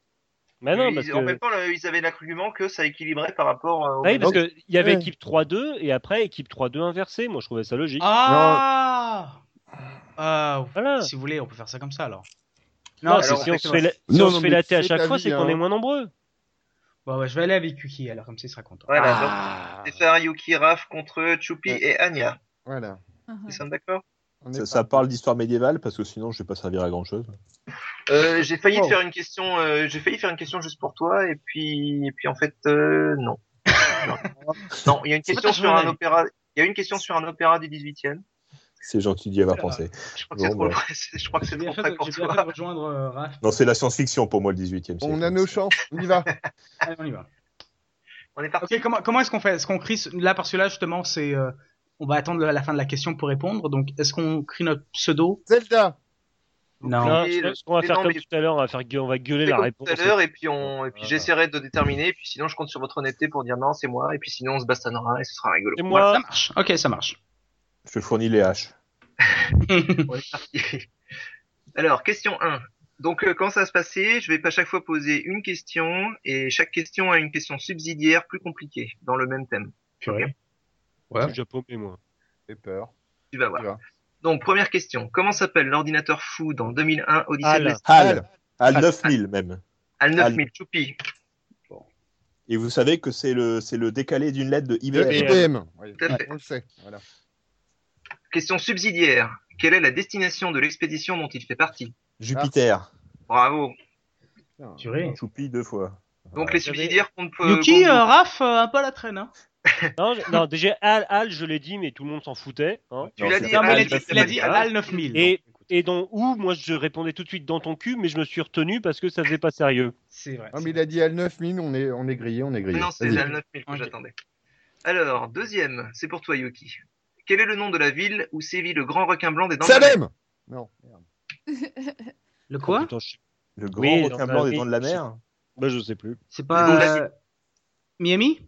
Speaker 6: Bah non,
Speaker 8: Ils-
Speaker 6: parce
Speaker 8: En
Speaker 6: que.
Speaker 8: même temps, le- ils avaient l'argument que ça équilibrait par rapport euh, au.
Speaker 6: Ah oui, parce
Speaker 2: Donc-
Speaker 6: qu'il y avait
Speaker 2: Ouais.
Speaker 6: équipe 3-2 et après équipe 3-2 inversée. Moi, je trouvais ça logique.
Speaker 7: Ah. Ah.
Speaker 6: Voilà.
Speaker 7: Si vous voulez, on peut faire ça comme ça alors.
Speaker 6: Non,
Speaker 7: Non,
Speaker 6: c'est
Speaker 8: alors,
Speaker 6: si on se fait, la... si
Speaker 2: Non,
Speaker 6: on se
Speaker 2: non, mais
Speaker 6: fait latter à
Speaker 2: c'est
Speaker 6: chaque
Speaker 2: ta
Speaker 6: fois,
Speaker 2: vie,
Speaker 6: c'est qu'on
Speaker 2: hein.
Speaker 6: est moins nombreux.
Speaker 7: Bon, ouais, je vais aller avec Yuki alors comme ça il sera content.
Speaker 8: Voilà, donc,
Speaker 6: Ah.
Speaker 8: C'est faire Yuki, Raph contre Choupi
Speaker 2: Ouais.
Speaker 8: et Anya.
Speaker 2: Voilà.
Speaker 5: Ah, ouais.
Speaker 8: Nous sommes d'accord
Speaker 2: On est
Speaker 3: Ça,
Speaker 2: pas-
Speaker 3: ça parle d'histoire médiévale parce que sinon je vais pas servir à grand chose.
Speaker 8: euh, J'ai failli
Speaker 2: Oh.
Speaker 8: te faire une question. euh, J'ai failli faire une question juste pour toi et puis et puis en fait euh, non.
Speaker 7: [laughs]
Speaker 8: Non. non, il y a une
Speaker 7: C'est pas
Speaker 8: question
Speaker 7: ta
Speaker 8: sur un
Speaker 7: journée.
Speaker 8: opéra. Il y a une question sur un opéra du 18e.
Speaker 3: C'est gentil d'y avoir
Speaker 7: Alors,
Speaker 3: pensé.
Speaker 8: Je crois que
Speaker 3: Bon,
Speaker 8: c'est
Speaker 3: bah.
Speaker 8: trop près. Je crois que [laughs] c'est
Speaker 7: J'ai bien
Speaker 8: trop
Speaker 7: fait
Speaker 8: près
Speaker 7: de
Speaker 8: pour
Speaker 7: j'ai bien fait de
Speaker 8: toi.
Speaker 7: rejoindre euh, Raph.
Speaker 3: Non, c'est la science-fiction pour moi le 18 e
Speaker 2: On a nos chances. On y va.
Speaker 7: Allez, on y va.
Speaker 8: On
Speaker 6: Ah,
Speaker 8: est parti.
Speaker 7: Ok, comment, comment est-ce qu'on fait Est-ce qu'on crie ce- là parce que là justement c'est euh, on va attendre la fin de la question pour répondre. Donc est-ce qu'on crie notre pseudo
Speaker 2: Zelda.
Speaker 8: Vous
Speaker 7: Non.
Speaker 6: Non,
Speaker 8: criez
Speaker 6: je
Speaker 8: le-
Speaker 6: pense qu'on va
Speaker 8: mais
Speaker 6: faire
Speaker 8: non,
Speaker 6: comme
Speaker 8: mais
Speaker 6: tout à l'heure, on va faire gueu- on va gueuler
Speaker 8: fais
Speaker 6: la
Speaker 8: comme
Speaker 6: réponse.
Speaker 8: tout à l'heure et puis on et puis
Speaker 7: Ah.
Speaker 6: Voilà.
Speaker 8: j'essaierai de déterminer et puis sinon je compte sur votre honnêteté pour dire non c'est moi et puis sinon on se bastonnera et ce sera rigolo.
Speaker 6: C'est
Speaker 7: Voilà, ça
Speaker 6: moi.
Speaker 7: marche. Ok, ça marche.
Speaker 3: Je fournis les haches.
Speaker 8: [laughs] Alors question 1. Donc euh, comment ça va se passer Je vais pas chaque fois poser une question et chaque question a une question subsidiaire plus compliquée dans le même thème.
Speaker 7: Purée.
Speaker 6: Je suis déjà paumé, moi.
Speaker 2: J'ai peur.
Speaker 8: Tu vas
Speaker 2: Tu
Speaker 8: voir.
Speaker 2: vas.
Speaker 8: Donc première question. Comment s'appelle l'ordinateur fou dans 2001 Odyssey
Speaker 6: Ah
Speaker 8: de
Speaker 6: là.
Speaker 8: l'espace
Speaker 3: HAL. HAL
Speaker 8: Hal.
Speaker 3: 9000 même.
Speaker 8: Al 9000 Choupi.
Speaker 3: Et vous savez que c'est le, c'est le décalé d'une lettre de
Speaker 2: De
Speaker 3: IBM.
Speaker 2: IBM. Oui,
Speaker 8: Tout à fait.
Speaker 2: On le sait. Voilà.
Speaker 8: Question subsidiaire. Quelle est la destination de l'expédition dont il fait partie
Speaker 3: Jupiter.
Speaker 8: Ah. Bravo.
Speaker 2: Putain.
Speaker 7: [laughs] Purée.
Speaker 3: Choupi deux fois.
Speaker 8: Donc
Speaker 3: Ouais.
Speaker 2: Ah,
Speaker 8: les subsidiaires qu'on ne peut.
Speaker 7: Yuki,
Speaker 8: qu'on-
Speaker 7: euh, Raph, euh, un peu à la traîne. Hein.
Speaker 6: Non, je- non, déjà, Al, Al, je l'ai dit, mais tout le monde s'en foutait. hein.
Speaker 8: Tu
Speaker 3: Non,
Speaker 8: l'as
Speaker 3: c'est
Speaker 8: dit,
Speaker 7: Non,
Speaker 3: pas
Speaker 7: mais
Speaker 3: mal,
Speaker 7: il a
Speaker 3: parce
Speaker 7: dit,
Speaker 3: que
Speaker 7: il a
Speaker 3: c'est
Speaker 7: dit
Speaker 3: mal.
Speaker 7: Al 9000.
Speaker 6: Et-
Speaker 7: donc, écoute,
Speaker 6: Et dans où, moi, je répondais tout de suite dans ton cul, mais je me suis retenu parce que ça faisait pas sérieux.
Speaker 7: C'est vrai.
Speaker 2: Non,
Speaker 7: c'est
Speaker 2: mais il
Speaker 7: vrai.
Speaker 2: a dit Al 9000. On est, on est grillé. On est grillé.
Speaker 8: Non, c'est
Speaker 2: Vas-y.
Speaker 8: Al 9000 que
Speaker 7: Ok.
Speaker 8: j'attendais. Alors, deuxième, c'est pour toi, Yuki. Quel est le nom de la ville où sévit le grand requin blanc des dents de la mer
Speaker 2: Salem. Non. merde.
Speaker 7: Le quoi
Speaker 6: Oh, Putain, je,
Speaker 3: Le grand
Speaker 6: Oui,
Speaker 3: requin
Speaker 6: dans
Speaker 3: blanc
Speaker 6: la-
Speaker 3: des dents de la mer.
Speaker 6: bah, je sais plus.
Speaker 7: C'est
Speaker 8: Le nom de
Speaker 7: pas.
Speaker 8: la
Speaker 7: euh, Miami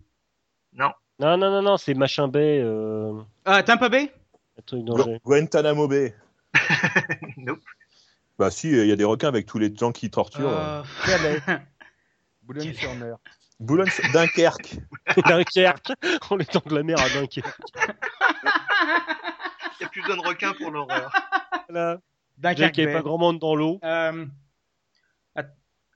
Speaker 6: Non, non, non, non, c'est Machin Bay, euh,
Speaker 7: Ah, Tampa Bay
Speaker 6: un truc
Speaker 3: Gu-
Speaker 6: dangereux.
Speaker 3: Guantanamo Bay.
Speaker 8: [laughs] Nope.
Speaker 3: Bah si, il y a des requins avec tous les gens qui torturent.
Speaker 8: Ah.
Speaker 3: ouais.
Speaker 7: Euh,
Speaker 2: Calais.
Speaker 7: [laughs]
Speaker 2: Boulogne-sur-Mer.
Speaker 3: Boulogne,
Speaker 2: [laughs]
Speaker 3: Dunkerque.
Speaker 6: [laughs] Dunkerque On est dans de la mer à Dunkerque.
Speaker 8: Il n'y a plus besoin de requin pour l'horreur.
Speaker 6: Voilà. Déjà
Speaker 7: Dunkerque.
Speaker 6: qu'il n'y avait
Speaker 7: Bay.
Speaker 6: pas grand monde dans l'eau.
Speaker 7: Euh, att-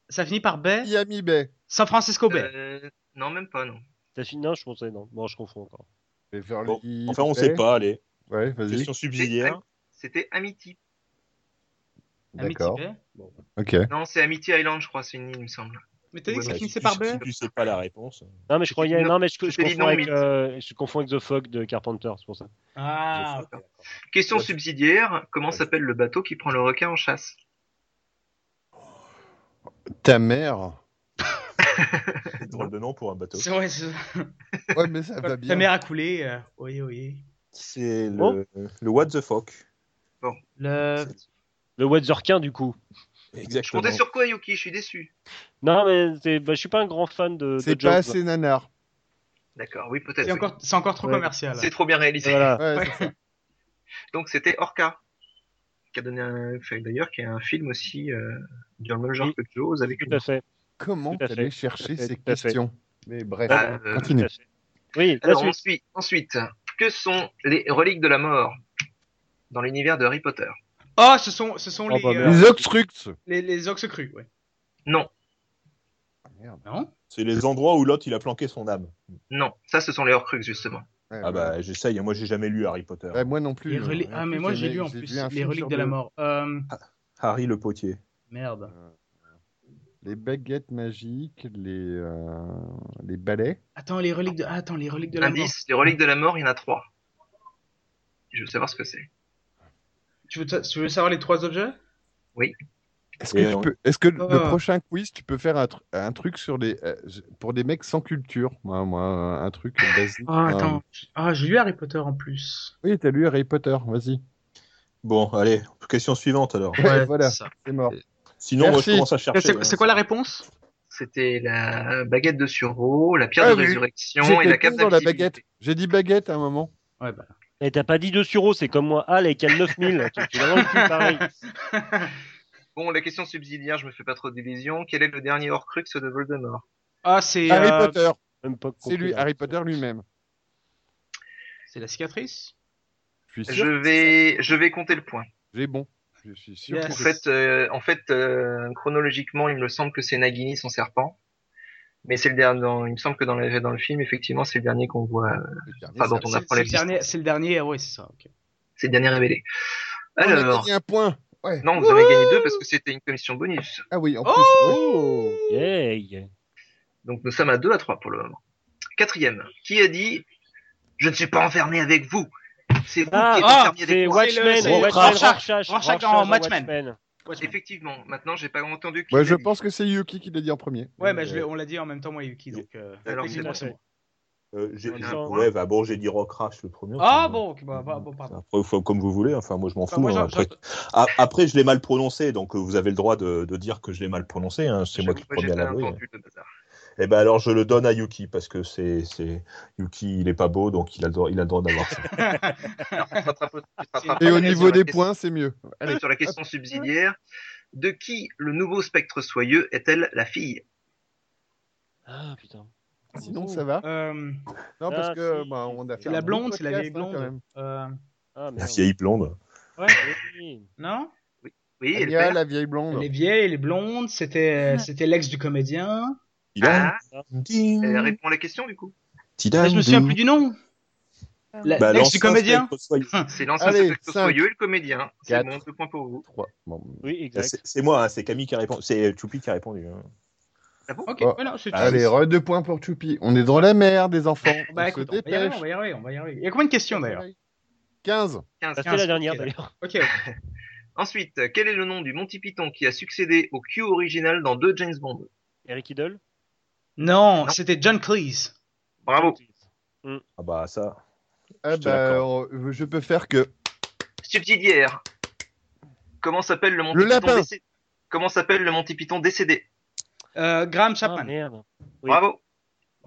Speaker 7: Ça finit par Bay
Speaker 2: Miami Bay.
Speaker 7: San Francisco Bay.
Speaker 8: Euh, non, même pas, non.
Speaker 6: Ça finit, non, je pensais, non. Bon, je confonds encore.
Speaker 2: Beverly
Speaker 3: Bon, enfin, on sait
Speaker 2: Hills.
Speaker 3: pas, allez.
Speaker 2: Ouais, vas-y.
Speaker 3: Question subsidiaire.
Speaker 8: C'était Amity.
Speaker 2: D'accord.
Speaker 7: Amity Bay.
Speaker 2: Ok.
Speaker 8: Non, c'est Amity Island, je crois, c'est une île, il me semble.
Speaker 7: Mais t'as dit
Speaker 8: Ouais,
Speaker 7: que ça
Speaker 8: mais
Speaker 3: Ouais,
Speaker 7: finissait
Speaker 3: si
Speaker 7: par
Speaker 3: tu-
Speaker 7: B
Speaker 3: si tu sais pas la réponse.
Speaker 6: Non, mais je croyais.
Speaker 8: non,
Speaker 6: Non, mais je, je
Speaker 8: c'était les
Speaker 6: confonds avec,
Speaker 8: non-mythes.
Speaker 6: euh, je confonds avec The Fog de Carpenter, c'est pour ça.
Speaker 7: Ah, ok.
Speaker 8: Question
Speaker 3: Ouais.
Speaker 8: subsidiaire, comment s'appelle le bateau qui prend le requin en chasse
Speaker 2: Ta mère.
Speaker 3: C'est drôle de nom pour un bateau.
Speaker 7: C'est vrai, c'est
Speaker 2: Ouais, mais ça va bien.
Speaker 7: Ta mère a coulé. euh, Oui, oui.
Speaker 3: C'est le,
Speaker 6: Bon.
Speaker 8: Oh.
Speaker 3: le What the Fuck.
Speaker 7: Le...
Speaker 6: Le Wetzerkin, du coup.
Speaker 8: Je
Speaker 3: Exactement.
Speaker 8: comptais sur quoi, Yuki Je suis déçu.
Speaker 6: Non, mais c'est- bah, je suis pas un grand fan de. de
Speaker 2: C'est
Speaker 6: Jaws,
Speaker 2: pas
Speaker 6: là.
Speaker 2: assez nanar.
Speaker 8: D'accord, oui, peut-être.
Speaker 7: C'est
Speaker 8: oui.
Speaker 7: encore, c'est encore trop
Speaker 6: Ouais.
Speaker 7: commercial.
Speaker 8: C'est trop bien réalisé.
Speaker 6: Voilà.
Speaker 2: Ouais,
Speaker 7: Ouais.
Speaker 2: c'est ça.
Speaker 8: Donc c'était Orca, qui a donné un... enfin, d'ailleurs, qui a un film aussi euh, dans le même genre
Speaker 6: Oui.
Speaker 8: que Jaws, avec
Speaker 6: Tout
Speaker 8: une...
Speaker 6: à fait.
Speaker 2: Comment
Speaker 6: Tout à
Speaker 2: t'allais
Speaker 6: fait,
Speaker 2: chercher
Speaker 6: tout à fait,
Speaker 2: ces
Speaker 6: tout à fait.
Speaker 2: questions Mais bref,
Speaker 8: Ah, euh,
Speaker 6: Tout
Speaker 2: continue.
Speaker 6: à fait. Oui, la
Speaker 8: Alors
Speaker 6: suite.
Speaker 8: ensuite, ensuite, que sont les reliques de la mort dans l'univers de Harry Potter
Speaker 7: Oh, ce sont, ce sont
Speaker 6: Oh,
Speaker 7: les,
Speaker 6: bah,
Speaker 7: euh,
Speaker 6: merde.
Speaker 2: Les obstructs
Speaker 7: les, les oxes crus, ouais.
Speaker 8: Non,
Speaker 7: Non
Speaker 3: C'est les endroits où l'autre il a planqué son âme.
Speaker 8: non, ça ce sont les Horcruxes justement.
Speaker 2: Ouais,
Speaker 3: Ah bah j'essaye, moi j'ai jamais lu Harry Potter.
Speaker 2: ouais, moi non plus.
Speaker 7: Les
Speaker 2: euh,
Speaker 7: relais-
Speaker 2: en
Speaker 7: Ah, mais
Speaker 2: plus,
Speaker 7: moi j'ai
Speaker 2: j'avais-
Speaker 7: lu en
Speaker 2: j'ai
Speaker 7: plus
Speaker 2: un
Speaker 7: les
Speaker 2: film
Speaker 7: reliques
Speaker 2: sur
Speaker 7: de la
Speaker 2: le-
Speaker 7: mort. Euh,
Speaker 3: Harry le potier.
Speaker 7: merde.
Speaker 2: Euh, Les baguettes magiques, les, euh, les balais.
Speaker 7: Attends, les reliques de, ah, attends, les reliques de la mort.
Speaker 8: Indice, les reliques de la mort, il y en a trois. Je veux savoir ce que c'est.
Speaker 7: Tu veux, ta- tu veux savoir les trois objets
Speaker 2: Est-ce
Speaker 3: Et
Speaker 2: que, tu
Speaker 3: on-
Speaker 2: peux- est-ce que le
Speaker 7: Ah.
Speaker 2: prochain quiz, tu peux faire un, tru- un truc sur les, euh, pour des mecs sans culture Moi, moi un truc basique.
Speaker 7: Ah,
Speaker 2: un-
Speaker 7: attends. Ah, j'ai lu Harry Potter en plus.
Speaker 2: Oui, t'as lu Harry Potter, vas-y.
Speaker 3: Bon, allez, question suivante alors.
Speaker 2: [laughs] Ouais, voilà,
Speaker 7: ça.
Speaker 2: c'est mort.
Speaker 3: Sinon moi
Speaker 2: Merci.
Speaker 3: je commence à chercher. hein.
Speaker 7: C'est c'est quoi la réponse
Speaker 8: C'était la baguette de Sureau, la pierre
Speaker 2: Ah
Speaker 8: de
Speaker 2: oui.
Speaker 8: résurrection et la
Speaker 2: J'étais
Speaker 8: cape
Speaker 2: plus dans la
Speaker 8: d'invisibilité.
Speaker 2: baguette. J'ai dit baguette à un moment.
Speaker 7: Ouais, bah.
Speaker 6: Et t'as pas dit 2 sur c'est comme moi. Ah, les Cal 9000. tu tu l'as vendu, pareil.
Speaker 8: Bon, la question subsidiaire, je me fais pas trop d'illusions. Quel est le dernier Horcrux de Voldemort
Speaker 7: Ah, c'est.
Speaker 2: Harry
Speaker 7: euh,
Speaker 2: Potter,
Speaker 6: Même pas
Speaker 2: c'est lui,
Speaker 6: compris,
Speaker 2: Harry
Speaker 6: hein.
Speaker 2: Potter lui-même.
Speaker 7: C'est la cicatrice
Speaker 2: Je suis
Speaker 8: Je
Speaker 2: sûr.
Speaker 8: vais, je vais compter le point.
Speaker 2: J'ai bon. Je suis sûr.
Speaker 7: Yes.
Speaker 8: En
Speaker 2: que-
Speaker 8: fait, euh, en fait, euh, chronologiquement, il me semble que c'est Nagini son serpent, mais c'est le dernier. dans- il me semble que dans le dans le film, effectivement, c'est le dernier qu'on voit. euh,
Speaker 2: le dernier,
Speaker 8: pardon,
Speaker 2: ça-
Speaker 8: on
Speaker 7: C'est
Speaker 8: apprend
Speaker 7: c'est le
Speaker 8: l'existence.
Speaker 7: dernier. C'est le dernier. ah Ouais, c'est ça. ok.
Speaker 8: C'est le dernier révélé.
Speaker 2: On a
Speaker 8: Alors,
Speaker 2: gagné un point. Ouais.
Speaker 8: non, vous avez gagné deux parce que c'était une commission bonus.
Speaker 2: Ah oui, en
Speaker 7: Oh
Speaker 2: plus. ouais.
Speaker 6: Oh, yeah.
Speaker 8: Donc nous sommes à 2 à 3 pour le moment. Quatrième, qui a dit Je ne suis pas enfermé avec vous C'est vous
Speaker 6: Ah,
Speaker 8: qui êtes
Speaker 7: ah,
Speaker 8: enfermé
Speaker 6: C'est
Speaker 8: avec moi.
Speaker 6: Watchmen,
Speaker 7: c'est-
Speaker 6: Watchmen,
Speaker 7: Rorschach.
Speaker 6: Rorschach,
Speaker 7: Rorschach dans
Speaker 6: Rorschach
Speaker 7: Watchmen. Watchmen.
Speaker 8: Effectivement, maintenant j'ai pas entendu qui
Speaker 2: Ouais,
Speaker 8: l'a
Speaker 2: je
Speaker 8: dit.
Speaker 2: pense que c'est Yuki qui l'a dit en premier.
Speaker 7: Ouais, mais je l'ai- on l'a dit en même temps, moi et Yuki. Donc, euh,
Speaker 8: euh, Alors,
Speaker 7: effectivement,
Speaker 8: c'est
Speaker 7: c'est moi.
Speaker 3: Euh, j'ai-
Speaker 6: On
Speaker 3: j'ai-
Speaker 6: sent-
Speaker 3: Ouais, bah bon, j'ai dit Rock Crash le premier.
Speaker 7: Ah
Speaker 3: enfin,
Speaker 7: bon, ok, bah, bah, bon, pardon.
Speaker 3: Après, faut- comme vous voulez, enfin moi je m'en
Speaker 7: Enfin,
Speaker 3: fous.
Speaker 7: moi,
Speaker 3: hein,
Speaker 7: j'en-
Speaker 3: après,
Speaker 7: j'en-
Speaker 3: Ah, après, je l'ai mal prononcé, donc euh, vous avez le droit de, de dire que je l'ai mal prononcé. hein, C'est moi qui
Speaker 8: J'avoue, j'ai
Speaker 3: premier à
Speaker 8: pas
Speaker 3: l'avouer.
Speaker 2: hein.
Speaker 8: entendu le bazar.
Speaker 3: Eh ben alors je le donne à Yuki parce que c'est c'est Yuki, il est pas beau donc il a le droit, il a le droit d'avoir
Speaker 7: [laughs]
Speaker 3: ça.
Speaker 8: Tu te rattrapes- tu te rattrapes
Speaker 7: Ah,
Speaker 2: Et
Speaker 8: pas
Speaker 2: au
Speaker 8: sur
Speaker 2: niveau
Speaker 8: la
Speaker 2: des
Speaker 8: question-
Speaker 2: points, c'est mieux. Allez.
Speaker 8: Sur la question subsidiaire, de qui le nouveau spectre soyeux est-elle la fille
Speaker 6: Ah, putain.
Speaker 2: Sinon, ça va.
Speaker 7: Euh,
Speaker 2: Oh. Non, parce
Speaker 6: Ah,
Speaker 2: que
Speaker 6: si.
Speaker 2: bah, on a fait.
Speaker 7: c'est
Speaker 2: un
Speaker 7: la
Speaker 2: bon
Speaker 7: blonde, c'est la
Speaker 2: podcast,
Speaker 7: vieille
Speaker 2: hein, quand même.
Speaker 7: blonde. Euh,
Speaker 6: Ah, merde.
Speaker 3: La vieille blonde.
Speaker 7: ouais,
Speaker 6: Oui.
Speaker 7: non
Speaker 8: Oui, elle
Speaker 2: Anya,
Speaker 8: perd.
Speaker 2: la vieille
Speaker 7: Elle
Speaker 2: blonde.
Speaker 7: est vieille, elle est blonde, c'était, c'était l'ex du comédien.
Speaker 3: Il a.
Speaker 8: Ah, elle répond à la question du coup.
Speaker 7: Ah, Eh, je me souviens plus du nom.
Speaker 6: Ah
Speaker 7: La-
Speaker 3: Bah,
Speaker 7: l'ex du
Speaker 3: l'ancien
Speaker 7: comédien
Speaker 3: spectre soyeux.
Speaker 8: C'est l'ancien
Speaker 2: Allez,
Speaker 8: spectre
Speaker 2: cinq,
Speaker 8: soyeux et le comédien. C'est
Speaker 2: quatre.
Speaker 8: bon, deux points pour vous.
Speaker 2: Trois. Bon.
Speaker 6: Oui,
Speaker 3: Ah,
Speaker 6: exact.
Speaker 3: C'est c'est moi, hein, c'est Camille qui a répondu, c'est Choupi qui a répondu. hein.
Speaker 7: Ok,
Speaker 2: Oh.
Speaker 7: ouais, non, c'est
Speaker 3: Ah,
Speaker 2: Allez,
Speaker 3: oui.
Speaker 2: re deux points pour Choupi. On est dans la mer, des enfants.
Speaker 7: Bah
Speaker 2: on
Speaker 7: écoute,
Speaker 2: se
Speaker 7: on va, y arriver,
Speaker 2: dépêche.
Speaker 7: on va y arriver, on va y arriver. Il y a combien de questions d'ailleurs
Speaker 2: 15.
Speaker 8: 15.
Speaker 6: Ah, C'était la dernière
Speaker 7: ok.
Speaker 6: d'ailleurs.
Speaker 7: Ok, ok.
Speaker 8: Ensuite, quel est le nom du Monty Python qui a succédé au Q original dans deux James Bond
Speaker 6: Eric Idle. Ah,
Speaker 7: Non, c'était John Cleese.
Speaker 8: Bravo.
Speaker 3: Ah bah ça.
Speaker 2: Ah
Speaker 3: Je te
Speaker 2: bah, on- je peux faire que.
Speaker 8: Subsidiaire. Comment s'appelle le Monty
Speaker 2: Le
Speaker 8: Python
Speaker 2: lapin.
Speaker 8: décédé Comment s'appelle le Monty Python décédé
Speaker 7: Euh, Graham
Speaker 6: Ah,
Speaker 7: Chapman.
Speaker 6: merde. Oui.
Speaker 8: Bravo.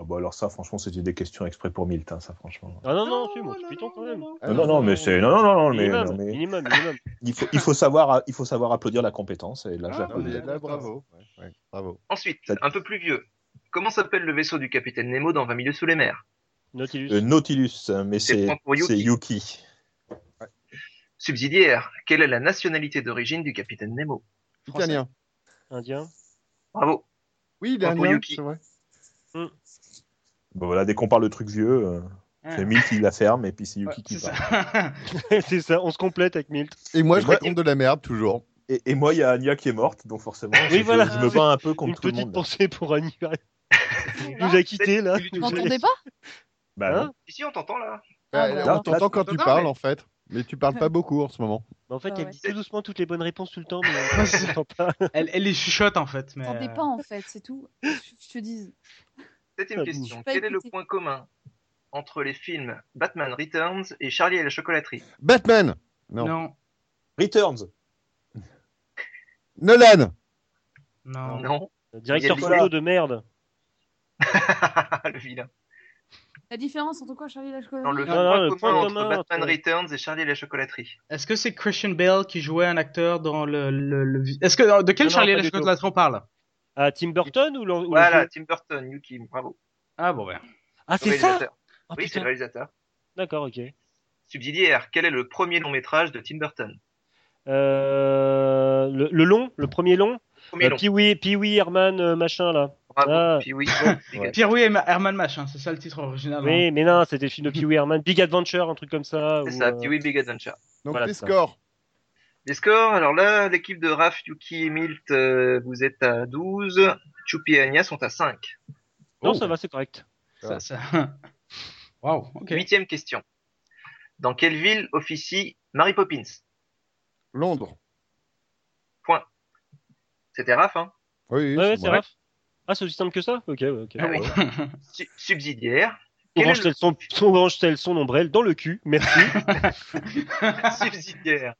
Speaker 3: Ah bah alors ça franchement c'était des questions exprès pour Milt hein, ça franchement.
Speaker 6: Ah non, non, tu montes, putain, quand même.
Speaker 2: Ah
Speaker 3: Euh, Non non, non mais c'est non non non, non, mais,
Speaker 6: Minimum,
Speaker 3: non, mais-
Speaker 6: minimum, minimum.
Speaker 3: il faut il faut savoir il faut savoir applaudir la compétence et là
Speaker 7: Ah,
Speaker 3: je
Speaker 2: Non, mais
Speaker 3: l'applaudis.
Speaker 2: là, bravo. Ouais, ouais, bravo.
Speaker 8: Ensuite,
Speaker 3: Ça-
Speaker 8: un peu plus vieux. Comment s'appelle le vaisseau du capitaine Nemo dans 20 milieux sous les mers
Speaker 6: Nautilus.
Speaker 3: Euh, Nautilus hein, mais
Speaker 8: C'est
Speaker 3: c'est
Speaker 8: point pour Yuki.
Speaker 3: c'est Yuki.
Speaker 8: Subsidiaire. Quelle est la nationalité d'origine du capitaine Nemo
Speaker 7: Français.
Speaker 2: Italien.
Speaker 3: [laughs]
Speaker 6: Indien.
Speaker 8: Bravo.
Speaker 2: hein. Oui,
Speaker 8: Point pour
Speaker 2: dernier,
Speaker 8: Yuki.
Speaker 2: c'est vrai.
Speaker 3: Bon voilà dès qu'on parle de trucs vieux euh, C'est Milt qui la ferme et puis c'est Yuki
Speaker 7: Ouais,
Speaker 3: qui
Speaker 7: c'est
Speaker 3: parle.
Speaker 7: ça. [laughs]
Speaker 6: c'est ça, on se complète avec Milt.
Speaker 2: Et moi, je
Speaker 3: Moi-
Speaker 2: raconte de la merde, toujours.
Speaker 3: Et, et moi, il y a Anya qui est morte, donc forcément,
Speaker 6: Oui,
Speaker 3: je,
Speaker 6: voilà.
Speaker 3: je me bats un peu
Speaker 6: Une
Speaker 3: contre tout le
Speaker 6: petite
Speaker 3: monde.
Speaker 6: pensée pour Annie. Il nous a quittés là.
Speaker 8: Tu
Speaker 6: Il
Speaker 5: Vous
Speaker 6: nous a
Speaker 5: m'entendez
Speaker 6: laissé-
Speaker 5: pas
Speaker 3: Bah non.
Speaker 6: Hein
Speaker 8: Ici, on t'entend
Speaker 2: Euh,
Speaker 5: Ah,
Speaker 8: là.
Speaker 5: bah,
Speaker 2: on
Speaker 5: alors.
Speaker 2: t'entend quand
Speaker 8: Non,
Speaker 2: tu
Speaker 8: non,
Speaker 2: parles,
Speaker 8: mais-
Speaker 2: en fait. Mais tu parles pas beaucoup en ce moment.
Speaker 6: Mais Bah, en fait,
Speaker 5: Ah
Speaker 6: elle
Speaker 5: ouais.
Speaker 6: dit tout doucement toutes les bonnes réponses tout le
Speaker 8: [laughs]
Speaker 6: temps, mais
Speaker 7: Ouais,
Speaker 6: on
Speaker 7: c'est-
Speaker 6: n'entend pas.
Speaker 7: Elle, elle les chuchote en fait. Mais...
Speaker 5: T'entendais pas en fait, c'est tout. Je je te dis.
Speaker 8: Septième
Speaker 6: Ah,
Speaker 8: question.
Speaker 5: pas
Speaker 8: Quel est le
Speaker 5: écouté.
Speaker 8: point commun entre les films Batman Returns et Charlie et la chocolaterie
Speaker 2: Batman
Speaker 7: Non,
Speaker 2: Non.
Speaker 7: non,
Speaker 3: Returns.
Speaker 2: Nolan
Speaker 6: Ah.
Speaker 7: non.
Speaker 8: Non. [laughs]
Speaker 6: Directeur
Speaker 8: Il y
Speaker 3: a des-
Speaker 6: photo de merde.
Speaker 8: Ah, le vilain.
Speaker 5: La différence entre quoi, Charlie la
Speaker 8: Non, le
Speaker 6: Non,
Speaker 8: point,
Speaker 6: non, le
Speaker 8: commun
Speaker 6: point
Speaker 8: entre
Speaker 6: commun
Speaker 8: Batman
Speaker 6: entre-
Speaker 8: Returns et Charlie et la chocolaterie.
Speaker 7: Est-ce que c'est Christian Bale qui jouait un acteur dans le. le, le... Est-ce que de quel
Speaker 6: Non, non,
Speaker 7: Charlie
Speaker 6: pas
Speaker 7: et la
Speaker 6: du tout.
Speaker 7: chocolaterie on parle
Speaker 6: Ah, Tim Burton ou l'an- ou
Speaker 8: Voilà,
Speaker 6: l'ancien
Speaker 8: Tim Burton, Yuki, bravo.
Speaker 7: Ah bon ben.
Speaker 6: Ah,
Speaker 8: Le
Speaker 6: c'est ça
Speaker 8: réalisateur.
Speaker 6: Ah,
Speaker 8: Oui, c'est
Speaker 6: putain.
Speaker 8: le réalisateur.
Speaker 6: D'accord, ok.
Speaker 8: Subsidiaire, quel est le premier long métrage de Tim Burton
Speaker 6: Euh, le, le long, le premier long
Speaker 8: Premier
Speaker 6: euh,
Speaker 8: long.
Speaker 6: Pee-wee, Pee-wee, Herman, euh, machin là.
Speaker 8: Bravo.
Speaker 6: Ah.
Speaker 8: Puis oui.
Speaker 6: [laughs] Ouais.
Speaker 7: Pierre oui et Ma- Herman Machin, c'est ça le titre
Speaker 8: Ah,
Speaker 7: original. hein.
Speaker 6: Oui, mais non, c'était le film de Pee-wee Herman, Big Adventure, un truc comme ça.
Speaker 8: C'est
Speaker 6: ou,
Speaker 8: ça,
Speaker 6: euh,
Speaker 8: Pee Wee Big Adventure.
Speaker 2: Donc
Speaker 6: Voilà,
Speaker 2: les
Speaker 6: ça.
Speaker 2: scores.
Speaker 8: Les scores, alors là, l'équipe de Raph, Yuki et Milt, euh, vous êtes à 12. Choupi et Anya sont à 5.
Speaker 6: Non,
Speaker 2: Oh.
Speaker 6: ça va, c'est correct.
Speaker 7: Ça, ça... [laughs] Waouh, ok.
Speaker 8: Huitième question. Dans quelle ville officie Mary Poppins
Speaker 2: Londres.
Speaker 8: C'était Raph, hein
Speaker 2: Oui, oui,
Speaker 6: Ouais, ouais,
Speaker 2: c'est
Speaker 6: c'est
Speaker 2: vrai.
Speaker 6: raf. Ah, c'est aussi simple que ça Ok, ouais, ok.
Speaker 7: Ah oui. [laughs]
Speaker 8: Su- Subsidiaire.
Speaker 6: On
Speaker 8: Quel est
Speaker 6: range-t-elle son, on range-t-elle son ombrelle dans le cul
Speaker 8: [laughs]
Speaker 6: Merci.
Speaker 8: Subsidiaire.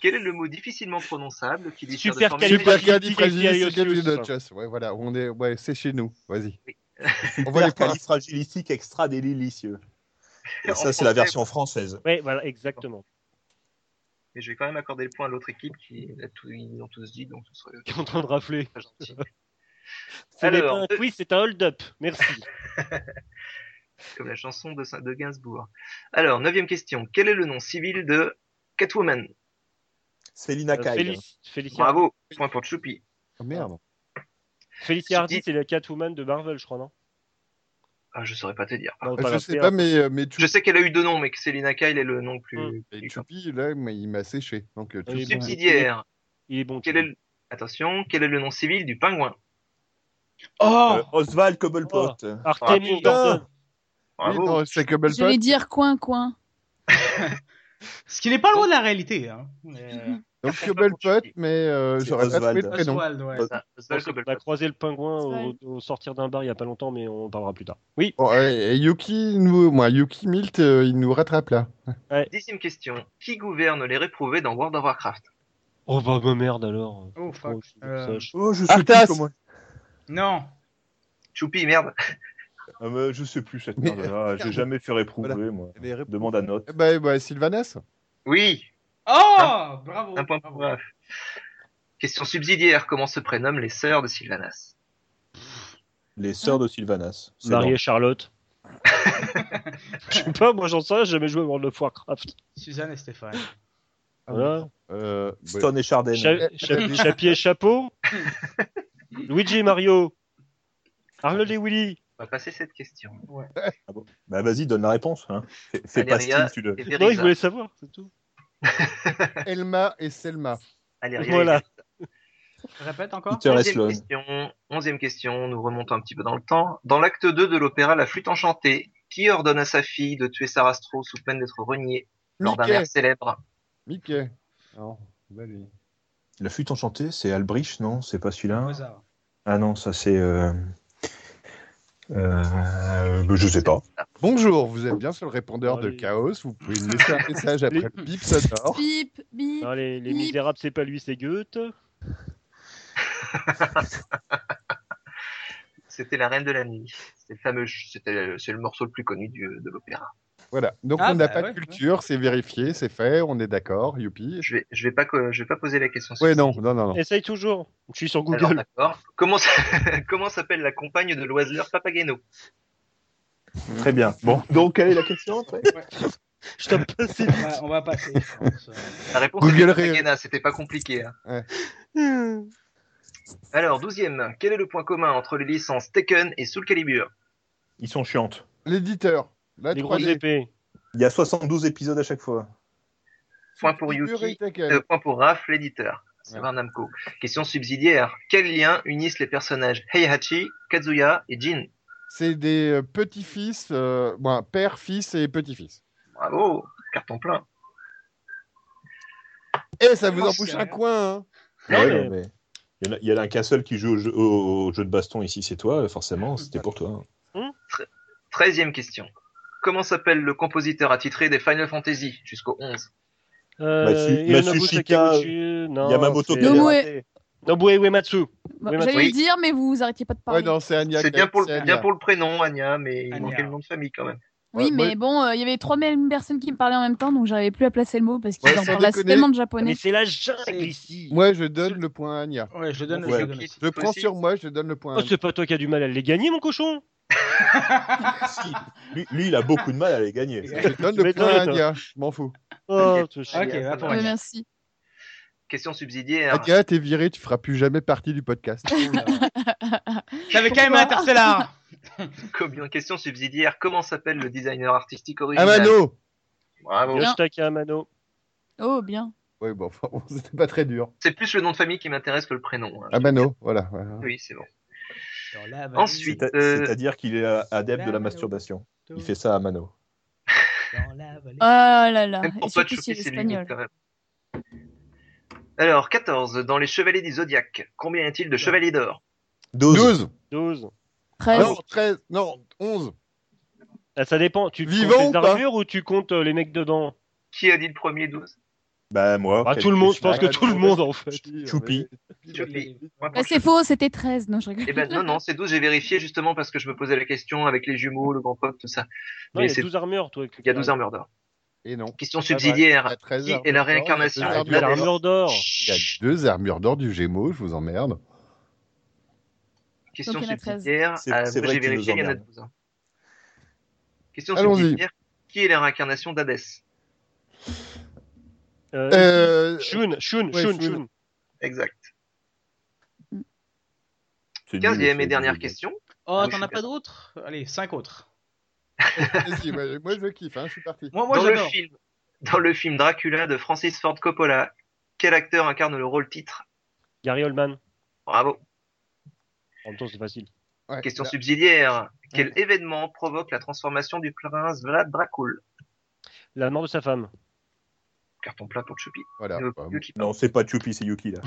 Speaker 8: Quel est le mot difficilement prononçable qui dit
Speaker 6: Super
Speaker 2: Super Caddy
Speaker 6: Califragilistique- Califragilistique-
Speaker 2: Ouais, voilà, on est, ouais, c'est chez nous. Vas-y.
Speaker 8: Oui.
Speaker 2: On va les
Speaker 3: Super
Speaker 2: pas.
Speaker 3: qualifragilistique extra délicieux. Et ça, c'est la version française.
Speaker 6: ouais, voilà, exactement.
Speaker 8: Mais je vais quand même accorder le point à l'autre équipe qui l'a tout- ils ont tous dit, donc ce serait
Speaker 6: [laughs] Qui est en train de rafler.
Speaker 8: très gentil.
Speaker 6: Ce n'est
Speaker 8: Alors,
Speaker 6: pas un
Speaker 8: euh,
Speaker 6: quiz, c'est un hold-up. Merci.
Speaker 8: Comme la chanson de, Saint- de Gainsbourg. Alors, neuvième question. Quel est le nom civil de Catwoman
Speaker 3: Célina
Speaker 6: Euh,
Speaker 3: Kyle.
Speaker 6: Félici- Félicia,
Speaker 8: Bravo. Point pour Choupi.
Speaker 2: Oh, merde.
Speaker 6: Félicia Hardy, c'est la Catwoman de Marvel, je crois, non,
Speaker 8: Ah, je saurais pas te dire.
Speaker 6: non pas
Speaker 2: Je
Speaker 6: grave,
Speaker 2: sais
Speaker 6: c'est
Speaker 2: pas,
Speaker 6: un-
Speaker 2: mais, euh, mais
Speaker 8: Je
Speaker 2: Chou-
Speaker 8: sais qu'elle a eu deux noms, mais que Selina Kyle est le nom plus.
Speaker 6: Mm.
Speaker 2: mais
Speaker 8: plus
Speaker 2: Choupi, là, mais il m'a séché. Donc, euh,
Speaker 6: Oui,
Speaker 2: Choupi,
Speaker 6: bon.
Speaker 8: Subsidiaire.
Speaker 6: Il est bon.
Speaker 8: Quel est le... Attention, quel est le nom civil du pingouin
Speaker 7: Oh
Speaker 1: Oh,
Speaker 3: Euh, Oswald Cobblepot.
Speaker 8: Ah,
Speaker 6: Artemis
Speaker 3: putain.
Speaker 6: Gordon.
Speaker 2: oui,
Speaker 8: Bravo.
Speaker 2: non, c'est
Speaker 5: Je vais
Speaker 2: Cobblepot.
Speaker 5: dire coin coin.
Speaker 7: Ce qui n'est pas loin de la réalité. Hein. Mais, euh,
Speaker 2: Donc,
Speaker 8: C'est
Speaker 2: Cobblepot,
Speaker 8: Choupi.
Speaker 2: mais euh,
Speaker 3: C'est
Speaker 2: j'aurais pas trouvé
Speaker 3: Oswald.
Speaker 2: le prénom.
Speaker 7: Oswald, ouais.
Speaker 3: Os-
Speaker 8: Ça,
Speaker 6: On
Speaker 8: Oswald
Speaker 6: a
Speaker 8: Cobblepot.
Speaker 6: croisé le pingouin au,
Speaker 5: Ouais.
Speaker 6: au sortir d'un bar il y a pas longtemps, mais on en parlera plus tard. Oui,
Speaker 2: Bon, et, et Yuki, nous, moi, Yuki Milt, euh, il nous rattrape là.
Speaker 8: Dixième question. Qui gouverne les réprouvés dans World of Warcraft
Speaker 6: oh bah ma merde alors.
Speaker 7: Oh, fuck.
Speaker 6: Trop, je suis
Speaker 7: Euh,
Speaker 6: sage.
Speaker 3: Oh, je sais
Speaker 2: Arthas
Speaker 3: plus comment.
Speaker 7: Non.
Speaker 8: Choupi, merde.
Speaker 3: Ah, mais je sais plus cette
Speaker 2: Mais-
Speaker 3: merde. [laughs] là J'ai jamais fait réprouver, moi. Demande à Note.
Speaker 2: Eh ben, bah, Sylvanas
Speaker 8: Oui,
Speaker 7: Oh Bravo.
Speaker 8: un point pour
Speaker 7: bravo.
Speaker 8: Raph. Question subsidiaire. Comment se prénomment les sœurs de Sylvanas
Speaker 3: Les sœurs de Sylvanas. C'est
Speaker 6: Marie
Speaker 3: dans-
Speaker 6: et Charlotte. je sais pas, moi j'en sais, rien, j'ai jamais joué à World of Warcraft.
Speaker 7: Suzanne et Stéphane.
Speaker 6: Voilà.
Speaker 2: euh, ouais.
Speaker 3: Stone et Charden.
Speaker 6: Cha- cha- Chapier et Chapeau. Luigi et Mario. Arnold et Willy.
Speaker 8: On va passer cette question.
Speaker 3: Bah vas-y, donne la réponse. Hein. Fais, fais pas
Speaker 8: Valeria
Speaker 3: style, tu le.
Speaker 8: et
Speaker 6: Non, je
Speaker 8: Verisa.
Speaker 6: voulais savoir, c'est tout.
Speaker 2: Elma et Selma.
Speaker 8: Valeria et
Speaker 6: Voilà.
Speaker 8: Verisa.
Speaker 7: Répète encore
Speaker 3: Peter
Speaker 8: Onzième
Speaker 3: Eslon.
Speaker 8: question, onzième question, nous remontons un petit peu dans le temps. Dans l'acte 2 de l'opéra La Flûte Enchantée, qui ordonne à sa fille de tuer Sarah Strauss sous peine d'être reniée lors d'un
Speaker 2: Mickey.
Speaker 8: air célèbre
Speaker 2: Mickey. Non, bah, lui.
Speaker 3: La fuite enchantée, c'est Albrich, non C'est pas celui-là.
Speaker 7: Mozart.
Speaker 3: Ah non, ça c'est. Euh... euh, bah, je sais pas.
Speaker 2: Bonjour, vous êtes bien sur le répondeur de
Speaker 6: Allez.
Speaker 2: Chaos. Vous pouvez me laisser
Speaker 8: [laughs]
Speaker 2: un message après le bip sonore.
Speaker 5: Bip, bip.
Speaker 6: Non, Ah, les, les
Speaker 5: Bip.
Speaker 6: Misérables, c'est pas lui, c'est Goethe.
Speaker 8: C'était La Reine de la Nuit. C'est le fameux, ch- c'était le- c'est le morceau le plus connu du- de l'opéra.
Speaker 2: Voilà. Donc
Speaker 7: Ah,
Speaker 2: on n'a
Speaker 7: bah
Speaker 2: pas
Speaker 7: ouais.
Speaker 2: de culture, c'est vérifié, c'est fait, on est d'accord, youpi.
Speaker 8: Je vais, je vais pas, co- je vais pas poser la question. sur
Speaker 2: Ouais,
Speaker 8: ça.
Speaker 2: non, non, non, non.
Speaker 6: Essaye toujours. Je suis sur
Speaker 8: Alors,
Speaker 6: Google.
Speaker 8: d'accord. Comment, s- [laughs] comment s'appelle la compagne de l'oiseleur Papageno
Speaker 3: Très bien. Bon, donc quelle est la question après
Speaker 6: Je tape pas assez
Speaker 7: On
Speaker 6: vite.
Speaker 7: va, on va passer. je pense. Euh,
Speaker 8: La réponse
Speaker 2: Google
Speaker 8: était
Speaker 2: ré-
Speaker 8: Papagena, c'était pas compliqué. hein.
Speaker 6: Ils
Speaker 8: Alors, douzième, quel est le point commun entre les licences Tekken et Soul Calibur
Speaker 3: Ils sont chiantes.
Speaker 2: L'éditeur. La
Speaker 6: [laughs] Les grosses
Speaker 2: 3D.
Speaker 6: épées.
Speaker 3: Il y a 72 épisodes à chaque fois.
Speaker 8: Point pour
Speaker 2: Pure et
Speaker 8: Yuki,
Speaker 2: tackle.
Speaker 8: euh, point pour Raph, l'éditeur. Ça va, Namco. Question subsidiaire. Quels liens unissent les personnages Heihachi, Kazuya et Jin
Speaker 2: C'est des euh, petits-fils, euh, bon, père, fils et petit-fils.
Speaker 8: Bravo, carton plein.
Speaker 2: Et Eh, ça vous
Speaker 7: Oh,
Speaker 2: embouche un
Speaker 7: sérieux
Speaker 2: coin, hein
Speaker 6: Non,
Speaker 3: Ouais,
Speaker 6: mais-
Speaker 3: non, mais Il y en a- il y en a, qu'un seul qui joue au jeu, au- au jeu de baston ici, c'est toi, forcément, c'était pour toi. hein.
Speaker 8: Treizième question. Comment s'appelle le compositeur attitré des Final Fantasy jusqu'au 11
Speaker 6: Euh,
Speaker 3: Matsu-
Speaker 6: Hironobu
Speaker 3: Matsushika,
Speaker 6: Sakaguchi, non,
Speaker 3: Yamamoto
Speaker 6: c'est-
Speaker 5: Nobuo-
Speaker 3: Kanemaru.
Speaker 6: Nobuo Uematsu.
Speaker 5: Bah,
Speaker 6: Oui,
Speaker 5: J'allais
Speaker 8: oui.
Speaker 5: le dire, mais vous arrêtiez pas de
Speaker 2: Ouais,
Speaker 5: parler.
Speaker 2: non, c'est Anya.
Speaker 8: C'est
Speaker 2: qui-
Speaker 8: bien, pour
Speaker 2: c'est
Speaker 8: le-
Speaker 2: Anya.
Speaker 8: bien pour le prénom, Anya, mais il
Speaker 7: Anya.
Speaker 8: manquait le nom de famille quand même.
Speaker 2: Ouais,
Speaker 5: Oui, mais
Speaker 2: moi-
Speaker 5: bon, euh, il y avait trois mêmes personnes qui me parlaient en même temps, donc j'arrivais plus à placer le mot parce qu'ils
Speaker 2: Ouais,
Speaker 5: en
Speaker 2: sans
Speaker 5: parlaient
Speaker 2: déconner.
Speaker 5: tellement de
Speaker 6: Mais
Speaker 5: japonais.
Speaker 6: c'est la jungle ici.
Speaker 2: Moi, je donne le point à Anya.
Speaker 7: [laughs] Ouais, je le donne,
Speaker 3: Ouais.
Speaker 7: je le donne.
Speaker 2: Je prends
Speaker 8: Aussi,
Speaker 2: sur moi, je donne le point à
Speaker 6: Oh,
Speaker 2: Anya.
Speaker 6: c'est pas toi qui as du mal à les gagner, mon cochon
Speaker 3: Si, lui, lui, il a beaucoup de mal à les gagner.
Speaker 7: Ouais.
Speaker 2: Je donne le
Speaker 6: Tu
Speaker 2: point à
Speaker 6: m'étonnes.
Speaker 2: Anya, je m'en fous.
Speaker 6: Oh, tu sais.
Speaker 7: Ok, va pour
Speaker 5: Ouais,
Speaker 7: Anya.
Speaker 5: Euh, merci.
Speaker 8: Question subsidiaire.
Speaker 2: Anya, t'es viré, tu feras plus jamais partie du podcast.
Speaker 7: T'avais quand même
Speaker 5: Pourquoi
Speaker 7: Interstellar
Speaker 8: [laughs] Comme- Question subsidiaire. Comment s'appelle le designer artistique original
Speaker 2: Amano
Speaker 8: Bravo.
Speaker 6: Yoshitaka Amano.
Speaker 5: Oh, bien.
Speaker 2: Oui, bon, enfin, bon, [laughs] c'était pas très dur.
Speaker 8: C'est plus le nom de famille qui m'intéresse que le prénom. hein.
Speaker 2: Amano, voilà. voilà.
Speaker 8: Oui, c'est bon.
Speaker 7: [laughs] Dans la valise,
Speaker 8: Ensuite,
Speaker 3: C'est-
Speaker 8: euh,
Speaker 3: C'est-à-dire qu'il est euh, adepte de la masturbation. Il fait ça à Mano.
Speaker 7: dans la valise.
Speaker 5: Oh là là.
Speaker 8: Même
Speaker 5: Et
Speaker 8: pour toi,
Speaker 5: surtout
Speaker 8: Chucky,
Speaker 5: si
Speaker 8: c'est l'unique
Speaker 5: espagnol.
Speaker 8: quand même. Alors, 14. Dans les Chevaliers du Zodiac, combien y a-t-il de Chevaliers d'or
Speaker 3: 12.
Speaker 2: 12
Speaker 6: 12.
Speaker 5: 13.
Speaker 2: Non, 13, non, 11
Speaker 6: Ah, ça dépend. Tu
Speaker 2: Vivant ou
Speaker 6: comptes les
Speaker 2: pas
Speaker 6: armures ou tu comptes euh, les mecs dedans
Speaker 8: Qui a dit le premier 12
Speaker 3: Bah, moi.
Speaker 6: Bah,
Speaker 3: Oh, quel-
Speaker 6: Tout le monde, je pense que
Speaker 2: Arrête,
Speaker 6: tout le
Speaker 2: on
Speaker 6: monde en fait.
Speaker 3: Choupi.
Speaker 8: Chucky. Moi,
Speaker 5: Bah, c'est faux, c'était 13. Non, je rigole.
Speaker 8: Eh ben, non, non, c'est 12. J'ai vérifié justement parce que je me posais la question avec les jumeaux, le grand pop, tout ça.
Speaker 6: Non,
Speaker 8: Mais
Speaker 6: il y
Speaker 8: c'est-
Speaker 6: a Ah, 12 armures, toi.
Speaker 8: Il y a 12 armures d'or.
Speaker 2: Et non.
Speaker 8: Question
Speaker 6: vrai.
Speaker 8: subsidiaire.
Speaker 2: À 13
Speaker 8: Ah, Qui
Speaker 2: heures d'or,
Speaker 8: est la
Speaker 2: il y a
Speaker 8: réincarnation
Speaker 2: deux
Speaker 8: de
Speaker 6: Ah,
Speaker 2: armures
Speaker 6: douze
Speaker 8: Hades.
Speaker 2: d'or.
Speaker 6: armures d'or.
Speaker 2: Il y a deux armures d'or du Gémeaux, je vous emmerde.
Speaker 8: Question
Speaker 5: Donc, il y en a 13.
Speaker 8: subsidiaire.
Speaker 3: C'est-
Speaker 8: Ah,
Speaker 3: c'est
Speaker 8: moi,
Speaker 3: vrai
Speaker 8: J'ai
Speaker 3: que tu
Speaker 8: vérifié,
Speaker 3: nous
Speaker 8: il y en a
Speaker 3: emmerdes.
Speaker 8: 12. hein. Question
Speaker 2: Allons-y.
Speaker 8: subsidiaire. Qui est la réincarnation d'Hades
Speaker 6: Euh,
Speaker 2: Euh,
Speaker 6: Shun, Shun,
Speaker 2: ouais, Shun.
Speaker 6: Shun, Shun.
Speaker 8: Exact.
Speaker 3: C'est nul,
Speaker 8: Quinzième
Speaker 3: c'est-
Speaker 8: et dernière question.
Speaker 7: Oh,
Speaker 8: Moi, je
Speaker 7: t'en
Speaker 8: suis
Speaker 7: as pas
Speaker 8: quatre.
Speaker 7: d'autres Allez, cinq autres.
Speaker 2: [laughs] vas-y, moi, moi, je kiffe, hein, je suis parti.
Speaker 7: Moi, moi
Speaker 8: dans, le
Speaker 7: j'adore.
Speaker 8: film, dans le film Dracula de Francis Ford Coppola, quel acteur incarne le rôle titre
Speaker 6: Gary Oldman.
Speaker 8: Bravo.
Speaker 6: En même temps, c'est facile.
Speaker 2: Ouais,
Speaker 8: Question
Speaker 2: là.
Speaker 8: subsidiaire. Quel événement provoque la transformation du prince Vlad Dracul
Speaker 6: La mort de sa femme.
Speaker 8: Carton plat pour Choupi.
Speaker 2: Voilà.
Speaker 8: Nous-
Speaker 2: Bah,
Speaker 8: nous qui-
Speaker 3: Non, c'est pas Choupi, c'est Yuki là.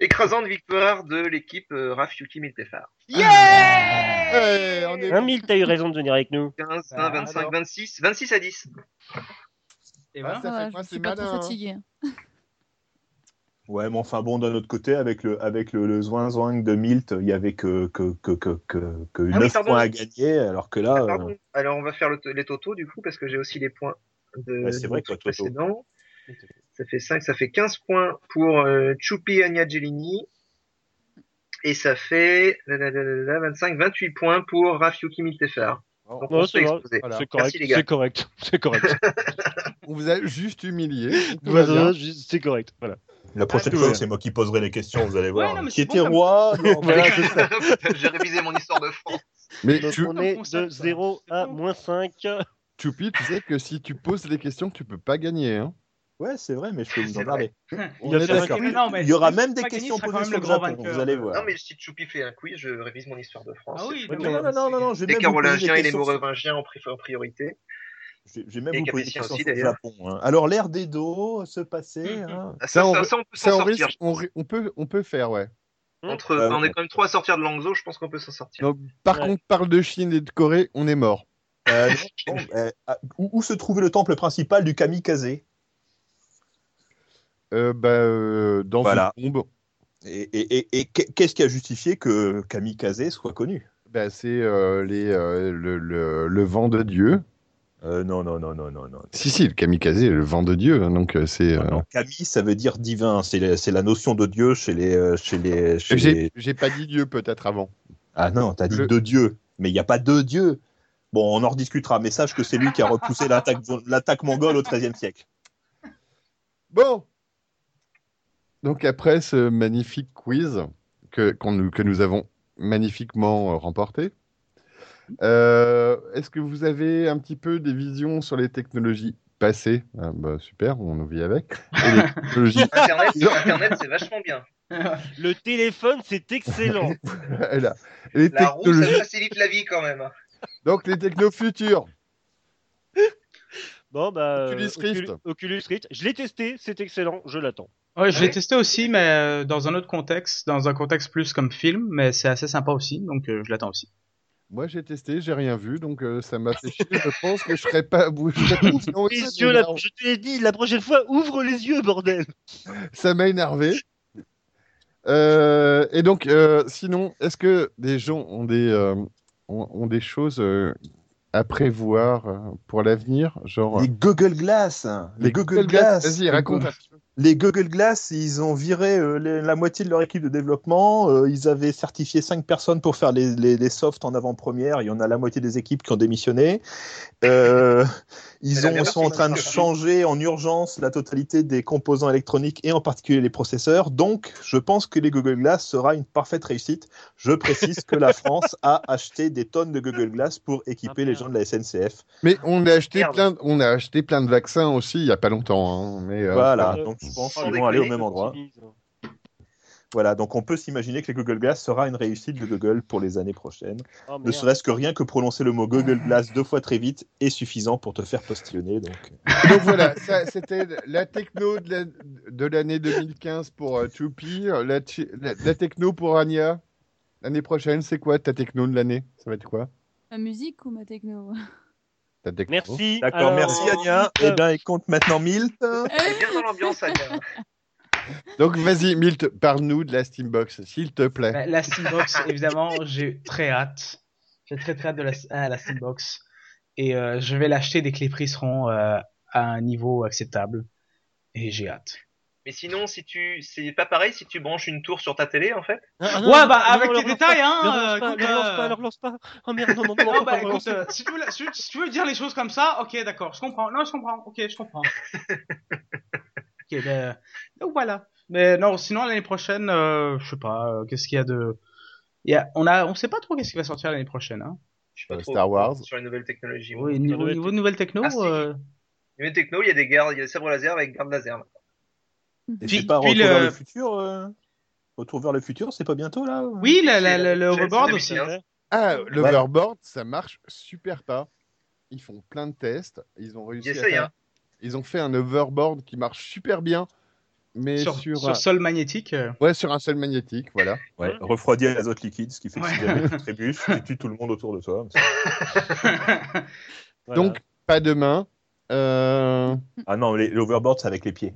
Speaker 8: Écrasante victoire de l'équipe euh, Raf Yuki Miltefar.
Speaker 7: Yeah
Speaker 2: ouais, on est
Speaker 6: Hein, Mille, t'as eu raison de venir avec nous.
Speaker 8: 15,
Speaker 7: Ah,
Speaker 8: 20, 25,
Speaker 2: alors.
Speaker 8: 26, 26 à 10.
Speaker 2: Ah,
Speaker 7: Et voilà.
Speaker 2: ça
Speaker 5: Ah,
Speaker 2: fait pas,
Speaker 5: je
Speaker 2: c'est
Speaker 5: suis pas trop
Speaker 2: malin, hein.
Speaker 5: fatiguée.
Speaker 3: Ouais, mais enfin bon, d'un autre côté, avec le, avec le, le zoin zoing de Milt, il y avait que, que, que, que, que, que
Speaker 8: Ah oui,
Speaker 3: 9
Speaker 8: pardon. Ah,
Speaker 3: points à gagner, alors que là, euh,
Speaker 8: Pardon. Alors on va faire le to- les totaux du coup parce que j'ai aussi les points de
Speaker 3: Ouais, c'est vrai
Speaker 8: du
Speaker 3: que toi,
Speaker 8: truc
Speaker 3: Toto.
Speaker 8: précédent. Ça fait 5, ça fait 15 points pour euh, Choupi Agnagellini. Et ça fait la, la, la, la, la, 25, 28 points pour Rafiuki Miltefar.
Speaker 3: Oh.
Speaker 2: Bon,
Speaker 8: Donc
Speaker 6: Ouais,
Speaker 8: on se
Speaker 6: c'est
Speaker 8: fait
Speaker 6: vrai. Ah,
Speaker 8: exploser.
Speaker 2: Voilà.
Speaker 6: C'est correct,
Speaker 8: Merci, les gars.
Speaker 6: c'est correct, [laughs] c'est correct.
Speaker 2: On vous a juste humilié. Tout va bien.
Speaker 6: Voilà, C'est correct, voilà.
Speaker 3: la prochaine
Speaker 2: Ah,
Speaker 3: fois,
Speaker 2: ouais.
Speaker 3: c'est moi qui poserai les questions, vous allez
Speaker 7: Ouais,
Speaker 3: voir.
Speaker 7: non, mais
Speaker 3: qui
Speaker 7: c'est
Speaker 3: était
Speaker 7: bon, ça me-
Speaker 3: roi non, voilà, c'est
Speaker 8: [laughs]
Speaker 3: ça.
Speaker 2: Mais
Speaker 6: Donc
Speaker 2: tu,
Speaker 6: on
Speaker 7: Comme
Speaker 6: est
Speaker 7: concept,
Speaker 6: de 0
Speaker 7: c'est
Speaker 6: à
Speaker 7: bon.
Speaker 6: moins 5.
Speaker 2: Choupi, tu sais que si tu poses les questions, tu peux pas gagner. Hein.
Speaker 3: Ouais, c'est vrai, mais je
Speaker 8: [laughs]
Speaker 3: peux vous
Speaker 8: C'est
Speaker 3: en parler.
Speaker 2: On
Speaker 6: va
Speaker 2: est
Speaker 6: faire un
Speaker 2: d'accord.
Speaker 7: Mais non, mais
Speaker 3: Il y aura
Speaker 7: si
Speaker 3: même
Speaker 7: on
Speaker 3: des
Speaker 7: gagne, il
Speaker 3: questions
Speaker 7: sera quand
Speaker 3: posées sur
Speaker 7: même le
Speaker 3: le
Speaker 7: grand
Speaker 3: Japon,
Speaker 7: vainqueur.
Speaker 3: vous allez voir.
Speaker 8: Non mais si Choupi fait un quiz, je révise mon histoire de France.
Speaker 7: Ah oui,
Speaker 3: Ouais,
Speaker 7: non,
Speaker 3: mais non,
Speaker 7: mais-
Speaker 3: non, non, non, non, je vais
Speaker 8: Les
Speaker 3: même vous poser
Speaker 8: Carolingiens
Speaker 3: des
Speaker 8: et les
Speaker 3: questions sur-
Speaker 8: Mérovingiens en, pri- en priorité.
Speaker 3: je- je vais même
Speaker 8: Et
Speaker 3: vous poser des
Speaker 8: Capétiens
Speaker 3: questions
Speaker 8: aussi,
Speaker 3: sur le
Speaker 8: d'ailleurs.
Speaker 3: Japon. hein. Alors, l'ère des dos, se passer. hein.
Speaker 8: Ah, Ça,
Speaker 2: Ça, on
Speaker 8: ça,
Speaker 2: ri-
Speaker 8: ça, on peut s'en
Speaker 2: Ça, on,
Speaker 8: sortir.
Speaker 2: risque- on ri- on peut, on peut faire, ouais.
Speaker 8: Entre,
Speaker 3: Ah,
Speaker 8: on
Speaker 3: ouais.
Speaker 8: est quand même trois à sortir de Langzo, je pense qu'on peut s'en sortir.
Speaker 2: Donc, par
Speaker 6: Ouais.
Speaker 2: contre, parle de Chine et de Corée, on est mort.
Speaker 3: Euh, non,
Speaker 8: [laughs]
Speaker 3: bon, euh, ah, où, où se trouvait le temple principal du kamikaze
Speaker 2: Euh, bah, euh, dans
Speaker 3: Voilà.
Speaker 2: une bombe,
Speaker 3: Et, et- et- et qu'est- qu'est-ce qui a justifié que Kamikaze soit connu
Speaker 2: bah, c'est euh, les, euh, le, le- le vent de Dieu.
Speaker 3: Euh, Non, non, non, non, non, non.
Speaker 2: Si, si, le kamikaze, le vent de Dieu. hein, Donc, euh, c'est. euh,
Speaker 3: Non, Kami, ça veut dire divin. C'est la, c'est la notion de Dieu chez les, euh, chez les, chez
Speaker 2: J'ai
Speaker 3: les-
Speaker 2: j'ai pas dit Dieu, peut-être avant.
Speaker 3: Ah non, t'as dit
Speaker 2: Le-
Speaker 3: de Dieu, mais il n'y a pas de Dieu. Bon, on en rediscutera, mais sache que c'est lui qui a repoussé l'attaque, l'attaque mongole au XIIIe siècle.
Speaker 2: Bon. Donc après ce magnifique quiz que, qu'on nous- que nous avons magnifiquement euh, remporté, Euh, Est-ce que vous avez un petit peu des visions sur les technologies passées Ah, bah, Super, on en vit avec. Et les technologies- [laughs]
Speaker 8: Internet,
Speaker 3: [laughs]
Speaker 8: Internet c'est vachement bien.
Speaker 6: [laughs]
Speaker 7: [laughs]
Speaker 6: Le téléphone, c'est [laughs] excellent.
Speaker 2: Elle a- les
Speaker 8: La roue, ça
Speaker 2: technologies-
Speaker 8: facilite la vie quand même.
Speaker 2: Donc les technos futurs.
Speaker 6: Bon, bah, euh,
Speaker 2: Oculus Rift.
Speaker 6: Ocul- Oculus Rift. Je l'ai testé, c'est excellent, je l'attends.
Speaker 7: Ouais, je l'ai
Speaker 8: Ouais.
Speaker 7: testé aussi, mais euh, dans un autre contexte, dans un contexte plus comme film, mais c'est assez sympa aussi, donc euh, je l'attends aussi.
Speaker 2: Moi j'ai testé, j'ai rien vu, donc euh, ça m'a fait chier. Je pense que je serais pas à bout. Je serais pas confiant,
Speaker 6: Les
Speaker 2: ça
Speaker 6: yeux, la-
Speaker 2: m'énerve.
Speaker 6: je te l'ai dit, la prochaine fois, ouvre les yeux,
Speaker 7: [laughs]
Speaker 6: bordel.
Speaker 2: Ça m'a énervé. Euh, et donc, euh, sinon, est-ce que des gens ont des, euh, ont, ont des choses euh, à prévoir euh, pour l'avenir Genre, euh,
Speaker 3: Les Google Glass. hein. Les, Google, Glass.
Speaker 2: Vas-y, raconte un petit peu.
Speaker 3: Les Google Glass, ils ont viré euh, les- la moitié de leur équipe de développement. Euh, ils avaient certifié cinq personnes pour faire les, les, les softs en avant-première. Il y en a la moitié des équipes qui ont démissionné. Euh,
Speaker 8: Mais
Speaker 3: ils
Speaker 8: la
Speaker 3: ont,
Speaker 8: meilleure
Speaker 3: sont en
Speaker 8: chose,
Speaker 3: train de
Speaker 8: c'est ça.
Speaker 3: changer en urgence la totalité des composants électroniques et en particulier les processeurs. Donc, je pense que les Google Glass sera une parfaite réussite. Je précise que la France a acheté des tonnes de Google Glass pour équiper
Speaker 6: Ah,
Speaker 3: les
Speaker 6: merde.
Speaker 3: gens de la SNCF.
Speaker 2: Mais on a, acheté
Speaker 8: Merde.
Speaker 2: plein, de- on a acheté plein de vaccins aussi il n'y a pas longtemps. hein, mais, euh,
Speaker 3: Voilà,
Speaker 6: euh,
Speaker 3: donc je pense
Speaker 8: sans
Speaker 3: qu'ils vont aller au
Speaker 8: déconner,
Speaker 3: même endroit.
Speaker 7: hein.
Speaker 3: Voilà, donc on peut s'imaginer que les Google Glass sera une réussite de Google pour les années prochaines.
Speaker 6: Oh, merde.
Speaker 3: Ne serait-ce que rien que prononcer le mot Google Glass deux fois très vite est suffisant pour te faire postillonner. Donc,
Speaker 2: Donc voilà, ça, c'était la techno de la- de l'année 2015 pour euh, Tupi, la, chi- la- la techno pour Anya. L'année prochaine, c'est quoi ta techno de l'année Ça va être quoi
Speaker 5: Ma musique ou ma techno
Speaker 2: Ta techno
Speaker 6: Merci.
Speaker 3: D'accord,
Speaker 6: Alors,
Speaker 3: merci Ania. Eh
Speaker 6: euh,
Speaker 3: bien, il compte maintenant 1000.
Speaker 7: euh,
Speaker 8: C'est bien dans l'ambiance, Anya.
Speaker 2: Donc vas-y, Milt, parle-nous de la Steambox, s'il te plaît.
Speaker 7: Ben, La, la Steambox, évidemment, [laughs] j'ai très hâte. J'ai très très hâte de la, ah, la Steambox. Et euh, je vais l'acheter dès que les prix seront euh, à un niveau acceptable. Et j'ai hâte.
Speaker 8: Mais sinon, si tu, c'est pas pareil si tu branches une tour sur ta télé en fait.
Speaker 7: ouais, bah avec
Speaker 6: non,
Speaker 7: les
Speaker 6: leur lance
Speaker 7: détails,
Speaker 6: pas,
Speaker 7: hein.
Speaker 6: leur lance pas,
Speaker 7: euh,
Speaker 6: leur lance
Speaker 7: euh,
Speaker 6: pas, leur lance pas. Oh
Speaker 7: [laughs]
Speaker 6: merde, non, non, non, [laughs]
Speaker 7: Non,
Speaker 6: non,
Speaker 7: bah
Speaker 6: non,
Speaker 7: écoute, euh, si, tu veux, la- si, si tu veux dire les choses comme ça, ok, d'accord, je comprends. Non, je comprends, ok, je comprends. ok, ben, donc voilà. Mais non, sinon l'année prochaine, euh, je sais pas, euh, qu'est-ce qu'il y a de. Il y a, on a, on sait pas trop qu'est-ce qui va sortir l'année prochaine. Hein.
Speaker 8: Je sais pas
Speaker 2: Euh,
Speaker 8: trop
Speaker 2: Star Wars.
Speaker 8: sur les nouvelles technologies.
Speaker 7: Oui, niveau,
Speaker 6: nouvelle
Speaker 7: niveau de nouvelles techno.
Speaker 8: Ah, si.
Speaker 7: euh,
Speaker 8: Mais techno, il y a des gardes, il y a des sabres laser avec garde laser. maintenant.
Speaker 3: Et
Speaker 7: Puis-
Speaker 3: c'est pas
Speaker 7: puis
Speaker 3: Retour vers
Speaker 7: le-
Speaker 3: le futur euh Retour vers le futur, c'est pas bientôt là ouais
Speaker 7: Oui, la, la,
Speaker 8: C'est- hein.
Speaker 7: la- le
Speaker 8: c'est-
Speaker 7: reboard
Speaker 8: c'est
Speaker 7: aussi. hein.
Speaker 8: 2015.
Speaker 2: Ah, l'overboard, ça marche super pas. Ils font plein de tests, ils ont réussi
Speaker 8: Ils
Speaker 2: à
Speaker 8: essayent,
Speaker 2: faire-
Speaker 8: hein.
Speaker 2: Ils ont fait un overboard qui marche super bien, mais sur,
Speaker 7: Sur, sur sol magnétique. euh,
Speaker 2: un... Ouais, sur un seul magnétique, voilà.
Speaker 3: Ouais, refroidir l'azote liquide, ce qui fait que
Speaker 7: Ouais.
Speaker 3: si jamais tu trébuches, tu tues tout le monde autour de toi.
Speaker 6: Voilà.
Speaker 2: Donc, pas demain. Euh...
Speaker 3: Ah non, les- l'overboard, c'est avec les pieds.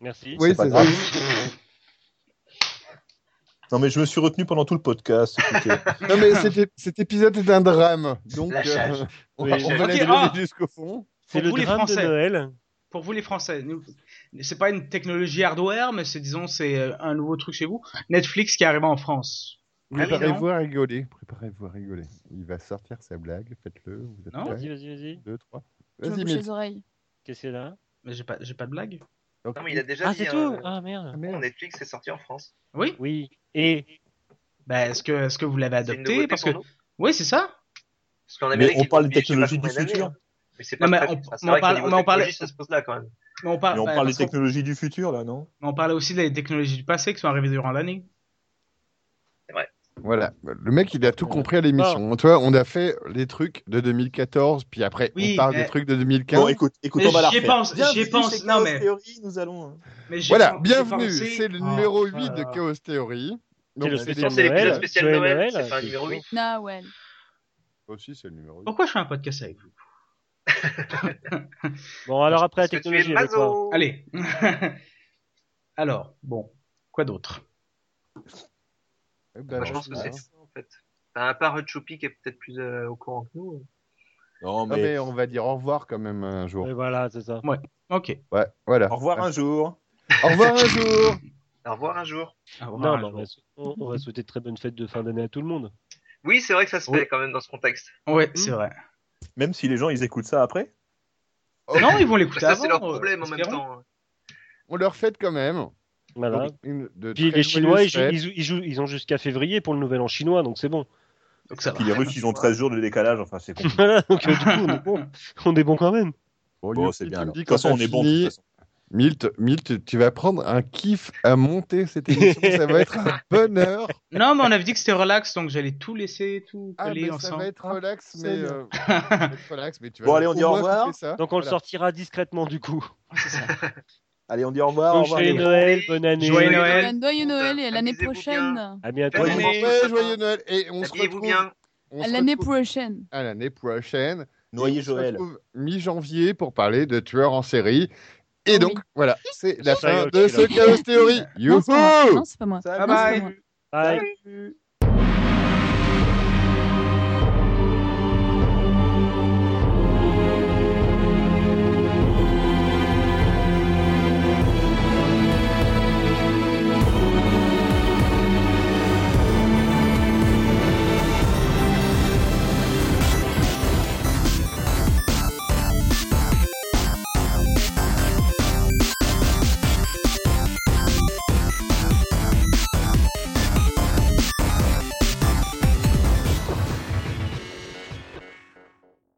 Speaker 6: merci.
Speaker 2: Oui,
Speaker 3: pas
Speaker 2: c'est ça.
Speaker 3: grave. Non, mais je me suis retenu pendant tout le podcast. écoutez.
Speaker 7: [laughs]
Speaker 2: Non, mais cet, é- cet épisode est un drame. Donc,
Speaker 8: Lâchage.
Speaker 2: euh, [laughs] on,
Speaker 6: Oui,
Speaker 2: va- on
Speaker 6: lâchage.
Speaker 2: va
Speaker 7: Ok,
Speaker 2: la
Speaker 7: ah.
Speaker 2: donner jusqu'au fond.
Speaker 6: C'est
Speaker 7: Pour
Speaker 6: le
Speaker 7: vous, les
Speaker 6: drame de
Speaker 7: Français.
Speaker 6: Noël.
Speaker 7: pour vous les Français, nous- c'est pas une technologie hardware, mais c'est disons c'est euh, un nouveau truc chez vous. Netflix qui arrive en France. Ah oui,
Speaker 2: Préparez-vous
Speaker 7: non.
Speaker 2: à rigoler. Préparez-vous à rigoler. Il va sortir sa blague. Faites-le. Vous êtes
Speaker 7: Non.
Speaker 2: prêts
Speaker 6: Vas-y, vas-y, vas-y.
Speaker 2: Deux, trois.
Speaker 5: Je me
Speaker 2: Vas-y,
Speaker 5: bouche
Speaker 2: Milt.
Speaker 5: les oreilles.
Speaker 6: Qu'est-ce que c'est là
Speaker 7: Mais j'ai pas j'ai pas de blague.
Speaker 2: Donc,
Speaker 8: Non, mais il a déjà
Speaker 6: Ah,
Speaker 8: dit.
Speaker 6: c'est
Speaker 8: hein,
Speaker 6: tout Ah,
Speaker 2: Ah,
Speaker 6: merde.
Speaker 2: merde.
Speaker 8: Netflix est sorti en France.
Speaker 7: Oui.
Speaker 6: Oui. Et
Speaker 7: Bah est-ce que est-ce que vous l'avez
Speaker 8: C'est une
Speaker 7: adopté
Speaker 8: nouveauté
Speaker 7: parce que
Speaker 8: pour nous.
Speaker 7: oui c'est ça.
Speaker 8: Parce qu'en
Speaker 3: Mais
Speaker 8: Amérique,
Speaker 3: on
Speaker 8: ils
Speaker 3: parle
Speaker 8: l'ont
Speaker 3: des
Speaker 8: oublié, je sais pas
Speaker 3: technologies du
Speaker 8: combien d'années,
Speaker 3: futur.
Speaker 8: hein. Mais c'est pas
Speaker 7: Non, mais
Speaker 8: très-
Speaker 7: on-
Speaker 8: enfin, c'est
Speaker 7: mais on
Speaker 8: vrai
Speaker 7: parle-
Speaker 8: qu'au niveau
Speaker 7: mais on parlait-
Speaker 8: technologie, ça se pose là quand même.
Speaker 7: Mais on parle
Speaker 3: Mais on
Speaker 7: bah,
Speaker 3: parle des
Speaker 7: parce qu'on-
Speaker 3: technologies du futur, là, non
Speaker 7: mais on parlait aussi des technologies du passé qui sont arrivées durant l'année.
Speaker 2: Voilà. Le mec, il a tout
Speaker 6: Euh,
Speaker 2: compris à l'émission. Tu vois, on a fait les trucs de 2014, puis après,
Speaker 7: Oui,
Speaker 2: on parle
Speaker 7: mais-
Speaker 2: des trucs de 2015.
Speaker 3: Bon,
Speaker 4: Hein
Speaker 3: écoute, écoute,
Speaker 7: Mais
Speaker 3: on va la
Speaker 7: j'y ai
Speaker 3: refaire.
Speaker 7: pense, j'y ai
Speaker 3: Bienvenue
Speaker 7: pense,
Speaker 3: chez
Speaker 7: non,
Speaker 3: Chaos
Speaker 7: mais-
Speaker 3: Theory, nous allons...
Speaker 4: hein.
Speaker 7: Mais j'ai
Speaker 2: voilà,
Speaker 7: pen- j'ai
Speaker 2: bienvenue.
Speaker 7: pensé-
Speaker 2: C'est le
Speaker 7: Oh,
Speaker 2: numéro 8
Speaker 7: voilà.
Speaker 2: de Chaos Theory.
Speaker 6: Ah. C'est le
Speaker 2: c'est
Speaker 6: spécial
Speaker 8: Non, c'est l'épisode
Speaker 6: Noël,
Speaker 8: spécial
Speaker 6: Joyeux
Speaker 8: Noël,
Speaker 6: Noël,
Speaker 8: c'est enfin
Speaker 6: c'est
Speaker 8: numéro
Speaker 6: bon.
Speaker 8: 8.
Speaker 5: Noël.
Speaker 2: Aussi, c'est le numéro 8.
Speaker 7: Pourquoi je fais un podcast avec vous
Speaker 6: Bon, alors après la
Speaker 8: Parce que tu es
Speaker 6: technologie, avec quoi
Speaker 8: mazo.
Speaker 7: Allez. [laughs] Alors bon, quoi d'autre
Speaker 2: Eh ben,
Speaker 8: Moi, Bah, je pense que
Speaker 2: voilà.
Speaker 8: c'est ça, en fait. Enfin, à part Choupi qui est peut-être plus euh, au courant que nous.
Speaker 2: Non,
Speaker 3: Non, mais...
Speaker 2: Ah, mais on va dire au revoir quand même un jour.
Speaker 6: Et Euh, voilà, c'est ça.
Speaker 7: Ok.
Speaker 2: Ouais, voilà.
Speaker 3: Au revoir un jour.
Speaker 2: Au revoir un jour.
Speaker 8: Au revoir un jour.
Speaker 7: Au revoir,
Speaker 6: Non,
Speaker 7: un
Speaker 6: mais on
Speaker 7: jour.
Speaker 6: va, sou- on- on va souhaiter de très bonnes fêtes de fin d'année à tout le monde.
Speaker 8: Oui, c'est vrai que ça se
Speaker 7: Oui.
Speaker 8: fait quand même dans ce contexte.
Speaker 7: Ouais, c'est vrai.
Speaker 3: Même si les gens, ils écoutent ça après.
Speaker 2: Hmm.
Speaker 7: Non, ils vont
Speaker 8: Bah,
Speaker 7: l'écouter
Speaker 8: ça,
Speaker 7: avant.
Speaker 8: c'est leur
Speaker 7: euh,
Speaker 8: problème en même
Speaker 7: espérons.
Speaker 8: temps. hein.
Speaker 2: On leur fête quand même.
Speaker 6: Voilà.
Speaker 2: Donc, une- de
Speaker 6: Puis
Speaker 2: très
Speaker 6: les Chinois, ils,
Speaker 2: joyeuses
Speaker 6: jouent-
Speaker 2: fêtes.
Speaker 6: ils jouent- ils jouent- ils ont jusqu'à février pour le nouvel an chinois, donc c'est bon. [laughs]
Speaker 7: Donc ça va.
Speaker 4: Puis
Speaker 3: Ah,
Speaker 4: les Russes, ils ont 13 jours de décalage, enfin,
Speaker 3: [laughs]
Speaker 4: c'est compliqué.
Speaker 6: Voilà, donc euh, du coup, on est bon. On est bon quand même.
Speaker 4: Bon, c'est bien. alors. De
Speaker 2: De
Speaker 4: toute façon, on est bon. de toute façon.
Speaker 2: Milt, Milt, tu vas prendre un kiff à monter cette émission. ça va être
Speaker 6: [laughs]
Speaker 2: un bonheur.
Speaker 7: Non, mais on avait dit que c'était relax, donc j'allais tout laisser, tout
Speaker 2: Ah,
Speaker 7: coller
Speaker 2: mais ça
Speaker 7: ensemble.
Speaker 2: va être relax,
Speaker 4: [laughs]
Speaker 2: mais, euh, ça va être relax, mais tu vas
Speaker 4: Bon, allez, on dit
Speaker 2: au
Speaker 4: au
Speaker 2: moins
Speaker 4: revoir.
Speaker 2: couper ça.
Speaker 6: Donc on le sortira discrètement du coup.
Speaker 4: Allez, on dit au
Speaker 3: Ah,
Speaker 4: revoir. au
Speaker 6: Donc,
Speaker 4: revoir,
Speaker 6: joyeux
Speaker 4: les-
Speaker 6: Noël, bonne année.
Speaker 7: Joyeux Noël.
Speaker 5: Joyeux Noël et à
Speaker 2: bah,
Speaker 5: l'année
Speaker 8: Amusez-vous bien.
Speaker 5: prochaine.
Speaker 6: À bientôt.
Speaker 8: Bonne
Speaker 2: Bonne
Speaker 8: année.
Speaker 2: journée, joyeux Noël. Et on se
Speaker 8: Habillez-vous
Speaker 2: retrouve
Speaker 8: bien.
Speaker 2: on
Speaker 5: À
Speaker 2: se
Speaker 5: l'année
Speaker 2: retrouve
Speaker 5: prochaine.
Speaker 2: à l'année prochaine.
Speaker 3: Noyer
Speaker 2: Et on se
Speaker 3: Joël.
Speaker 2: retrouve mi-janvier pour parler de tueurs en série. Et donc, voilà, c'est la
Speaker 6: Ça y est,
Speaker 2: fin
Speaker 6: ok,
Speaker 2: de ce
Speaker 6: là.
Speaker 2: Chaos Theory.
Speaker 5: Non, c'est pas moi.
Speaker 2: Youhou
Speaker 5: Non, c'est pas moi.
Speaker 7: Bye bye.
Speaker 6: Bye.
Speaker 7: Salut.